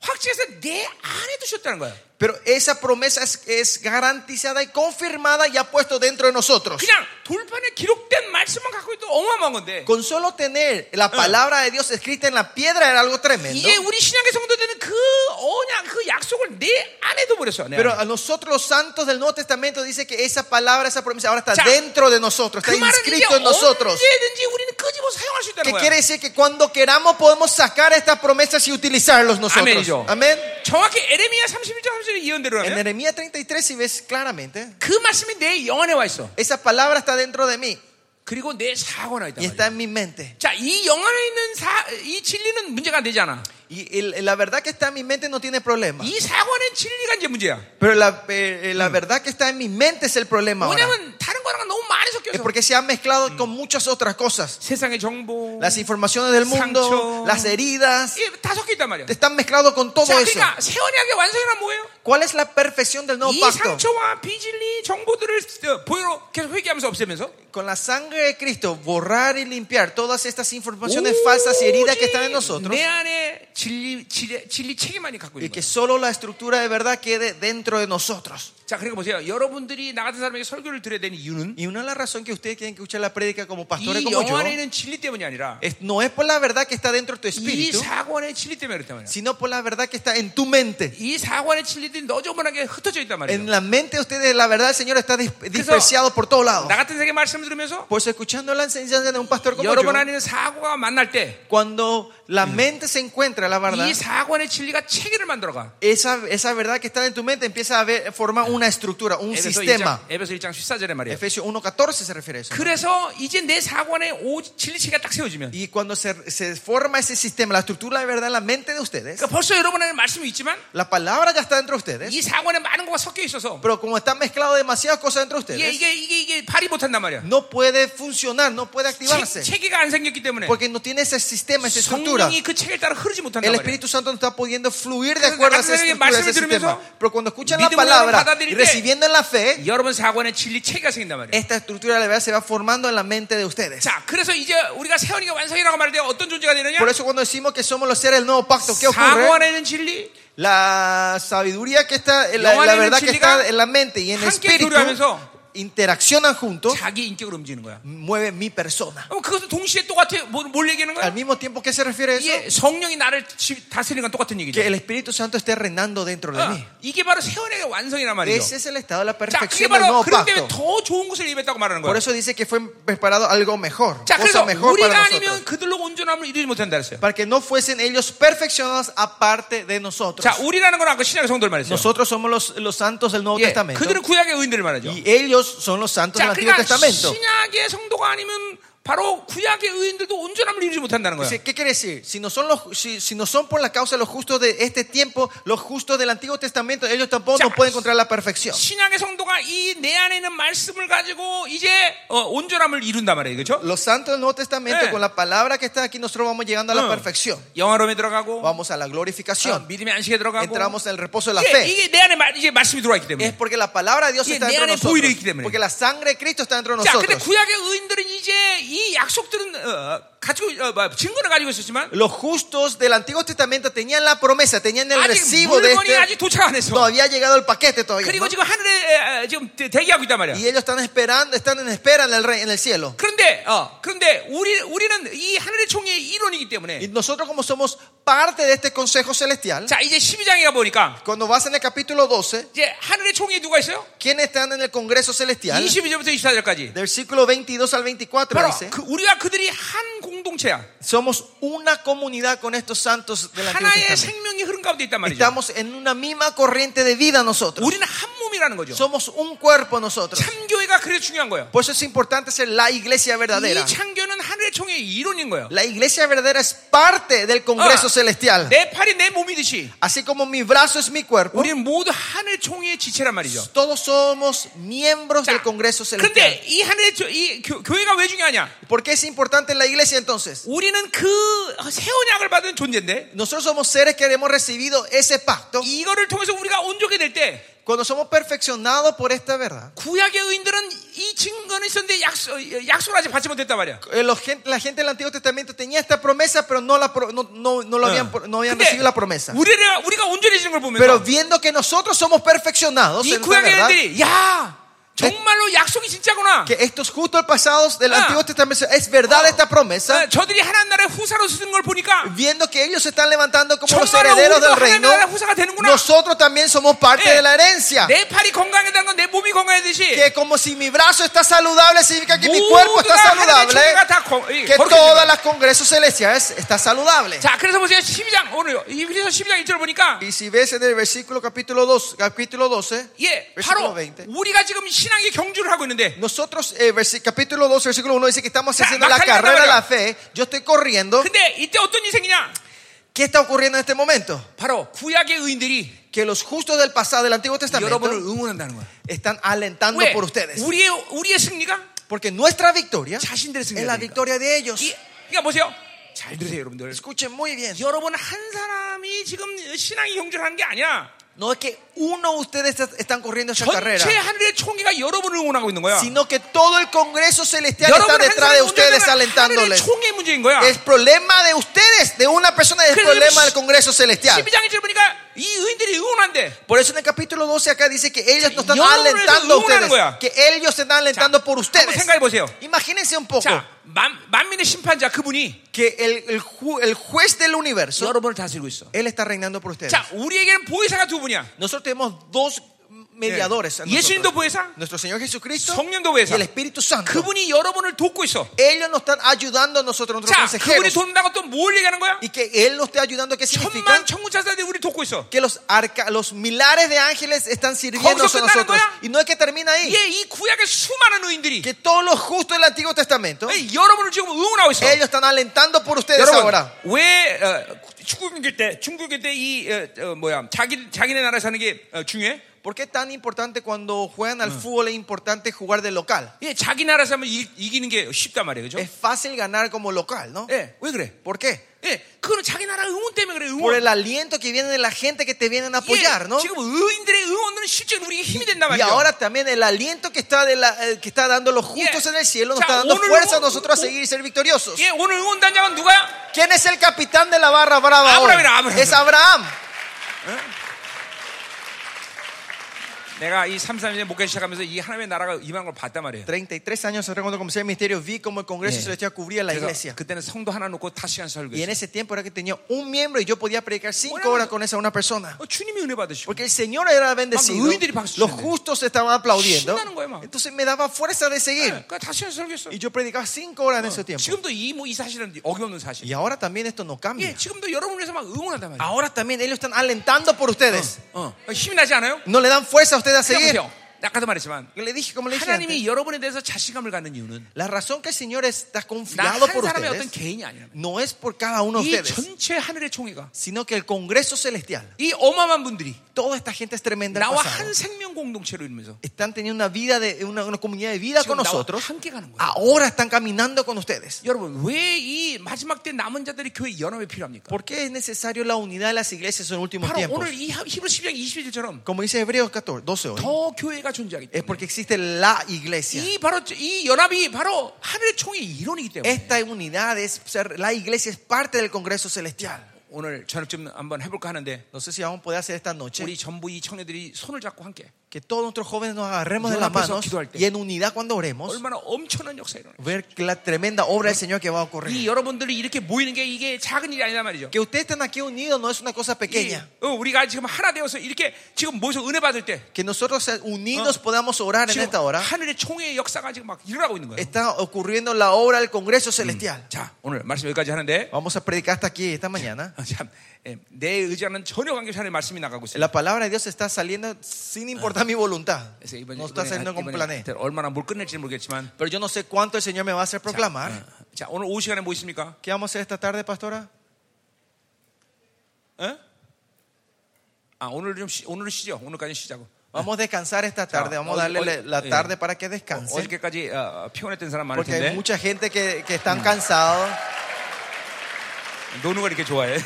Speaker 1: 확증해서 내 안에 두셨다는 거야.
Speaker 2: pero esa promesa es, es garantizada y confirmada y ha puesto dentro de nosotros.
Speaker 1: 그냥 돌판에 기록된 말씀만 갖고 있도 어마어마한 건데
Speaker 2: Con solo tener la palabra de Dios escrita en la piedra era algo tremendo.
Speaker 1: 이게 우리 신약의 성도들은 그 언약 그 약속을 내 안에 둬버렸어 내
Speaker 2: Pero
Speaker 1: 안에.
Speaker 2: a nosotros los santos del Nuevo Testamento dice que esa palabra, esa promesa ahora está
Speaker 1: Cha.
Speaker 2: dentro de nosotros,
Speaker 1: 그
Speaker 2: está
Speaker 1: 말은 이제
Speaker 2: inscrito en
Speaker 1: oh,
Speaker 2: nosotros.
Speaker 1: 언제든지 우리는 끄집어 사용할 수 있다는
Speaker 2: Que
Speaker 1: 거야
Speaker 2: quiere decir que cuando queramos podemos sacar estas promesas y utilizarlos
Speaker 1: Amén,
Speaker 2: nosotros.
Speaker 1: yo.
Speaker 2: Amén.
Speaker 1: 정확히 에레미야 31장 30절 예언대로
Speaker 2: En
Speaker 1: 하면
Speaker 2: Jeremías 33 si ves claramente,
Speaker 1: 그 말씀이 내 영안에 와 있어
Speaker 2: esa palabra está dentro de mí
Speaker 1: 그리고 내 사고 나
Speaker 2: y
Speaker 1: 있단
Speaker 2: está
Speaker 1: 말이야
Speaker 2: en mi mente.
Speaker 1: 자이 영안에 있는 사, 이 진리는 문제가 안 되지 않아
Speaker 2: Y el- la verdad que está en mi mente no tiene problema.
Speaker 1: 이 사고 안에 진리가 이제 문제야
Speaker 2: Pero la, eh, eh, la verdad que está en mi mente es el problema ahora.
Speaker 1: 뭐냐면 다른 거랑 너무 많이
Speaker 2: Es
Speaker 1: 섞여서
Speaker 2: porque se ha mezclado con muchas otras cosas.
Speaker 1: 세상의 정보
Speaker 2: Las informaciones del mundo,
Speaker 1: Sancho.
Speaker 2: las heridas,
Speaker 1: 예, 다 섞여 있단 말이야
Speaker 2: están mezclados con todo
Speaker 1: 자,
Speaker 2: eso.
Speaker 1: 그러니까 새 언약의 완성이란 뭐예요?
Speaker 2: ¿Cuál es la perfección del nuevo
Speaker 1: 이
Speaker 2: pacto?
Speaker 1: 상처와 비질리 정보들을 어, 보혈로 계속 회개하면서 없애면서
Speaker 2: Con la sangre de Cristo, borrar y limpiar todas estas informaciones falsas y heridas que están en
Speaker 1: 오직
Speaker 2: nosotros
Speaker 1: 내 안에 진리, 진리, 진리 체계만이 갖고
Speaker 2: y
Speaker 1: 있는
Speaker 2: que
Speaker 1: 거예요.
Speaker 2: solo la estructura de verdad quede dentro de nosotros.
Speaker 1: 자, 그리고 보세요. 여러분들이 나 같은 사람에게 설교를 드려야 되는 이유는
Speaker 2: Y una de las razones que ustedes tienen que escuchar la prédica como pastores
Speaker 1: 이
Speaker 2: como yo
Speaker 1: 영안에 있는 진리 때문이 아니라
Speaker 2: es- no es por la verdad que está dentro de tu
Speaker 1: 이
Speaker 2: espíritu,
Speaker 1: 사관의 진리 때문에 그렇단 말이야.
Speaker 2: sino por la verdad que está en tu mente.
Speaker 1: 이 사관의 진리들이 너저분하게 흩어져 있단
Speaker 2: En
Speaker 1: 말이에요.
Speaker 2: la mente de ustedes la verdad del Señor está dis- dispersiado por todos lados.
Speaker 1: 나 같은 세계 말씀 들으면서
Speaker 2: Pues escuchando la enseñanza de un pastor como yo,
Speaker 1: 여러분 안에 있는 사고가 만날 때,
Speaker 2: cuando la mente se encuentra la verdad,
Speaker 1: 이 사관의 진리가 체계를 만들어가.
Speaker 2: esa, esa verdad que está en tu mente empieza a ver, formar una estructura, un
Speaker 1: 에베소
Speaker 2: sistema.
Speaker 1: 1장, 에베소 1장 14절에 음, 말이에요.
Speaker 2: Efesios 1.14 se refiere a eso.
Speaker 1: 그래서 이제 내 사관에 오, 진리 체계가 딱 세워지면,
Speaker 2: Y cuando se, se forma ese sistema, la estructura de verdad en la mente de ustedes,
Speaker 1: 그러니까 벌써 여러분 안에 말씀이 있지만
Speaker 2: la palabra ya está dentro de ustedes,
Speaker 1: 이 사관에 많은 거가 섞여 있어서
Speaker 2: pero como están mezcladas demasiadas cosas dentro de
Speaker 1: 이게
Speaker 2: ustedes,
Speaker 1: 이게 이게, 이게 발이 못한단 말이야.
Speaker 2: no puede funcionar, no puede
Speaker 1: 체,
Speaker 2: activarse,
Speaker 1: 체계가 안 생겼기 [laughs] 때문에
Speaker 2: porque no tiene ese sistema, esa estructura.
Speaker 1: 성령이 그 체계를 따라 흐르지 못한단
Speaker 2: El
Speaker 1: 말이야.
Speaker 2: Espíritu Santo no está pudiendo fluir de
Speaker 1: Entonces,
Speaker 2: acuerdo a esa
Speaker 1: 나중에
Speaker 2: estructura,
Speaker 1: 말씀을
Speaker 2: ese sistema.
Speaker 1: 들으면서
Speaker 2: Pero cuando escuchan la
Speaker 1: 믿음으로
Speaker 2: palabra
Speaker 1: 받아들일
Speaker 2: y
Speaker 1: 때
Speaker 2: recibiendo en la fe,
Speaker 1: 여러분 사관에 진리 체계가 생긴단 말이야.
Speaker 2: esta estructura de la verdad se va formando en la mente de ustedes.
Speaker 1: 자, 그래서 이제 우리가 세원이가 완성이라고 말할 때 어떤 존재가 되느냐?
Speaker 2: Por eso cuando decimos que somos los seres del nuevo pacto, ¿qué
Speaker 1: 사고
Speaker 2: ocurre?
Speaker 1: 안에 있는 진리,
Speaker 2: La sabiduría que está, la,
Speaker 1: 영안에
Speaker 2: la
Speaker 1: 있는
Speaker 2: verdad que
Speaker 1: 진리가
Speaker 2: está en la mente y en el
Speaker 1: 함께
Speaker 2: espíritu
Speaker 1: 교류하면서
Speaker 2: interaccionan juntos,
Speaker 1: 자기 인격으로 움직이는 거야.
Speaker 2: mueve mi persona.
Speaker 1: 그럼 그것도 동시에 똑같아. 뭘, 뭘 얘기하는
Speaker 2: Al
Speaker 1: 거야?
Speaker 2: mismo tiempo, ¿qué se refiere a eso?
Speaker 1: 이게 성령이 나를 지- 다스리는 건 똑같은 얘기죠.
Speaker 2: Que el Espíritu Santo esté reinando dentro de
Speaker 1: 어,
Speaker 2: mí.
Speaker 1: 이게 바로 세원의 완성이란
Speaker 2: Ese
Speaker 1: 말이죠.
Speaker 2: es el estado de la
Speaker 1: 자, 그게
Speaker 2: perfección del
Speaker 1: 바로
Speaker 2: nuevo
Speaker 1: 그런 때문에
Speaker 2: pacto.
Speaker 1: 더 좋은 것을 입했다고 말하는
Speaker 2: Por
Speaker 1: 거예요.
Speaker 2: eso dice que fue preparado algo mejor,
Speaker 1: 자,
Speaker 2: cosa
Speaker 1: 그래서
Speaker 2: mejor para
Speaker 1: 우리가
Speaker 2: nosotros.
Speaker 1: 아니면 그들로 온전함을 이루지 못한다 그랬어요.
Speaker 2: Para que no fuesen ellos perfeccionados aparte de nosotros.
Speaker 1: 자, 우리라는 건 아까 신약의 성도를 말했어요.
Speaker 2: Nosotros somos los, los santos del Nuevo
Speaker 1: 예,
Speaker 2: Testamento.
Speaker 1: 그들은 구약의 의인들을 말하죠.
Speaker 2: Y ellos son los santos
Speaker 1: 자,
Speaker 2: del Antiguo
Speaker 1: 그러니까
Speaker 2: Testamento.
Speaker 1: 신약의 성도가 아니면 바로 구약의 의인들도 온전함을 이루지 못한다는 거예요.
Speaker 2: Dice, ¿Qué quiere decir? Si no, son los, si, si no son por la causa de los justos de este tiempo, los justos del Antiguo Testamento, ellos tampoco
Speaker 1: Ya.
Speaker 2: no pueden encontrar la perfección.
Speaker 1: 신약의 성도가 이 내 안에 있는 말씀을 가지고 이제 어, 온전함을 이룬단 말이에요. 그렇죠?
Speaker 2: Los santos del Nuevo Testamento,
Speaker 1: Eh.
Speaker 2: con la palabra que está aquí, nosotros vamos llegando a la
Speaker 1: Mm.
Speaker 2: perfección.
Speaker 1: 영화로움에 들어가고
Speaker 2: Vamos a la
Speaker 1: 어,
Speaker 2: glorificación.
Speaker 1: 믿음의 안식에 들어가고
Speaker 2: Entramos en el reposo de la
Speaker 1: 이게,
Speaker 2: fe.
Speaker 1: 이게 내 안에 마- 이제 말씀이 들어와 있기
Speaker 2: Es
Speaker 1: 때문에
Speaker 2: porque la palabra de Dios
Speaker 1: Sí,
Speaker 2: está
Speaker 1: 내
Speaker 2: dentro de
Speaker 1: 안에
Speaker 2: nosotros.
Speaker 1: 보혈이 있기 때문에.
Speaker 2: Porque la sangre de Cristo está dentro de
Speaker 1: 자, 근데
Speaker 2: nosotros.
Speaker 1: 구약의 의인들은 이제 이 약속들은 어, 어, 가지고 어, 뭐, 증거를 가지고 있었지만
Speaker 2: Los justos del Antiguo Testamento tenían la promesa, tenían
Speaker 1: 네,
Speaker 2: el
Speaker 1: 아직
Speaker 2: recibo de
Speaker 1: 물건이 네. 아직
Speaker 2: este.
Speaker 1: 도착 안
Speaker 2: No
Speaker 1: 했어.
Speaker 2: había llegado el paquete todavía.
Speaker 1: 그리고
Speaker 2: ¿no?
Speaker 1: 지금 하늘에 에, 에, 지금 대- 대기하고 있단 말이야.
Speaker 2: Y ellos están esperando, están en espera en el, rey- en el cielo.
Speaker 1: 그런데 어, 그런데 우리 우리는 이 하늘의 총의 일원이기 때문에
Speaker 2: Y nosotros como somos parte de este consejo celestial,
Speaker 1: 자 이제 12장에 가 보니까
Speaker 2: cuando vas en el capítulo 12,
Speaker 1: 이제 하늘의 총에 누가 있어요?
Speaker 2: ¿quiénes están en el congreso celestial?
Speaker 1: 22절부터 24절까지
Speaker 2: Del versículo 22 al 24
Speaker 1: 바로
Speaker 2: dice,
Speaker 1: 그 우리가 그들이 한 공동체야
Speaker 2: somos una comunidad con estos santos del Antiguo
Speaker 1: 하나의
Speaker 2: Testamento.
Speaker 1: 생명이 흐름 가운데 있단 말이죠
Speaker 2: Estamos en una misma corriente de vida nosotros.
Speaker 1: 우리는 한 몸이라는 거죠
Speaker 2: Somos un cuerpo nosotros.
Speaker 1: 참교회가 그래서 중요한 거예요
Speaker 2: Por eso es importante ser la iglesia verdadera.
Speaker 1: 이 참교는 하늘의 총의 일원인 거예요
Speaker 2: La iglesia verdadera es parte del Congreso
Speaker 1: Ah.
Speaker 2: Celestial.
Speaker 1: 내 팔이 내 몸이듯이
Speaker 2: Así como mi brazo es mi cuerpo,
Speaker 1: 우리는 모두 하늘 총의 지체란 말이죠
Speaker 2: todos somos miembros
Speaker 1: 자,
Speaker 2: del Congreso
Speaker 1: 그런데
Speaker 2: Celestial.
Speaker 1: 이 하늘의 조- 이 교- 교회가 왜 중요하냐
Speaker 2: ¿Por qué es importante la iglesia entonces?
Speaker 1: 우리는 그 새언약을 받은 존재인데
Speaker 2: Nosotros somos seres que hemos recibido ese pacto.
Speaker 1: 이거를 통해서 우리가 온전하게 될 때
Speaker 2: Cuando somos perfeccionados por esta verdad,
Speaker 1: 구약의 의인들은 이 증거는 있었는데 약속, 약속을 아직 받지 못했단 말이야.
Speaker 2: eh, los gen- la gente del Antiguo Testamento tenía esta promesa, pero no, la pro- no, no- no lo habían,
Speaker 1: Ah.
Speaker 2: pro- no habían recibido la promesa.
Speaker 1: 어. 우리가, 우리가 온전해지는 걸
Speaker 2: Pero
Speaker 1: 보면서
Speaker 2: viendo que nosotros somos perfeccionados
Speaker 1: 이
Speaker 2: en esta
Speaker 1: 구약의
Speaker 2: verdad,
Speaker 1: 의인들이 야 정말로 약속이 진짜구나.
Speaker 2: que estos justos pasados del
Speaker 1: Ah.
Speaker 2: Antiguo Testamento es verdad
Speaker 1: Ah.
Speaker 2: esta promesa.
Speaker 1: 아, 저들이 하나님 나라의 후사로 쓰는 걸 보니까
Speaker 2: viendo que ellos se están levantando como los
Speaker 1: 정말로
Speaker 2: herederos
Speaker 1: 우리도
Speaker 2: del
Speaker 1: 하나님
Speaker 2: reino,
Speaker 1: 나라의 후사가 되는구나.
Speaker 2: nosotros también somos parte
Speaker 1: Eh,
Speaker 2: de la herencia.
Speaker 1: 내 팔이 건강하다는 건 내 몸이 건강하듯이
Speaker 2: Que como si mi brazo está saludable, significa que mi
Speaker 1: Moodle
Speaker 2: cuerpo está
Speaker 1: 하나님의
Speaker 2: saludable,
Speaker 1: 총회가 다 거- 이-
Speaker 2: que
Speaker 1: 거룩해지는
Speaker 2: todas
Speaker 1: 거야.
Speaker 2: las congresos celestiales está saludable.
Speaker 1: 자 그래서 보세요 12장 오늘 이 그래서 12장 1절 보니까
Speaker 2: Y si ves en el versículo capítulo 2, capítulo 12,
Speaker 1: 예 바로
Speaker 2: versículo 20,
Speaker 1: 우리가 지금 신앙의 경주를 하고 있는데
Speaker 2: nosotros, eh, versi- capítulo 2, versículo 1 dice que estamos
Speaker 1: Ya,
Speaker 2: haciendo
Speaker 1: va
Speaker 2: la
Speaker 1: cargando,
Speaker 2: carrera de
Speaker 1: Mario.
Speaker 2: la fe, yo estoy corriendo.
Speaker 1: 근데 이때 어떤 인생이냐
Speaker 2: ¿Qué está ocurriendo en este momento?
Speaker 1: 바로 구약의 의인들이
Speaker 2: Que los justos del pasado, del Antiguo
Speaker 1: 여러분을
Speaker 2: Testamento,
Speaker 1: 응원한다는 거야.
Speaker 2: están alentando
Speaker 1: 왜
Speaker 2: por ustedes.
Speaker 1: 우리의 우리의 승리가
Speaker 2: Porque nuestra victoria
Speaker 1: 자신들의
Speaker 2: es la
Speaker 1: 승리가 되니까.
Speaker 2: victoria de ellos.
Speaker 1: 이, 그러니까 보세요. 잘 들으세요, 여러분들.
Speaker 2: Escuchen muy bien.
Speaker 1: 여러분 한 사람이 지금 신앙이 경주를 하는 게 아니야.
Speaker 2: No es que uno de ustedes est- están corriendo esa carrera,
Speaker 1: 전체 하늘의 총회가 여러분을 응원하고 있는 거야.
Speaker 2: sino que todo el Congreso Celestial está
Speaker 1: 여러분의
Speaker 2: detrás de ustedes
Speaker 1: 하늘의
Speaker 2: alentándoles.
Speaker 1: 총회 문제인 거야.
Speaker 2: Es problema de ustedes, de una persona, es
Speaker 1: 그래서
Speaker 2: problema
Speaker 1: 시-
Speaker 2: del Congreso Celestial.
Speaker 1: 12장에 보니까 이 의인들이 응원한대.
Speaker 2: Por eso en el capítulo 12 acá dice que ellos no están
Speaker 1: Yo no les
Speaker 2: alentando
Speaker 1: uno
Speaker 2: a ustedes,
Speaker 1: hago.
Speaker 2: que ellos se están alentando por
Speaker 1: 한번
Speaker 2: ustedes.
Speaker 1: 생각해 보세요.
Speaker 2: Imagínense un poco
Speaker 1: 자, 만, 만민의 심판자 그분이
Speaker 2: que el, el ju- el juez del universo,
Speaker 1: 여러분을 다스리고 있어.
Speaker 2: él está reinando por ustedes.
Speaker 1: 자, 우리에게는 보혜사가 두 분이야.
Speaker 2: Nosotros tenemos dos mediadores. a
Speaker 1: 예수님도
Speaker 2: nosotros.
Speaker 1: 보혜사,
Speaker 2: Nuestro Señor Jesucristo
Speaker 1: 성령도
Speaker 2: y el
Speaker 1: 보혜사.
Speaker 2: Espíritu Santo.
Speaker 1: 그분이 여러분을 돕고 있어.
Speaker 2: Ellos nos están ayudando a nosotros, nuestros
Speaker 1: 자, 그분이
Speaker 2: consejeros.
Speaker 1: 돕는다고 또 뭘 얘기하는 거야?
Speaker 2: Y que Él nos esté ayudando, ¿qué significa?
Speaker 1: 천만 천군자들이 우리 돕고 있어.
Speaker 2: Que los, arca- los milares de ángeles están sirviéndonos a
Speaker 1: 끝나는
Speaker 2: nosotros.
Speaker 1: 거야?
Speaker 2: Y no es que termina ahí.
Speaker 1: 예, 이 구약의 수많은 의인들이
Speaker 2: Que todos los justos del Antiguo Testamento,
Speaker 1: 예, 여러분을 지금 응원하고 있어.
Speaker 2: ellos están alentando por ustedes
Speaker 1: 여러분,
Speaker 2: ahora.
Speaker 1: 왜 어, 중국일 때 중국일 때이 어, 뭐야 자기 자기네 나라 에 사는 게 어, 중요해?
Speaker 2: ¿Por qué es tan importante cuando juegan al fútbol es importante jugar de local?
Speaker 1: 예, 자기 나라 사면 이, 이기는 게 쉽단 말이에요, 그죠?
Speaker 2: Es fácil ganar como local, ¿no?
Speaker 1: 예, 왜 그래?
Speaker 2: ¿Por qué?
Speaker 1: 예, 그거는 자기 나라 응원 때문에 그래.
Speaker 2: Por
Speaker 1: 응원.
Speaker 2: el aliento que viene de la gente que te vienen a apoyar,
Speaker 1: 예,
Speaker 2: ¿no?
Speaker 1: 지금 의인들의 응원은 실제로 우리에게 힘이 된단
Speaker 2: Y
Speaker 1: 말이에요.
Speaker 2: ahora también el aliento que está, de la- eh, que está dando los justos
Speaker 1: Yeah.
Speaker 2: en el cielo nos
Speaker 1: O sea,
Speaker 2: está dando
Speaker 1: uno-
Speaker 2: fuerza a
Speaker 1: uno-
Speaker 2: nosotros a
Speaker 1: uno-
Speaker 2: seguir y ser victoriosos.
Speaker 1: 예, 오늘 응원단장은 누가야?
Speaker 2: ¿Quién es el capitán de la barra brava ahora?
Speaker 1: Ah, Abraham, Abraham.
Speaker 2: Es Abraham.
Speaker 1: 내가 이 33년에 목회 시작하면서 이 하나님의 나라가 임한 걸 봤단 말이에요.
Speaker 2: 33 años atrás cuando comencé el ministerio vi como el Congreso
Speaker 1: Yeah.
Speaker 2: Celestial cubría la
Speaker 1: 그래서
Speaker 2: iglesia.
Speaker 1: 그때는 성도 하나 놓고 다 시간
Speaker 2: Y en
Speaker 1: 설교했어요.
Speaker 2: ese tiempo era que tenía un miembro y yo podía predicar cinco
Speaker 1: Bueno.
Speaker 2: horas con esa una persona.
Speaker 1: 어, 주님이 은혜 받으시고
Speaker 2: Porque el Señor era bendecido.
Speaker 1: Vamos, 의인들이 박수
Speaker 2: Los
Speaker 1: 치는데.
Speaker 2: justos estaban aplaudiendo.
Speaker 1: 신나는 거야, 막.
Speaker 2: Entonces me daba fuerza de seguir.
Speaker 1: 그러니까 다 시간 설교했어.
Speaker 2: Y yo predicaba cinco
Speaker 1: Ah.
Speaker 2: horas en ese tiempo.
Speaker 1: 지금도 이, 뭐, 이 사실은 어김없는 사실.
Speaker 2: Y ahora también esto no
Speaker 1: 예,
Speaker 2: cambia.
Speaker 1: 지금도 여러분을 위해서 막 응원한단 말이에요.
Speaker 2: Ahora también ellos están alentando por ustedes.
Speaker 1: 어, 힘이 나지 않아요?
Speaker 2: No le dan fuerza a ustedes a seguir.
Speaker 1: 보세요. 아까도 말했지만
Speaker 2: Yo le dije, como le dije antes,
Speaker 1: 하나님이 여러분에 대해서 자신감을 갖는 이유는
Speaker 2: la razón que el Señor está
Speaker 1: 나
Speaker 2: confiado
Speaker 1: 한
Speaker 2: por
Speaker 1: 사람의 어떤
Speaker 2: ustedes
Speaker 1: 개인이 아니라
Speaker 2: no es por cada uno de
Speaker 1: 이
Speaker 2: ustedes,
Speaker 1: 전체 하늘의 총회가
Speaker 2: sino que el Congreso Celestial,
Speaker 1: 이 어마어마한 분들이
Speaker 2: toda esta gente es tremenda. en el
Speaker 1: 나와
Speaker 2: pasado.
Speaker 1: 한 생명 공동체로 이루면서
Speaker 2: Están teniendo una vida de una, una comunidad de vida
Speaker 1: 지금
Speaker 2: con
Speaker 1: 나와
Speaker 2: nosotros.
Speaker 1: 함께 가는 거예요.
Speaker 2: Ahora están caminando con ustedes.
Speaker 1: 여러분 왜 이 마지막 때 남은 자들이 교회 연합이 필요합니까?
Speaker 2: ¿Por qué es necesario la unidad de las iglesias en los últimos
Speaker 1: 바로
Speaker 2: tiempos?
Speaker 1: 오늘 이 하- 히브리 10장 21절처럼
Speaker 2: Como dice Hebreos 14, 12 hoy,
Speaker 1: 더 교회가 존재하기
Speaker 2: es
Speaker 1: 때문에
Speaker 2: porque existe la iglesia.
Speaker 1: 이 바로 이 연합이 바로 하늘의 총의 이론이기 때문에
Speaker 2: Esta unidad es ser- la iglesia es parte del Congreso Celestial.
Speaker 1: 오늘 저녁쯤 한번 해볼까 하는데
Speaker 2: No sé si vamos a poder hacer esta noche.
Speaker 1: 우리 전부 이 청년들이 손을 잡고 함께
Speaker 2: que todos nuestros jóvenes nos agarremos de
Speaker 1: Yo la
Speaker 2: las
Speaker 1: pienso
Speaker 2: manos
Speaker 1: quitar el té.
Speaker 2: y en unidad cuando oremos
Speaker 1: 얼마나 엄청난 역사 일어나.
Speaker 2: ver la tremenda obra del Señor que va a
Speaker 1: 이
Speaker 2: ocurrir.
Speaker 1: 여러분들이 이렇게 모이는 게 이게 작은 일이 아니란 말이죠.
Speaker 2: Que ustedes están aquí unidos no es una cosa
Speaker 1: 이,
Speaker 2: pequeña.
Speaker 1: 어, 우리가 지금 하나 되어서 이렇게 지금 모여서 은혜 받을 때
Speaker 2: Que nosotros eh, unidos
Speaker 1: Ah.
Speaker 2: podamos orar en
Speaker 1: 지금
Speaker 2: esta hora.
Speaker 1: 하늘의 총회의 역사가 지금 막 일어나고 있는 거예요.
Speaker 2: Está ocurriendo la obra del Congreso
Speaker 1: Mm.
Speaker 2: Celestial.
Speaker 1: 자, 오늘 말씀 여기까지 하는데
Speaker 2: Vamos a predicar hasta aquí, esta mañana.
Speaker 1: 아, 참, 예, 내 의지와는 전혀 관계없이 하나님의 말씀이 나가고 있어요.
Speaker 2: La palabra de Dios está saliendo
Speaker 1: Ah.
Speaker 2: sin importar mi voluntad.
Speaker 1: 그래서 이번에,
Speaker 2: No está saliendo con
Speaker 1: 이번에,
Speaker 2: plané.
Speaker 1: 이번에 얼마나 뭘 끝낼지 모르겠지만
Speaker 2: Pero yo no sé cuánto el Señor me va a hacer proclamar.
Speaker 1: 어, 자, 오늘 오후 시간에 뭐 있습니까?
Speaker 2: ¿Qué vamos a hacer esta tarde, pastora?
Speaker 1: Ah. 어? 아, 오늘 좀 쉬, 오늘은 쉬죠. 오늘까지 쉬자고.
Speaker 2: Vamos a descansar esta tarde. Vamos a
Speaker 1: hoy-
Speaker 2: darle
Speaker 1: hoy-
Speaker 2: la
Speaker 1: eh.
Speaker 2: tarde para que
Speaker 1: 어,
Speaker 2: descanse.
Speaker 1: 저께까지 피곤했던 사람 많을
Speaker 2: Porque
Speaker 1: 텐데
Speaker 2: hay mucha gente que, que están cansados.
Speaker 1: 노는 걸 이렇게 좋아해.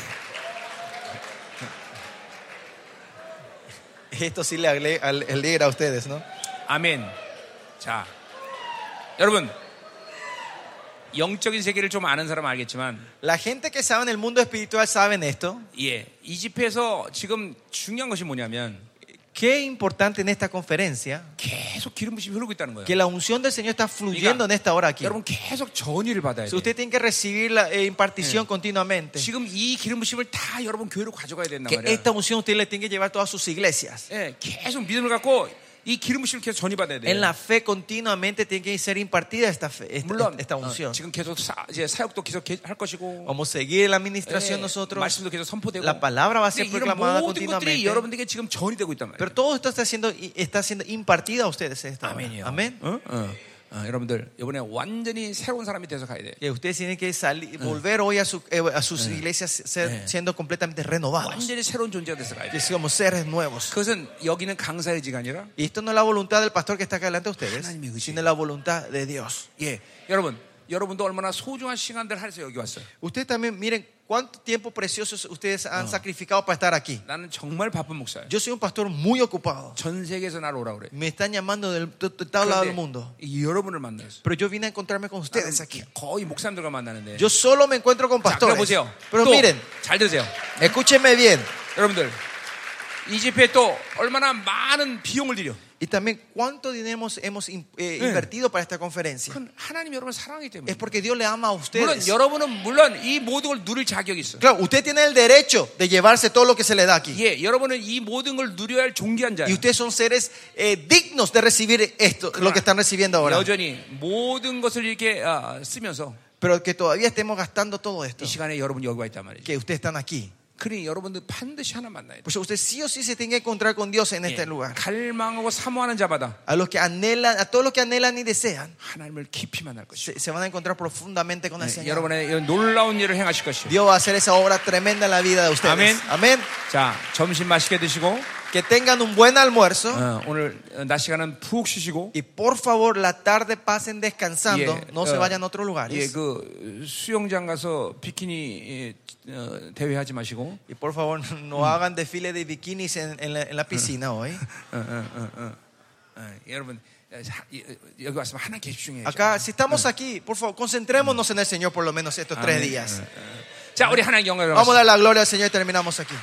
Speaker 2: Esto sí le ale- ale- alegra a ustedes, ¿no?
Speaker 1: 아멘. 자, 여러분 영적인 세계를 좀 아는 사람 은 알겠지만,
Speaker 2: La gente que sabe en el mundo espiritual saben esto.
Speaker 1: 예, 이 집회에서 지금 중요한 것이 뭐냐면
Speaker 2: Qué importante en esta conferencia
Speaker 1: 계속 기름 부심이 흐르고 있다는 거예요.
Speaker 2: que la unción del Señor está fluyendo en esta hora aquí.
Speaker 1: 여러분 계속 전의를 받아야
Speaker 2: Si
Speaker 1: 돼요.
Speaker 2: usted tiene que recibir la eh, impartición continuamente.
Speaker 1: 지금 이 기름 부심을 다 여러분 교회로 가져가야 된단
Speaker 2: Que
Speaker 1: 말이에요.
Speaker 2: esta unción usted le tiene que llevar a todas sus iglesias.
Speaker 1: 예, 계속 믿음을 갖고 이 기름 부심을 계속 전이 받아야
Speaker 2: En
Speaker 1: 돼요.
Speaker 2: la fe continuamente tiene que ser impartida esta, fe- esta,
Speaker 1: 물론
Speaker 2: esta
Speaker 1: 어,
Speaker 2: unción.
Speaker 1: 지금 계속 사, 이제 사역도 계속 개- 할 것이고
Speaker 2: Vamos a seguir la
Speaker 1: 예,
Speaker 2: administración nosotros.
Speaker 1: 말씀도 계속 선포되고
Speaker 2: La palabra va a ser
Speaker 1: 근데 이런
Speaker 2: proclamada
Speaker 1: 모든 것들이
Speaker 2: continuamente.
Speaker 1: 여러분들에게 지금 전이 되고 있단 말이에요.
Speaker 2: Pero todo esto está siendo, está siendo impartido a ustedes. en esta hora.
Speaker 1: 아멘이요.
Speaker 2: Amén.
Speaker 1: 어? 어. 어, 여러분들 이번에 완전히 새로운 사람이 돼서 가야 돼.
Speaker 2: Que ustedes tienen que salir, volver hoy a, su- eh, a sus iglesias ser- siendo completamente
Speaker 1: 아,
Speaker 2: renovados.
Speaker 1: 완전히 새로운 존재가 돼서 가야 돼.
Speaker 2: Que somos seres nuevos.
Speaker 1: 그것은 여기는 강사 의지가 아니라
Speaker 2: Y esto no es la voluntad del pastor que está acá delante de ustedes,
Speaker 1: 하나님의 의지.
Speaker 2: sino la voluntad de Dios.
Speaker 1: 예, 여러분 여러분도 얼마나 소중한 시간들 할서 여기 왔어요.
Speaker 2: Ustedes también, miren cuánto tiempo precioso ustedes han sacrificado para estar aquí.
Speaker 1: 나는 정말 바쁜 목사예요.
Speaker 2: Yo soy un pastor muy ocupado.
Speaker 1: 전 세계에서 나를 오라 그래.
Speaker 2: Me están llamando del de- de todo lado del mundo.
Speaker 1: 이 여러분을 만났어요.
Speaker 2: Pero yo vine a encontrarme con
Speaker 1: 나는
Speaker 2: ustedes aquí.
Speaker 1: 거의 목사님들과 만나는데.
Speaker 2: Yo solo me encuentro con
Speaker 1: 자, 그래
Speaker 2: pastores.
Speaker 1: 보세요.
Speaker 2: Pero
Speaker 1: 또
Speaker 2: miren,
Speaker 1: 잘 들으세요.
Speaker 2: escúchenme bien.
Speaker 1: 여러분들 이 집회 또 얼마나 많은 비용을 들여.
Speaker 2: Y también cuánto dinero hemos, hemos in- eh,
Speaker 1: Eh.
Speaker 2: invertido para esta conferencia.
Speaker 1: 그건 하나님 여러분 사랑하기
Speaker 2: Es
Speaker 1: 때문에.
Speaker 2: porque Dios le ama a
Speaker 1: 물론
Speaker 2: ustedes.
Speaker 1: 여러분은 물론 이 모든 걸 누릴 자격이 있어요.
Speaker 2: Claro, usted tiene el derecho de llevarse todo lo que se le da aquí.
Speaker 1: 예, 여러분은 이 모든 걸 누려야 할 종기한
Speaker 2: Y
Speaker 1: 자예요.
Speaker 2: ustedes son seres eh, dignos de recibir esto, lo que están recibiendo ahora.
Speaker 1: 여전히 모든 것을 이렇게 아, 쓰면서
Speaker 2: Pero que todavía estemos gastando todo esto.
Speaker 1: 이 시간에 여러분 여기 와 있단 말이죠.
Speaker 2: Que ustedes están aquí.
Speaker 1: 그러니 여러분들 반드시 하나 만나야 돼.
Speaker 2: Pues usted sí o sí se tiene que encontrar con Dios en este lugar.
Speaker 1: 갈망하고 사모하는 자마다
Speaker 2: A los que anhelan, a todos los que anhelan y desean,
Speaker 1: 하나님을 깊이 만날 것이죠.
Speaker 2: se, se van a encontrar profundamente con el
Speaker 1: 네,
Speaker 2: Señor.
Speaker 1: 여러분의 이런 놀라운 일을 행하실 것이요.
Speaker 2: Dios va a hacer esa obra tremenda en la vida de ustedes.
Speaker 1: Amén.
Speaker 2: Amén.
Speaker 1: 자, 점심 맛있게 드시고
Speaker 2: Que tengan un buen almuerzo.
Speaker 1: 어, 오늘 어, 낮 시간은 푹 쉬시고
Speaker 2: Y por favor, la tarde pasen descansando, no se
Speaker 1: 어,
Speaker 2: vayan a otros
Speaker 1: 예,
Speaker 2: lugares.
Speaker 1: 그 수영장 가서 비키니 예, 어, 대회 하지 마시고
Speaker 2: y por favor, [laughs] no hagan desfile de bikinis en, en la, en la piscina
Speaker 1: [laughs]
Speaker 2: hoy.
Speaker 1: 어, 어, 어, 어. 어, 여러분 어, 자, 이, 어, 여기 왔으면 하나님께 집중해야죠.
Speaker 2: Acá, si estamos aquí, por favor, concentrémonos en el Señor por lo menos estos tres
Speaker 1: ah. Amén.
Speaker 2: días.
Speaker 1: 자, 우리 하나님 영광을
Speaker 2: Vamos a
Speaker 1: 받습니다.
Speaker 2: dar la gloria al Señor y terminamos aquí.